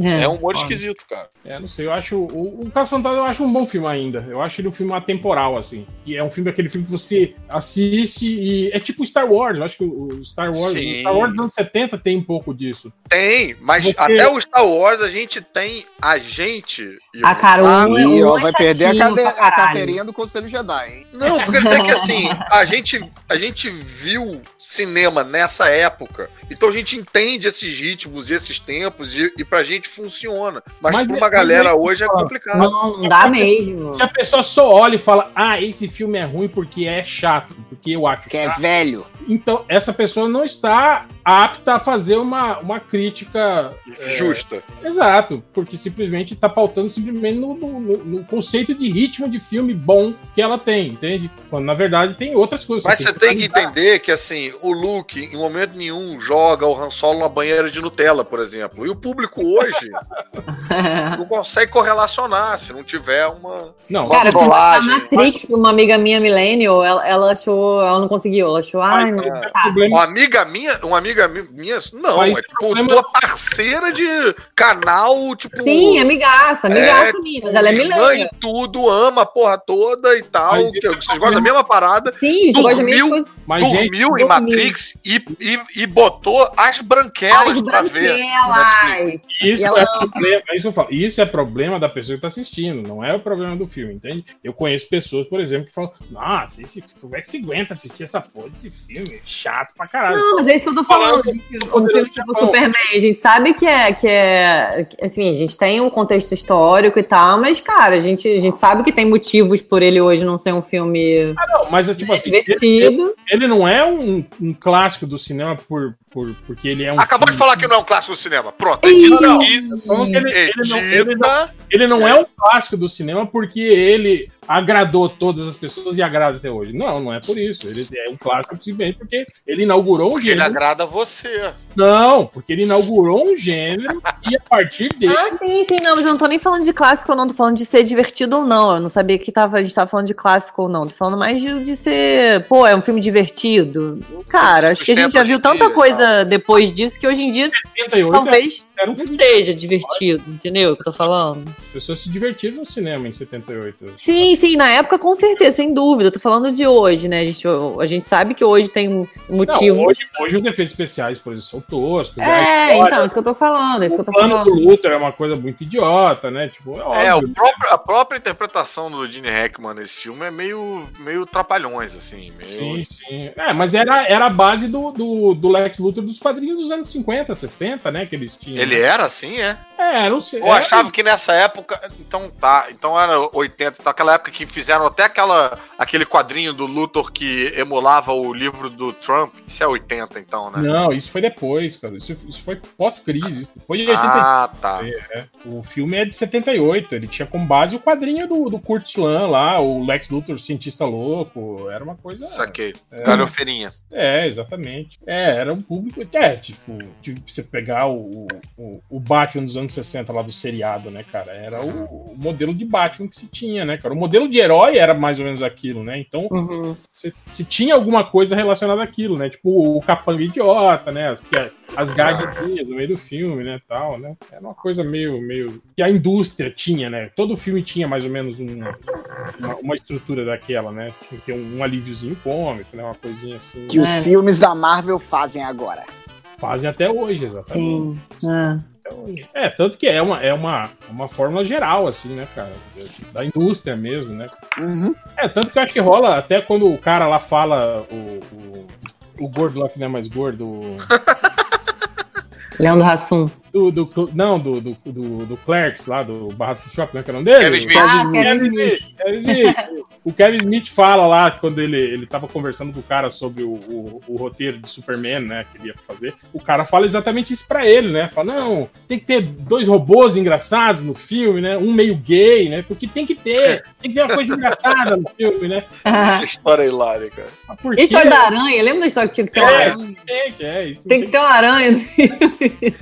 [SPEAKER 7] É.
[SPEAKER 3] É, um humor
[SPEAKER 1] Olha.
[SPEAKER 3] esquisito, cara.
[SPEAKER 1] É, não sei, eu acho. O, o Caso Fantasma eu acho um bom filme ainda. Eu acho ele um filme atemporal, assim. E é um filme, aquele filme que você assiste e. É tipo Star Wars, eu acho que o o Star Wars.
[SPEAKER 3] Sim.
[SPEAKER 1] o Star Wars dos anos 70 tem um pouco disso.
[SPEAKER 3] Tem, mas
[SPEAKER 1] Porque-
[SPEAKER 3] até o Star Wars a gente tem a gente. Igor.
[SPEAKER 7] A Carol
[SPEAKER 3] Ah,
[SPEAKER 7] é
[SPEAKER 2] Ih,
[SPEAKER 7] um
[SPEAKER 2] ó, vai perder a,
[SPEAKER 7] chatinho
[SPEAKER 2] cade-
[SPEAKER 7] pra
[SPEAKER 2] a
[SPEAKER 7] caralho.
[SPEAKER 2] carteirinha do Conselho Jedi, hein?
[SPEAKER 3] Não, porque dizer que assim, a gente, a gente viu cinema nessa época, então a gente entende esses ritmos e esses tempos, e, e pra gente funciona. Mas,
[SPEAKER 1] Mas-
[SPEAKER 3] pra uma
[SPEAKER 1] mas-
[SPEAKER 3] galera
[SPEAKER 1] mas-
[SPEAKER 3] hoje é complicado.
[SPEAKER 7] Não, não dá mesmo.
[SPEAKER 1] Se a pessoa só olha e fala, ah, esse filme é ruim porque é chato, porque eu acho
[SPEAKER 2] Que é
[SPEAKER 1] chato",
[SPEAKER 2] velho.
[SPEAKER 1] Então, essa pessoa não está apta a fazer uma, uma crítica
[SPEAKER 3] É. Justa.
[SPEAKER 1] Exato, porque simplesmente tá pautando simplesmente no, no- no- no conceito de ritmo de filme bom que ela tem, entende? Quando na verdade tem outras coisas.
[SPEAKER 3] Mas você tem que
[SPEAKER 1] analisar.
[SPEAKER 3] entender que, assim, o Luke, em momento nenhum, joga o Han Solo na banheira de Nutella, por exemplo. E o público hoje não consegue correlacionar se não tiver uma.
[SPEAKER 1] Não, é
[SPEAKER 7] Cara, eu fui baixar
[SPEAKER 3] trollagem.
[SPEAKER 7] Matrix pra uma amiga minha millennial, ela, ela achou, ela não conseguiu, ela achou, ai, não
[SPEAKER 3] é.
[SPEAKER 7] tá.
[SPEAKER 1] problema,
[SPEAKER 3] Uma amiga minha, uma amiga mi- minha, não,
[SPEAKER 1] Mas
[SPEAKER 3] é
[SPEAKER 1] o
[SPEAKER 3] tipo
[SPEAKER 1] problema-
[SPEAKER 3] tua parceira de canal, tipo.
[SPEAKER 7] Sim, amigaça, amigaça minha, mas ela é
[SPEAKER 3] irmã
[SPEAKER 7] millennial.
[SPEAKER 3] em tudo, ama a porra toda e tal.
[SPEAKER 1] Mas
[SPEAKER 3] que
[SPEAKER 1] esse é o
[SPEAKER 3] vocês gostam da mesma parada.
[SPEAKER 7] Sim, você gosta de minhas
[SPEAKER 3] Dormiu?
[SPEAKER 7] coisas.
[SPEAKER 1] mas gente,
[SPEAKER 3] dormiu em
[SPEAKER 7] dormiu.
[SPEAKER 3] Matrix e, e, e botou as branquelas
[SPEAKER 7] As
[SPEAKER 3] pra ver.
[SPEAKER 7] branquelas. E
[SPEAKER 1] isso
[SPEAKER 7] ela
[SPEAKER 1] é problema, isso eu falo, isso é problema da pessoa que tá assistindo, não é o problema do filme, entende? Eu conheço pessoas, por exemplo, que falam: "Nossa, esse, como é que se aguenta assistir essa porra desse filme? É chato pra caralho".
[SPEAKER 7] Não, mas é isso que eu tô falando. gente. Um filme tipo Superman, a gente sabe que é, que é. que, Assim, a gente tem um contexto histórico e tal, mas, cara, a gente, a gente sabe que tem motivos por ele hoje não ser um filme
[SPEAKER 1] Ah, não, mas é tipo assim, ele,
[SPEAKER 7] divertido.
[SPEAKER 1] ele não é um, um clássico do cinema por, por porque ele é um
[SPEAKER 3] Acabou
[SPEAKER 1] filme-
[SPEAKER 3] de falar que não é um clássico do cinema. Pronto, edita aqui,
[SPEAKER 1] Falando Então, que ele- ele não- ele não
[SPEAKER 3] edita.
[SPEAKER 1] Ele não é um clássico do cinema porque ele agradou todas as pessoas e agrada até hoje. Não, não é por isso. Ele é um clássico simplesmente porque ele inaugurou um
[SPEAKER 3] Ele
[SPEAKER 1] gênero.
[SPEAKER 3] agrada você.
[SPEAKER 1] Não, porque ele inaugurou um gênero e a partir dele.
[SPEAKER 7] Ah, sim, sim, não, mas eu não tô nem falando de clássico ou não, tô falando de ser divertido ou não. Eu não sabia que tava, a gente tava falando de clássico ou não. Tô falando mais de, de ser, pô, é um filme divertido. Cara, acho que a gente já viu tanta coisa depois disso que hoje em dia
[SPEAKER 1] 78
[SPEAKER 7] Ah, talvez
[SPEAKER 1] era um
[SPEAKER 7] não
[SPEAKER 1] filme.
[SPEAKER 7] seja divertido, entendeu o que eu tô falando?
[SPEAKER 1] As pessoas se divertiram no cinema em 78.
[SPEAKER 7] Sim, sim, na época com certeza, sem dúvida. Eu tô falando de hoje, né? A gente, a gente sabe que hoje tem um
[SPEAKER 1] Não,
[SPEAKER 7] motivo.
[SPEAKER 1] hoje, hoje os defeitos especiais, por exemplo, são toscos.
[SPEAKER 7] É,
[SPEAKER 1] a história,
[SPEAKER 7] então, isso que eu tô falando, isso que eu
[SPEAKER 1] o
[SPEAKER 7] tô
[SPEAKER 1] plano
[SPEAKER 7] falando.
[SPEAKER 1] do Luthor é uma coisa muito idiota, né? Tipo, é
[SPEAKER 3] É,
[SPEAKER 1] óbvio.
[SPEAKER 3] o próprio- a própria interpretação do Gene Hackman nesse filme é meio, meio trapalhões, assim.
[SPEAKER 1] Sim,
[SPEAKER 3] meio-
[SPEAKER 1] sim. É, mas era, era a base do, do, do Lex Luthor dos quadrinhos dos anos 50, 60, né? Que eles tinham.
[SPEAKER 3] Ele era assim, é?
[SPEAKER 1] É, não sei.
[SPEAKER 3] Eu achava que nessa época. Então tá, então era 80, então aquela época que fizeram até aquela, aquele quadrinho do Luthor que emulava o livro do Trump. Isso é 80, então, né?
[SPEAKER 1] Não, isso foi depois, cara. Isso, isso foi pós-crise. Isso foi em 80...
[SPEAKER 3] Ah, tá.
[SPEAKER 1] O filme é de 78. Ele tinha como base o quadrinho do, do Kurt Swan lá, o Lex Luthor, cientista louco. Era uma coisa.
[SPEAKER 3] Saquei. Galhofeirinha.
[SPEAKER 1] É, exatamente. É, era um público. É, tipo, de você pegar o, o, o Batman dos anos 60 lá do seriado, né, cara? Era o, o modelo de Batman que se tinha, né, cara? O modelo de herói era mais ou menos aquilo, né? Então,
[SPEAKER 7] Uhum,
[SPEAKER 1] se, se tinha alguma coisa relacionada àquilo, né? Tipo, o capanga idiota, né? As, pia- as gaguinhas no meio do filme, né? Tal, né? Era uma coisa meio, meio. que a indústria tinha, né? Todo filme tinha mais ou menos uma, uma, uma estrutura daquela, né? Tinha que ter um, um alíviozinho cômico, né? Uma coisinha assim.
[SPEAKER 2] Que
[SPEAKER 7] É.
[SPEAKER 2] os filmes da Marvel fazem agora.
[SPEAKER 1] Fazem até hoje, exatamente.
[SPEAKER 7] Sim. Ah.
[SPEAKER 1] Até hoje. É, tanto que é uma, é uma, uma fórmula geral, assim, né, cara? Da indústria mesmo, né?
[SPEAKER 2] Uhum.
[SPEAKER 1] É, tanto que eu acho que rola até quando o cara lá fala o, o, o gordo lá que não é mais gordo. o-
[SPEAKER 7] Leandro Hassum.
[SPEAKER 1] Do, do, do- não, do, do, do, do Clerks lá, do Barrados do Shopping, não é que é o nome dele?
[SPEAKER 3] Kevin Smith.
[SPEAKER 7] Ah,
[SPEAKER 1] Kevin Smith, Kevin Smith. O Kevin Smith fala lá, quando ele, ele tava conversando com o cara sobre o, o, o roteiro de Superman, né, que ele ia fazer, o cara fala exatamente isso pra ele, né, fala, não, tem que ter dois robôs engraçados no filme, né, um meio gay, né, porque tem que
[SPEAKER 3] É.
[SPEAKER 1] ter, tem que ter uma coisa engraçada no filme, né,
[SPEAKER 3] Essa história é hilária, cara.
[SPEAKER 1] Mas por
[SPEAKER 7] E a
[SPEAKER 1] que
[SPEAKER 3] é-
[SPEAKER 7] história da aranha? Lembra da história que tinha que ter uma
[SPEAKER 1] É.
[SPEAKER 7] aranha?
[SPEAKER 8] né?
[SPEAKER 1] tem que- é, isso
[SPEAKER 7] Tem que ter uma aranha.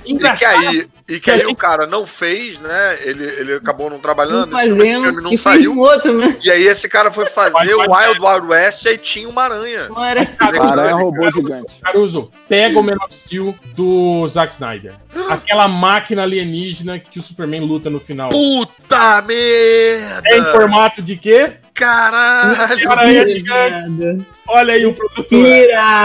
[SPEAKER 1] engraçado,
[SPEAKER 3] E que aí, E que aí o cara não fez, né? Ele, ele acabou não trabalhando,
[SPEAKER 7] Não
[SPEAKER 3] esse
[SPEAKER 7] fazendo,
[SPEAKER 3] filme não
[SPEAKER 7] e fez um
[SPEAKER 3] saiu.
[SPEAKER 7] outro, né?
[SPEAKER 3] E aí esse cara foi fazer o Wild Wild West e aí tinha uma aranha.
[SPEAKER 7] Não era-
[SPEAKER 2] Aranha é robô gigante.
[SPEAKER 1] Caruso, pega o Man of Steel do Zack Snyder. Aquela máquina alienígena que o Superman luta no final.
[SPEAKER 3] Puta merda!
[SPEAKER 1] É em formato de quê?
[SPEAKER 3] Caralho!
[SPEAKER 1] Aranha gigante. Olha aí o produtor.
[SPEAKER 7] Tira!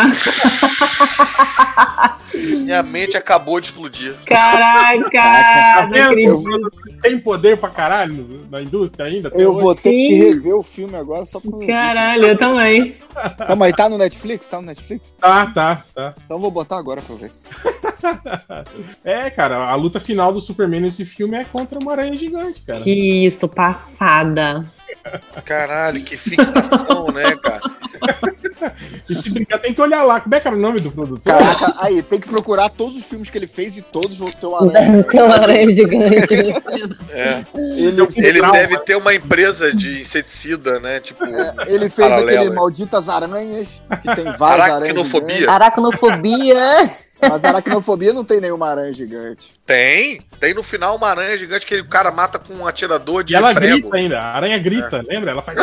[SPEAKER 3] Minha mente acabou de explodir.
[SPEAKER 1] Tá
[SPEAKER 7] Caraca! Não
[SPEAKER 1] vendo?
[SPEAKER 7] acredito.
[SPEAKER 1] O produtor Tem poder pra caralho na indústria ainda? um- até
[SPEAKER 2] Eu
[SPEAKER 1] hoje?
[SPEAKER 2] vou ter que
[SPEAKER 7] Sim.
[SPEAKER 2] rever o filme agora só por
[SPEAKER 7] Caralho, eu também.
[SPEAKER 2] Tá, mas tá no Netflix? Tá no Netflix?
[SPEAKER 1] Tá, tá, tá.
[SPEAKER 2] Então eu vou botar agora pra ver.
[SPEAKER 1] É, cara, a luta final do Superman nesse filme é contra uma aranha gigante, cara.
[SPEAKER 7] Que isso, tô passada.
[SPEAKER 3] Caralho, que fixação, né, cara?
[SPEAKER 1] E se brincar, tem que olhar lá. Como é que é o nome do produtor?
[SPEAKER 2] Caraca, aí, tem que procurar todos os filmes que ele fez e todos vão ter uma aranha.
[SPEAKER 7] Tem uma aranha gigante.
[SPEAKER 3] É.
[SPEAKER 2] Ele, um
[SPEAKER 3] Ele
[SPEAKER 1] Trauma.
[SPEAKER 3] deve ter uma empresa de inseticida, né? Tipo,
[SPEAKER 2] É, ele fez
[SPEAKER 3] Paralela.
[SPEAKER 2] aquele Malditas Aranhas, que tem várias aranhas.
[SPEAKER 3] aracnofobia.
[SPEAKER 7] Aracnofobia.
[SPEAKER 2] gigantes, Mas aracnofobia não tem nenhuma aranha gigante.
[SPEAKER 3] Tem. Tem no final uma aranha gigante que o cara mata com um atirador de
[SPEAKER 1] E ela
[SPEAKER 3] prego. É.
[SPEAKER 1] grita ainda, a aranha grita, lembra? Ela faz.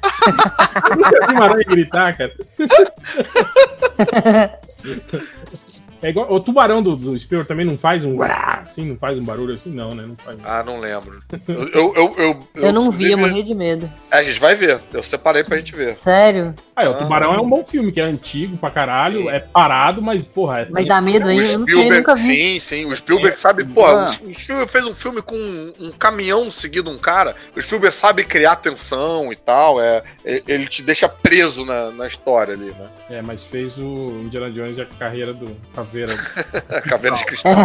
[SPEAKER 1] Eu nunca vi uma aranha gritar, cara. É igual, o tubarão do, do Spielberg também não faz um uá, assim, não faz um barulho assim, não, né? Não faz.
[SPEAKER 3] Ah, não lembro. Eu, eu, eu, eu,
[SPEAKER 8] Eu não vi, eu
[SPEAKER 3] inclusive,
[SPEAKER 8] morri de medo.
[SPEAKER 3] A gente vai ver. Eu separei pra gente ver.
[SPEAKER 8] Sério?
[SPEAKER 1] Ah, é, o
[SPEAKER 3] Ah.
[SPEAKER 1] Tubarão é um bom filme, que é antigo pra caralho,
[SPEAKER 3] Sim.
[SPEAKER 1] é parado, mas, porra, é
[SPEAKER 8] Mas dá medo aí? Eu não sei, nunca vi. É. Ah.
[SPEAKER 3] sim, sim. O Spielberg sabe, pô, o Spielberg fez um filme com um, um caminhão seguindo um cara. O Spielberg sabe criar tensão e tal. É, é- ele te deixa preso na, na história ali, né?
[SPEAKER 1] É, mas fez o Indiana Jones e a carreira do Caveira,
[SPEAKER 3] A Caveira É, de Cristal.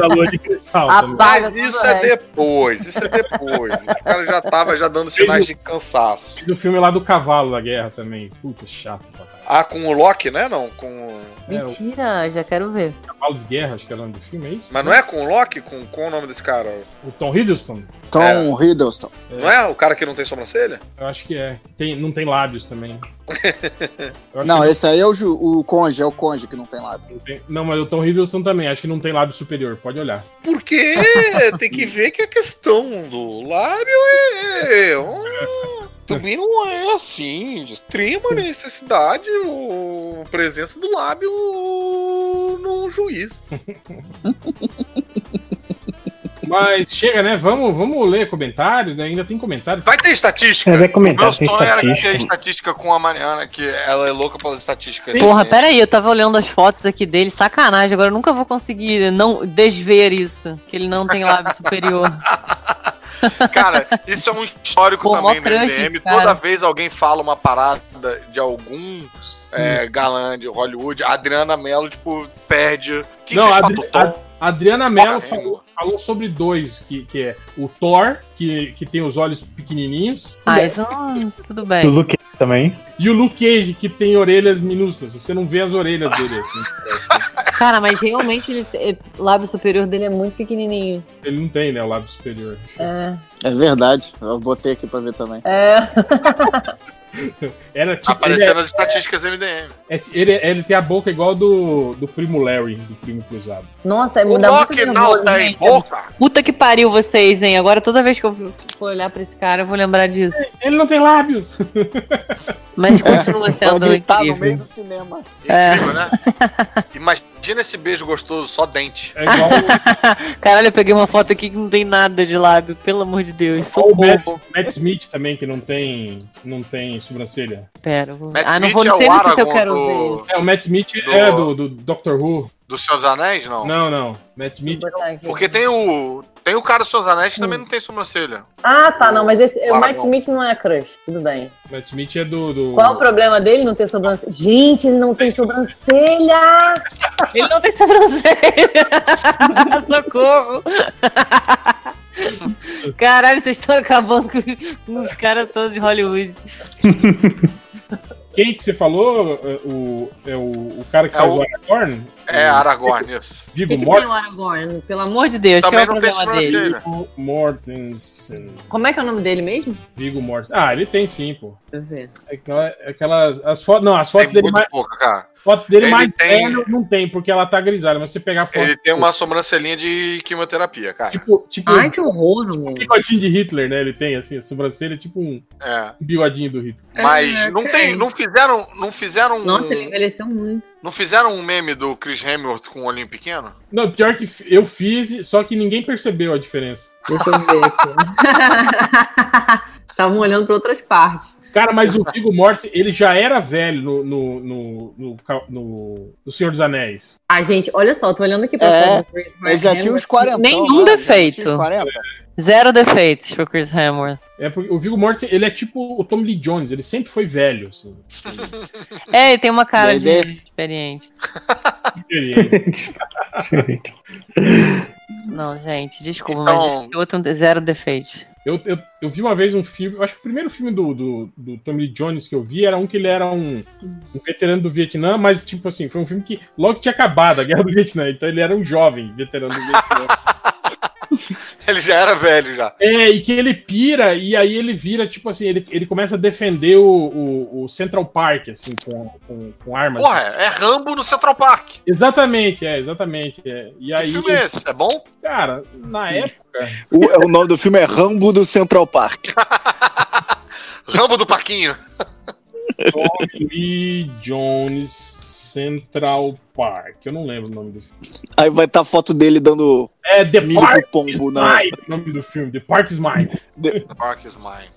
[SPEAKER 1] da Lua de Cristal.
[SPEAKER 8] Ah,
[SPEAKER 1] também.
[SPEAKER 8] Paga
[SPEAKER 3] Mas
[SPEAKER 8] tudo
[SPEAKER 3] isso
[SPEAKER 8] o
[SPEAKER 3] é
[SPEAKER 8] resto.
[SPEAKER 3] depois, isso é depois. O cara já tava já dando sinais de cansaço.
[SPEAKER 1] Fez o filme lá do Cavalo da Guerra também. Puta, chato pra caralho.
[SPEAKER 3] Ah, com o Loki, né? Não, com.
[SPEAKER 1] É, o
[SPEAKER 8] Mentira, já quero ver.
[SPEAKER 1] Cavalo de Guerra, acho que é o nome do filme, é isso?
[SPEAKER 3] Mas não é com o Loki? Com, com o nome desse cara?
[SPEAKER 1] O Tom Hiddleston,
[SPEAKER 2] Tom
[SPEAKER 3] É.
[SPEAKER 2] Hiddleston.
[SPEAKER 3] Não é o cara que não tem sobrancelha?
[SPEAKER 1] eu acho que é. Tem, não tem lábios também. Eu acho
[SPEAKER 2] Não, é-
[SPEAKER 1] que
[SPEAKER 2] esse aí é o, Ju- o Conge, é o Conge que não tem lábio.
[SPEAKER 1] não, tem- não, mas o Tom Hiddleston também, acho que não tem lábio superior, pode olhar.
[SPEAKER 3] Porque tem que ver que a questão do lábio é. um- também não é assim, de extrema necessidade o- a presença do lábio no juiz.
[SPEAKER 1] Mas chega, né? Vamos, vamos ler comentários, né? Ainda tem comentários.
[SPEAKER 3] Vai ter estatística.
[SPEAKER 4] Vai ter comentário,
[SPEAKER 3] Meu
[SPEAKER 4] tem
[SPEAKER 3] sonho era que
[SPEAKER 4] estatística.
[SPEAKER 3] tinha estatística com a Mariana, que ela é louca pelas estatísticas.
[SPEAKER 8] Porra,
[SPEAKER 3] Tem-
[SPEAKER 8] pera aí, eu tava olhando as fotos aqui dele, sacanagem, agora eu nunca vou conseguir não desver isso, que ele não tem lábio superior.
[SPEAKER 3] Cara, isso é um histórico
[SPEAKER 8] Pô,
[SPEAKER 3] também
[SPEAKER 8] mó
[SPEAKER 3] no
[SPEAKER 8] crush
[SPEAKER 3] MDM.
[SPEAKER 8] esse cara.
[SPEAKER 3] Toda vez alguém fala uma parada de algum é, galã de Hollywood, a Adriana Mello, tipo, perde. O que,
[SPEAKER 1] não,
[SPEAKER 3] que
[SPEAKER 1] a
[SPEAKER 3] vocês
[SPEAKER 1] Adri-
[SPEAKER 3] falam do Thor?
[SPEAKER 1] a- Adriana Mello
[SPEAKER 3] Ah,
[SPEAKER 1] falou, falou sobre dois, que, que é o Thor, que, que tem os olhos pequenininhos,
[SPEAKER 8] Ah, isso não... Tudo
[SPEAKER 4] Do
[SPEAKER 8] bem.
[SPEAKER 4] Luke é também.
[SPEAKER 1] e o Luke Cage, que tem orelhas minúsculas. Você não vê as orelhas dele, assim.
[SPEAKER 8] Cara, mas realmente ele, ele- o lábio superior dele é muito pequenininho.
[SPEAKER 1] Ele não tem, né, o lábio superior.
[SPEAKER 2] É verdade, eu botei aqui pra ver também.
[SPEAKER 7] é.
[SPEAKER 1] Era tipo, ele, é-
[SPEAKER 3] Aparecendo as estatísticas MDM.
[SPEAKER 1] é- ele, ele tem a boca igual do, do primo Larry, do primo cruzado.
[SPEAKER 7] Nossa, é
[SPEAKER 3] O tá
[SPEAKER 7] dá muito
[SPEAKER 3] Loki não
[SPEAKER 7] nervoso,
[SPEAKER 3] tem
[SPEAKER 7] gente.
[SPEAKER 3] boca.
[SPEAKER 8] Puta que pariu vocês, hein? Agora toda vez que eu for olhar pra esse cara, eu vou lembrar disso.
[SPEAKER 1] Ele não tem lábios!
[SPEAKER 8] Mas continua
[SPEAKER 2] Quando
[SPEAKER 8] sendo
[SPEAKER 2] ele tá no meio
[SPEAKER 8] incrível.
[SPEAKER 2] do cinema.
[SPEAKER 8] É.
[SPEAKER 3] Incrível, né? Imagina esse beijo gostoso, só dente.
[SPEAKER 1] É igual o
[SPEAKER 8] Caralho, eu peguei uma foto aqui que não tem nada de lábio, pelo amor de Deus.
[SPEAKER 1] Olha o Matt.
[SPEAKER 8] Socorro.
[SPEAKER 1] Matt Smith também, que não tem, não tem sobrancelha.
[SPEAKER 8] Pera, eu vou...
[SPEAKER 3] Matt
[SPEAKER 8] ah, não
[SPEAKER 3] Smith é
[SPEAKER 8] vou, não sei
[SPEAKER 3] o
[SPEAKER 8] nem se eu
[SPEAKER 3] Aragorn
[SPEAKER 8] quero
[SPEAKER 3] do-
[SPEAKER 8] ver isso.
[SPEAKER 1] É, o Matt Smith
[SPEAKER 3] Do-
[SPEAKER 1] é do, do Doctor Who.
[SPEAKER 3] Dos Seus Anéis, não.
[SPEAKER 1] Não, não. Matt Smith.
[SPEAKER 7] Vou botar aqui.
[SPEAKER 3] Porque tem o. Tem o cara dos Seus Anéis que
[SPEAKER 8] Hum.
[SPEAKER 3] também não tem sobrancelha.
[SPEAKER 7] Ah, tá, não, mas esse, o
[SPEAKER 3] Claro.
[SPEAKER 7] Matt Smith não é crush, tudo bem.
[SPEAKER 1] Matt Smith é do. do-
[SPEAKER 7] Qual é o problema dele não ter sobrancelha? Gente, ele não tem sobrancelha!
[SPEAKER 8] Ele não tem sobrancelha. Socorro. Caralho, vocês estão acabando com, com os caras todos de Hollywood.
[SPEAKER 1] Quem que você falou? É o, é o, o cara que
[SPEAKER 3] É
[SPEAKER 1] faz
[SPEAKER 3] o-
[SPEAKER 1] o Aragorn?
[SPEAKER 3] É Aragorn, isso.
[SPEAKER 1] Vigo
[SPEAKER 8] O que, que tem
[SPEAKER 1] Mort
[SPEAKER 8] o Aragorn? Pelo amor de Deus,
[SPEAKER 3] Também
[SPEAKER 8] qual é
[SPEAKER 3] não
[SPEAKER 8] o
[SPEAKER 3] tem
[SPEAKER 8] problema dele?
[SPEAKER 3] sobrancelha.
[SPEAKER 1] Vigo Mortensen.
[SPEAKER 8] Como é que é o nome dele mesmo?
[SPEAKER 1] Vigo Mortensen. Ah, ele tem sim, pô.
[SPEAKER 8] Deixa eu ver.
[SPEAKER 1] É que não é- é Aquela, as fotos. Não, as
[SPEAKER 3] Tem
[SPEAKER 1] fotos dele
[SPEAKER 3] muito
[SPEAKER 1] mais.
[SPEAKER 3] pouca, cara.
[SPEAKER 1] foto dele
[SPEAKER 3] Ele
[SPEAKER 1] mais
[SPEAKER 3] tem-
[SPEAKER 1] velho não tem, porque ela tá grisalha, mas se pegar a foto.
[SPEAKER 3] Ele tem uma sobrancelhinha de quimioterapia, cara.
[SPEAKER 1] Tipo, tipo
[SPEAKER 7] Ai, que horror, meu.
[SPEAKER 1] um bigodinho de Hitler, né? Ele tem, assim, a sobrancelha é tipo um
[SPEAKER 3] É.
[SPEAKER 1] bigodinho do Hitler.
[SPEAKER 8] É,
[SPEAKER 3] Mas não tem, não fizeram, não fizeram
[SPEAKER 7] Nossa, ele
[SPEAKER 3] um,
[SPEAKER 7] envelheceu muito.
[SPEAKER 3] não fizeram um meme do Chris Hemsworth com o olhinho pequeno?
[SPEAKER 1] Não, pior que f- eu fiz, só que ninguém percebeu a diferença.
[SPEAKER 7] Deixa eu ver aqui. Estavam olhando pra outras partes.
[SPEAKER 1] Cara, mas o Viggo Mortensen, ele já era velho no, no, no, no, ca- no- no Senhor dos Anéis.
[SPEAKER 7] Ah, gente, olha só, tô olhando aqui pra
[SPEAKER 2] É,
[SPEAKER 7] foto do Chris
[SPEAKER 2] Mas já
[SPEAKER 7] Hemsworth.
[SPEAKER 2] tinha uns 40.
[SPEAKER 8] Nenhum
[SPEAKER 2] né? Já
[SPEAKER 8] defeito.
[SPEAKER 2] tinha uns 40.
[SPEAKER 8] Zero defeitos pro Chris Hemsworth.
[SPEAKER 1] É porque o Viggo Mortensen, ele é tipo o Tommy Lee Jones, ele sempre foi velho, assim.
[SPEAKER 8] É, ele tem uma cara
[SPEAKER 2] Mas
[SPEAKER 8] de
[SPEAKER 2] é-
[SPEAKER 8] experiente.
[SPEAKER 1] Ele-
[SPEAKER 8] Não, gente, desculpa,
[SPEAKER 3] Então-
[SPEAKER 8] mas esse outro tem zero defeitos.
[SPEAKER 1] Eu, eu, eu vi uma vez um filme, eu acho que o primeiro filme do, do, do Tommy Lee Jones que eu vi era um que ele era um, um veterano do Vietnã, mas tipo assim, foi um filme que logo que tinha acabado a Guerra do Vietnã, então ele era um jovem veterano do Vietnã.
[SPEAKER 3] Ele já era velho já.
[SPEAKER 1] É, e que ele pira, e aí ele vira, tipo assim, ele, ele começa a defender o, o, o Central Park, assim, com, com, com armas.
[SPEAKER 3] Porra, é Rambo no Central Park.
[SPEAKER 1] Exatamente, é, exatamente. é. E aí,
[SPEAKER 3] Que filme é esse? É bom?
[SPEAKER 1] cara, na época.
[SPEAKER 2] O, o nome do filme é Rambo do Central Park.
[SPEAKER 3] Rambo do Parquinho.
[SPEAKER 1] Tommy Lee Jones Central Park. Eu não lembro o nome do filme.
[SPEAKER 2] Aí vai estar a foto dele dando
[SPEAKER 1] É The
[SPEAKER 2] milho
[SPEAKER 1] Park
[SPEAKER 2] pro
[SPEAKER 1] is
[SPEAKER 2] pombo na.
[SPEAKER 1] Mine, É o nome do filme. The Park is Mine.
[SPEAKER 3] Park is mine.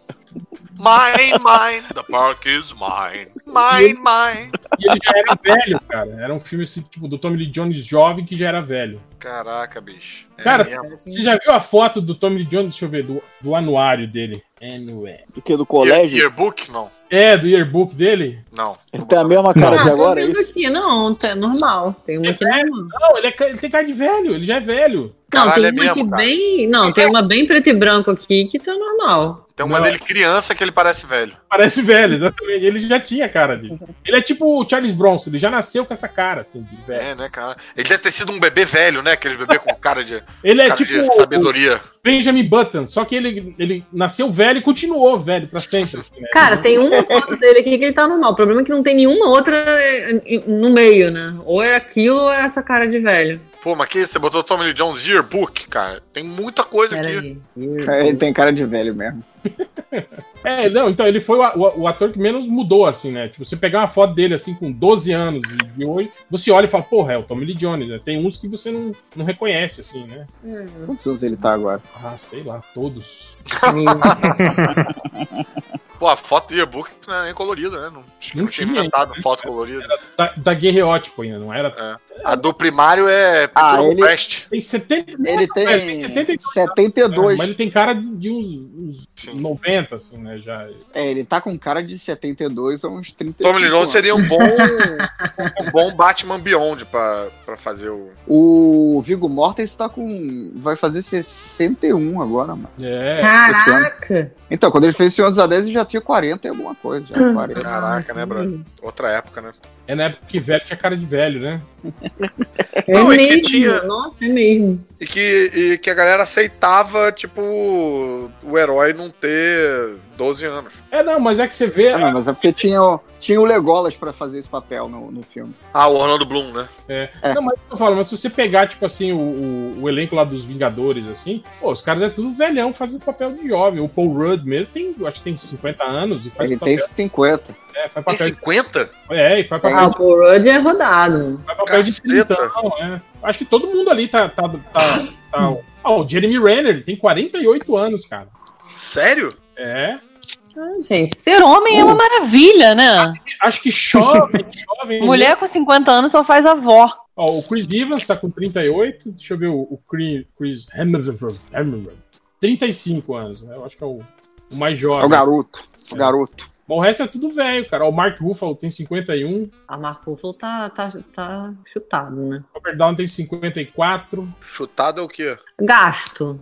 [SPEAKER 3] Mine, mine, the park is mine. Mine, mine.
[SPEAKER 1] E ele já era velho, cara. Era um filme assim, tipo, do Tommy Lee Jones jovem que já era velho.
[SPEAKER 3] Caraca, bicho. É
[SPEAKER 1] Cara,
[SPEAKER 3] mesmo.
[SPEAKER 1] você já viu a foto do Tommy Lee Jones? Deixa eu ver, do, do anuário dele. Anyway.
[SPEAKER 2] Do que do
[SPEAKER 3] Year-
[SPEAKER 2] colégio?
[SPEAKER 3] Yearbook? Não.
[SPEAKER 1] É, do yearbook dele?
[SPEAKER 3] Não.
[SPEAKER 2] Ele
[SPEAKER 1] tá
[SPEAKER 2] tem a mesma cara
[SPEAKER 7] Ah,
[SPEAKER 2] de
[SPEAKER 7] tô
[SPEAKER 2] agora, é
[SPEAKER 7] vendo
[SPEAKER 2] isso?
[SPEAKER 7] aqui, não, tá normal. Tem uma aqui
[SPEAKER 1] É.
[SPEAKER 7] normal.
[SPEAKER 1] Não, ele, é ca- ele tem cara de velho, ele já é velho.
[SPEAKER 7] Não,
[SPEAKER 3] Caralho,
[SPEAKER 7] tem
[SPEAKER 3] é
[SPEAKER 7] uma aqui
[SPEAKER 3] mesmo, cara.
[SPEAKER 7] bem. Não, tem uma bem preto e branco aqui que tá normal.
[SPEAKER 3] Tem uma
[SPEAKER 1] Não.
[SPEAKER 3] dele criança que ele parece velho.
[SPEAKER 1] Parece velho, exatamente. Ele já tinha cara de. Ele é tipo o Charles Bronson, ele já nasceu com essa cara, assim, de velho.
[SPEAKER 3] É, né, cara? Ele deve ter sido um bebê velho, né? Aquele bebê com cara de,
[SPEAKER 1] Ele é
[SPEAKER 3] cara
[SPEAKER 1] tipo
[SPEAKER 3] de
[SPEAKER 1] o
[SPEAKER 3] sabedoria.
[SPEAKER 1] Benjamin Button, só que ele, ele nasceu velho e continuou velho pra sempre. assim, né?
[SPEAKER 7] Cara, tem uma foto dele aqui que ele tá normal. O problema é que não tem nenhuma outra eh, eh, no meio, né? Ou é aquilo ou é essa cara de velho.
[SPEAKER 3] Pô, mas aqui você botou Tommy Lee Jones Yearbook, cara. Tem muita coisa
[SPEAKER 7] Pera
[SPEAKER 3] aqui.
[SPEAKER 7] aí.
[SPEAKER 2] É, ele tem cara de velho mesmo.
[SPEAKER 1] É, não, então ele foi o, a- o ator que menos mudou, assim, né? Tipo, você pegar uma foto dele, assim, com 12 anos e de hoje, você olha e fala, porra, é o Tommy Lee Jones, né? Tem uns que você não, não reconhece, assim, né?
[SPEAKER 2] Quantos anos ele tá agora?
[SPEAKER 1] Ah, sei lá, todos.
[SPEAKER 2] Hum,
[SPEAKER 3] Pô, a foto de yearbook não é nem colorida, né? Não, acho que
[SPEAKER 1] Não
[SPEAKER 3] não tinha
[SPEAKER 1] tinha.
[SPEAKER 3] inventado foto colorida.
[SPEAKER 1] Da, da guerreótipo ainda, não era?
[SPEAKER 3] A do primário é
[SPEAKER 2] Ah,
[SPEAKER 3] Pintura
[SPEAKER 2] ele-
[SPEAKER 3] West.
[SPEAKER 1] Tem 70.
[SPEAKER 2] Ele tem
[SPEAKER 1] Ele tem 72.
[SPEAKER 2] 72.
[SPEAKER 1] É, mas ele tem cara de, de uns, uns
[SPEAKER 3] Sim.
[SPEAKER 1] 90, assim, né? Já.
[SPEAKER 2] É, ele tá com cara de 72 a uns 30.
[SPEAKER 3] Tommy Lee Jones seria um bom, um bom Batman Beyond pra, pra fazer o.
[SPEAKER 2] O Vigo Mortensen tá com. Vai fazer 61 agora, mano.
[SPEAKER 1] É.
[SPEAKER 7] Caraca!
[SPEAKER 2] Então, quando ele fez Senhor dos Anéis, ele já tinha 40 e alguma coisa. Já 40.
[SPEAKER 3] Caraca, né,
[SPEAKER 7] Uhum.
[SPEAKER 6] Hum.
[SPEAKER 3] Bruno? Outra época, né?
[SPEAKER 1] É na época que velho tinha cara de velho, né?
[SPEAKER 7] É
[SPEAKER 3] Não, é que
[SPEAKER 7] mesmo,
[SPEAKER 3] tinha-
[SPEAKER 7] nossa, é mesmo.
[SPEAKER 3] E que, e que a galera aceitava, tipo, o herói não ter 12 anos.
[SPEAKER 1] É, não, mas é que você vê.
[SPEAKER 2] Ah, não, mas é porque tinha, o- tinha o Legolas pra fazer esse papel no, no filme.
[SPEAKER 3] Ah, o Orlando Bloom, né?
[SPEAKER 1] Não, mas eu falo, mas se você pegar, tipo assim, o, o, o elenco lá dos Vingadores, assim, pô, os caras é tudo velhão fazendo papel de jovem. O Paul Rudd mesmo tem, eu acho que tem 50 anos e faz
[SPEAKER 2] Ele tem
[SPEAKER 1] papel.
[SPEAKER 2] 50.
[SPEAKER 1] É, faz
[SPEAKER 3] Tem
[SPEAKER 1] papel,
[SPEAKER 3] 50?
[SPEAKER 1] é, e faz
[SPEAKER 7] Ah,
[SPEAKER 1] papel,
[SPEAKER 7] o Paul Rudd é rodado.
[SPEAKER 1] faz papel de
[SPEAKER 3] Caceta.
[SPEAKER 1] trintão, é. Acho que todo mundo ali tá. tá, tá, tá- Ah, o Jeremy Renner tem 48 anos, cara.
[SPEAKER 3] Sério?
[SPEAKER 1] É.
[SPEAKER 8] Ah, gente, ser homem é uma maravilha, né?
[SPEAKER 1] Acho que jovem, jovem.
[SPEAKER 8] Mulher com 50 anos só faz avó.
[SPEAKER 1] Ó, o Chris Evans tá com 38. Deixa eu ver o, o Chris, Chris Hemsworth. Hemsworth. 35 anos, né? Eu acho que é o, o mais
[SPEAKER 2] É o
[SPEAKER 1] jovem.
[SPEAKER 2] garoto.
[SPEAKER 1] É.
[SPEAKER 2] O garoto.
[SPEAKER 1] Bom, o resto é tudo velho, cara. O Mark Ruffalo tem 51.
[SPEAKER 7] A Mark Ruffalo tá, tá, tá chutado, né?
[SPEAKER 1] o Robert Downey tem 54.
[SPEAKER 3] Chutado é o quê?
[SPEAKER 7] Gasto.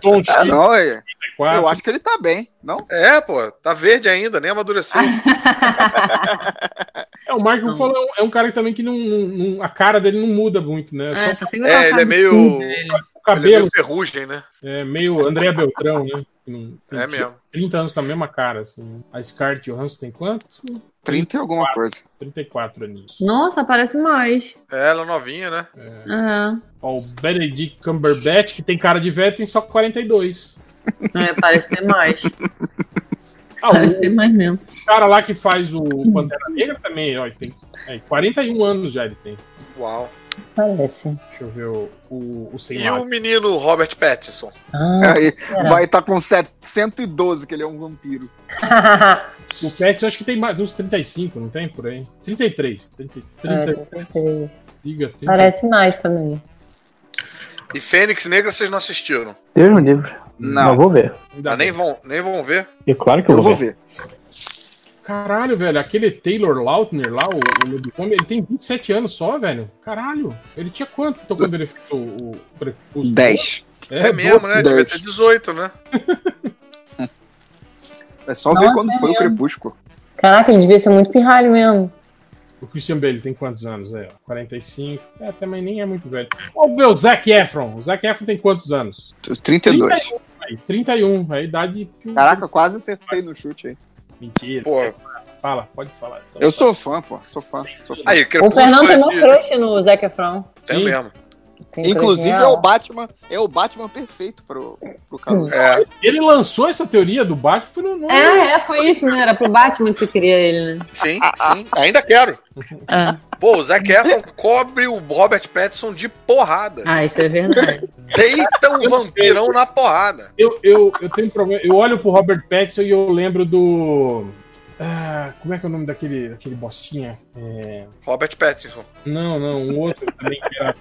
[SPEAKER 1] Tom
[SPEAKER 2] Ah,
[SPEAKER 1] Cruise
[SPEAKER 2] não, é- eu
[SPEAKER 1] 54.
[SPEAKER 2] acho que ele tá bem, não?
[SPEAKER 3] É, pô, tá verde ainda, nem amadureceu.
[SPEAKER 1] É, o Mark Ruffalo é um, é um cara também que não, não- não- A cara dele não muda muito, né?
[SPEAKER 7] É,
[SPEAKER 1] Só
[SPEAKER 7] tá sempre com a
[SPEAKER 3] É, ele
[SPEAKER 7] cara
[SPEAKER 3] é
[SPEAKER 7] de
[SPEAKER 3] meio.
[SPEAKER 7] velho.
[SPEAKER 3] Ele é
[SPEAKER 1] cabelo
[SPEAKER 3] meio ferrugem, né?
[SPEAKER 1] é meio André Beltrão, né? Que não- tem
[SPEAKER 3] É mesmo.
[SPEAKER 1] 30 anos com a mesma cara, assim. A Scarlett Johansson tem quanto?
[SPEAKER 2] 30 e alguma coisa.
[SPEAKER 1] 34 anos.
[SPEAKER 7] Nossa, parece mais.
[SPEAKER 3] É, ela é novinha, né?
[SPEAKER 7] Aham.
[SPEAKER 1] Ó, o Benedict Cumberbatch, que tem cara de velho, tem só 42.
[SPEAKER 7] É, parece ter mais.
[SPEAKER 1] Ah,
[SPEAKER 7] Parece ter mais mesmo.
[SPEAKER 1] o cara lá que faz o Pantera Negra também, ó, ele tem é, 41 anos já ele tem.
[SPEAKER 3] Uau.
[SPEAKER 6] Parece.
[SPEAKER 1] Deixa eu ver o, o, o sem
[SPEAKER 3] E o
[SPEAKER 1] lábio.
[SPEAKER 3] menino Robert Pattinson?
[SPEAKER 2] É,
[SPEAKER 6] Ah,
[SPEAKER 2] Aí
[SPEAKER 1] É.
[SPEAKER 2] vai estar com 712, que ele é um vampiro.
[SPEAKER 1] O Pets eu acho que tem mais uns 35, não tem por aí? 33. 30,
[SPEAKER 7] É,
[SPEAKER 1] 33. Diga, 30.
[SPEAKER 6] Parece mais também.
[SPEAKER 3] E Fênix Negra vocês não assistiram.
[SPEAKER 4] Deus me livre. Não.
[SPEAKER 2] Não,
[SPEAKER 4] vou ver.
[SPEAKER 1] Ainda
[SPEAKER 3] Ah, nem,
[SPEAKER 1] bem.
[SPEAKER 3] vão, nem vão ver.
[SPEAKER 4] E claro que eu,
[SPEAKER 2] eu vou ver.
[SPEAKER 1] Caralho, velho, aquele Taylor Lautner lá, o, o lobisomem, ele tem 27 anos só, velho. Caralho. Ele tinha quanto então, quando ele fez o, o Crepúsculo?
[SPEAKER 2] 10.
[SPEAKER 1] É,
[SPEAKER 3] É, mesmo, né? Deve
[SPEAKER 2] Deus.
[SPEAKER 3] ter 18, né?
[SPEAKER 2] É só ver quando foi o Crepúsculo.
[SPEAKER 6] Caraca, ele devia ser muito pirralho mesmo.
[SPEAKER 1] O Christian Bale tem quantos anos? É, ó, 45. É, também nem é muito velho. Ó, o meu Zac Efron. O Zac Efron tem quantos anos? um,
[SPEAKER 2] 32.
[SPEAKER 1] Aí, 31. É a idade que o...
[SPEAKER 2] Caraca, quase acertei no chute aí.
[SPEAKER 1] Mentira.
[SPEAKER 3] Pô,
[SPEAKER 1] Fala, pode falar. Só
[SPEAKER 2] Eu
[SPEAKER 1] fala.
[SPEAKER 2] sou fã, pô. Sou fã. Sou fã.
[SPEAKER 3] aí,
[SPEAKER 6] O
[SPEAKER 3] Crepúsculo
[SPEAKER 6] Fernando tem
[SPEAKER 3] é
[SPEAKER 6] mó
[SPEAKER 3] de-
[SPEAKER 6] crush no Zac Efron.
[SPEAKER 3] Tem
[SPEAKER 1] Sim.
[SPEAKER 3] mesmo.
[SPEAKER 6] Tem
[SPEAKER 2] Inclusive
[SPEAKER 6] crush
[SPEAKER 2] é
[SPEAKER 6] nela.
[SPEAKER 2] o Batman, é o Batman perfeito pro, pro Calor.
[SPEAKER 7] Ah,
[SPEAKER 3] É,
[SPEAKER 1] Ele lançou essa teoria do Batman foi no... no-
[SPEAKER 7] É, é, foi isso, né? Era pro Batman que você queria ele, né?
[SPEAKER 3] sim, sim. Ainda quero.
[SPEAKER 7] Ah.
[SPEAKER 3] Pô, o Zac Efron cobre o Robert Pattinson de porrada.
[SPEAKER 7] Ah, isso é verdade.
[SPEAKER 3] Deita o vampirão na porrada.
[SPEAKER 1] Eu, eu, eu tenho um problema. Eu olho pro Robert Pattinson e eu lembro do... Ah, como é que é o nome daquele, daquele bostinha? É...
[SPEAKER 3] Robert Pattinson.
[SPEAKER 1] Não, não, um outro também que era...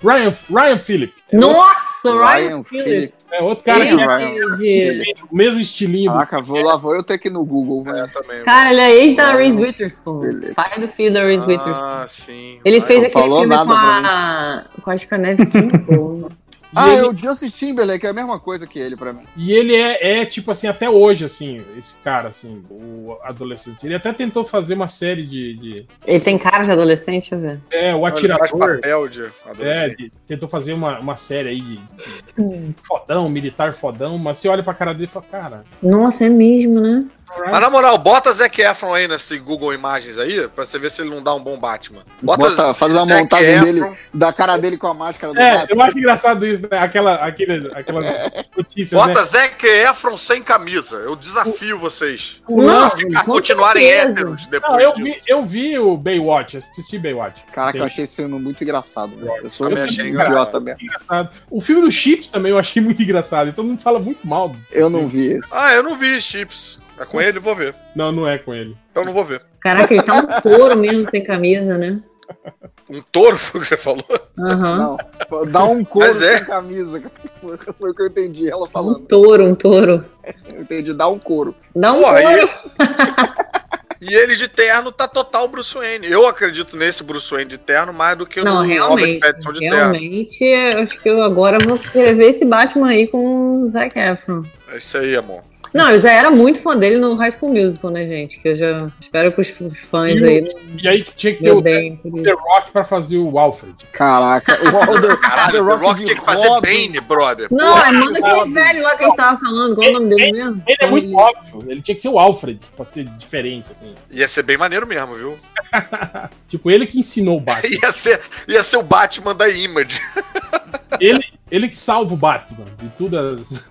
[SPEAKER 1] Ryan, Ryan Phillip.
[SPEAKER 7] Nossa, Ryan,
[SPEAKER 2] Ryan Phillip.
[SPEAKER 1] É outro cara que
[SPEAKER 2] Ryan
[SPEAKER 7] Ele de-
[SPEAKER 1] tem o mesmo estilinho do
[SPEAKER 2] Caraca, vou lá, vou eu ter que ir no Google, velho.
[SPEAKER 3] É, também.
[SPEAKER 7] Cara, ele é ex da Reese Witherspoon.
[SPEAKER 2] Beleza.
[SPEAKER 7] Pai do filho da Reese Witherspoon.
[SPEAKER 3] Ah, sim.
[SPEAKER 7] Ele
[SPEAKER 3] Vai.
[SPEAKER 7] fez
[SPEAKER 2] não
[SPEAKER 7] aquele
[SPEAKER 2] falou
[SPEAKER 7] filme
[SPEAKER 2] nada
[SPEAKER 7] com a... com a Scanese Kimball.
[SPEAKER 1] E
[SPEAKER 2] Ah,
[SPEAKER 1] ele-
[SPEAKER 2] é o Justin Timberlake, é a mesma coisa que ele pra mim.
[SPEAKER 1] E ele é, é, tipo assim, até hoje, assim, esse cara, assim, o adolescente. Ele até tentou fazer uma série de. de-
[SPEAKER 7] Ele tem cara de adolescente, deixa eu ver.
[SPEAKER 1] é, o
[SPEAKER 3] Ele faz
[SPEAKER 1] atirador.
[SPEAKER 3] papel de
[SPEAKER 1] É,
[SPEAKER 3] adolescente.
[SPEAKER 1] de- tentou fazer uma, uma série aí de, de fodão, militar fodão, mas você olha pra cara dele e fala, cara.
[SPEAKER 7] Nossa, é mesmo, né?
[SPEAKER 3] Mas na moral, bota Zac Efron aí nesse Google Imagens aí, pra você ver se ele não dá um bom Batman.
[SPEAKER 2] Bota, faz uma
[SPEAKER 3] Zac
[SPEAKER 2] montagem
[SPEAKER 3] Efron.
[SPEAKER 2] dele, da cara dele com a máscara do
[SPEAKER 1] É,
[SPEAKER 2] Batman.
[SPEAKER 1] eu acho engraçado isso, né? Aquela, aquele, aquelas notícias,
[SPEAKER 3] Bota
[SPEAKER 1] né?
[SPEAKER 3] Zac Efron sem camisa. Eu desafio vocês.
[SPEAKER 7] Não,
[SPEAKER 3] a ficar- continuarem
[SPEAKER 7] certeza.
[SPEAKER 3] héteros
[SPEAKER 1] Não,
[SPEAKER 3] depois
[SPEAKER 1] eu
[SPEAKER 3] disso.
[SPEAKER 1] vi, eu vi o Baywatch, assisti Baywatch.
[SPEAKER 2] Caraca, eu
[SPEAKER 1] Tem-
[SPEAKER 2] achei esse filme muito engraçado, velho. Eu sou um
[SPEAKER 3] Também achei
[SPEAKER 2] idiota mesmo.
[SPEAKER 1] engraçado. O filme do Chips também eu achei muito engraçado. E todo mundo fala muito mal desse
[SPEAKER 2] Eu
[SPEAKER 1] filme.
[SPEAKER 2] não vi esse.
[SPEAKER 3] Ah, eu não vi Chips. É com ele? Vou ver.
[SPEAKER 1] Não, não é com ele.
[SPEAKER 3] Eu não vou ver.
[SPEAKER 7] Caraca, ele tá um couro mesmo sem camisa, né?
[SPEAKER 3] Um touro foi o que você falou?
[SPEAKER 7] Aham.
[SPEAKER 2] Não. Dá um couro
[SPEAKER 3] Mas é.
[SPEAKER 2] sem camisa. cara. Foi o que eu entendi ela
[SPEAKER 7] Um
[SPEAKER 2] falando.
[SPEAKER 7] touro, um touro.
[SPEAKER 2] Eu entendi, dá um couro.
[SPEAKER 7] Dá um
[SPEAKER 3] Pô, aí-
[SPEAKER 7] couro.
[SPEAKER 3] E ele de terno tá total Bruce Wayne. Eu acredito nesse Bruce Wayne de terno mais do que
[SPEAKER 7] Não,
[SPEAKER 3] no
[SPEAKER 7] realmente,
[SPEAKER 3] Robert Pattinson de terno.
[SPEAKER 7] Realmente, eu acho que eu agora vou querer ver esse Batman aí com o Zac Efron.
[SPEAKER 3] É isso aí, amor.
[SPEAKER 7] Não, eu já era muito fã dele no High School Musical, né, gente? Que eu já espero que os f- os fãs
[SPEAKER 1] E o-
[SPEAKER 7] aí não
[SPEAKER 1] E aí que tinha que
[SPEAKER 7] me
[SPEAKER 1] ter o
[SPEAKER 7] odeiem por isso.
[SPEAKER 1] The Rock pra fazer o Alfred.
[SPEAKER 2] Caraca, o Walder,
[SPEAKER 3] Caralho,
[SPEAKER 2] The
[SPEAKER 3] o
[SPEAKER 2] Rock,
[SPEAKER 3] Rock
[SPEAKER 2] de
[SPEAKER 3] tinha que fazer
[SPEAKER 2] Robin.
[SPEAKER 3] Bane, brother.
[SPEAKER 7] Não, é manda aquele velho lá que eu estava falando, qual o nome dele mesmo?
[SPEAKER 1] Ele é muito óbvio, ele tinha que ser o Alfred, pra ser diferente, assim.
[SPEAKER 3] Ia ser bem maneiro mesmo, viu?
[SPEAKER 1] Tipo, ele que ensinou o Batman.
[SPEAKER 3] Ia ser, ia ser o Batman da Image.
[SPEAKER 1] ele que salva o Batman de todas as.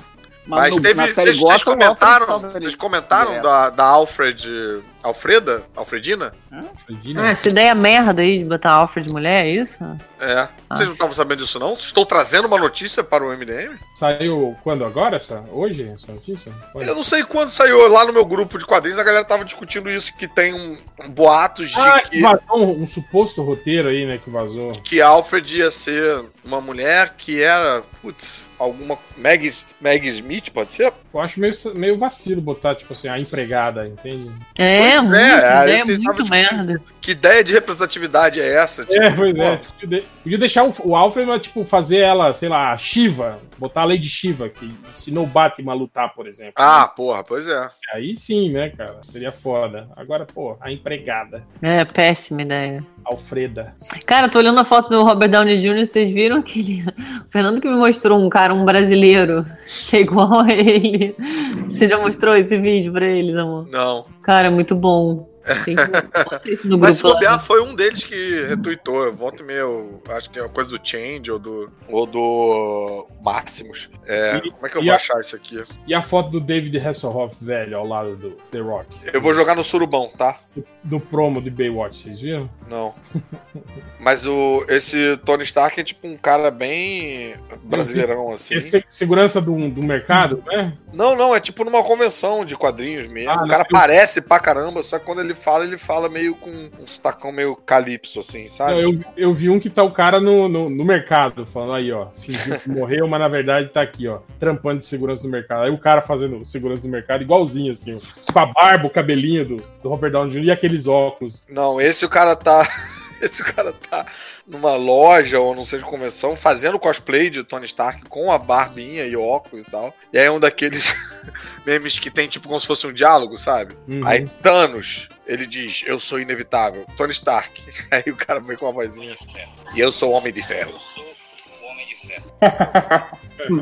[SPEAKER 3] Mas,
[SPEAKER 2] no-
[SPEAKER 3] teve.
[SPEAKER 2] na série
[SPEAKER 3] Vocês, vocês
[SPEAKER 2] Gotham, o Alfred
[SPEAKER 3] comentaram,
[SPEAKER 2] salva ele.
[SPEAKER 3] vocês comentaram
[SPEAKER 2] Direto.
[SPEAKER 3] da, da Alfred. Alfreda? Alfredina?
[SPEAKER 7] Ah, essa ideia merda aí de botar Alfred mulher, é isso?
[SPEAKER 3] É.
[SPEAKER 8] Ah.
[SPEAKER 3] Vocês não estavam sabendo disso, não? Estou trazendo uma notícia para o MDM?
[SPEAKER 1] Saiu quando agora? Essa? Hoje? Essa notícia? Hoje?
[SPEAKER 3] Eu não sei quando saiu lá no meu grupo de quadrinhos, a galera tava discutindo isso, que tem um, um boatos de
[SPEAKER 1] Ah, que
[SPEAKER 3] que,
[SPEAKER 1] vazou um, um suposto roteiro aí, né? Que vazou.
[SPEAKER 3] que Alfred ia ser uma mulher que era, putz, alguma Maggie, Meg Smith, pode ser?
[SPEAKER 1] Eu acho meio, meio vacilo botar, tipo assim, a empregada, entende?
[SPEAKER 8] É, muito,
[SPEAKER 3] é,
[SPEAKER 8] né?
[SPEAKER 3] isso que eu
[SPEAKER 8] muito
[SPEAKER 3] tava
[SPEAKER 8] merda.
[SPEAKER 3] Que ideia de representatividade é essa? Tipo,
[SPEAKER 1] É, pois é.
[SPEAKER 3] pô,
[SPEAKER 1] Podia- Podia deixar o, o Alfred, mas, tipo, fazer ela, sei lá, a Shiva, botar a Lady Shiva, que ensinou o Batman a lutar, por exemplo.
[SPEAKER 3] Ah, porra, pois é.
[SPEAKER 1] Aí sim, né, cara? Seria foda. Agora, pô, a empregada,
[SPEAKER 8] É, péssima ideia.
[SPEAKER 1] Alfreda.
[SPEAKER 8] Cara, tô olhando a foto do Robert Downey Jr., vocês viram aquele. O Fernando que me mostrou um cara, um brasileiro, que é igual a ele. Você já mostrou esse vídeo pra eles, amor?
[SPEAKER 3] Não.
[SPEAKER 8] Cara, muito bom. Tem que botar isso no
[SPEAKER 3] Mas se
[SPEAKER 8] grupo. lá. né?
[SPEAKER 3] bobear, foi um deles que retuitou. Eu volto meu. Acho que é uma coisa do Change ou do. Ou do. Maximus. É,
[SPEAKER 1] E-
[SPEAKER 3] como é que eu
[SPEAKER 1] e
[SPEAKER 3] vou
[SPEAKER 1] a-
[SPEAKER 3] achar isso aqui?
[SPEAKER 1] E a foto do David Hasselhoff, velho, ao lado do The Rock.
[SPEAKER 3] Eu vou jogar no surubão, tá?
[SPEAKER 1] Do promo de Baywatch, vocês viram?
[SPEAKER 3] Não. Mas o, esse Tony Stark é tipo um cara bem brasileirão, assim.
[SPEAKER 1] É se- segurança do, do mercado, né?
[SPEAKER 3] Não, não, é tipo numa convenção de quadrinhos mesmo.
[SPEAKER 1] Ah,
[SPEAKER 3] o
[SPEAKER 1] não,
[SPEAKER 3] cara
[SPEAKER 1] eu-
[SPEAKER 3] parece pra caramba, só que quando ele fala, ele fala meio com um sotacão meio calypso, assim, sabe?
[SPEAKER 1] Não, eu, eu vi um que tá o cara no, no, no mercado, falando aí, ó, fingiu que morreu, mas na verdade tá aqui, ó, trampando de segurança do mercado. Aí o cara fazendo segurança do mercado, igualzinho, assim, ó, com a barba, o cabelinho do, do Robert Downey Jr. e aqueles óculos.
[SPEAKER 3] Não, esse o cara tá. Esse o cara tá numa loja ou não sei de convenção, fazendo cosplay de Tony Stark com a barbinha e óculos e tal. E aí é um daqueles memes que tem tipo como se fosse um diálogo, sabe?
[SPEAKER 1] Uhum.
[SPEAKER 3] Aí Thanos, ele diz, eu sou inevitável. Tony Stark. Aí o cara vem com uma vozinha. E eu sou o Homem de Ferro.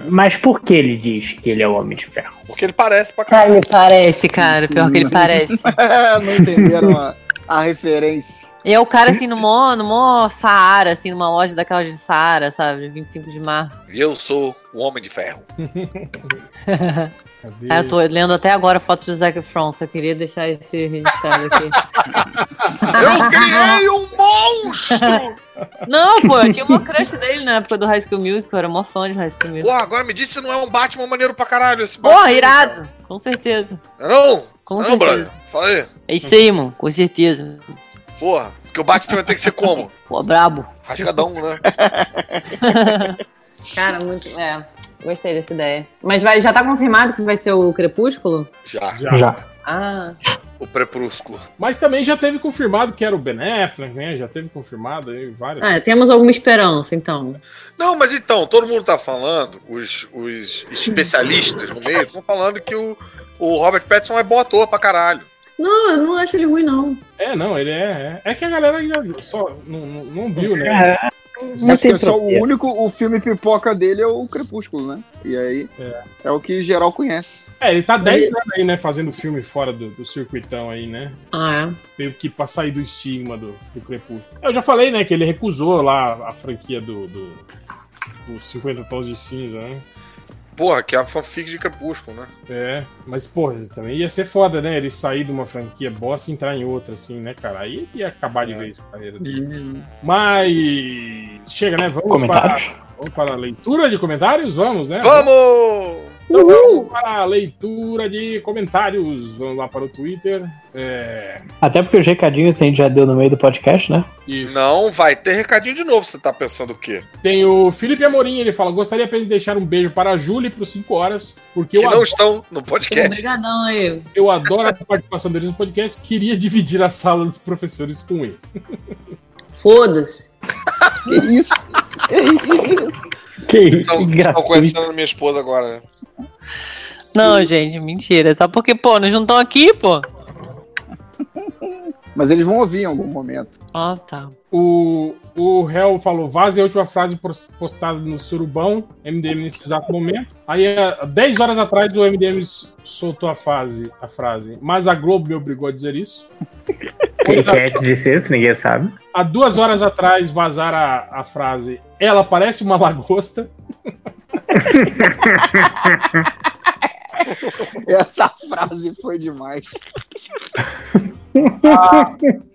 [SPEAKER 4] Mas por que ele diz que ele é o Homem de Ferro?
[SPEAKER 3] Porque ele parece pra
[SPEAKER 8] Ah,
[SPEAKER 3] caralho.
[SPEAKER 8] ele parece, cara. Pior
[SPEAKER 3] Hum.
[SPEAKER 8] que ele parece.
[SPEAKER 2] É, não entenderam a, a referência.
[SPEAKER 8] E é o cara, assim, no mó, no mó Saara, assim, numa loja daquelas de Saara, sabe? 25 de março.
[SPEAKER 3] E eu sou o Homem de Ferro.
[SPEAKER 1] Cadê?
[SPEAKER 8] Ah, eu tô lendo até agora fotos do Zac Efron, só queria deixar esse registrado aqui.
[SPEAKER 3] Eu criei um monstro!
[SPEAKER 8] Não, pô, eu tinha uma crush dele na época do High School Musical, eu era mó fã de High School Musical.
[SPEAKER 3] Pô, agora me diz se não é um Batman maneiro pra caralho esse
[SPEAKER 8] Porra,
[SPEAKER 3] aí, cara.
[SPEAKER 8] irado! Com certeza.
[SPEAKER 3] Não, é não?
[SPEAKER 8] Com
[SPEAKER 3] não,
[SPEAKER 8] certeza.
[SPEAKER 3] brother. Fala aí.
[SPEAKER 8] É isso aí, mano. Com certeza.
[SPEAKER 3] Porra, porque o Batman vai ter que ser como?
[SPEAKER 8] Pô, brabo.
[SPEAKER 3] Rasgadão, né?
[SPEAKER 7] Cara, muito. É, gostei dessa ideia. Mas vai, já tá confirmado que vai ser o Crepúsculo?
[SPEAKER 3] Já.
[SPEAKER 1] Já.
[SPEAKER 7] Ah,
[SPEAKER 3] O preprúsculo.
[SPEAKER 1] Mas também já teve confirmado que era o Ben Affleck, né? Já teve confirmado aí vários.
[SPEAKER 7] é, temos alguma esperança, então.
[SPEAKER 3] Não, mas então, todo mundo tá falando, os, os especialistas no meio estão falando que o, o Robert Pattinson é bom ator pra caralho.
[SPEAKER 7] Não, eu não acho ele ruim, não.
[SPEAKER 1] É, não, ele é, é. é que a galera ainda só não, não, não viu, né?
[SPEAKER 4] É,
[SPEAKER 2] Mas,
[SPEAKER 4] tem
[SPEAKER 2] pessoal, o
[SPEAKER 4] tropeço.
[SPEAKER 2] único o filme pipoca dele é o Crepúsculo, né? E aí é, o que geral conhece.
[SPEAKER 1] É, ele tá 10 anos aí, né? Fazendo filme fora do, do circuitão aí, né?
[SPEAKER 7] Ah,
[SPEAKER 1] Meio que pra sair do estigma do, do Crepúsculo. Eu já falei, né, que ele recusou lá a franquia do. do dos 50 tons de cinza, né?
[SPEAKER 3] Porra, que é a fanfic de Crepúsculo, né?
[SPEAKER 1] É, mas porra, isso também ia ser foda, né? Ele sair de uma franquia bosta e entrar em outra, assim, né, cara? Aí ia acabar de
[SPEAKER 3] É.
[SPEAKER 1] vez a carreira dele.
[SPEAKER 7] é.
[SPEAKER 1] Mas. Chega, né? Vamos para,
[SPEAKER 4] Comentários?
[SPEAKER 1] vamos para a leitura de comentários? Vamos, né?
[SPEAKER 3] Vamos!
[SPEAKER 1] Então vamos para a leitura de comentários. Vamos lá para o Twitter. É.
[SPEAKER 4] Até porque os recadinhos a gente já deu no meio do podcast, né?
[SPEAKER 1] Isso.
[SPEAKER 3] Não vai ter recadinho de novo, você tá pensando o quê?
[SPEAKER 1] Tem o Felipe Amorim, ele fala: gostaria apenas de deixar um beijo para a Júlia e para os 5 horas, porque
[SPEAKER 3] Que
[SPEAKER 1] eu
[SPEAKER 3] não
[SPEAKER 1] adoro,
[SPEAKER 3] estão no podcast.
[SPEAKER 8] Obrigadão aí.
[SPEAKER 1] eu adoro a participação deles no podcast, queria dividir a sala dos professores com ele.
[SPEAKER 7] Foda-se.
[SPEAKER 2] Que isso? Que isso?
[SPEAKER 4] Que isso,
[SPEAKER 3] Estão,
[SPEAKER 4] que
[SPEAKER 3] estão
[SPEAKER 4] gratuito.
[SPEAKER 3] conhecendo minha esposa agora, né?
[SPEAKER 8] Não, gente, mentira. É Só porque, pô, nós não estamos aqui, pô.
[SPEAKER 2] Mas eles vão ouvir em algum momento.
[SPEAKER 8] Ó,
[SPEAKER 7] Ah,
[SPEAKER 8] tá.
[SPEAKER 1] O, o Hel falou: vaze a última frase pros- postada no Surubão, MDM nesse exato momento. Aí, há 10 horas atrás, o MDM s- soltou a, fase, a frase, mas a Globo me obrigou a dizer isso.
[SPEAKER 4] Quem quer que disse isso? Ninguém sabe.
[SPEAKER 1] Há duas horas atrás vazaram a, a frase: ela parece uma lagosta.
[SPEAKER 2] Essa frase foi demais.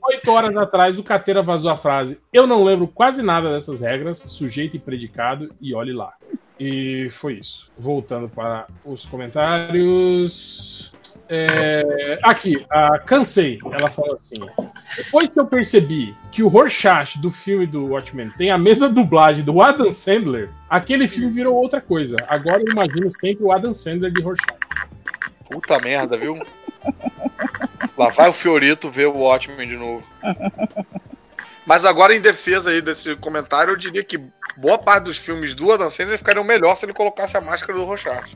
[SPEAKER 1] 8 horas atrás, o Cateira vazou a frase: Eu não lembro quase nada dessas regras, sujeito e predicado, e olhe lá. E foi isso. Voltando para os comentários. É, aqui, a Cansei, ela fala assim: Depois que eu percebi que o Rorschach do filme do Watchmen tem a mesma dublagem do Adam Sandler, aquele filme virou outra coisa. Agora eu imagino sempre o Adam Sandler de Rorschach.
[SPEAKER 3] Puta merda, viu? Lá vai o Fiorito ver o Watchmen de novo. Mas agora, em defesa aí desse comentário, eu diria que boa parte dos filmes do Adam Sandler ficariam melhor se ele colocasse a máscara do Rochard.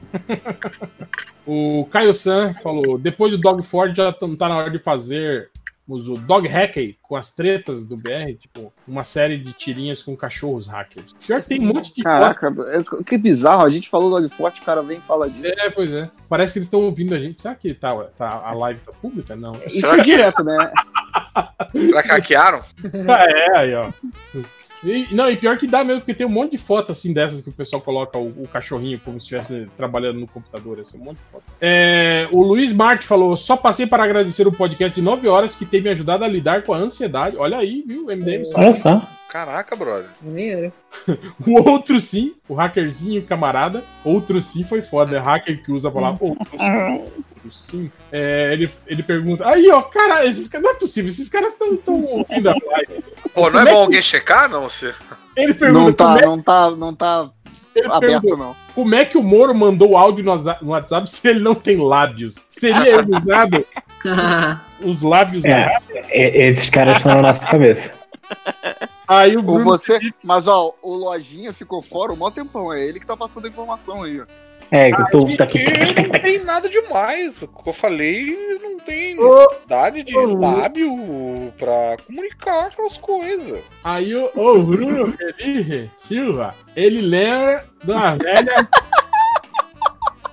[SPEAKER 1] O Caio San falou: Depois do Dog Ford já não tá na hora de fazer o Dog Hackey com as tretas do BR, tipo, uma série de tirinhas com cachorros hackers. Pior que tem um monte de foto.
[SPEAKER 2] Caraca, é- que bizarro. A gente falou do Dog Forte, o cara vem e fala disso.
[SPEAKER 1] É, pois é. Parece que eles estão ouvindo a gente. Será que tá, tá- a live tá pública? Não.
[SPEAKER 2] Isso é direto, né?
[SPEAKER 3] Será que hackearam?
[SPEAKER 1] Ah, é, aí, ó. E, não, e pior que dá mesmo, porque tem um monte de foto assim dessas que o pessoal coloca o, o cachorrinho como se estivesse trabalhando no computador. Assim, um monte de foto. É, o Luiz Marte falou: só passei para agradecer o podcast de 9 horas que tem me ajudado a lidar com a ansiedade. Olha aí, viu? MDM sabe.
[SPEAKER 4] Olha só.
[SPEAKER 3] Caraca, brother.
[SPEAKER 7] Maneiro.
[SPEAKER 1] O outro sim, o hackerzinho camarada. Outro sim foi foda. É hacker que usa a palavra outro sim. Outro sim. É, ele, ele pergunta: aí, ó, cara, esses, caras- não é possível, esses caras estão ouvindo a live.
[SPEAKER 3] Pô, não
[SPEAKER 1] Como é
[SPEAKER 3] é bom
[SPEAKER 1] que-
[SPEAKER 3] alguém checar, não? Você...
[SPEAKER 1] Ele pergunta:
[SPEAKER 2] Não tá,
[SPEAKER 1] como, é,
[SPEAKER 2] não tá, não tá
[SPEAKER 1] Ele
[SPEAKER 2] aberto,
[SPEAKER 1] perguntou.
[SPEAKER 2] não.
[SPEAKER 1] como é que o Moro mandou o áudio no WhatsApp- no WhatsApp se ele não tem lábios? Teria ele usado os lábios
[SPEAKER 4] É.
[SPEAKER 1] da
[SPEAKER 4] E- esses caras estão na nossa cabeça.
[SPEAKER 1] Aí o
[SPEAKER 2] Ou
[SPEAKER 1] Bruno,
[SPEAKER 2] você. Mas ó, o Lojinha ficou fora o maior tempão. É ele que tá passando a informação aí, ó.
[SPEAKER 4] É, eu tô, tô aqui.
[SPEAKER 3] E não tem nada demais. Como eu falei, não tem necessidade de lábio pra comunicar aquelas coisas.
[SPEAKER 1] aí o, o Bruno Felipe Silva, ele lembra da velha.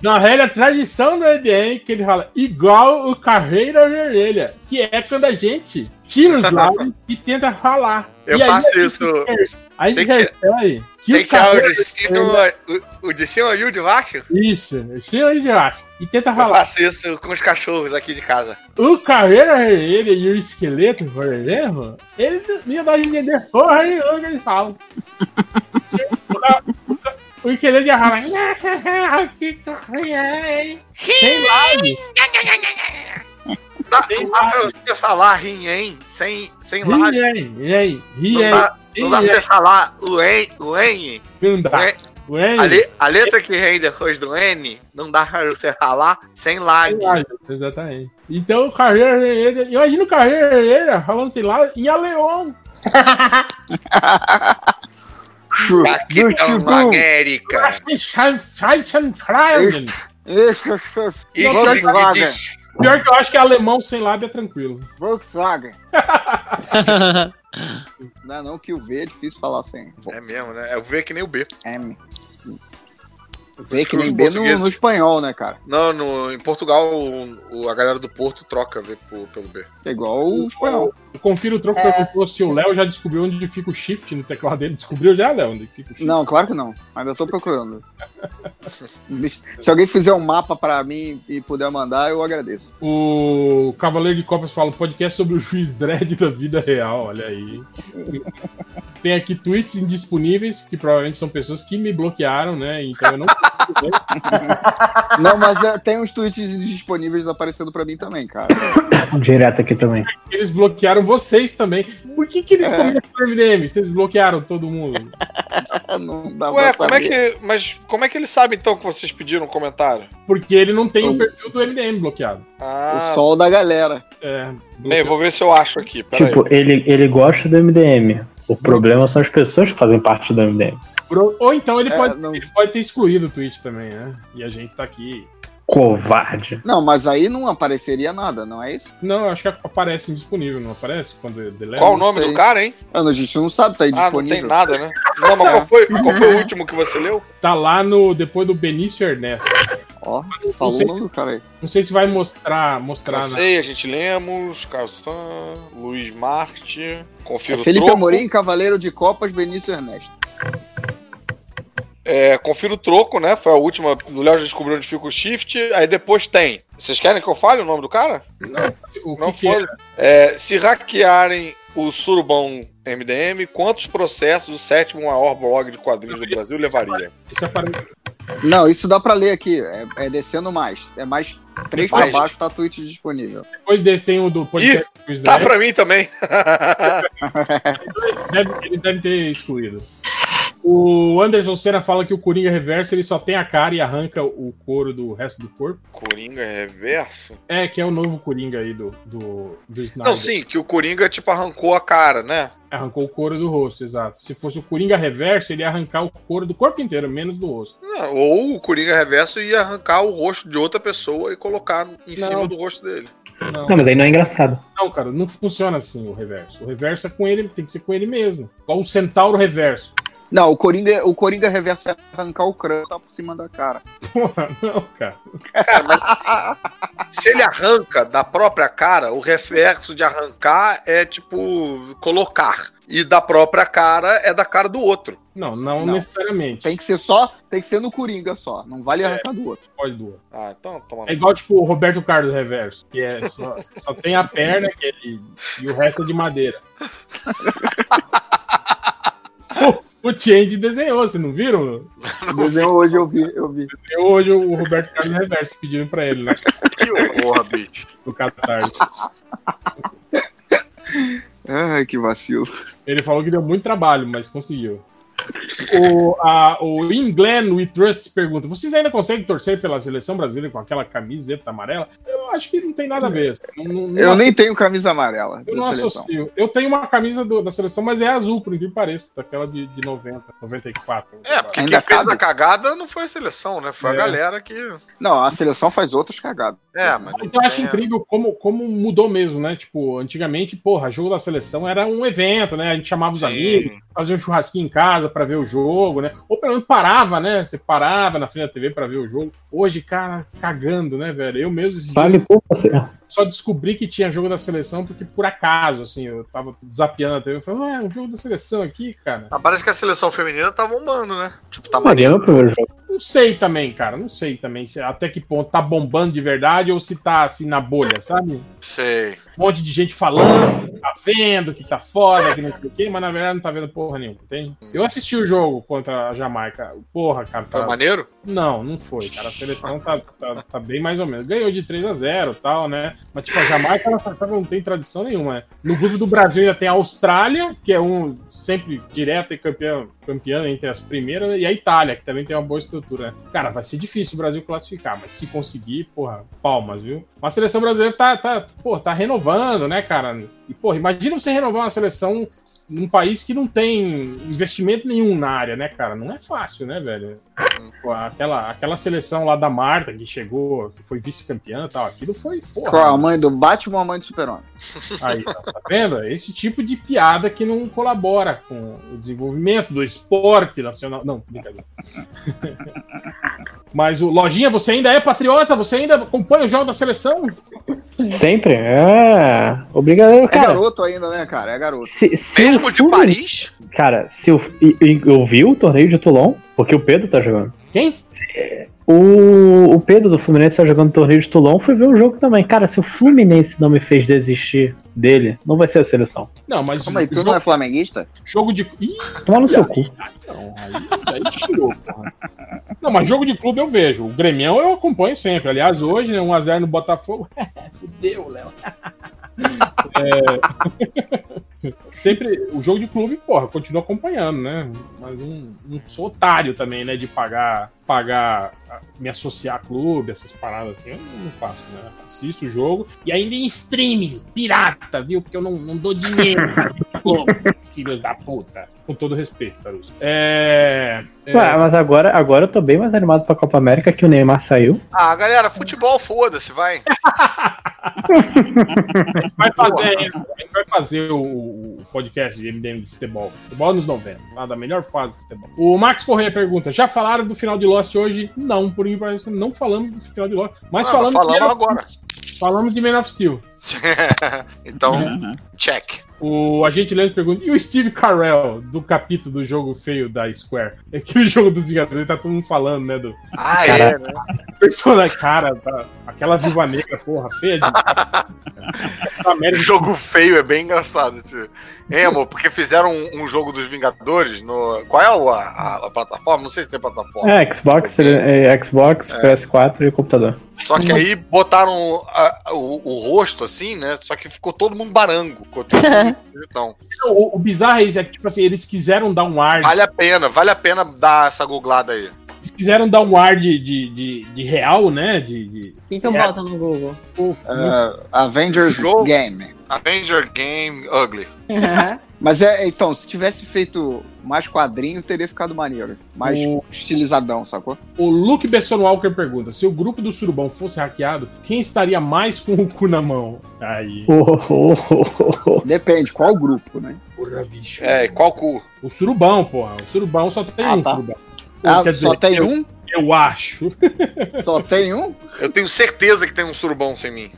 [SPEAKER 1] Da velha tradição do EDM, que ele fala igual o Carreira Vermelha, que é quando a gente tira os lábios e tenta falar.
[SPEAKER 3] Eu
[SPEAKER 1] e aí
[SPEAKER 3] faço
[SPEAKER 1] a gente-
[SPEAKER 3] isso.
[SPEAKER 1] A gente
[SPEAKER 3] Tem que-
[SPEAKER 1] percebe que
[SPEAKER 3] Tem
[SPEAKER 1] o
[SPEAKER 3] que tirar o
[SPEAKER 1] Carreira...
[SPEAKER 3] de cima, o, o de cima e o de baixo?
[SPEAKER 1] Isso, isso aí eu acho. E tenta
[SPEAKER 3] Eu
[SPEAKER 1] falar.
[SPEAKER 3] faço isso com os cachorros aqui de casa.
[SPEAKER 1] O Caveira Vermelha e o Esqueleto, por exemplo, ele não ia dar de entender porra nenhuma que eles falam. O ca- o ca- O esqueleto ia falar. "Que correia, hein?" Tem lábios.
[SPEAKER 3] Dá,
[SPEAKER 1] Tem
[SPEAKER 3] não dá pra você falar rinhen sem, sem lábio.
[SPEAKER 1] Ri aí, ri aí, ri
[SPEAKER 3] Não
[SPEAKER 1] aí.
[SPEAKER 3] dá, não dá pra você falar o en, o en,
[SPEAKER 1] Não
[SPEAKER 2] Tá.
[SPEAKER 1] dá.
[SPEAKER 3] o en.
[SPEAKER 1] O N
[SPEAKER 3] A, le- a letra que vem depois do N, não dá pra você falar sem
[SPEAKER 1] tem
[SPEAKER 3] lábio.
[SPEAKER 1] lábios, Exatamente. Então, o Caveira Vermelha. Imagina o Caveira Vermelha falando, sei lá, em Aleão.
[SPEAKER 3] Aqui
[SPEAKER 2] Do
[SPEAKER 3] é
[SPEAKER 2] Chico.
[SPEAKER 3] uma América.
[SPEAKER 1] é Scheinfreizen.
[SPEAKER 2] Esse é
[SPEAKER 3] E
[SPEAKER 2] Não,
[SPEAKER 3] que- que
[SPEAKER 2] Volkswagen.
[SPEAKER 3] diz-
[SPEAKER 1] Pior que eu acho que alemão sem lábio é tranquilo.
[SPEAKER 2] Volkswagen. Não é não que o V é difícil falar sem.
[SPEAKER 3] É mesmo, né? É o V que nem o B.
[SPEAKER 2] M. V que
[SPEAKER 3] Os
[SPEAKER 2] nem B no,
[SPEAKER 3] portugueses.
[SPEAKER 2] no espanhol, né, cara?
[SPEAKER 3] Não, no, em Portugal, o, o- a galera do Porto troca V por- pelo B.
[SPEAKER 2] É igual o espanhol.
[SPEAKER 1] Confira o troco perguntou se o Léo já descobriu onde fica o shift no teclado dele. Descobriu já, Léo, onde fica o shift.
[SPEAKER 2] Não, claro que não. Ainda tô procurando. Se alguém fizer um mapa pra mim e puder mandar, eu agradeço.
[SPEAKER 1] O Cavaleiro de Copas fala um podcast sobre o juiz Dredd da vida real, olha aí. Tem aqui tweets indisponíveis, que provavelmente são pessoas que me bloquearam, né? Então eu não consigo ver.
[SPEAKER 2] Não, mas é, tem uns tweets disponíveis aparecendo pra mim também, cara.
[SPEAKER 4] tá Direto aqui também.
[SPEAKER 1] Eles bloquearam vocês também. Por que, que eles
[SPEAKER 2] É.
[SPEAKER 1] também estão no MDM? Vocês bloquearam todo mundo.
[SPEAKER 2] Não dá
[SPEAKER 3] Ué,
[SPEAKER 2] pra
[SPEAKER 3] como é
[SPEAKER 2] saber.
[SPEAKER 3] que. Mas como é que ele sabe então que vocês pediram um comentário?
[SPEAKER 1] Porque ele não tem o
[SPEAKER 2] Eu-
[SPEAKER 1] perfil do MDM bloqueado.
[SPEAKER 3] Ah,
[SPEAKER 2] O sol da galera.
[SPEAKER 1] É,
[SPEAKER 3] bem, vou ver se eu acho aqui. Peraí.
[SPEAKER 4] Tipo, ele, ele gosta do MDM. O problema são as pessoas que fazem parte do MDM.
[SPEAKER 1] bloqueado. Ou então ele,
[SPEAKER 2] É,
[SPEAKER 1] pode,
[SPEAKER 2] não-
[SPEAKER 1] ele pode ter excluído o tweet também, né? E a gente tá aqui
[SPEAKER 4] Covarde.
[SPEAKER 2] Não, mas aí não apareceria nada, não é isso?
[SPEAKER 1] Não, acho que aparece indisponível, não aparece? Quando ele deleta?
[SPEAKER 3] Qual o
[SPEAKER 2] não
[SPEAKER 3] nome
[SPEAKER 2] sei.
[SPEAKER 3] do cara, hein?
[SPEAKER 2] Ah, não, a gente não sabe, tá aí
[SPEAKER 3] Ah, não tem
[SPEAKER 2] disponível.
[SPEAKER 3] nada, né? Não, mas qual foi, qual foi o último que você leu?
[SPEAKER 1] Tá lá no depois do Benício Ernesto.
[SPEAKER 2] Ó,
[SPEAKER 1] Não
[SPEAKER 2] falou
[SPEAKER 1] sei,
[SPEAKER 2] o nome do cara aí.
[SPEAKER 1] não sei se vai mostrar, mostrar né?
[SPEAKER 3] Não
[SPEAKER 1] na-
[SPEAKER 3] sei, a gente lemos, Calçan, Luiz Marte,
[SPEAKER 2] É
[SPEAKER 3] Confiro
[SPEAKER 2] Felipe
[SPEAKER 3] Troco.
[SPEAKER 2] Amorim, Cavaleiro de Copas, Benício Ernesto.
[SPEAKER 3] É, Confiro Troco, né? Foi a última. O Léo já descobriu onde fica o shift. Aí depois tem. Vocês querem que eu fale o nome do cara?
[SPEAKER 1] o que
[SPEAKER 3] Não
[SPEAKER 1] que
[SPEAKER 3] foi.
[SPEAKER 1] é.
[SPEAKER 3] É, se hackearem o Surubão MDM, quantos processos o sétimo maior blog de quadrinhos do Brasil levaria?
[SPEAKER 1] Isso aparece.
[SPEAKER 2] Não, isso dá pra ler aqui. É, é descendo mais. É mais Três pra
[SPEAKER 3] Rapaz.
[SPEAKER 2] baixo tá tweet disponível.
[SPEAKER 1] Depois desse tem o do podcast do Juiz
[SPEAKER 3] Tá
[SPEAKER 1] Dredd.
[SPEAKER 3] pra mim também.
[SPEAKER 1] Deve- Ele deve ter excluído. O Anderson Senna fala que o Coringa Reverso ele só tem a cara e arranca o couro do resto do corpo.
[SPEAKER 3] Coringa reverso?
[SPEAKER 1] É, que é o novo Coringa aí do, do, do Snyder.
[SPEAKER 3] Não, sim, que o Coringa, tipo, arrancou a cara, né?
[SPEAKER 1] Arrancou o couro do rosto, exato. Se fosse o Coringa Reverso, ele ia arrancar o couro do corpo inteiro, menos do rosto.
[SPEAKER 3] Não, Ou o Coringa reverso ia arrancar o rosto de outra pessoa e colocar em
[SPEAKER 1] Não.
[SPEAKER 3] cima do rosto dele.
[SPEAKER 1] Não,
[SPEAKER 4] Não, mas aí não é engraçado.
[SPEAKER 1] não, cara, não funciona assim o reverso. O reverso é com ele, tem que ser com ele mesmo. Igual o Centauro Reverso.
[SPEAKER 2] Não, o Coringa, o Coringa reverso é arrancar o crânio tá por cima da cara.
[SPEAKER 1] Porra, não, cara.
[SPEAKER 3] Se ele arranca da própria cara, o reflexo de arrancar é, tipo, colocar. E da própria cara é da cara do outro.
[SPEAKER 1] Não, não,
[SPEAKER 2] Não.
[SPEAKER 1] necessariamente.
[SPEAKER 2] Tem que ser só, tem que ser no Coringa só. Não vale arrancar do outro.
[SPEAKER 1] Pode do outro.
[SPEAKER 3] Ah, então toma.
[SPEAKER 1] É igual, tipo, o Roberto Carlos Reverso, que é só, só tem a perna que ele- e o resto é de madeira. O, o Change desenhou, vocês não viram?
[SPEAKER 2] O desenho hoje eu vi, eu vi.
[SPEAKER 1] Desenhou hoje o Roberto Carlos Reverso pedindo pra ele, né?
[SPEAKER 3] Que horror, bicho.
[SPEAKER 1] Do Catarse.
[SPEAKER 2] Ai, que vacilo.
[SPEAKER 1] Ele falou que deu muito trabalho, mas conseguiu. O, a, o In Glenn We Trust pergunta: vocês ainda conseguem torcer pela seleção brasileira com aquela camiseta amarela? Eu acho que não tem nada a ver. assim. Não- não- não
[SPEAKER 2] Eu nem tenho camisa amarela
[SPEAKER 1] Eu não
[SPEAKER 2] da seleção.
[SPEAKER 1] associo. Eu tenho uma camisa do- da seleção, mas é azul, por incrível que pareça, daquela de, de 90, 94.
[SPEAKER 3] É, porque
[SPEAKER 2] Ainda
[SPEAKER 3] quem fez
[SPEAKER 2] cabe?
[SPEAKER 3] a cagada não foi a seleção, né? Foi
[SPEAKER 1] É.
[SPEAKER 3] a galera que.
[SPEAKER 2] Não, a seleção faz outras cagadas.
[SPEAKER 3] É, mas.
[SPEAKER 1] Mas eu acho incrível como, como mudou mesmo, né? Tipo, antigamente, porra, jogo da seleção era um evento, né? A gente chamava os
[SPEAKER 3] Sim.
[SPEAKER 1] amigos, fazia um churrasquinho em casa pra ver o jogo, né? Ou pelo menos parava, né? Você parava na frente da TV pra ver o jogo. Hoje, cara, cagando, né, velho? Eu mesmo esses dias,
[SPEAKER 4] Pague por você.
[SPEAKER 1] só descobri que tinha jogo da seleção porque por acaso, assim, eu tava zapeando a TV e falei, ah, é um jogo da seleção aqui, cara.
[SPEAKER 3] Ah, Parece que a seleção feminina tá bombando, né? Tipo, tá
[SPEAKER 4] Mas
[SPEAKER 3] maneiro.
[SPEAKER 4] ganhou o primeiro jogo.
[SPEAKER 1] Não sei também, cara. Não sei também se- até que ponto tá bombando de verdade ou se tá assim na bolha, sabe? Um
[SPEAKER 3] Sei.
[SPEAKER 1] monte de gente falando, tá vendo que tá foda, que não sei o quê, mas na verdade não tá vendo porra nenhuma, entende? Eu assisti o jogo contra a Jamaica. Porra, cara.
[SPEAKER 3] Tá
[SPEAKER 1] Tá...
[SPEAKER 3] maneiro?
[SPEAKER 1] Não, não foi, cara. A seleção tá, tá, tá bem mais ou menos. Ganhou de 3 a 0 tal, né? Mas tipo, a Jamaica ela sabe, não tem tradição nenhuma, né? No grupo do Brasil ainda tem a Austrália, que é um sempre direto e campeão, campeã entre as primeiras, né, e a Itália, que também tem uma boa estrutura. né? Cara, vai ser difícil o Brasil classificar, mas se conseguir, porra, palmas, viu? Mas a seleção brasileira tá, tá, pô, tá renovando, né, cara? E, porra, imagina você renovar uma seleção num país que não tem investimento nenhum na área, né, cara? Não é fácil, né, velho? Pô, aquela, aquela seleção lá da Marta que chegou, que foi vice-campeã e tal, aquilo foi, porra.
[SPEAKER 2] Com é a mãe do Batman, a mãe do Super-Homem.
[SPEAKER 1] Aí, tá tá vendo? Esse tipo de piada que não colabora com o desenvolvimento do esporte nacional. Não, brincadeira. Mas o Lojinha, você ainda é patriota? Você ainda acompanha o jogo da seleção?
[SPEAKER 4] Sempre? É. Obrigado,
[SPEAKER 2] É
[SPEAKER 4] cara.
[SPEAKER 2] garoto ainda, né, cara? É garoto.
[SPEAKER 4] Se, se
[SPEAKER 3] Mesmo
[SPEAKER 4] o
[SPEAKER 3] de
[SPEAKER 4] Fluminense-
[SPEAKER 3] Paris?
[SPEAKER 4] Cara, se eu, e- e- eu vi o torneio de Toulon, porque o Pedro tá jogando.
[SPEAKER 1] Quem?
[SPEAKER 4] O, o Pedro do Fluminense tá jogando o torneio de Toulon, fui ver o jogo também. Cara, se o Fluminense não me fez desistir dele, não vai ser a seleção.
[SPEAKER 1] Não, mas
[SPEAKER 2] Como aí, tu
[SPEAKER 1] jogo,
[SPEAKER 2] não é flamenguista?
[SPEAKER 1] jogo de. Ih,
[SPEAKER 4] Tomar no seu cu.
[SPEAKER 1] não, aí, aí tirou, porra. Não, mas jogo de clube eu vejo. O Grêmio eu acompanho sempre. Aliás, hoje, né, 1x0 no Botafogo. Fudeu, Léo. É. sempre o jogo de clube, porra, continua acompanhando, né? Mas não, não sou otário também, né? De pagar, pagar, a- me associar a clube, essas paradas assim, eu não não faço, né? Assisto o jogo e ainda em streaming, pirata, viu? Porque eu não, não dou dinheiro pra clube, filhos da puta. Com todo respeito, Caruso. É. é,
[SPEAKER 4] Ué, mas agora, agora eu tô bem mais animado pra Copa América que o Neymar saiu.
[SPEAKER 3] Ah, galera, futebol, foda-se, vai.
[SPEAKER 1] vai fazer, a gente vai fazer o, o podcast de MDM de futebol. Futebol nos 90, lá da melhor fase do futebol. O Max Correia pergunta: já falaram do final de Lost hoje? Não, por enquanto não falamos do final de Lost, mas
[SPEAKER 3] Ah,
[SPEAKER 1] falamos,
[SPEAKER 3] falamos
[SPEAKER 1] de, Man of-
[SPEAKER 3] agora.
[SPEAKER 1] falamos de Man of Steel.
[SPEAKER 3] então, check.
[SPEAKER 1] O agente Leandro pergunta: e o Steve Carell, do capítulo do jogo feio da Square? É aquele jogo dos Vingadores, tá todo mundo falando, né? Do,
[SPEAKER 3] Ah, é,
[SPEAKER 4] Caraca.
[SPEAKER 3] né?
[SPEAKER 1] personagem. Cara, tá- aquela viva negra, porra, feia. De... Puta merda.
[SPEAKER 3] Jogo feio é bem engraçado esse. É, amor, porque fizeram um, um jogo dos Vingadores no. Qual é a, a- a plataforma? Não sei se tem plataforma.
[SPEAKER 4] É, Xbox, é, Xbox, PS4 e computador.
[SPEAKER 3] Só que aí botaram a- a- o, o rosto assim, né? Só que ficou todo mundo barango. Ficou todo mundo esquisitão.
[SPEAKER 1] O, o bizarro é isso, é que, tipo assim, eles quiseram dar um ar.
[SPEAKER 3] Vale a pena, vale a pena dar essa googlada aí.
[SPEAKER 1] Eles quiseram dar um ar de, de, de, de real, né? De, de-
[SPEAKER 7] O que, que eu
[SPEAKER 1] É.
[SPEAKER 7] boto no Google?
[SPEAKER 2] Ah, Avengers
[SPEAKER 3] Jogo.
[SPEAKER 2] Game.
[SPEAKER 3] Avenger Game Ugly.
[SPEAKER 2] Mas é, então, se tivesse feito mais quadrinho, teria ficado maneiro. Mais
[SPEAKER 1] O-
[SPEAKER 2] estilizadão, sacou?
[SPEAKER 1] O Luke Besson Walker pergunta: se o grupo do Surubão fosse hackeado, quem estaria mais com o cu na mão? Aí,
[SPEAKER 4] Oh,
[SPEAKER 2] Depende, qual grupo, né?
[SPEAKER 1] porra, bicho.
[SPEAKER 3] É, qual cu?
[SPEAKER 1] O Surubão, porra. O Surubão só tem
[SPEAKER 2] Ah,
[SPEAKER 1] um
[SPEAKER 2] tá.
[SPEAKER 1] Surubão.
[SPEAKER 2] Ah,
[SPEAKER 1] Quer
[SPEAKER 2] só
[SPEAKER 1] dizer,
[SPEAKER 2] tem
[SPEAKER 1] eu-
[SPEAKER 2] um?
[SPEAKER 1] Eu acho.
[SPEAKER 2] Só tem um?
[SPEAKER 3] Eu tenho certeza que tem um surubão sem mim.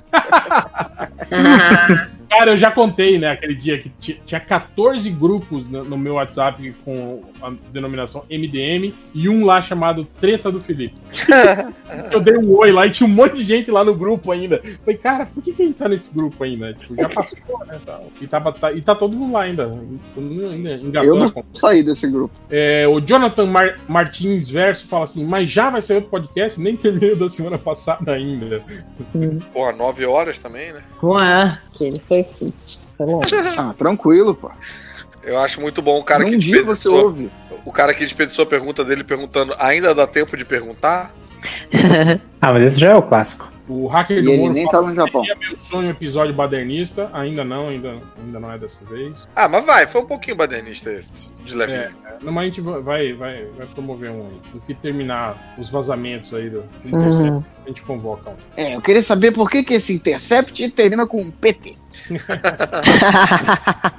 [SPEAKER 1] Cara, eu já contei, né, aquele dia que ti- tinha 14 grupos no, no meu WhatsApp com a denominação MDM e um lá chamado Treta do Felipe. eu dei um oi lá e tinha um monte de gente lá no grupo ainda. Falei, cara, por que quem tá nesse grupo ainda? Tipo, já passou, né? tal. E, tava, tá, e tá todo mundo lá ainda. Todo mundo ainda engatou
[SPEAKER 2] Eu
[SPEAKER 1] as
[SPEAKER 2] não
[SPEAKER 1] contas.
[SPEAKER 2] saí desse grupo.
[SPEAKER 1] É, o Jonathan Mar- Martins Verso fala assim, mas já vai sair outro podcast? Nem terminou da semana passada ainda.
[SPEAKER 3] Porra, nove horas também, né?
[SPEAKER 7] Ué, que ele foi aqui.
[SPEAKER 1] Tá
[SPEAKER 2] Ah, tranquilo, pô.
[SPEAKER 3] Eu acho muito bom o cara
[SPEAKER 2] Num
[SPEAKER 3] que
[SPEAKER 2] dia você
[SPEAKER 3] desperdiçou-
[SPEAKER 2] ouve.
[SPEAKER 3] O cara que desperdiçou a pergunta dele perguntando, ainda dá tempo de perguntar?
[SPEAKER 4] Ah, mas esse já é o clássico.
[SPEAKER 1] O hacker
[SPEAKER 2] E
[SPEAKER 1] do
[SPEAKER 2] ele
[SPEAKER 1] Moro
[SPEAKER 2] nem
[SPEAKER 1] fala-
[SPEAKER 2] tá no Japão.
[SPEAKER 1] Seria meu sonho episódio badernista, ainda não, ainda, ainda não é dessa vez.
[SPEAKER 3] Ah, mas vai, foi um pouquinho badernista esse, de
[SPEAKER 1] É,
[SPEAKER 3] levinho.
[SPEAKER 1] é, mas a gente va- vai, vai, vai promover um aí. No que terminar os vazamentos aí do do Intercept,
[SPEAKER 7] Uhum.
[SPEAKER 1] a gente convoca um.
[SPEAKER 2] É, eu queria saber por que, que esse Intercept termina com um PT.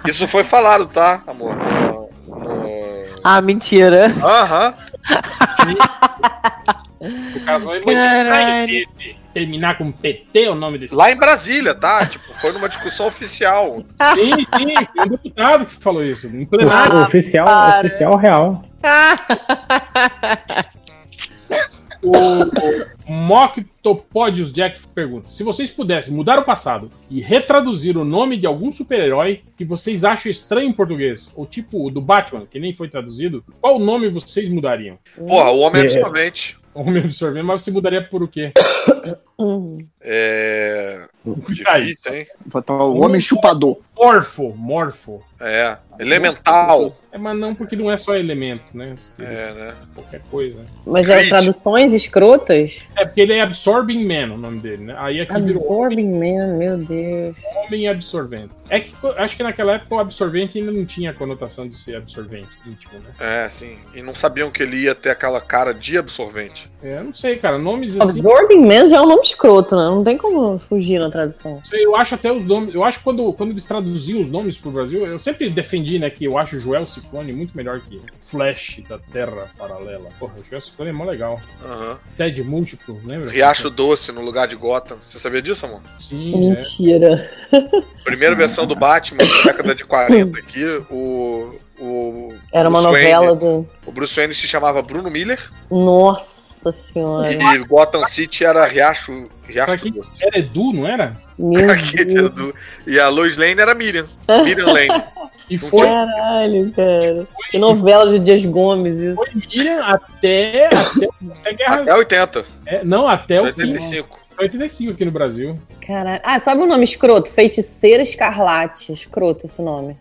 [SPEAKER 3] Isso foi falado, tá, amor? No- no-
[SPEAKER 8] Ah, mentira.
[SPEAKER 3] Aham.
[SPEAKER 1] O cara vai mas tá
[SPEAKER 8] Caralho.
[SPEAKER 1] que estranho esse. terminar com PT o nome desse.
[SPEAKER 3] Lá em Brasília, tá? Tipo, foi numa discussão oficial.
[SPEAKER 1] Sim, sim, foi um deputado que falou isso. Em plenário.
[SPEAKER 4] O- o oficial,
[SPEAKER 8] para.
[SPEAKER 4] oficial real.
[SPEAKER 1] O, o Moctopodius Jack pergunta: se vocês pudessem mudar o passado e retraduzir o nome de algum super-herói que vocês acham estranho em português, ou tipo o do Batman, que nem foi traduzido, qual nome vocês mudariam?
[SPEAKER 3] Porra, o homem
[SPEAKER 4] É.
[SPEAKER 3] absorvente.
[SPEAKER 1] O Homem absorvente, mas você mudaria por o quê?
[SPEAKER 7] Hum.
[SPEAKER 3] É.
[SPEAKER 1] Tá aí.
[SPEAKER 3] Difícil, hein?
[SPEAKER 2] Botar o homem chupador.
[SPEAKER 1] Morfo, morfo.
[SPEAKER 3] É. Elemental.
[SPEAKER 1] É, mas não porque não é só elemento, né?
[SPEAKER 3] É, né?
[SPEAKER 1] Qualquer coisa.
[SPEAKER 7] Mas é
[SPEAKER 3] Crítico.
[SPEAKER 7] traduções escrotas?
[SPEAKER 1] É porque ele é Absorbing Man, o nome dele, né? Aí aqui virou
[SPEAKER 7] Absorbing Man, meu Deus.
[SPEAKER 1] Homem Absorvente. É que eu acho que naquela época o absorvente ainda não tinha a conotação de ser absorvente íntimo, né?
[SPEAKER 3] É, sim. E não sabiam que ele ia ter aquela cara de absorvente.
[SPEAKER 1] É, eu não sei, cara. Nomes assim.
[SPEAKER 7] Absorbing Man já é um nome escroto, né? Não tem como fugir na tradução.
[SPEAKER 1] não sei, Eu acho até os nomes. Eu acho que quando, quando eles traduziam os nomes pro Brasil, eu sempre defendi, né, que eu acho Joel Ciclone muito melhor que Flash da Terra Paralela. Porra, o Joel Ciclone é mó legal.
[SPEAKER 3] Aham.
[SPEAKER 1] Ted Múltiplo, lembra?
[SPEAKER 3] Um Riacho Doce no lugar de Gotham. Você sabia disso, amor?
[SPEAKER 1] Sim, é.
[SPEAKER 7] Mentira.
[SPEAKER 3] Primeira versão do Batman, na década de 40 aqui, o. o
[SPEAKER 7] Era
[SPEAKER 1] é
[SPEAKER 7] uma
[SPEAKER 3] Bruce
[SPEAKER 7] novela
[SPEAKER 3] Wayne-
[SPEAKER 7] do.
[SPEAKER 3] o Bruce Wayne se chamava Bruno Miller
[SPEAKER 7] Nossa senhora.
[SPEAKER 3] e Gotham City era Riacho,
[SPEAKER 1] Pra
[SPEAKER 3] Riacho
[SPEAKER 1] quem-
[SPEAKER 3] Doce.
[SPEAKER 1] Era Edu, não era?
[SPEAKER 7] Meu
[SPEAKER 3] A Kate era
[SPEAKER 7] Deus.
[SPEAKER 3] do- E a Lois Lane era Miriam. Miriam Lane.
[SPEAKER 1] E
[SPEAKER 3] Não
[SPEAKER 1] foi,
[SPEAKER 7] Caralho, cara. Que novela do Dias Gomes, isso.
[SPEAKER 1] foi Miriam até, até, até Guerra.
[SPEAKER 3] Até 80,
[SPEAKER 1] é, não, até o fim.
[SPEAKER 3] 85.
[SPEAKER 1] 85 aqui no Brasil.
[SPEAKER 7] Caralho. Ah, sabe o nome escroto? Feiticeira Escarlate. Escroto esse nome.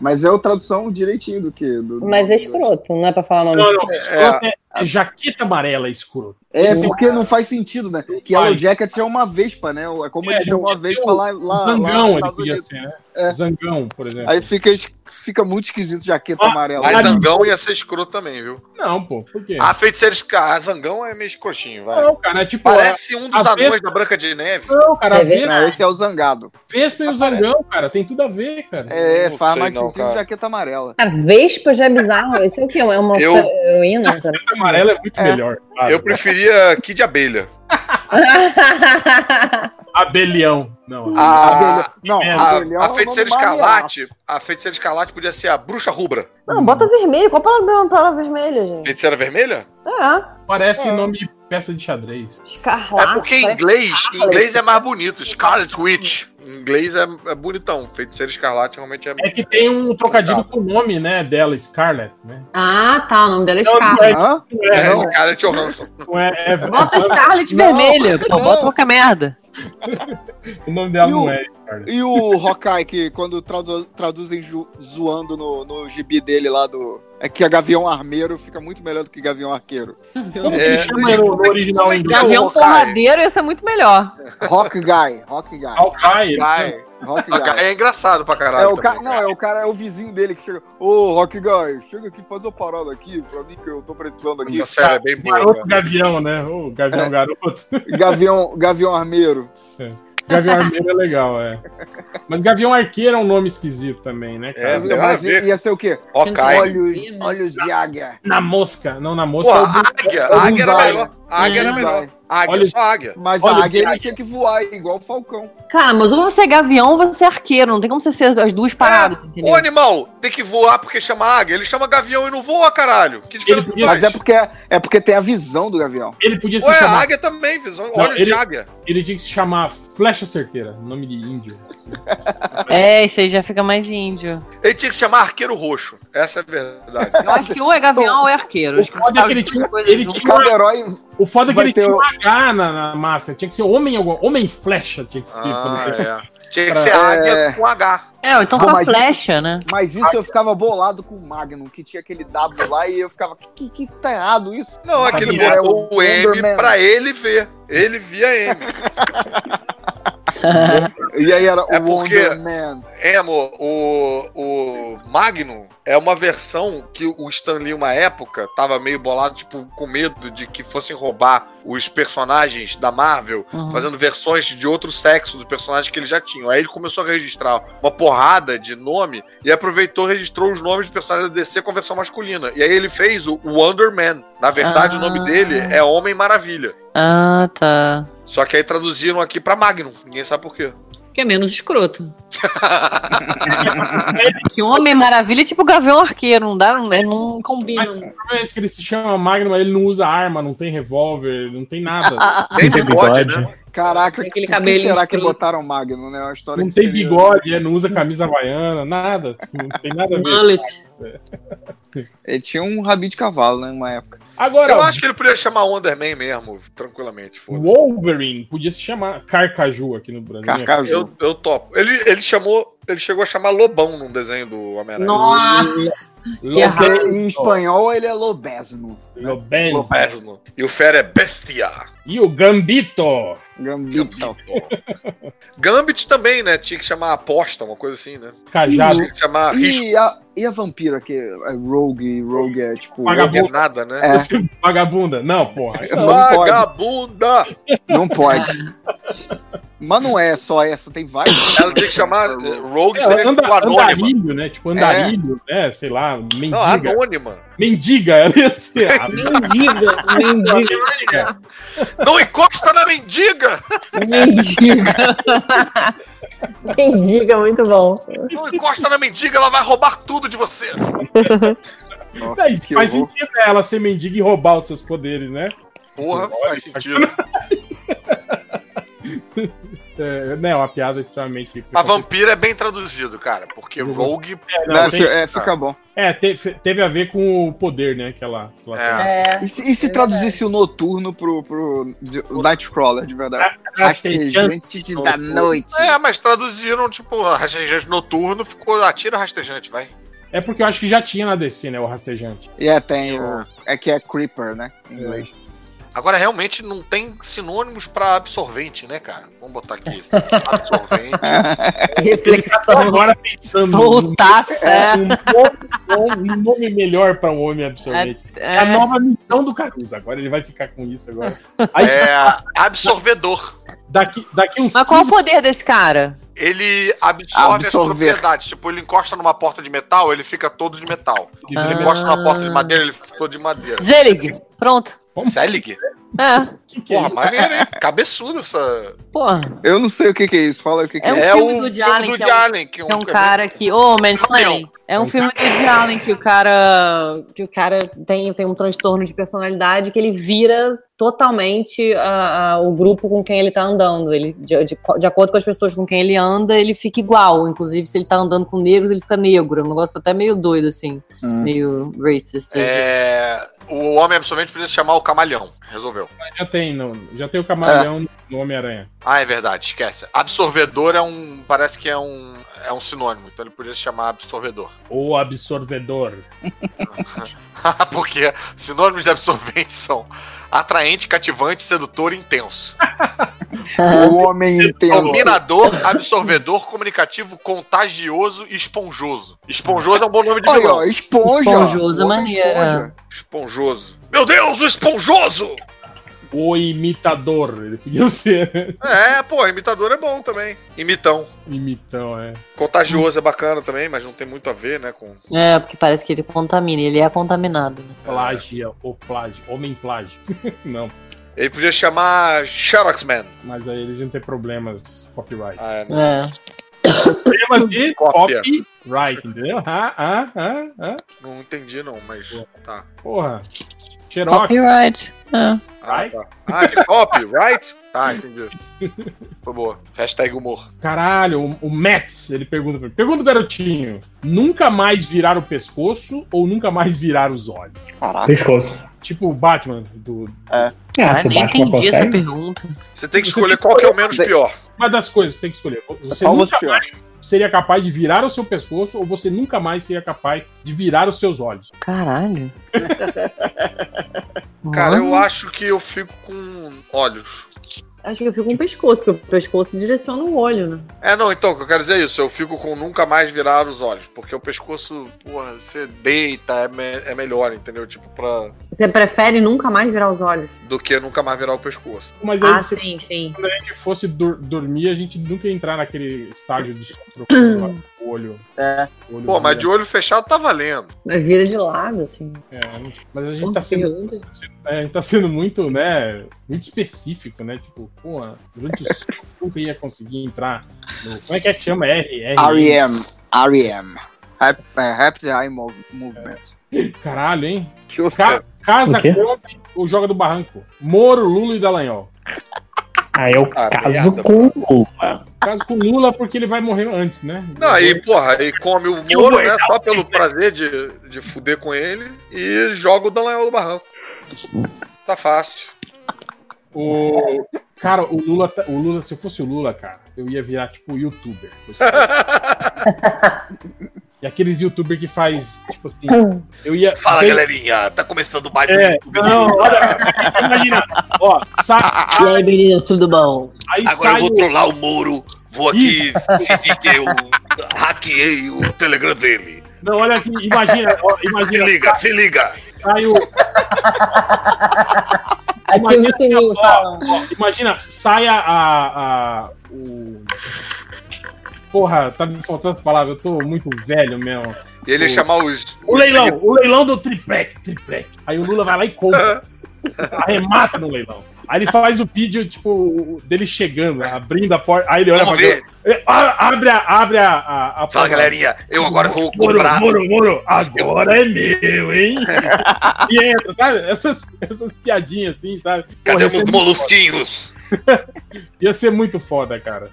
[SPEAKER 2] Mas é a tradução direitinho do que. do-
[SPEAKER 7] Mas é
[SPEAKER 2] do-
[SPEAKER 7] escroto, não é pra falar nome
[SPEAKER 1] Não, não.
[SPEAKER 3] É,
[SPEAKER 1] É, é jaqueta amarela, escuro.
[SPEAKER 2] É, porque não faz sentido, né? Que
[SPEAKER 1] faz.
[SPEAKER 2] Yellow Jacket é uma vespa, né? É como
[SPEAKER 1] É,
[SPEAKER 2] eles chamam a
[SPEAKER 1] devia ser
[SPEAKER 2] vespa lá, lá, lá
[SPEAKER 1] Zangão,
[SPEAKER 2] nos
[SPEAKER 1] ele
[SPEAKER 2] Estados
[SPEAKER 1] podia
[SPEAKER 2] Unidos.
[SPEAKER 1] ser, né?
[SPEAKER 2] É.
[SPEAKER 1] Zangão, por exemplo.
[SPEAKER 2] Aí fica, es- fica muito esquisito jaqueta
[SPEAKER 1] Ah,
[SPEAKER 2] amarela.
[SPEAKER 3] Mas
[SPEAKER 1] Ela-
[SPEAKER 3] Zangão ia ser escroto também, viu?
[SPEAKER 1] Não, pô, por quê?
[SPEAKER 3] A feiticeira esca- a Zangão é meio escrotinho, vai.
[SPEAKER 1] não, cara, é tipo.
[SPEAKER 3] Parece um dos
[SPEAKER 1] a
[SPEAKER 3] anões
[SPEAKER 1] vez-
[SPEAKER 3] da Branca de Neve.
[SPEAKER 1] Não, cara,
[SPEAKER 7] É
[SPEAKER 1] a Vespa,
[SPEAKER 2] Não, esse é o zangado.
[SPEAKER 1] Vespa e o Zangão, cara, tem tudo a ver, cara.
[SPEAKER 2] É,
[SPEAKER 3] Não
[SPEAKER 2] faz
[SPEAKER 3] sei
[SPEAKER 2] mais
[SPEAKER 3] não,
[SPEAKER 2] sentido
[SPEAKER 3] cara.
[SPEAKER 2] jaqueta amarela.
[SPEAKER 7] A Vespa já é bizarro. Esse é o quê? É uma
[SPEAKER 3] Eu-
[SPEAKER 7] heroína? sabe?
[SPEAKER 1] A amarela é muito
[SPEAKER 2] É.
[SPEAKER 1] melhor. Claro.
[SPEAKER 3] Eu preferia Kid Abelha.
[SPEAKER 1] Abelhão.
[SPEAKER 3] Ah.
[SPEAKER 1] Não.
[SPEAKER 3] A,
[SPEAKER 2] Abelha- Não,
[SPEAKER 1] é,
[SPEAKER 3] a,
[SPEAKER 2] abelhão é
[SPEAKER 3] a
[SPEAKER 2] um
[SPEAKER 3] feiticeira
[SPEAKER 2] nome
[SPEAKER 3] escarlate. A feiticeira escarlate podia ser a bruxa rubra.
[SPEAKER 7] Não, bota vermelho. Qual a palavra, a palavra vermelha, gente?
[SPEAKER 3] Feiticeira vermelha?
[SPEAKER 7] Ah,
[SPEAKER 1] Parece nome peça de xadrez.
[SPEAKER 3] É
[SPEAKER 1] Ah,
[SPEAKER 7] Escarlate.
[SPEAKER 3] porque em
[SPEAKER 7] parece
[SPEAKER 3] inglês, em
[SPEAKER 7] Scarlet.
[SPEAKER 3] inglês é mais bonito. Scarlet Witch. Em inglês é, é bonitão. Feiticeiro Escarlate realmente é.
[SPEAKER 1] É que tem um trocadilho com o nome, né, dela, Scarlett, né?
[SPEAKER 7] Ah, tá. O nome dela é
[SPEAKER 1] Não,
[SPEAKER 7] Scarlet.
[SPEAKER 1] não é,
[SPEAKER 2] Hã?
[SPEAKER 1] não
[SPEAKER 3] É,
[SPEAKER 1] é,
[SPEAKER 3] Scarlett Johansson.
[SPEAKER 1] não é, é-
[SPEAKER 7] Bota Scarlet
[SPEAKER 2] Não,
[SPEAKER 7] vermelha. Pô,
[SPEAKER 2] não.
[SPEAKER 7] bota qualquer merda.
[SPEAKER 1] o nome dela
[SPEAKER 2] E o-
[SPEAKER 1] não é Scarlett.
[SPEAKER 2] E o Hawkeye, que quando tradu- traduzem ju- zoando no, no gibi dele lá do. É que é Gavião Armeiro fica muito melhor do que Gavião Arqueiro.
[SPEAKER 1] Como que
[SPEAKER 3] É,
[SPEAKER 1] ele chama no, no original em inglês?
[SPEAKER 3] Gavião
[SPEAKER 7] Avião porradeiro ia ser muito melhor.
[SPEAKER 2] Rock Guy, Rock Guy.
[SPEAKER 1] Hawkeye.
[SPEAKER 3] Vai.
[SPEAKER 2] Rock Guy.
[SPEAKER 3] É engraçado pra caralho.
[SPEAKER 2] É o
[SPEAKER 3] também,
[SPEAKER 2] cara,
[SPEAKER 3] né?
[SPEAKER 2] não, é o cara, é o vizinho dele que chega. Ô, Rock Guy, chega aqui, faz uma parada aqui pra mim que eu tô precisando aqui.
[SPEAKER 3] Essa série é bem boa.
[SPEAKER 1] Garoto
[SPEAKER 3] cara.
[SPEAKER 1] Gavião, né? O
[SPEAKER 3] É.
[SPEAKER 1] Gavião Garoto.
[SPEAKER 3] assim-
[SPEAKER 2] Gavião, Gavião Armeiro.
[SPEAKER 1] Gavião Armeiro é legal, é. Mas Gavião Arqueiro é um nome esquisito também, né, cara?
[SPEAKER 3] É, não tem nada a
[SPEAKER 2] Mas um ia,
[SPEAKER 3] ver.
[SPEAKER 2] ia ser o quê?
[SPEAKER 3] Hawkeye.
[SPEAKER 2] Olhos, olhos de águia.
[SPEAKER 1] Na mosca, não na
[SPEAKER 3] Pô,
[SPEAKER 1] mosca.
[SPEAKER 3] a águia. A águia era
[SPEAKER 2] Bullseye.
[SPEAKER 3] melhor. A águia
[SPEAKER 2] Um
[SPEAKER 3] era melhor. A
[SPEAKER 1] Olha-
[SPEAKER 3] águia, só águia.
[SPEAKER 2] Mas a
[SPEAKER 1] Olhos
[SPEAKER 2] águia
[SPEAKER 1] de
[SPEAKER 2] ele
[SPEAKER 1] águia.
[SPEAKER 2] tinha que voar igual o Falcão.
[SPEAKER 7] Cara, mas ou você é gavião ou você é arqueiro. Não tem como você ser as duas paradas, entendeu?
[SPEAKER 3] O animal tem que voar porque chama águia. Ele chama gavião e não voa, caralho. Que diferença
[SPEAKER 1] podia-
[SPEAKER 2] Mas é porque, é porque tem a visão do Gavião.
[SPEAKER 1] ele podia se
[SPEAKER 3] Ué, a
[SPEAKER 1] chamar.
[SPEAKER 3] águia também, visão.
[SPEAKER 1] Não,
[SPEAKER 3] Olhos
[SPEAKER 1] ele-
[SPEAKER 3] de águia.
[SPEAKER 1] Ele tinha que se chamar Flecha Certeira, nome de índio.
[SPEAKER 7] É, isso aí já fica mais índio.
[SPEAKER 3] Ele tinha que se chamar arqueiro roxo. Essa é a verdade.
[SPEAKER 7] Eu acho que ou é gavião ou é arqueiro.
[SPEAKER 1] O foda é que ele tinha, ele tinha
[SPEAKER 2] Cada
[SPEAKER 1] uma-
[SPEAKER 2] herói
[SPEAKER 1] o foda é que
[SPEAKER 2] vai
[SPEAKER 1] ele
[SPEAKER 2] ter
[SPEAKER 1] tinha
[SPEAKER 2] o-
[SPEAKER 1] uma H na, na máscara. Tinha que ser homem alguma, homem flecha tinha que ser. tá
[SPEAKER 3] Ah,
[SPEAKER 1] pelo menos.
[SPEAKER 3] é. Tinha que ser águia com H.
[SPEAKER 7] É, ou então
[SPEAKER 2] Pô,
[SPEAKER 7] só
[SPEAKER 2] mas-
[SPEAKER 7] flecha, né?
[SPEAKER 2] Mas isso eu ficava bolado com o Magnum, que tinha aquele W lá, e eu ficava, que, que, que tá errado isso?
[SPEAKER 3] Não, é que ele
[SPEAKER 1] Águia
[SPEAKER 2] é
[SPEAKER 3] botou
[SPEAKER 2] o
[SPEAKER 3] o M
[SPEAKER 2] Wonderman.
[SPEAKER 3] pra ele ver. Ele via M.
[SPEAKER 2] E aí era
[SPEAKER 3] É
[SPEAKER 2] o
[SPEAKER 3] porque-
[SPEAKER 2] Wonder Man.
[SPEAKER 3] É, amor, o, o Magnum é uma versão que o Stan Lee, uma época, tava meio bolado, tipo, com medo de que fossem roubar os personagens da Marvel
[SPEAKER 7] Uhum.
[SPEAKER 3] fazendo versões de outro sexo dos personagens que ele já tinha. Aí ele começou a registrar uma porrada de nome e aproveitou e registrou os nomes de personagens da DC com versão masculina. E aí ele fez o Wonder Man. Na verdade,
[SPEAKER 7] Ah.
[SPEAKER 3] o nome dele é Homem Maravilha.
[SPEAKER 7] Ah, tá.
[SPEAKER 3] Só que aí traduziram aqui pra Magnum. Ninguém sabe por quê.
[SPEAKER 7] Que é menos escroto. que homem maravilha é tipo gavião arqueiro, não dá, não, não combina.
[SPEAKER 1] O problema é que ele se chama Magnum, mas ele não usa arma, não tem revólver, não tem nada.
[SPEAKER 7] Ah,
[SPEAKER 3] Tem
[SPEAKER 4] Tem
[SPEAKER 3] bigode,
[SPEAKER 4] bigode.
[SPEAKER 3] né?
[SPEAKER 2] Caraca,
[SPEAKER 7] Aquele
[SPEAKER 2] por que
[SPEAKER 7] cabelinho
[SPEAKER 2] será que
[SPEAKER 7] escroto.
[SPEAKER 2] botaram o Magnum, né? Uma história
[SPEAKER 1] Não
[SPEAKER 2] que
[SPEAKER 1] tem
[SPEAKER 2] seria-
[SPEAKER 1] bigode, é, não usa camisa havaiana, nada. Não tem nada a ver.
[SPEAKER 2] Ele tinha um rabinho de cavalo, né, numa época.
[SPEAKER 1] Agora,
[SPEAKER 3] Eu acho que ele podia chamar Wonder Man mesmo, tranquilamente. foda-se.
[SPEAKER 1] Wolverine podia se chamar Carcaju aqui no Brasil. né?
[SPEAKER 2] Carcaju.
[SPEAKER 3] Eu, eu topo. Ele, ele chamou. Ele chegou a chamar Lobão num desenho do Homem-Aranha.
[SPEAKER 7] Nossa!
[SPEAKER 1] Lobe-
[SPEAKER 2] Porque em espanhol ele é lobesno.
[SPEAKER 1] Lobenzo.
[SPEAKER 3] Lobesno. E o Fera é Bestia.
[SPEAKER 1] E o Gambito.
[SPEAKER 2] Gambito.
[SPEAKER 3] Gambit também, né? Tinha que chamar aposta, uma coisa assim, né?
[SPEAKER 1] Cajado.
[SPEAKER 2] Uhum.
[SPEAKER 3] Tinha que chamar Tá risco,
[SPEAKER 2] E a, e a vampira que é rogue, rogue é tipo...
[SPEAKER 1] Vagabundo.
[SPEAKER 3] não é nada, né?
[SPEAKER 2] É,
[SPEAKER 1] Vagabunda. Não, porra.
[SPEAKER 2] não pode,
[SPEAKER 3] Vagabunda!
[SPEAKER 2] não pode. Mas não é só essa, tem várias.
[SPEAKER 3] Ela tinha que chamar eh, Rogue
[SPEAKER 1] É,
[SPEAKER 3] seria
[SPEAKER 1] anda,
[SPEAKER 3] tipo anônima.
[SPEAKER 1] andarilho, né? Tipo, andarilho,
[SPEAKER 2] É.
[SPEAKER 1] né? Sei lá,
[SPEAKER 3] Não,
[SPEAKER 1] mendiga.
[SPEAKER 3] anônima.
[SPEAKER 1] mendiga, é ela ia ser. a
[SPEAKER 7] Mendiga, mendiga,
[SPEAKER 1] mendiga.
[SPEAKER 3] Não encosta na mendiga!
[SPEAKER 7] mendiga.
[SPEAKER 6] Mendiga, muito bom.
[SPEAKER 3] Não encosta na mendiga, ela vai roubar tudo de você.
[SPEAKER 1] Daí
[SPEAKER 2] Que
[SPEAKER 1] É, faz
[SPEAKER 2] horror.
[SPEAKER 1] sentido né, ela ser mendiga e roubar os seus poderes, né?
[SPEAKER 3] Porra, faz sentido.
[SPEAKER 1] É, né, uma piada extremamente.
[SPEAKER 3] A vampira é bem traduzido, cara, porque Rogue
[SPEAKER 1] É, não,
[SPEAKER 2] Né,
[SPEAKER 1] tem-
[SPEAKER 2] é, fica bom.
[SPEAKER 1] é, te- fe- teve a ver com o poder, né? Que ela, que ela
[SPEAKER 7] Ah,
[SPEAKER 3] é.
[SPEAKER 6] É.
[SPEAKER 2] E se, e se traduzisse o noturno pro, pro de- o Nightcrawler, de verdade?
[SPEAKER 1] Ah, tem.
[SPEAKER 2] é
[SPEAKER 1] Rastejante.
[SPEAKER 2] Rastejante da
[SPEAKER 1] Uhum.
[SPEAKER 2] noite.
[SPEAKER 3] É, mas traduziram, tipo, rastejante noturno, ficou, atira rastejante, vai.
[SPEAKER 1] É porque eu acho que já tinha na DC, né? O rastejante.
[SPEAKER 2] E é, tem o. É que é Creeper, né? Em inglês.
[SPEAKER 3] Agora, realmente, não tem sinônimos pra absorvente, né, cara? Vamos botar aqui, absorvente.
[SPEAKER 7] Que reflexão.
[SPEAKER 1] Agora pensando num,
[SPEAKER 7] Soltaça.
[SPEAKER 1] num nome, num nome melhor para um homem absorvente. É a nova missão do Caruso. Agora ele vai ficar com isso agora. Aí, tá.
[SPEAKER 3] É, absorvedor.
[SPEAKER 1] daqui, daqui uns
[SPEAKER 7] Mas qual o
[SPEAKER 1] 15
[SPEAKER 7] poder desse cara?
[SPEAKER 3] Ele absorve as
[SPEAKER 2] Absorver.
[SPEAKER 3] propriedades. Tipo, ele encosta numa porta de metal, ele fica todo de metal.
[SPEAKER 1] que
[SPEAKER 7] Ah.
[SPEAKER 3] Ele
[SPEAKER 1] vira-
[SPEAKER 3] encosta numa porta de madeira, ele fica todo de madeira.
[SPEAKER 7] Zelig. Pronto.
[SPEAKER 3] Selig?
[SPEAKER 7] É,
[SPEAKER 1] que que é
[SPEAKER 3] Porra,
[SPEAKER 1] isso?
[SPEAKER 3] maneiro, hein? Cabeçudo essa.
[SPEAKER 7] porra.
[SPEAKER 2] Eu não sei o que, que é isso. Fala aí o que, que
[SPEAKER 7] É
[SPEAKER 2] é.
[SPEAKER 7] um filme do Woody Allen, que é um-
[SPEAKER 3] Allen, que
[SPEAKER 7] É um cara que. Ô, Mansplaining. É um filme do Woody Allen que o cara. Que o cara tem, tem um transtorno de personalidade que ele vira totalmente a- a- o grupo com quem ele tá andando. Ele, de, de, de acordo com as pessoas com quem ele anda, ele fica igual. Inclusive, se ele tá andando com negros, ele fica negro. É um negócio até meio doido, assim.
[SPEAKER 2] Hum.
[SPEAKER 7] Meio racist.
[SPEAKER 3] É, o homem absolutamente precisa chamar o camaleão. Resolveu.
[SPEAKER 1] Já tem, no, já tem o camaleão no Homem-Aranha.
[SPEAKER 3] Ah, é verdade, esquece. Absorvedor é um. Parece que é um. É um sinônimo, então ele podia se chamar absorvedor.
[SPEAKER 1] Ou absorvedor.
[SPEAKER 3] Porque sinônimos de absorvente são atraente, cativante, sedutor e intenso.
[SPEAKER 2] O
[SPEAKER 1] É
[SPEAKER 2] homem
[SPEAKER 1] um
[SPEAKER 2] intenso.
[SPEAKER 3] Dominador, absorvedor, comunicativo, contagioso e esponjoso. Esponjoso é um bom nome de
[SPEAKER 2] Olha,
[SPEAKER 3] vilão.
[SPEAKER 2] ó, esponja.
[SPEAKER 7] Esponjoso é
[SPEAKER 2] Homem
[SPEAKER 7] maneiro.
[SPEAKER 2] esponja.
[SPEAKER 3] Esponjoso. Meu Deus, o esponjoso!
[SPEAKER 1] O imitador. Ele podia ser.
[SPEAKER 3] É, pô, imitador é bom também. Imitão.
[SPEAKER 1] Imitão, é.
[SPEAKER 3] Contagioso é bacana também, mas não tem muito a ver, né, com...
[SPEAKER 7] É, porque parece que ele contamina, ele é contaminado. né?
[SPEAKER 1] Plágio. Ou plágio. Homem plágio. Não.
[SPEAKER 3] Ele podia chamar Xeroxman.
[SPEAKER 1] Mas aí eles iam ter problemas copyright.
[SPEAKER 3] Ah, é, né?
[SPEAKER 7] É.
[SPEAKER 1] Problemas de
[SPEAKER 3] Cópia.
[SPEAKER 1] copyright, entendeu? Ah, ah, ah, ah.
[SPEAKER 3] Não entendi não, mas tá.
[SPEAKER 1] Porra. Xerox.
[SPEAKER 7] Copyright. É.
[SPEAKER 3] Ah, tá. ah de copyright? Tá, entendi. Foi boa. Hashtag humor.
[SPEAKER 1] Caralho, o, o Max, ele pergunta pra mim. Pergunta, garotinho. Nunca mais virar o pescoço ou nunca mais virar os olhos?
[SPEAKER 2] Caraca.
[SPEAKER 4] Pescoço.
[SPEAKER 1] Tipo o Batman do.
[SPEAKER 4] Ah,
[SPEAKER 7] Ah,
[SPEAKER 4] se o
[SPEAKER 7] nem
[SPEAKER 4] Batman
[SPEAKER 7] entendi essa
[SPEAKER 4] consegue.
[SPEAKER 7] pergunta.
[SPEAKER 3] Você tem que escolher qual que é o menos pior.
[SPEAKER 1] Uma das coisas que tem que escolher. Você
[SPEAKER 2] Qual
[SPEAKER 1] nunca
[SPEAKER 2] você pior?
[SPEAKER 1] seria capaz de virar o seu pescoço ou você nunca mais seria capaz de virar os seus olhos?
[SPEAKER 7] Caralho.
[SPEAKER 3] Cara, eu
[SPEAKER 7] Mano,
[SPEAKER 3] acho que eu fico com olhos.
[SPEAKER 8] Acho que eu fico com o pescoço, porque o pescoço direciona o olho, né?
[SPEAKER 3] É, não, então, o que eu quero dizer é isso. Eu fico com nunca mais virar os olhos. Porque o pescoço, porra, você deita, é, me- é melhor, entendeu? Tipo, pra...
[SPEAKER 8] Você prefere nunca mais virar os olhos.
[SPEAKER 3] Do que nunca mais virar o pescoço.
[SPEAKER 1] Mas aí,
[SPEAKER 8] Ah,
[SPEAKER 1] se
[SPEAKER 8] sim, sim.
[SPEAKER 1] a gente fosse dor- dormir, a gente nunca ia entrar naquele estágio de sono profundo lá, o olho.
[SPEAKER 2] É.
[SPEAKER 1] o olho né?
[SPEAKER 3] Pô, mas
[SPEAKER 1] vira.
[SPEAKER 3] de um olho fechado tá valendo.
[SPEAKER 8] Mas vira de lado, assim.
[SPEAKER 1] É, mas a gente tá sendo
[SPEAKER 8] Horrível.
[SPEAKER 1] É, a gente tá sendo muito, né? Muito específico, né? Tipo, pô, durante o sono eu nunca ia conseguir entrar. no- como é que é que chama? R, R.
[SPEAKER 2] R.E.M. R.E.M. Rap- é, Rapid Eye Mov- Movement.
[SPEAKER 1] Caralho, hein?
[SPEAKER 2] Deixa eu
[SPEAKER 1] Ca-
[SPEAKER 3] É.
[SPEAKER 1] casa,
[SPEAKER 4] O quê?
[SPEAKER 1] come ou joga do barranco. Moro, Lula e Dallagnol.
[SPEAKER 4] Aí eu
[SPEAKER 3] Ah,
[SPEAKER 4] é caso
[SPEAKER 3] merda,
[SPEAKER 4] com o Lula.
[SPEAKER 1] Caso com Lula, porque ele vai morrer antes, né?
[SPEAKER 3] Não, aí, porra, aí come o Moro, né? Só pelo prazer de, de fuder com ele e joga o Dallagnol do barranco. Tá fácil.
[SPEAKER 1] O... Cara, o Lula, tá- o Lula, se eu fosse o Lula, cara, eu ia virar, tipo, youtuber. E aqueles youtuber que faz, tipo assim, eu ia... tem-
[SPEAKER 3] galerinha. Tá começando mais
[SPEAKER 1] É, não, olha, imagina, ó, sai,
[SPEAKER 7] E aí, meninas, tudo bom?
[SPEAKER 1] aí sai o-
[SPEAKER 3] trollar o Moro. Vou
[SPEAKER 1] aqui
[SPEAKER 3] fingir que eu hackeei o Telegram dele.
[SPEAKER 1] Não, olha aqui, imagina, ó, imagina,
[SPEAKER 3] se liga.
[SPEAKER 1] sai o.
[SPEAKER 7] Aqui
[SPEAKER 1] Imagina, assim,
[SPEAKER 7] o Sininho
[SPEAKER 1] ó,
[SPEAKER 7] fala.
[SPEAKER 1] ó, imagina, sai a, a, a- o. Porra, tá me faltando as palavras, eu tô muito velho mesmo.
[SPEAKER 3] E ele ia chamar os.
[SPEAKER 1] O
[SPEAKER 3] os
[SPEAKER 1] leilão, o leilão do triplec, triplec. Aí o Lula vai lá e compra, arremata no leilão. Aí ele faz o vídeo, tipo, dele chegando, abrindo a porta. Aí ele olha pra
[SPEAKER 3] Vamos ver.
[SPEAKER 1] Ele a- Abre a. Abre a, a, a porta.
[SPEAKER 3] eu agora vou
[SPEAKER 1] Moro, Moro, Moro, agora é meu, hein? e entra, sabe? Essas, essas piadinhas assim, sabe? Porra, ia, ser,
[SPEAKER 3] molusquinhos?
[SPEAKER 1] ia ser muito foda, cara.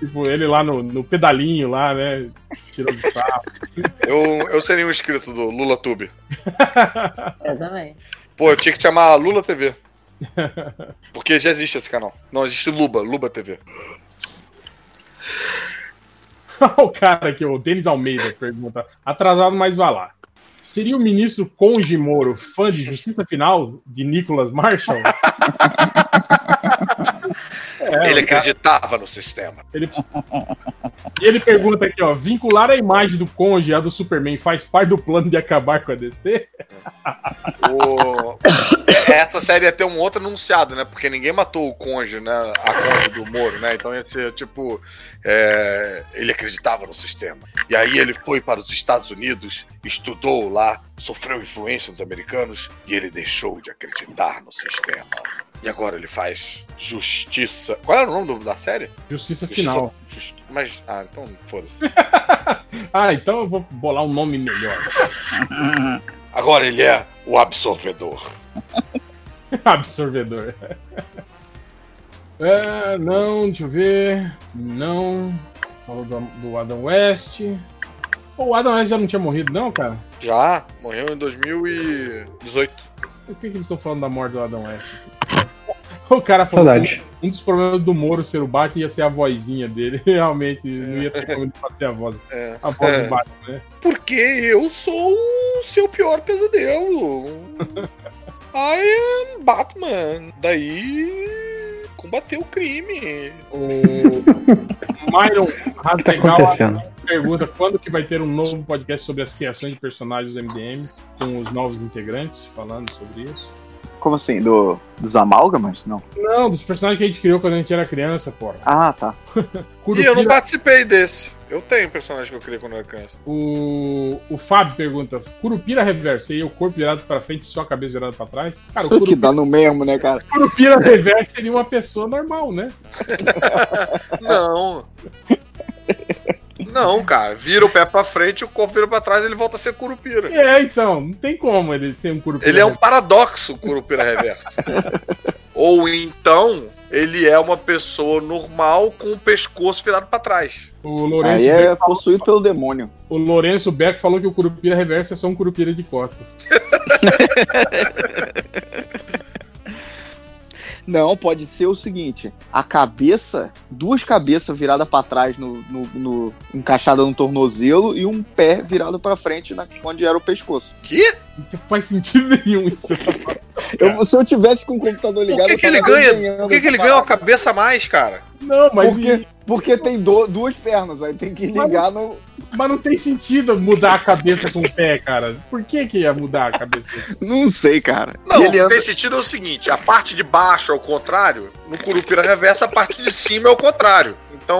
[SPEAKER 1] Tipo, ele lá no, no pedalinho, lá, né? Tirando sarro.
[SPEAKER 3] Eu, eu seria um inscrito do Lula Tube.
[SPEAKER 7] Eu também.
[SPEAKER 3] Pô, eu tinha que chamar Lula TV. Porque já existe esse canal. Não, existe Luba, Luba TV.
[SPEAKER 1] Tá o cara aqui, o Denis Almeida, pergunta. Atrasado, mas vai lá. Seria o ministro Conde Moro fã de Justiça Final de Nicholas Marshall? É,
[SPEAKER 3] Ele
[SPEAKER 1] o cara-
[SPEAKER 3] acreditava no sistema.
[SPEAKER 1] E ele pergunta aqui, ó, vincular a imagem do Conge à do Superman faz parte do plano de acabar com a DC?
[SPEAKER 3] O- Essa série ia ter um outro anunciado, né? Porque ninguém matou o Conde, né? A Conde do Moro, né? Então ia ser tipo. é, Ele acreditava no sistema. E aí ele foi para os Estados Unidos, estudou lá, sofreu influência dos americanos e ele deixou de acreditar no sistema. E agora ele faz justiça. Qual era o nome do- da série?
[SPEAKER 1] Justiça
[SPEAKER 3] Justiça-
[SPEAKER 1] Final.
[SPEAKER 3] Just- Mas. Ah, então foda-se.
[SPEAKER 1] Ah, então eu vou bolar um nome melhor.
[SPEAKER 3] Agora ele é o absorvedor.
[SPEAKER 1] Absorvedor. É, não, deixa eu ver. Não. Falou do, do Adam West. Pô, O Adam West já não tinha morrido, não, cara?
[SPEAKER 3] Já? Morreu em 2018.
[SPEAKER 1] Por que, que eles estão falando da morte do Adam West? O cara falou que
[SPEAKER 4] Saudade.
[SPEAKER 1] um dos problemas do Moro ser o Batman ia ser a vozinha dele. Realmente, não ia ter como ele fazer a voz,
[SPEAKER 3] É.
[SPEAKER 1] a voz
[SPEAKER 3] É.
[SPEAKER 1] do Batman, né?
[SPEAKER 3] Porque eu sou o seu pior pesadelo. I am Batman. Daí. combater o crime.
[SPEAKER 1] O Myron
[SPEAKER 4] O que tá
[SPEAKER 1] Razegal
[SPEAKER 4] acontecendo?
[SPEAKER 1] pergunta quando que vai ter um novo podcast sobre as criações de personagens dos MDMs com os novos integrantes falando sobre isso.
[SPEAKER 2] Como assim? Do, dos amálgamas? Não.
[SPEAKER 1] Não, dos personagens que a gente criou quando a gente era criança, porra.
[SPEAKER 2] Ah, tá.
[SPEAKER 3] E eu não
[SPEAKER 1] Curupira,
[SPEAKER 3] participei desse. Eu tenho um personagem que eu criei quando eu era criança.
[SPEAKER 1] o, o Fábio pergunta: Curupira reverso, seria o corpo virado pra frente e só a cabeça virada pra trás? Cara, o
[SPEAKER 2] Que
[SPEAKER 1] Curupira,
[SPEAKER 2] dá no mesmo, né, cara?
[SPEAKER 1] Curupira reverso seria uma pessoa normal, né?
[SPEAKER 3] Não. Não, cara. Vira o pé pra frente, o corpo vira pra trás e ele volta a ser curupira.
[SPEAKER 1] É, então, não tem como ele ser um Curupira.
[SPEAKER 3] Ele é um paradoxo, o curupira reverso. Ou então, ele é uma pessoa normal com o pescoço virado pra trás.
[SPEAKER 1] O Lourenço,
[SPEAKER 2] Aí é
[SPEAKER 1] Beck,
[SPEAKER 2] possuído pelo demônio.
[SPEAKER 1] o Lourenço Beck falou que o Curupira reverso é só um Curupira de costas.
[SPEAKER 2] Não, pode ser o seguinte: a cabeça, duas cabeças viradas pra trás, no, no, no- encaixada no tornozelo, e um pé virado pra frente, na, onde era o pescoço.
[SPEAKER 3] Que?
[SPEAKER 1] Não faz sentido nenhum isso.
[SPEAKER 2] Eu- se eu tivesse com o computador
[SPEAKER 3] Por
[SPEAKER 2] ligado.
[SPEAKER 3] que,
[SPEAKER 2] eu
[SPEAKER 3] que ele
[SPEAKER 2] tava
[SPEAKER 3] ganha?
[SPEAKER 2] desenhando
[SPEAKER 3] Por que, que
[SPEAKER 2] essa
[SPEAKER 3] ele ganha uma
[SPEAKER 2] parada.
[SPEAKER 3] cabeça a mais, cara?
[SPEAKER 1] Não, mas,
[SPEAKER 2] Porque- Porque tem do- duas pernas, aí tem que
[SPEAKER 1] Mas-
[SPEAKER 2] ligar no.
[SPEAKER 1] mas não tem sentido mudar a cabeça com o pé, cara. Por que, que ia mudar a cabeça?
[SPEAKER 2] Não sei, cara.
[SPEAKER 3] Não,
[SPEAKER 2] E ele
[SPEAKER 3] o que
[SPEAKER 2] anda-
[SPEAKER 3] fez sentido é o seguinte: a parte de baixo é o contrário, no curupira reversa, a parte de cima é o contrário. Então,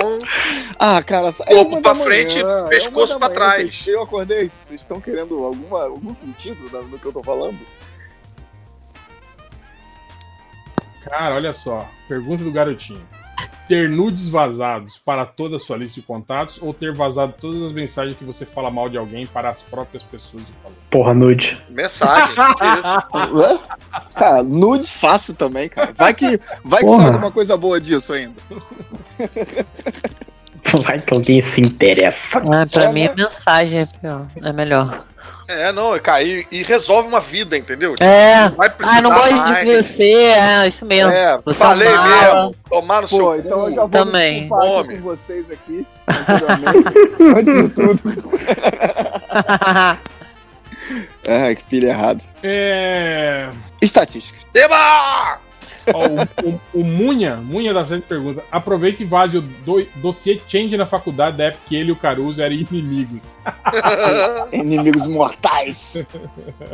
[SPEAKER 2] Ah, cara, é
[SPEAKER 3] Corpo
[SPEAKER 2] uma
[SPEAKER 3] pra
[SPEAKER 2] da
[SPEAKER 3] frente,
[SPEAKER 2] manhã, é uma
[SPEAKER 3] pescoço
[SPEAKER 2] da
[SPEAKER 3] pra
[SPEAKER 2] manhã,
[SPEAKER 3] trás.
[SPEAKER 2] vocês- Eu acordei, vocês estão querendo alguma, algum sentido da- do que eu tô falando?
[SPEAKER 1] Cara, olha só. Pergunta do garotinho. Ter nudes vazados para toda a sua lista de contatos ou ter vazado todas as mensagens que você fala mal de alguém para as próprias pessoas de falar?
[SPEAKER 4] Porra, nude.
[SPEAKER 3] mensagem. que-
[SPEAKER 2] Hã? Cara, nudes fácil também, cara. Vai que, vai que
[SPEAKER 4] Porra.
[SPEAKER 2] sai alguma coisa boa disso ainda.
[SPEAKER 4] Vai que alguém se interessa.
[SPEAKER 8] Ah, pra
[SPEAKER 2] Olha.
[SPEAKER 8] mim a mensagem é pior. É melhor.
[SPEAKER 3] é, não, cara, e, e resolve uma vida, entendeu?
[SPEAKER 8] É.
[SPEAKER 3] Vai precisar
[SPEAKER 8] Ah, não gosto
[SPEAKER 3] mais.
[SPEAKER 8] de você. É, isso mesmo.
[SPEAKER 3] É,
[SPEAKER 8] Você
[SPEAKER 3] falei
[SPEAKER 8] é um mala.
[SPEAKER 3] mesmo. Tomar no
[SPEAKER 2] Pô,
[SPEAKER 3] seu.
[SPEAKER 2] então
[SPEAKER 3] cu.
[SPEAKER 2] eu já vou
[SPEAKER 8] Também.
[SPEAKER 2] me desculpar aqui
[SPEAKER 3] Homem.
[SPEAKER 2] com vocês aqui. anteriormente, Antes de tudo. Ai, que pilha errado.
[SPEAKER 1] É.
[SPEAKER 2] Estatística.
[SPEAKER 3] Eba!
[SPEAKER 1] Ó, o, o- o Munha, Munha da Santa pergunta: aproveita e vaze o do, dossiê change na faculdade da época que ele e o Caruso eram inimigos.
[SPEAKER 2] Inimigos mortais.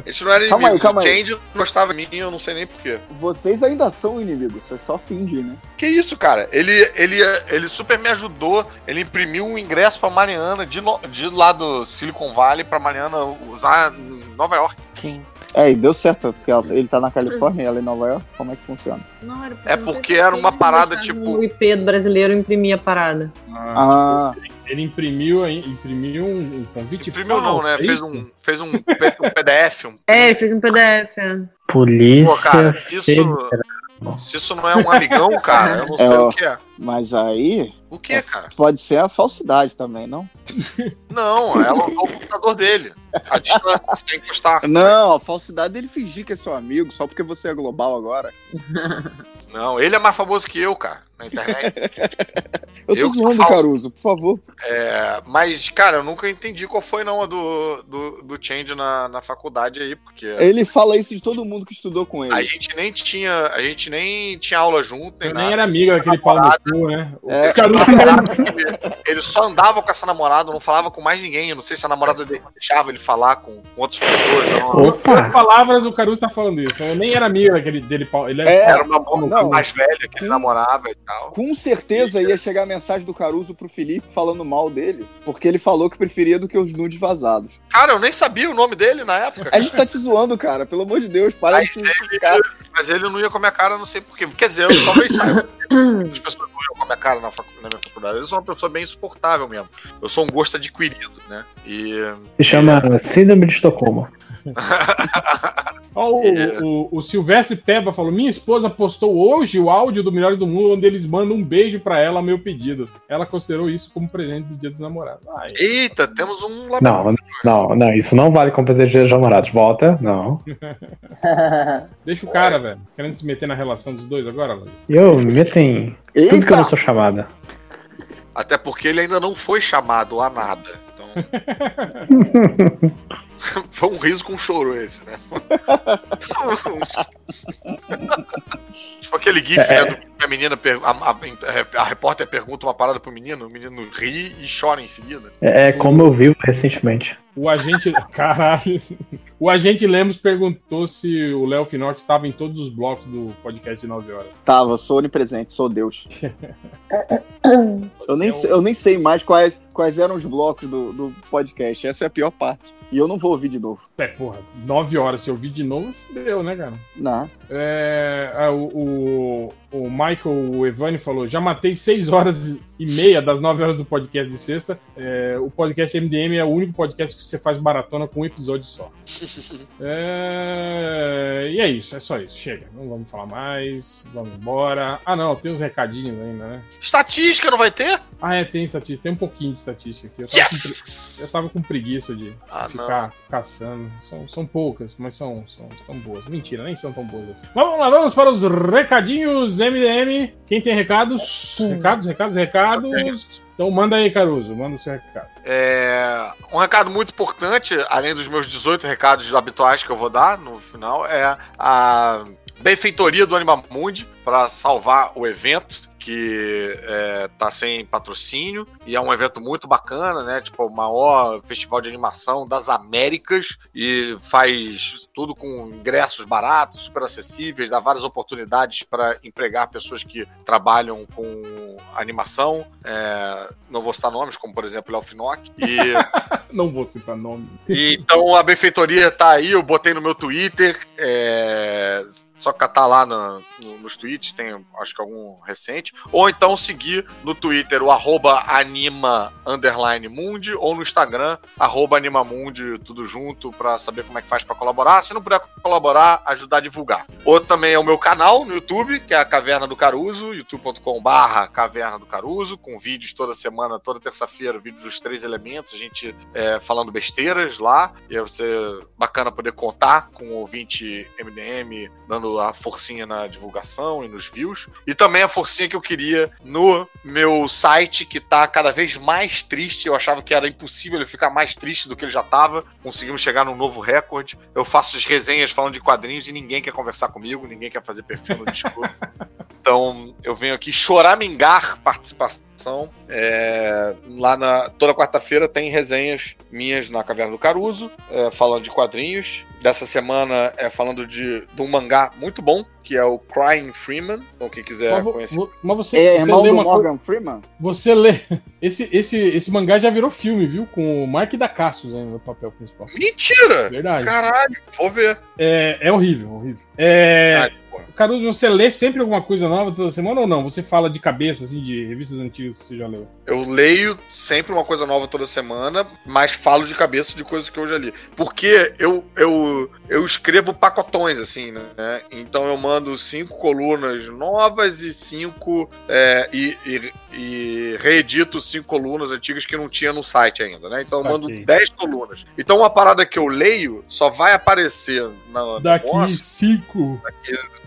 [SPEAKER 3] A gente não era inimigo.
[SPEAKER 2] Calma aí, calma aí.
[SPEAKER 3] Change não gostava de mim, eu não sei nem porquê.
[SPEAKER 2] Vocês ainda são inimigos, vocês só fingem, né?
[SPEAKER 3] Que isso, cara? Ele, ele, ele super me ajudou. Ele imprimiu um ingresso pra Mariana de, no- de lá do Silicon Valley pra Mariana usar em Nova York.
[SPEAKER 8] Sim.
[SPEAKER 2] É, e deu certo, porque ela- ele tá na Califórnia e ela em Nova York. Como é que funciona?
[SPEAKER 7] Não, era
[SPEAKER 3] É
[SPEAKER 7] não
[SPEAKER 3] porque
[SPEAKER 7] sei
[SPEAKER 3] era uma
[SPEAKER 7] que
[SPEAKER 3] parada,
[SPEAKER 7] eles
[SPEAKER 3] tipo-
[SPEAKER 7] deixavam O IP do brasileiro imprimia a parada.
[SPEAKER 2] Ah,
[SPEAKER 1] Ele imprimiu, aí- imprimiu um, um convite.
[SPEAKER 3] Imprimiu não,
[SPEAKER 1] falso,
[SPEAKER 3] né?
[SPEAKER 1] é
[SPEAKER 3] Fez
[SPEAKER 1] isso?
[SPEAKER 3] um, fez um, pe- um PDF. Um...
[SPEAKER 7] É, ele fez um PDF. é.
[SPEAKER 4] Polícia.
[SPEAKER 3] Pô, cara, isso, se isso não é um amigão, cara, eu não sei
[SPEAKER 2] É, ó.
[SPEAKER 3] o que é.
[SPEAKER 2] mas aí é,
[SPEAKER 3] O que, cara?
[SPEAKER 2] pode ser a falsidade também, não?
[SPEAKER 3] Não, ela usou o computador dele. A distância, sem encostar.
[SPEAKER 2] Não, a falsidade dele fingir que é seu amigo só porque você é global agora.
[SPEAKER 3] Não, ele é mais famoso que eu, cara, na internet.
[SPEAKER 2] Eu tô
[SPEAKER 3] Eu que
[SPEAKER 2] zoando,
[SPEAKER 3] falo.
[SPEAKER 2] Caruso, por favor.
[SPEAKER 3] É, mas, cara, eu nunca entendi qual foi não a do, do, do Change na, na faculdade aí, porque
[SPEAKER 2] Ele fala isso de todo mundo que estudou com ele.
[SPEAKER 3] a gente nem tinha, a gente nem tinha aula junto, nem
[SPEAKER 1] Eu nem
[SPEAKER 3] nada.
[SPEAKER 1] era amigo daquele pau no cu, né? O
[SPEAKER 2] É.
[SPEAKER 1] Caruso
[SPEAKER 3] Ele só andava com essa namorada, não falava com mais ninguém. Eu não sei se a namorada dele deixava ele falar com outras pessoas. Não.
[SPEAKER 1] Em
[SPEAKER 4] Opa!
[SPEAKER 1] palavras, o Caruso tá falando isso. Eu nem era amigo daquele dele. pau- Ele
[SPEAKER 2] É.
[SPEAKER 3] Era um uma
[SPEAKER 1] Não,
[SPEAKER 3] boca mais velha que ele
[SPEAKER 2] Hum.
[SPEAKER 3] namorava e tal.
[SPEAKER 2] Com certeza ia chegar a mensagem do Caruso pro Felipe falando mal dele, porque ele falou que preferia do que os nudes vazados.
[SPEAKER 3] Cara, eu nem sabia o nome dele na época.
[SPEAKER 2] A gente tá te zoando, cara, pelo amor de Deus, para
[SPEAKER 3] Aí
[SPEAKER 2] de se justificar.
[SPEAKER 3] Mas ele não ia com a minha cara, não sei porquê. Quer dizer, eu talvez saiba. As pessoas não iam com a minha cara na, facu- na minha faculdade. Eu sou uma pessoa bem insuportável mesmo. Eu sou um gosto adquirido, né? E
[SPEAKER 4] Se chama Síndrome de Estocolmo.
[SPEAKER 1] Ó, o,
[SPEAKER 3] É.
[SPEAKER 1] o- o Silvestre Peba falou: Minha esposa postou hoje o áudio do Melhores do Mundo, onde eles mandam um beijo pra ela a meu pedido. Ela considerou isso como presente do Dia dos Namorados. Ai,
[SPEAKER 3] Eita, temos um lá.
[SPEAKER 4] Não, não, não, isso não vale como presente de Dia dos namorados. Volta, não.
[SPEAKER 1] deixa o cara, velho. Querendo se meter na relação dos dois agora, Lázaro?
[SPEAKER 4] Eu me meto em tudo que eu não
[SPEAKER 2] Eita!
[SPEAKER 4] sou chamada.
[SPEAKER 3] Até porque ele ainda não foi chamado a nada. Então. foi um riso com choro esse, né? tipo aquele gif,
[SPEAKER 4] É.
[SPEAKER 3] né? do- que a menina per- a, a- a repórter pergunta uma parada pro menino, o menino ri e chora em seguida.
[SPEAKER 4] É, é como eu vivo recentemente.
[SPEAKER 1] O agente. Caralho. O agente Lemos perguntou se o Léo Finox estava em todos os blocos do podcast de 9 horas.
[SPEAKER 2] Tava, sou onipresente, sou Deus. Eu nem,
[SPEAKER 1] Você
[SPEAKER 3] é um
[SPEAKER 2] sei- eu nem sei mais quais, quais eram os blocos do, do podcast. Essa é a pior parte. E eu não vou ouvir de novo.
[SPEAKER 1] É, porra, 9 horas. Se eu vi de novo, fudeu, né, cara?
[SPEAKER 2] Não.
[SPEAKER 1] É, ah, o, o, o Michael o Evani falou: já matei 6 horas e meia das 9 horas do podcast de sexta. É, o podcast MDM é o único podcast que você faz maratona com um episódio só. É, e é isso, é só isso. Chega, não vamos falar mais, vamos embora. Ah, não, tem uns recadinhos ainda, né?
[SPEAKER 3] Estatística não vai ter?
[SPEAKER 1] Ah, é, tem estatística, tem um pouquinho de estatística aqui. Eu tava, com, pre-
[SPEAKER 3] Yes!
[SPEAKER 1] eu tava com preguiça de
[SPEAKER 3] Ah, não.
[SPEAKER 1] ficar caçando. São, são poucas, mas são, são, são boas. Mentira, nem são tão boas assim. Mas Vamos lá, vamos para os recadinhos MDM. Quem tem recados? Recados, recados, recados. Então manda aí, Caruso, manda o seu recado.
[SPEAKER 3] É, um recado muito importante, além dos meus 18 recados habituais que eu vou dar no final, é a benfeitoria do Animamundi para salvar o evento. Que é, tá sem patrocínio e é um evento muito bacana, né? Tipo, o maior festival de animação das Américas e faz tudo com ingressos baratos, super acessíveis, dá várias oportunidades para empregar pessoas que trabalham com animação. É, não vou citar nomes, como por exemplo Léo Finock. E
[SPEAKER 1] Não vou citar nome.
[SPEAKER 3] e então a benfeitoria tá aí, eu botei no meu Twitter. é, Só catar lá na- no- nos tweets, tem acho que algum recente. Ou então seguir no Twitter o arroba anima underline mundi ou no Instagram, arroba animamundi, tudo junto, pra saber como é que faz pra colaborar. Se não puder colaborar, ajudar a divulgar. Ou também é o meu canal no YouTube, que é a Caverna do Caruso, youtube.com/barra Caverna do Caruso, com vídeos toda semana, toda terça-feira, vídeo dos três elementos. A gente é, falando besteiras lá. E aí você bacana poder contar com o ouvinte MDM dando a forcinha na divulgação e nos views. E também a forcinha que eu queria no meu site, que tá cada vez mais triste. Eu achava que era impossível ele ficar mais triste do que ele já tava. Conseguimos chegar num novo recorde. Eu faço as resenhas falando de quadrinhos e ninguém quer conversar comigo, ninguém quer fazer perfil no Discord. Então, eu venho aqui choramingar participação. É, lá na toda quarta-feira tem resenhas minhas na Caverna do Caruso, é, falando de quadrinhos. Dessa semana é falando de, de um mangá muito bom, que é o Crying Freeman. Então, quem quiser
[SPEAKER 1] mas, vo-
[SPEAKER 3] conhecer.
[SPEAKER 1] vo- mas você,
[SPEAKER 2] É
[SPEAKER 1] você
[SPEAKER 2] irmão
[SPEAKER 1] lê
[SPEAKER 2] do
[SPEAKER 1] uma coisa.
[SPEAKER 2] Morgan Freeman?
[SPEAKER 1] Você lê. Esse, esse, esse mangá já virou filme, viu? Com o Mark da Cassus ainda no papel principal.
[SPEAKER 3] Mentira!
[SPEAKER 1] Verdade.
[SPEAKER 3] Caralho, vou ver.
[SPEAKER 1] É, é horrível, horrível. É,
[SPEAKER 3] Ai, porra.
[SPEAKER 1] Caruso, você lê sempre alguma coisa nova toda semana ou não? Você fala de cabeça, assim, de revistas antigas que você já leu?
[SPEAKER 3] Eu leio sempre uma coisa nova toda semana, mas falo de cabeça de coisas que eu já li. Porque eu, eu, eu escrevo pacotões, assim, né? Então eu mando cinco colunas novas e cinco. é, e, e, e reedito cinco colunas antigas que não tinha no site ainda, né? Então eu
[SPEAKER 1] Saquei.
[SPEAKER 3] mando dez colunas. Então uma parada que eu leio só vai aparecer na, no
[SPEAKER 1] Daqui
[SPEAKER 3] negócio
[SPEAKER 1] cinco.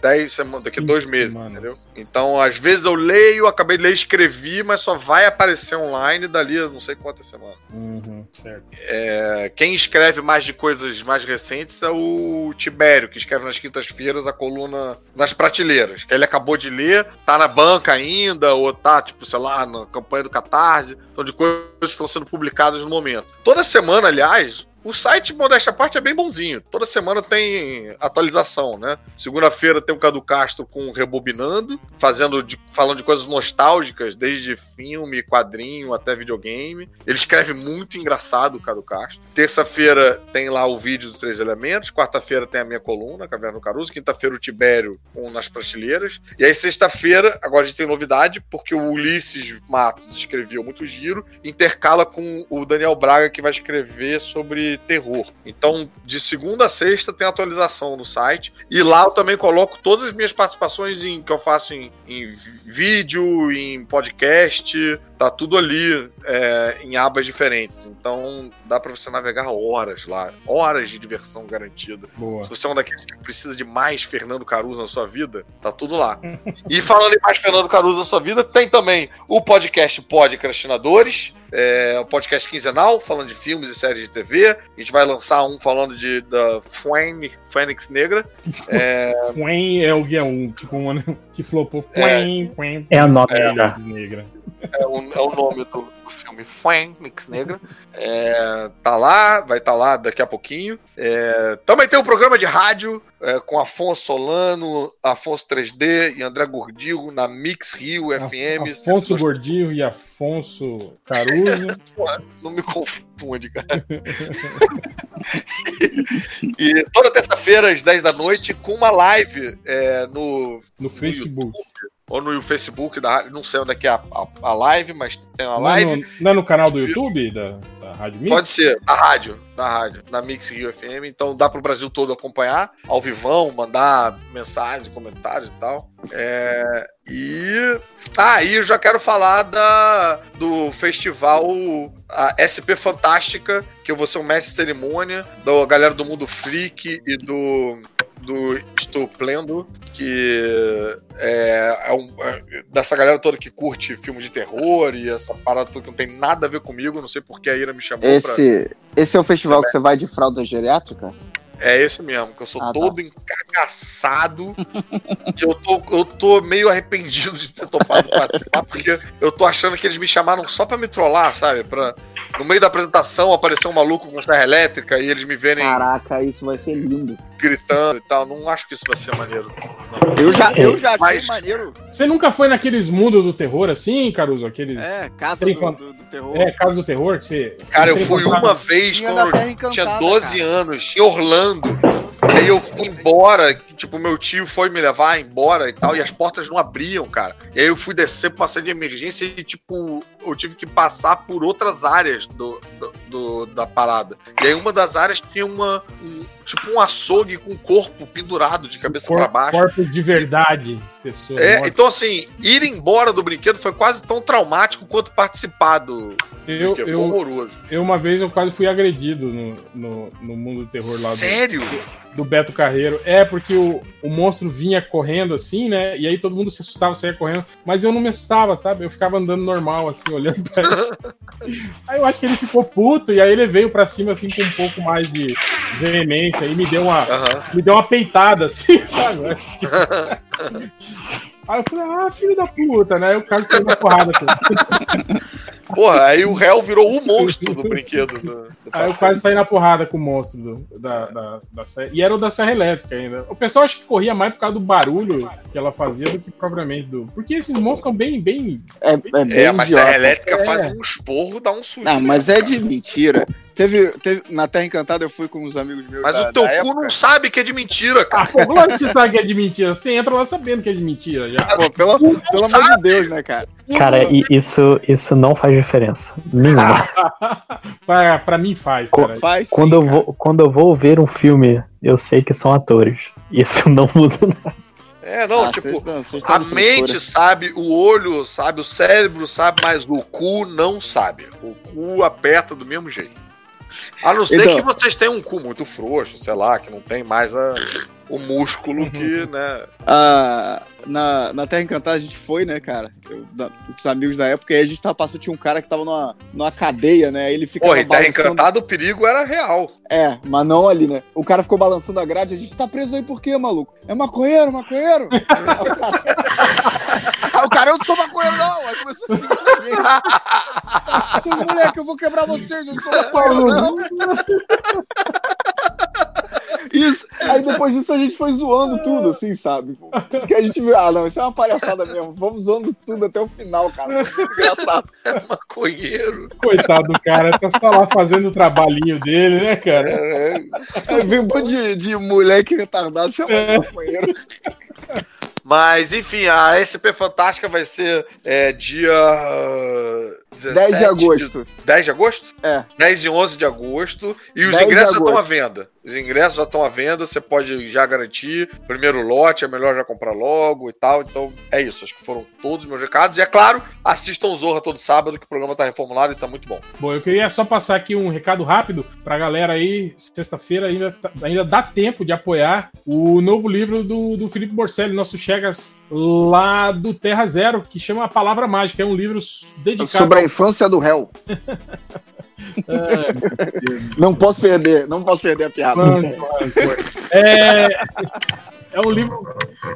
[SPEAKER 3] 10 semanas, daqui a dois
[SPEAKER 1] Cinco
[SPEAKER 3] meses,
[SPEAKER 1] semanas.
[SPEAKER 3] entendeu? Então, às vezes eu leio, acabei de ler, escrevi, mas só vai aparecer online dali a não sei quantas semanas.
[SPEAKER 1] Uhum, certo.
[SPEAKER 3] É, quem escreve mais de coisas mais recentes é o Tibério, que escreve nas quintas-feiras a coluna nas prateleiras. Que ele acabou de ler, tá na banca ainda, ou tá, tipo, sei lá, na campanha do Catarse. Então, de coisas que estão sendo publicadas no momento. Toda semana, aliás. O site, modéstia à parte, é bem bonzinho. Toda semana tem atualização, né? Segunda-feira tem o Cadu Castro com Rebobinando, fazendo de- falando de coisas nostálgicas, desde filme, quadrinho até videogame. Ele escreve muito engraçado, o Cadu Castro. Terça-feira tem lá o vídeo do Três Elementos. Quarta-feira tem a minha coluna, Caverna do Caruso. Quinta-feira o Tibério com Nas Prateleiras. E aí, sexta-feira, agora a gente tem novidade, porque o Ulisses Matos escreveu muito giro, intercala com o Daniel Braga, que vai escrever sobre de terror. Então, de segunda a sexta tem atualização no site. E lá eu também coloco todas as minhas participações em que eu faço em, em vídeo, em podcast. Tá tudo ali é, em abas diferentes. Então dá pra você navegar horas lá. Horas de diversão garantida.
[SPEAKER 1] Boa.
[SPEAKER 3] Se você é um daqueles que precisa de mais Fernando Caruso na sua vida, tá tudo lá. e falando em mais Fernando Caruso na sua vida, tem também o podcast Podcrastinadores, é um podcast quinzenal, falando de filmes e séries de TV. A gente vai lançar um falando de da Fuen- Fênix Negra.
[SPEAKER 1] Quen é o guia 1, tipo um ano que flopou.
[SPEAKER 3] É.
[SPEAKER 1] Quen, Quen.
[SPEAKER 4] É a nota
[SPEAKER 1] É,
[SPEAKER 4] da.
[SPEAKER 1] negra.
[SPEAKER 3] É o, é o nome do, do filme Fênix Negra. É, tá lá, vai estar lá daqui a pouquinho. É, também tem um programa de rádio é, com Afonso Solano, Afonso 3D e André Gordilgo na Mix Rio FM.
[SPEAKER 1] Afonso Gordinho e Afonso Caruso.
[SPEAKER 3] Não me confunde, cara. e toda terça-feira, às 10 da noite, com uma live é, no,
[SPEAKER 1] No Facebook.
[SPEAKER 3] ou no Facebook da rádio. Não sei onde é que é a, a, a live, mas tem uma
[SPEAKER 1] Lá
[SPEAKER 3] live.
[SPEAKER 1] é no, lá no canal do YouTube da, da Rádio Mix?
[SPEAKER 3] Pode ser, na rádio, na rádio, na Mix Rio FM. Então dá pro Brasil todo acompanhar, ao vivão, mandar mensagens, comentários e tal. É, e. Ah, e eu já quero falar da, do festival a SP Fantástica, que eu vou ser um mestre de cerimônia, da galera do Mundo Freak e do. Do Estuplendo, que é, é um, é dessa galera toda que curte filmes de terror e essa parada toda que não tem nada a ver comigo, não sei porque a Ira me chamou pra.
[SPEAKER 2] Esse, esse é o festival que você vai de fralda geriátrica?
[SPEAKER 3] É esse mesmo, que eu sou
[SPEAKER 2] Ah, tá.
[SPEAKER 3] todo encagaçado. e eu tô, eu tô meio arrependido de ter topado participar, porque eu tô achando que eles me chamaram só pra me trollar, sabe? Pra, no meio da apresentação aparecer um maluco com serra elétrica e eles me verem
[SPEAKER 2] Caraca, isso vai ser lindo.
[SPEAKER 3] gritando e tal. Não acho que isso vai ser maneiro. não.
[SPEAKER 2] Eu já, eu já achei
[SPEAKER 3] Mas-
[SPEAKER 2] maneiro.
[SPEAKER 1] Você nunca foi naqueles mundos do terror assim, Caruso? Aqueles. É.
[SPEAKER 2] É, casa
[SPEAKER 1] Tem
[SPEAKER 2] do,
[SPEAKER 1] fan-
[SPEAKER 2] do- do terror.
[SPEAKER 1] Casa do Terror, que você.
[SPEAKER 3] Cara, eu
[SPEAKER 1] você
[SPEAKER 3] fui
[SPEAKER 1] encontrava-
[SPEAKER 3] uma vez
[SPEAKER 2] Tinha
[SPEAKER 3] quando
[SPEAKER 2] da Terra
[SPEAKER 3] eu tinha
[SPEAKER 2] Encantada,
[SPEAKER 3] 12
[SPEAKER 2] cara.
[SPEAKER 3] anos, em Orlando. E Aí eu fui embora, que, tipo, meu tio foi me levar embora e tal, e as portas não abriam, cara. E aí eu fui descer, passei de emergência e, tipo, eu tive que passar por outras áreas do, do- do- da parada. E aí uma das áreas tinha uma, um- tipo, um açougue com o corpo pendurado de cabeça
[SPEAKER 1] Cor-
[SPEAKER 3] pra baixo.
[SPEAKER 1] Corpo de verdade, pessoa.
[SPEAKER 3] É,
[SPEAKER 1] morta.
[SPEAKER 3] então assim, ir embora do brinquedo foi quase tão traumático quanto participar do
[SPEAKER 1] eu,
[SPEAKER 3] brinquedo. Foi
[SPEAKER 1] eu,
[SPEAKER 3] horroroso.
[SPEAKER 1] eu, uma vez, eu quase fui agredido no, no, no mundo do terror lá do,
[SPEAKER 3] Sério?
[SPEAKER 1] do Beto Carreiro. É, porque o, o monstro vinha correndo assim, né? E aí todo mundo se assustava, saía correndo. Mas eu não me assustava, sabe? Eu ficava andando normal, assim, olhando pra ele. aí eu acho que ele ficou puto, e aí ele veio pra cima, assim, com um pouco mais de veemência e me deu uma.
[SPEAKER 3] Aham.
[SPEAKER 1] Me deu uma peitada, assim, sabe? Eu acho que- Aí eu falei, ah, filho da puta, né? Aí o cara saiu na porrada. Cara.
[SPEAKER 3] Porra, aí o réu virou o monstro do brinquedo. né? Do, do
[SPEAKER 1] Aí eu
[SPEAKER 3] passeio.
[SPEAKER 1] quase saí na porrada com o monstro do- da, da, da série. E era o da Serra Elétrica ainda. O pessoal acho que corria mais por causa do barulho que ela fazia do que propriamente do. Porque esses monstros são bem, bem.
[SPEAKER 2] É, é bem
[SPEAKER 3] É, mas
[SPEAKER 2] idiota.
[SPEAKER 3] a elétrica
[SPEAKER 1] um É.
[SPEAKER 3] faz um esporro, dá um susto.
[SPEAKER 2] Não, mas é
[SPEAKER 3] cara.
[SPEAKER 2] de mentira. Teve, teve- na Terra Encantada eu fui com uns amigos meus.
[SPEAKER 3] Mas
[SPEAKER 2] da-
[SPEAKER 3] o teu
[SPEAKER 2] da
[SPEAKER 3] cu
[SPEAKER 2] época.
[SPEAKER 3] não sabe que é de mentira, cara.
[SPEAKER 1] Ah, pô, claro que você sabe que é de mentira. Você entra lá sabendo que é de mentira já.
[SPEAKER 2] Pô, pelo, pelo amor de Deus, né, cara?
[SPEAKER 4] Cara, e isso, isso não faz diferença. Nenhuma.
[SPEAKER 1] pra, pra mim faz,
[SPEAKER 4] Co-
[SPEAKER 1] cara.
[SPEAKER 2] Faz sim,
[SPEAKER 4] Quando eu,
[SPEAKER 2] cara.
[SPEAKER 4] vou, quando eu vou ver um filme, eu sei que são atores. Isso não muda.
[SPEAKER 3] É, não,
[SPEAKER 2] Ah,
[SPEAKER 3] tipo,
[SPEAKER 2] vocês tão- vocês tão
[SPEAKER 3] a
[SPEAKER 2] no
[SPEAKER 3] mente
[SPEAKER 2] frescura.
[SPEAKER 3] sabe, o olho sabe, o cérebro sabe, mas o cu não sabe. O cu aperta do mesmo jeito. A não ser
[SPEAKER 2] Então-
[SPEAKER 3] que vocês tenham um cu muito frouxo, sei lá, que não tem mais a- o músculo
[SPEAKER 1] Uhum.
[SPEAKER 3] que, né?
[SPEAKER 2] Ah, na, na Terra Encantada a gente foi, né, cara? Eu, da, os amigos da época, e aí a gente tava passando, tinha um cara que tava numa, numa cadeia, né? Aí ele ficava
[SPEAKER 3] Porra, e terra
[SPEAKER 2] balançando-
[SPEAKER 3] encantada, o perigo era real.
[SPEAKER 2] É, mas não ali, né? O cara ficou balançando a grade, a gente tá preso aí por quê, maluco? É maconheiro, maconheiro? Aí o cara- Aí o cara, eu não sou maconheiro, não! Aí começou a xingar a gente. Seus moleque, eu vou quebrar vocês, eu não sou maconheiro, não! Isso, aí depois disso a gente foi zoando tudo, assim, sabe? Porque a gente viu, ah, não, isso é uma palhaçada mesmo. Vamos zoando tudo até o final, cara. é Engraçado.
[SPEAKER 3] Maconheiro.
[SPEAKER 1] Coitado do cara, tá só lá fazendo o trabalhinho dele, né, cara?
[SPEAKER 2] Aí veio um bando de, de moleque retardado chamando de maconheiro.
[SPEAKER 3] Mas, enfim, a SP Fantástica vai ser é, dia
[SPEAKER 2] 10 de agosto.
[SPEAKER 3] 10 de agosto?
[SPEAKER 2] É.
[SPEAKER 3] 10 e 11 de agosto. E
[SPEAKER 2] 10
[SPEAKER 3] os
[SPEAKER 2] de
[SPEAKER 3] ingressos já estão à
[SPEAKER 2] agosto.
[SPEAKER 3] venda. Os ingressos já estão à venda, você pode já garantir. Primeiro lote, é melhor já comprar logo e tal. Então é isso. Acho que foram todos os meus recados. E é claro, assistam Zorra todo sábado, que o programa tá reformulado e tá muito bom.
[SPEAKER 1] Bom, eu queria só passar aqui um recado rápido pra galera aí. Sexta-feira ainda, tá- ainda dá tempo de apoiar o novo livro do, do Felipe Borselli, nosso Chegas, lá do Terra Zero, que chama A Palavra Mágica. É um livro s- dedicado.
[SPEAKER 2] Sobre a infância do réu. não posso perder, não posso perder a piada.
[SPEAKER 1] Mano, é, é um livro,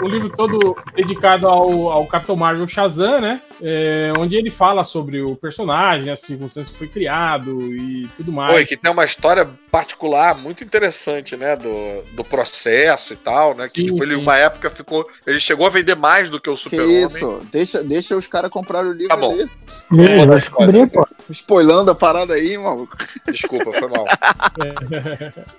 [SPEAKER 1] um livro todo dedicado ao, ao Capitão Marvel Shazam, né? É, onde ele fala sobre o personagem, as circunstâncias que foi criado e tudo mais.
[SPEAKER 3] Oi, que tem uma história particular muito interessante, né? Do, do processo e tal, né? Que
[SPEAKER 1] Sim,
[SPEAKER 3] tipo, ele
[SPEAKER 1] sim.
[SPEAKER 3] uma época ficou. Ele chegou a vender mais do que o
[SPEAKER 2] Que
[SPEAKER 3] Super-Homem.
[SPEAKER 2] isso, deixa, deixa os caras comprarem o livro
[SPEAKER 3] Tá bom.
[SPEAKER 2] ali.
[SPEAKER 4] Ih, vai
[SPEAKER 3] história.
[SPEAKER 4] descobrir, pô.
[SPEAKER 2] Spoilando a parada aí, maluco.
[SPEAKER 3] Desculpa, foi mal.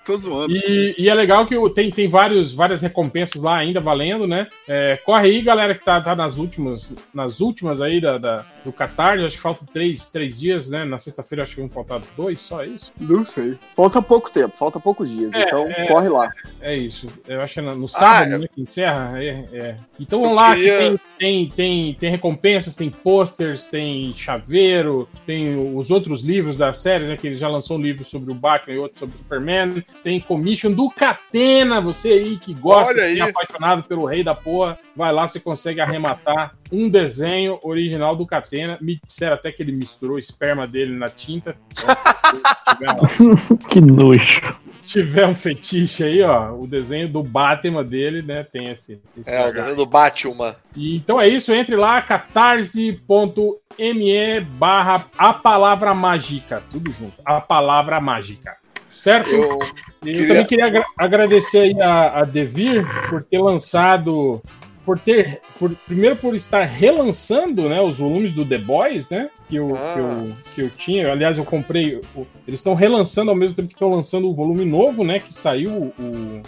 [SPEAKER 2] Tô zoando.
[SPEAKER 1] E, e é legal que o- tem, tem vários, várias recompensas lá ainda valendo, né? É, corre aí, galera, que tá, tá nas últimas nas últimas aí da, da- do Qatar. Acho que faltam três, três dias, né? Na sexta-feira acho que vão faltar dois, só isso.
[SPEAKER 2] Não sei. Falta pouco tempo, falta poucos dias. então
[SPEAKER 1] é.
[SPEAKER 2] corre lá.
[SPEAKER 1] É isso. Eu acho que é na- no sábado,
[SPEAKER 3] Ah,
[SPEAKER 1] né? Que encerra. É, é. Então
[SPEAKER 3] eu
[SPEAKER 1] vamos lá, que
[SPEAKER 3] queria-
[SPEAKER 1] tem, tem, tem, tem recompensas, tem posters, tem chaveiro, tem os outros livros da série, né? Que ele já lançou um livro sobre o Batman e outro sobre o Superman. Tem commission do Catena, você aí que gosta,
[SPEAKER 3] Olha
[SPEAKER 1] que é
[SPEAKER 3] aí.
[SPEAKER 1] apaixonado pelo rei da porra. Vai lá, você consegue arrematar um desenho original do Catena. Me disseram até que ele misturou o esperma dele na tinta. Então, se tiver lá,
[SPEAKER 4] Que nojo.
[SPEAKER 1] tiver um fetiche aí, ó, o desenho do Batman dele, né? Tem esse. esse
[SPEAKER 3] É, o
[SPEAKER 1] H.
[SPEAKER 3] desenho do Batman.
[SPEAKER 1] E, então é isso, entre lá, catarse.me barra a palavra mágica. Tudo junto. A palavra mágica. Certo?
[SPEAKER 3] Eu
[SPEAKER 1] E Eu
[SPEAKER 3] Queria-
[SPEAKER 1] também queria agra- agradecer aí a, a Devir por ter lançado, por ter, por- primeiro por estar relançando, né, os volumes do The Boys, né, que eu,
[SPEAKER 3] Ah.
[SPEAKER 1] que eu, que eu tinha. Aliás, eu comprei. o- eles estão relançando ao mesmo tempo que estão lançando o volume novo, né, que saiu o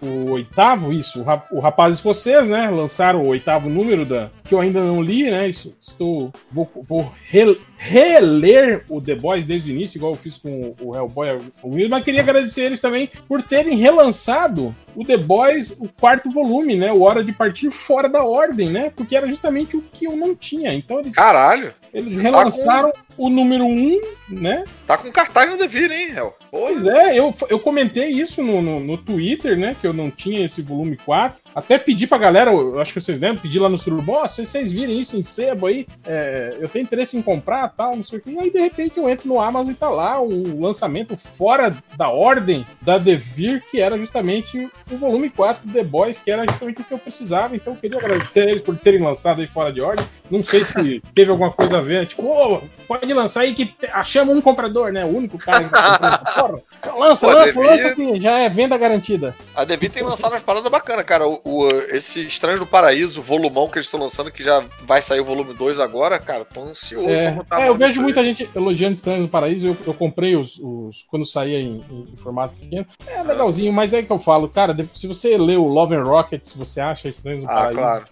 [SPEAKER 1] o oitavo, isso, o, ra- o Rapaz Escocês, né? Lançaram o oitavo número da. Que eu ainda não li, né? Isso, estou. Vou, vou re- reler o The Boys desde o início, igual eu fiz com o Hellboy. o Will, Mas queria agradecer eles também por terem relançado o The Boys, o quarto volume, né? O Hora de Partir Fora da Ordem, né? Porque era justamente o que eu não tinha. Então eles,
[SPEAKER 3] Caralho,
[SPEAKER 1] eles relançaram o número um, né?
[SPEAKER 3] tá com cartaz no Devir, hein, Hel? Pois
[SPEAKER 1] Pois é, eu, eu comentei isso no, no, no Twitter, né? Que eu não tinha esse volume 4. Até pedi pra galera, eu acho que vocês lembram, pedi lá no Surubó, se vocês virem isso em sebo aí, é, eu tenho interesse em comprar tal, não sei o quê. E aí, de repente, eu entro no Amazon e tá lá o lançamento fora da ordem da Devir, que era justamente o volume 4 do The Boys, que era justamente o que eu precisava. Então, eu queria agradecer a eles por terem lançado aí fora de ordem. Não sei se teve alguma coisa a ver, tipo, ô, pode lançar aí que te- achamos um comprador, né? O único cara que tá comprando essa porra. Então Lança,
[SPEAKER 3] Pô,
[SPEAKER 1] lança,
[SPEAKER 3] devia.
[SPEAKER 1] lança que já é venda garantida.
[SPEAKER 3] A Devir tem lançado umas paradas bacanas, cara. O, o, esse Estranho do Paraíso, o volumão que eles estão lançando, que já vai sair o volume 2 agora, cara, tô ansioso.
[SPEAKER 1] É,
[SPEAKER 3] pra botar
[SPEAKER 1] é,
[SPEAKER 3] a mão
[SPEAKER 1] eu vejo
[SPEAKER 3] nisso
[SPEAKER 1] muita
[SPEAKER 3] aí.
[SPEAKER 1] gente elogiando Estranhos no Paraíso. Eu, eu comprei os, os- quando saía em, em formato pequeno. É legalzinho, mas é que eu falo, cara, de- se você lê o Love and Rocket, se você acha Estranhos no
[SPEAKER 3] Ah,
[SPEAKER 1] Paraíso.
[SPEAKER 3] claro.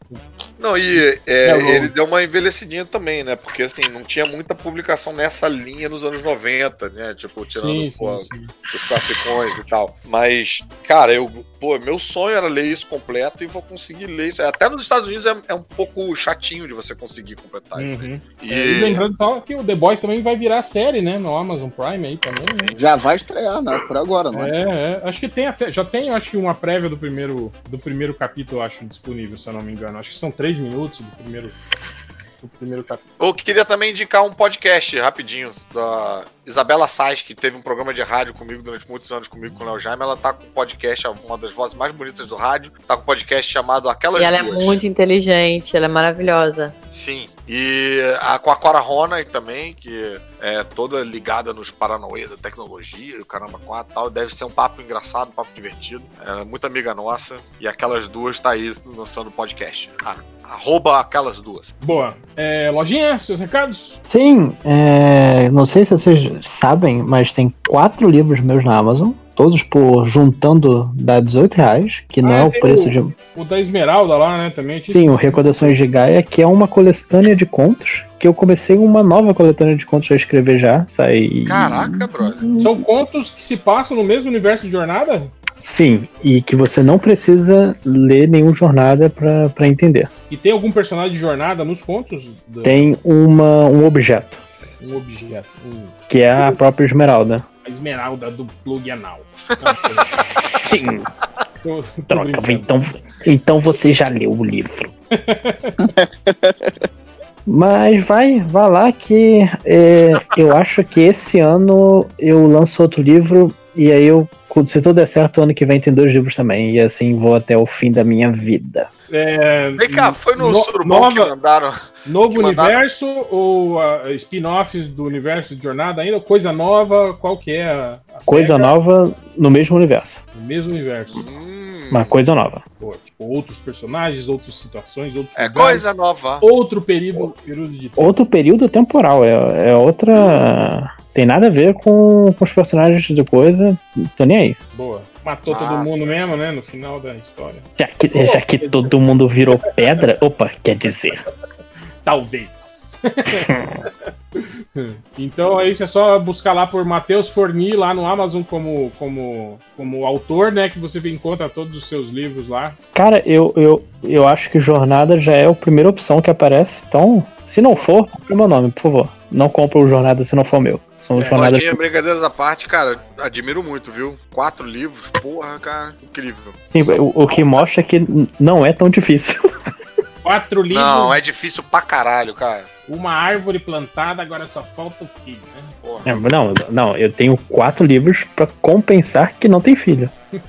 [SPEAKER 3] Não, e é,
[SPEAKER 1] É louco.
[SPEAKER 3] ele deu uma envelhecidinha também, né? Porque assim, não tinha muita publicação nessa linha nos anos 90, né? Tipo, tirando
[SPEAKER 1] Sim,
[SPEAKER 3] pô,
[SPEAKER 1] sim, sim.
[SPEAKER 3] os classicões e tal. Mas, cara, eu, pô, meu sonho era ler isso completo e vou conseguir ler isso. Até nos Estados Unidos é, é um pouco chatinho de você conseguir completar isso. aí.
[SPEAKER 1] Uhum.
[SPEAKER 3] E,
[SPEAKER 1] É, E lembrando só que o The Boys também vai virar série, né? No Amazon Prime aí também, né?
[SPEAKER 2] Já vai estrear, né? Por agora, não é?
[SPEAKER 1] É, é. acho que tem até, já tem acho que uma prévia do primeiro do primeiro capítulo acho disponível, se eu não me engano. Acho que são três minutos do primeiro do primeiro capítulo.
[SPEAKER 3] eu queria também indicar um podcast rapidinho da Isabela Sais, que teve um programa de rádio comigo durante muitos anos comigo com o Léo Jaime. Ela tá com um podcast, uma das vozes mais bonitas do rádio, tá com um podcast chamado Aquelas
[SPEAKER 7] E ela é
[SPEAKER 3] Duas.
[SPEAKER 7] muito inteligente, ela é maravilhosa.
[SPEAKER 3] Sim, e a, com a Cora Rona também, que é toda ligada nos paranauê da tecnologia, o caramba, quatro e tal, deve ser um papo engraçado, um papo divertido. Ela é muito amiga nossa, e aquelas duas tá aí lançando podcast. A- arroba aquelas duas.
[SPEAKER 1] Boa. É, lojinha, seus recados?
[SPEAKER 4] Sim, é, não sei se vocês sabem, mas tem quatro livros meus na Amazon, todos por juntando dá 18 reais, que não
[SPEAKER 1] Ah,
[SPEAKER 4] é o
[SPEAKER 1] tem
[SPEAKER 4] preço
[SPEAKER 1] o-
[SPEAKER 4] de.
[SPEAKER 1] O da Esmeralda lá, né, também.
[SPEAKER 4] Sim, o Recordações de Gaia, que é uma coletânea de contos que eu comecei uma nova coletânea de contos a escrever já. Sai.
[SPEAKER 3] Caraca, brother.
[SPEAKER 1] São contos que se passam no mesmo universo de jornada?
[SPEAKER 4] Sim, e que você não precisa ler nenhum jornada pra pra entender.
[SPEAKER 1] E tem algum personagem de jornada nos contos? Do-
[SPEAKER 4] Tem uma, um objeto,
[SPEAKER 1] Um objeto. um-
[SPEAKER 4] que é a própria esmeralda.
[SPEAKER 1] a esmeralda do plug anal.
[SPEAKER 4] Sim,
[SPEAKER 1] Não, tô- tô
[SPEAKER 4] droga.
[SPEAKER 1] brincando.
[SPEAKER 4] Então, então você já leu o livro. Mas vai, vai lá que é, eu acho que esse ano eu lanço outro livro e aí eu, se tudo der certo, ano que vem tem dois livros também. E assim vou até o fim da minha vida.
[SPEAKER 1] É,
[SPEAKER 3] Vem cá, foi no,
[SPEAKER 1] No-
[SPEAKER 3] surubão que
[SPEAKER 1] nova-
[SPEAKER 3] mandaram.
[SPEAKER 1] Novo
[SPEAKER 3] Que mandaram-
[SPEAKER 1] universo ou ah, spin-offs do universo de jornada ainda? Coisa nova? Qual que é a, a
[SPEAKER 4] Coisa
[SPEAKER 1] pega?
[SPEAKER 4] nova no mesmo universo.
[SPEAKER 1] O mesmo universo.
[SPEAKER 3] Hum,
[SPEAKER 4] Uma coisa nova.
[SPEAKER 1] Pô, tipo, outros personagens, outras situações, outros
[SPEAKER 3] é
[SPEAKER 1] lugares,
[SPEAKER 3] coisa nova.
[SPEAKER 1] Outro período, período de tempo.
[SPEAKER 4] Outro período temporal, é, é outra. Tem nada a ver com, com os personagens de coisa. Tô nem aí.
[SPEAKER 1] Boa. Matou todo
[SPEAKER 3] Massa.
[SPEAKER 1] mundo mesmo, né? No final da história.
[SPEAKER 4] Já que, já que todo mundo virou pedra, opa, quer dizer.
[SPEAKER 1] Talvez. então é isso, é só buscar lá por Matheus Forni lá no Amazon como, como, como autor, né? Que você encontra todos os seus livros lá.
[SPEAKER 4] Cara, eu, eu, eu acho que jornada já é a primeira opção que aparece. Então, se não for, compra o meu nome, por favor. Não compra o jornada se não for meu. São
[SPEAKER 1] É,
[SPEAKER 4] jornadas.
[SPEAKER 3] Lojinha, brincadeiras à parte, cara, admiro muito, viu? Quatro livros, porra, cara, incrível.
[SPEAKER 4] O, o que mostra que n- não é tão difícil.
[SPEAKER 1] Quatro livros,
[SPEAKER 3] Não, é difícil pra caralho, cara.
[SPEAKER 1] uma árvore plantada, agora só falta o filho, né?
[SPEAKER 3] Porra.
[SPEAKER 4] É, Não, não, eu tenho quatro livros pra compensar que não tem filho.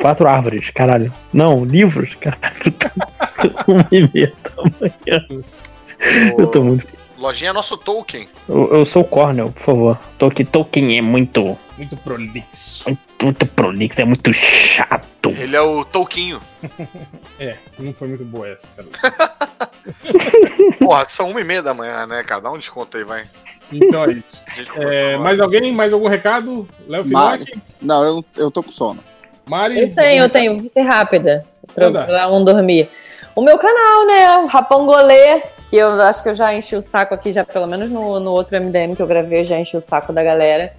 [SPEAKER 4] Quatro árvores, caralho. Não, livros, caralho. Uma um e meia tamanho. Eu tô muito.
[SPEAKER 3] Lojinha é nosso Tolkien.
[SPEAKER 4] Eu, eu sou o Cornel, por favor. Tolkien, Tolkien é muito,
[SPEAKER 1] Muito prolixo.
[SPEAKER 4] muito prolixo, é muito chato.
[SPEAKER 3] Ele é o Tolkinho.
[SPEAKER 1] É, não foi muito boa essa, cara.
[SPEAKER 3] Porra, são uma e meia da manhã, né, cara? Dá um desconto aí, vai.
[SPEAKER 1] Então é isso.
[SPEAKER 3] A gente
[SPEAKER 1] É,
[SPEAKER 3] conversa
[SPEAKER 1] mais alguém? Mais algum recado? Léo
[SPEAKER 2] Mari.
[SPEAKER 1] Finocchi?
[SPEAKER 2] Não, eu, eu tô com sono.
[SPEAKER 1] Mari?
[SPEAKER 7] Eu tenho, eu tenho. Vou ser rápida. Pra,
[SPEAKER 1] Manda.
[SPEAKER 7] pra não dormir. O meu canal, né? O Rapangolê. Que eu acho que eu já enchi o saco aqui, já pelo menos no, no outro MDM que eu gravei, eu já enchi o saco da galera.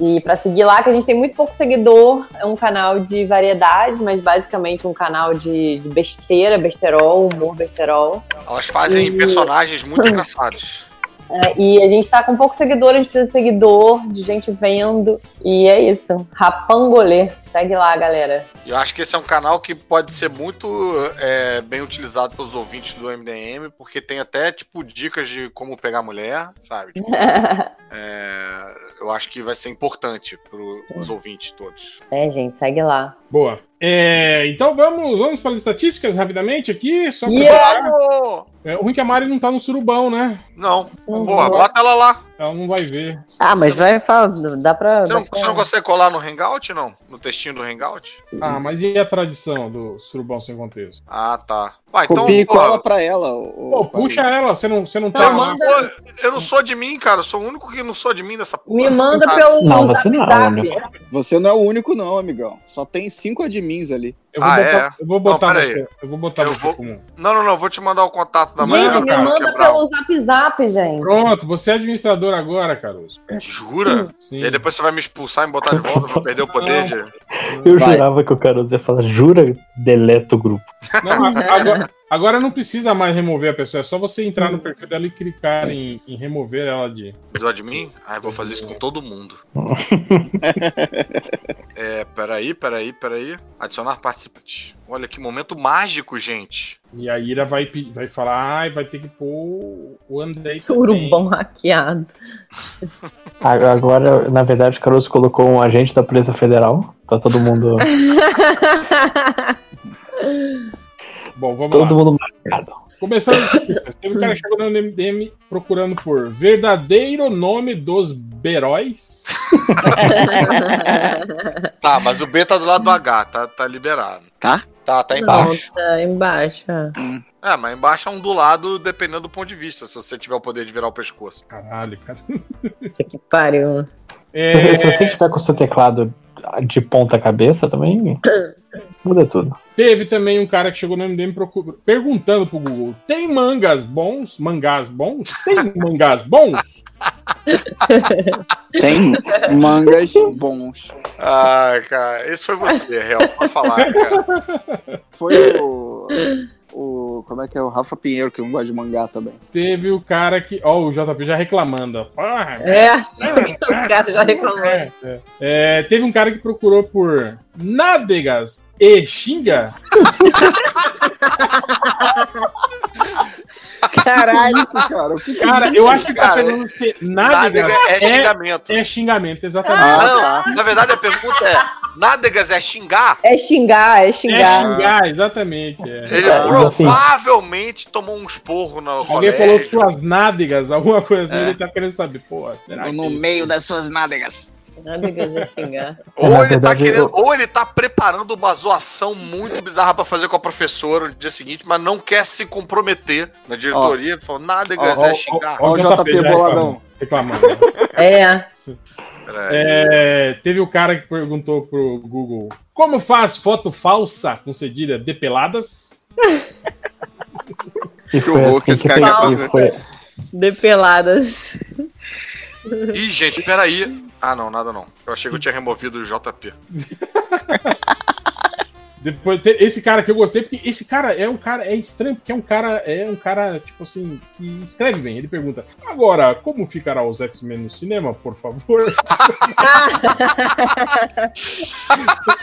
[SPEAKER 7] E pra seguir lá, que a gente tem muito pouco seguidor, é um canal de variedade, mas basicamente um canal de, de besteira, besterol, humor besterol.
[SPEAKER 3] Elas fazem
[SPEAKER 7] E-
[SPEAKER 3] personagens muito engraçados.
[SPEAKER 7] É, e a gente tá com pouco seguidor, a gente precisa de seguidor, de gente vendo. E é isso. Rapangolê. Segue lá, galera.
[SPEAKER 3] Eu acho que esse é um canal que pode ser muito é, bem utilizado pelos ouvintes do MDM, porque tem até, tipo, dicas de como pegar mulher, sabe? Tipo, é, eu acho que vai ser importante pros ouvintes todos.
[SPEAKER 7] é, gente, segue lá.
[SPEAKER 1] Boa. É, então vamos, vamos para as estatísticas rapidamente aqui. Só pra...
[SPEAKER 7] Yeah!
[SPEAKER 1] É, o ruim que a Mari não tá no surubão, né?
[SPEAKER 3] Não,
[SPEAKER 7] Não
[SPEAKER 3] porra,
[SPEAKER 1] vou.
[SPEAKER 3] bota ela lá.
[SPEAKER 1] Ela não vai ver.
[SPEAKER 7] Ah, mas vai falar, dá pra.
[SPEAKER 3] Você não,
[SPEAKER 7] dá pra-
[SPEAKER 3] você não consegue colar no Hangout, não? No textinho do Hangout?
[SPEAKER 1] Ah, mas e a tradição do surubão sem contexto?
[SPEAKER 3] Ah, tá. Vai, então,
[SPEAKER 2] Copia e
[SPEAKER 3] porra,
[SPEAKER 2] cola pra ela. ô- ô,
[SPEAKER 1] Pô, puxa ela, você não, você não tá
[SPEAKER 3] eu,
[SPEAKER 1] lá.
[SPEAKER 3] não sou, eu não sou de mim, cara. Eu sou o único que não sou de mim dessa porra.
[SPEAKER 7] Me manda
[SPEAKER 3] Ah,
[SPEAKER 7] pelo
[SPEAKER 4] Não,
[SPEAKER 7] zap
[SPEAKER 4] você não,
[SPEAKER 7] zap.
[SPEAKER 4] né?
[SPEAKER 2] Você não é o único, não, amigão. Só tem cinco admins ali.
[SPEAKER 1] Eu vou
[SPEAKER 3] Ah,
[SPEAKER 1] botar,
[SPEAKER 3] é?
[SPEAKER 1] eu vou botar
[SPEAKER 3] Não, pera
[SPEAKER 1] você. Eu vou botar
[SPEAKER 3] Eu
[SPEAKER 1] você
[SPEAKER 3] vou-
[SPEAKER 1] como.
[SPEAKER 3] Não, não, não. Vou te mandar o contato da Mariana.
[SPEAKER 7] Gente, me
[SPEAKER 3] pra
[SPEAKER 7] manda
[SPEAKER 3] quebrar.
[SPEAKER 7] pelo zap zap, gente.
[SPEAKER 1] Pronto, você é administrador agora, Caruso.
[SPEAKER 3] Jura?
[SPEAKER 1] Sim.
[SPEAKER 3] E aí depois você vai me expulsar e me botar de volta pra eu perder o poder de.
[SPEAKER 4] Eu
[SPEAKER 2] Vai.
[SPEAKER 4] jurava que o Caruso ia falar, jura, deleta o grupo.
[SPEAKER 1] Não, a- agora, agora não precisa mais remover a pessoa, é só você entrar no perfil dela e clicar em, em remover ela de.
[SPEAKER 3] do admin? Ai, vou fazer isso com todo mundo. é, peraí, peraí, peraí. Adicionar participantes. Olha que momento mágico, gente.
[SPEAKER 1] E a Ira vai, pe- vai falar, ai, vai ter que pôr o Andrei.
[SPEAKER 7] Surubão hackeado.
[SPEAKER 4] A- Agora, na verdade, o Caruso colocou um agente da Polícia Federal. Tá todo mundo.
[SPEAKER 1] também. Bom, vamos lá.
[SPEAKER 4] todo mundo marcado.
[SPEAKER 1] Começando, teve um cara que chegou no MDM procurando por verdadeiro nome dos Beróis.
[SPEAKER 3] Tá, mas o B tá do lado do H, tá, tá liberado.
[SPEAKER 2] Tá?
[SPEAKER 3] Tá, tá
[SPEAKER 4] Tá.
[SPEAKER 3] embaixo.
[SPEAKER 7] Tá embaixo. é.
[SPEAKER 3] É, mas embaixo é um do lado, dependendo do ponto de vista, se você tiver o poder de virar o pescoço.
[SPEAKER 1] Caralho, cara.
[SPEAKER 7] Puta que pariu.
[SPEAKER 1] É,
[SPEAKER 4] Se, se você tiver com o seu teclado de ponta cabeça também, Muda tudo.
[SPEAKER 1] Teve também um cara que chegou no MDM procur... perguntando pro Google: tem mangas bons? Mangás bons? Tem mangás bons?
[SPEAKER 2] Tem mangas bons.
[SPEAKER 3] Ai, cara, esse foi você, é real, pra falar, cara.
[SPEAKER 2] Foi o. o como é que é? O Rafa Pinheiro, que não gosta de mangá também.
[SPEAKER 1] Teve o cara que. Ó, o JP já reclamando. ó. Porra,
[SPEAKER 7] É, o cara já reclamou.
[SPEAKER 1] É, é. É, teve um cara que procurou por nádegas e xinga.
[SPEAKER 2] Caralho, é isso, cara. O que é que
[SPEAKER 1] Cara, eu acho que tá
[SPEAKER 3] Cara,
[SPEAKER 1] falando ser
[SPEAKER 3] Nádega
[SPEAKER 1] nádegas
[SPEAKER 3] é
[SPEAKER 1] é,
[SPEAKER 3] xingamento.
[SPEAKER 1] é xingamento, exatamente.
[SPEAKER 2] Ah,
[SPEAKER 3] Não, na verdade a pergunta é: nádegas é xingar?
[SPEAKER 7] É xingar,
[SPEAKER 2] Ah,
[SPEAKER 7] é
[SPEAKER 1] É
[SPEAKER 7] xingar.
[SPEAKER 1] xingar, exatamente. é.
[SPEAKER 3] Ele
[SPEAKER 4] Ah, assim.
[SPEAKER 3] provavelmente tomou um esporro na
[SPEAKER 1] Alguém falou que suas nádegas, alguma coisa assim,
[SPEAKER 2] É.
[SPEAKER 1] ele tá querendo saber. Pô, será que...
[SPEAKER 2] No meio das suas nádegas.
[SPEAKER 7] Nada xingar.
[SPEAKER 3] Ou
[SPEAKER 4] Na
[SPEAKER 3] ele, tá
[SPEAKER 4] verdade,
[SPEAKER 3] querendo,
[SPEAKER 4] eu-
[SPEAKER 3] ou ele tá preparando uma zoação muito bizarra pra fazer com a professora no dia seguinte, mas não quer se comprometer na diretoria, falando nada que
[SPEAKER 2] Ó, ó,
[SPEAKER 3] quiser xingar.
[SPEAKER 2] Ó, o JP
[SPEAKER 1] já
[SPEAKER 2] boladão.
[SPEAKER 1] Reclamando. reclamando.
[SPEAKER 7] É.
[SPEAKER 3] Peraí.
[SPEAKER 1] É, teve o cara que perguntou pro Google: Como faz foto falsa com cedilha depeladas?
[SPEAKER 4] E foi
[SPEAKER 2] horror que
[SPEAKER 4] assim
[SPEAKER 2] esse
[SPEAKER 4] que
[SPEAKER 2] cara
[SPEAKER 4] foi.
[SPEAKER 2] quer
[SPEAKER 4] E foi,
[SPEAKER 7] Depeladas.
[SPEAKER 3] Ih, gente, peraí. Ah, não, nada não. Eu achei que eu tinha removido o JP.
[SPEAKER 1] Depois, te- esse cara que eu gostei, porque esse cara é um cara, é estranho, porque é um cara, é um cara, tipo assim, que escreve bem. Ele pergunta: Agora, como ficará os X-Men no cinema, por favor?
[SPEAKER 2] Por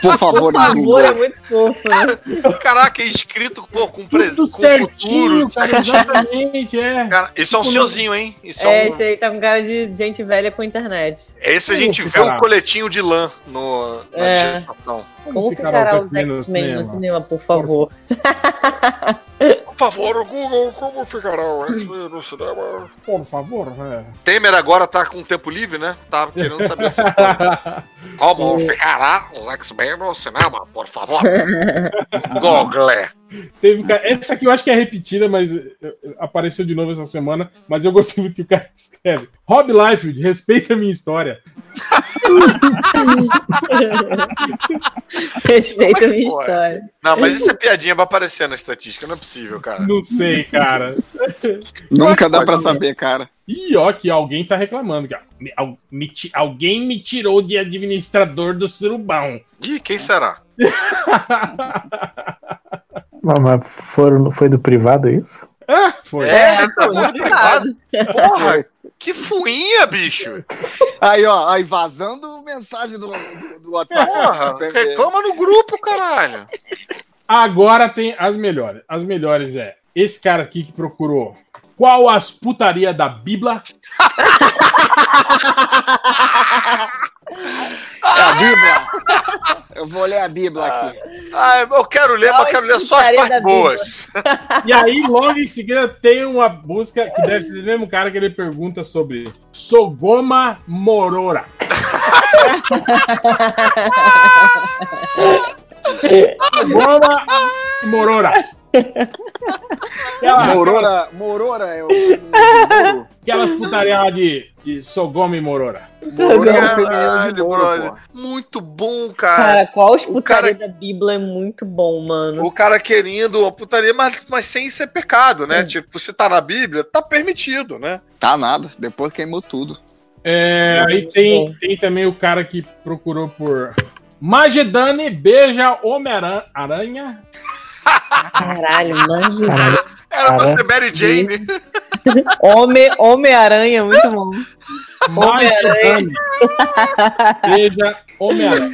[SPEAKER 2] favor,
[SPEAKER 7] Por favor, é
[SPEAKER 2] Google.
[SPEAKER 7] muito fofo. né?
[SPEAKER 3] Caraca, é escrito pô, com, pres...
[SPEAKER 1] Tudo
[SPEAKER 3] com futuro.
[SPEAKER 1] certinho, cara, exatamente, é.
[SPEAKER 3] Cara, isso é um senhorzinho, hein? Isso é, um-
[SPEAKER 7] É, esse aí tá com cara de gente velha com internet.
[SPEAKER 1] É
[SPEAKER 3] Esse a gente
[SPEAKER 1] Como
[SPEAKER 3] vê um
[SPEAKER 1] ficará?
[SPEAKER 3] coletinho de lã no, na
[SPEAKER 7] É.
[SPEAKER 3] digitação.
[SPEAKER 7] Como ficará os X-Men no cinema, por favor?
[SPEAKER 3] Por favor, o Google, como ficará o X-Men no cinema?
[SPEAKER 1] Por favor, é.
[SPEAKER 3] Temer agora tá com tempo livre, né? Tá querendo saber se Como
[SPEAKER 1] É.
[SPEAKER 3] ficará o X-Men no cinema, por favor? Google.
[SPEAKER 1] Teve um cara- essa aqui eu acho que é repetida, mas eh, eh, apareceu de novo essa semana. Mas eu gostei muito que o cara escreve. Rob Liefeld, respeita a minha história.
[SPEAKER 7] Respeita a minha
[SPEAKER 3] Porra.
[SPEAKER 7] história.
[SPEAKER 3] Não, mas isso é piadinha pra aparecer na estatística, não é possível, cara.
[SPEAKER 1] Não sei, cara.
[SPEAKER 2] Nunca dá pra saber, cara.
[SPEAKER 1] Ih, ó, que alguém tá reclamando. que, ó, me- al- me ti- alguém me tirou de administrador do surubão.
[SPEAKER 3] Ih, quem será?
[SPEAKER 4] mas mas foram, foi do privado é isso?
[SPEAKER 1] Ah, foi.
[SPEAKER 3] É,
[SPEAKER 7] Foi
[SPEAKER 3] tá
[SPEAKER 7] muito errado.
[SPEAKER 3] porra! Que fuinha, bicho!
[SPEAKER 2] Aí, ó, aí vazando mensagem do, do- do WhatsApp.
[SPEAKER 3] Porra, reclama no grupo, caralho!
[SPEAKER 1] Agora tem as melhores. As melhores é esse cara aqui que procurou. Qual as putaria da Bíblia?
[SPEAKER 2] É a Bíblia. Eu vou ler a Bíblia aqui.
[SPEAKER 3] Ah, eu quero ler, mas quero ler só as
[SPEAKER 7] Putaria da
[SPEAKER 3] partes boas.
[SPEAKER 1] E aí, logo em seguida, tem uma busca que deve ser do mesmo cara que ele pergunta sobre Sogoma Morora. Sogoma Morora. Aquela-
[SPEAKER 2] Morora, Morora é o. Morora
[SPEAKER 1] Aquelas putaria lá de, de Sogoma e Morora.
[SPEAKER 2] é o feminino de
[SPEAKER 3] Caralho, brother.
[SPEAKER 2] Moro, pô.
[SPEAKER 3] Muito bom, cara.
[SPEAKER 7] Cara, qual os
[SPEAKER 3] O cara-
[SPEAKER 7] putaria da Bíblia é muito bom, mano.
[SPEAKER 3] O cara querendo uma putaria, mas, mas sem ser pecado, né? Tipo, se tá na Bíblia, tá permitido, né?
[SPEAKER 2] Tá nada, depois queimou tudo.
[SPEAKER 1] É, aí tem, tem também o cara que procurou por Magedane beija Homem-Aranha.
[SPEAKER 7] Caralho, imagina.
[SPEAKER 4] Caralho,
[SPEAKER 3] Era pra
[SPEAKER 4] Cara,
[SPEAKER 3] ser Mary Jane.
[SPEAKER 7] Homem- Homem-Aranha, é muito bom.
[SPEAKER 1] Magedane beija Homem-Aranha.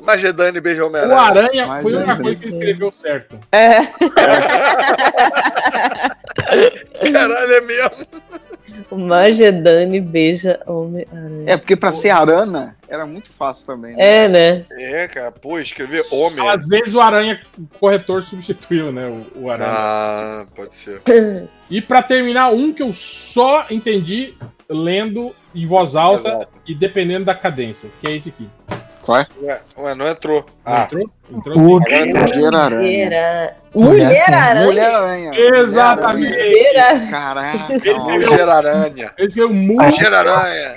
[SPEAKER 3] Magedane beijou
[SPEAKER 1] O
[SPEAKER 3] Homem-Aranha.
[SPEAKER 1] Aranha
[SPEAKER 2] Mas
[SPEAKER 1] foi a única
[SPEAKER 2] eu
[SPEAKER 1] coisa que ele escreveu certo.
[SPEAKER 3] Caralho, é mesmo.
[SPEAKER 7] O Magedane beija Homem-Aranha.
[SPEAKER 2] É porque pra ser Arana era muito fácil também. né?
[SPEAKER 7] É, né?
[SPEAKER 3] É, cara, pô, escrever homem.
[SPEAKER 1] Às vezes o Aranha, o corretor, substituiu, né? O, o Aranha.
[SPEAKER 3] Ah, pode ser.
[SPEAKER 1] E pra terminar, um que eu só entendi lendo em voz alta
[SPEAKER 3] Exato.
[SPEAKER 1] e dependendo da cadência, que é esse aqui.
[SPEAKER 2] Qual é?
[SPEAKER 3] Ué, ué, não entrou. Ah,
[SPEAKER 1] Entrou? Entrou assim.
[SPEAKER 2] Mulher-Aranha.
[SPEAKER 7] Mulher, mulher aranha.
[SPEAKER 2] Mulher-Aranha.
[SPEAKER 1] Exatamente.
[SPEAKER 7] Mulher-
[SPEAKER 2] Caraca.
[SPEAKER 1] Ele-
[SPEAKER 3] Geraranha.
[SPEAKER 1] Esse é o
[SPEAKER 3] Geraranha.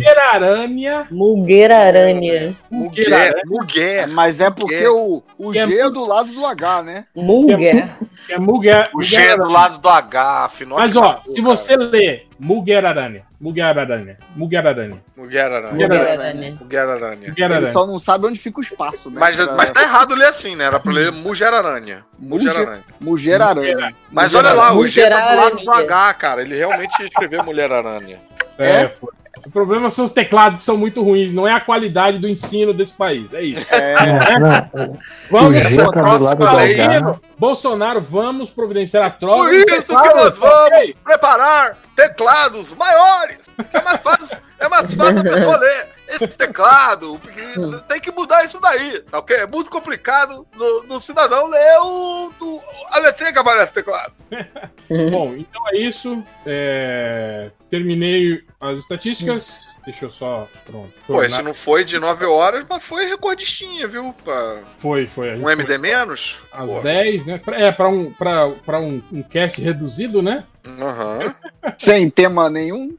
[SPEAKER 1] Mulher-Aranha.
[SPEAKER 7] Mulher aranha.
[SPEAKER 1] Mulher-Aranha.
[SPEAKER 3] Muguer.
[SPEAKER 2] Mas é porque o, o
[SPEAKER 1] Que é-
[SPEAKER 2] G é do lado do H, né?
[SPEAKER 7] Mulher.
[SPEAKER 1] que É mulher.
[SPEAKER 3] O G é do lado do H, final
[SPEAKER 1] Mas ó, se você ler Mulher-Aranha, Mulher-Aranha, Mulher-Aranha,
[SPEAKER 3] Mugueraranha.
[SPEAKER 1] Mulher-Aranha,
[SPEAKER 7] Mulher aranha.
[SPEAKER 3] Mugueraranha.
[SPEAKER 2] Ele
[SPEAKER 1] Mulher-Aranha.
[SPEAKER 2] só não sabe onde fica o espaço, né?
[SPEAKER 3] Mas,
[SPEAKER 2] Pra-
[SPEAKER 3] mas tá errado ler assim, né? Era pra ler Mugeraranha. Mugeraranha.
[SPEAKER 2] Mulher-Aranha.
[SPEAKER 3] Mas olha lá, o G tá do lado do
[SPEAKER 7] Mugeraranha.
[SPEAKER 3] H, cara. Ele realmente ia escrever Mulher-Aranha.
[SPEAKER 1] É, foi. O problema são os teclados que são muito ruins, não é a qualidade do ensino desse país. É isso.
[SPEAKER 2] É,
[SPEAKER 4] Não, não.
[SPEAKER 1] Vamos
[SPEAKER 4] O
[SPEAKER 3] essa é
[SPEAKER 4] G tá do lado do
[SPEAKER 3] próxima lei,
[SPEAKER 4] H.
[SPEAKER 1] Bolsonaro, vamos providenciar a troca.
[SPEAKER 3] Por isso que nós vamos preparar teclados maiores. que É mais fácil, é mais fácil a pessoa ler. Esse teclado, o pequenino, tem que mudar isso daí, tá ok? É muito complicado no, no cidadão ler o, o, a letrinha que aparece no teclado.
[SPEAKER 1] Bom, então é isso. É, Terminei as estatísticas. Deixa eu só. Pronto.
[SPEAKER 3] Pô, isso não foi de 9 horas, mas foi recordistinha, viu? Pra
[SPEAKER 1] Foi, foi. A gente
[SPEAKER 3] um MD menos.
[SPEAKER 1] foi Às
[SPEAKER 3] Pô.
[SPEAKER 1] 10, né? Pra- É, pra um, pra, pra um, um cast reduzido, né?
[SPEAKER 3] Aham.
[SPEAKER 2] sem tema nenhum,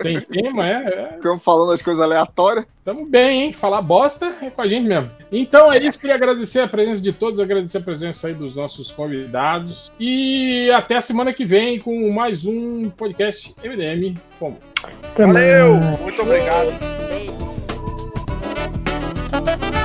[SPEAKER 1] Sem tema, é.
[SPEAKER 2] ficamos falando as coisas aleatórias.
[SPEAKER 1] Estamos bem, hein? Falar bosta é com a gente mesmo. Então é isso. Queria agradecer a presença de todos, agradecer a presença aí dos nossos convidados. E até a semana que vem com mais um podcast MDM. Fomos.
[SPEAKER 4] Até mais.
[SPEAKER 3] Valeu! Muito obrigado.
[SPEAKER 7] Beijo.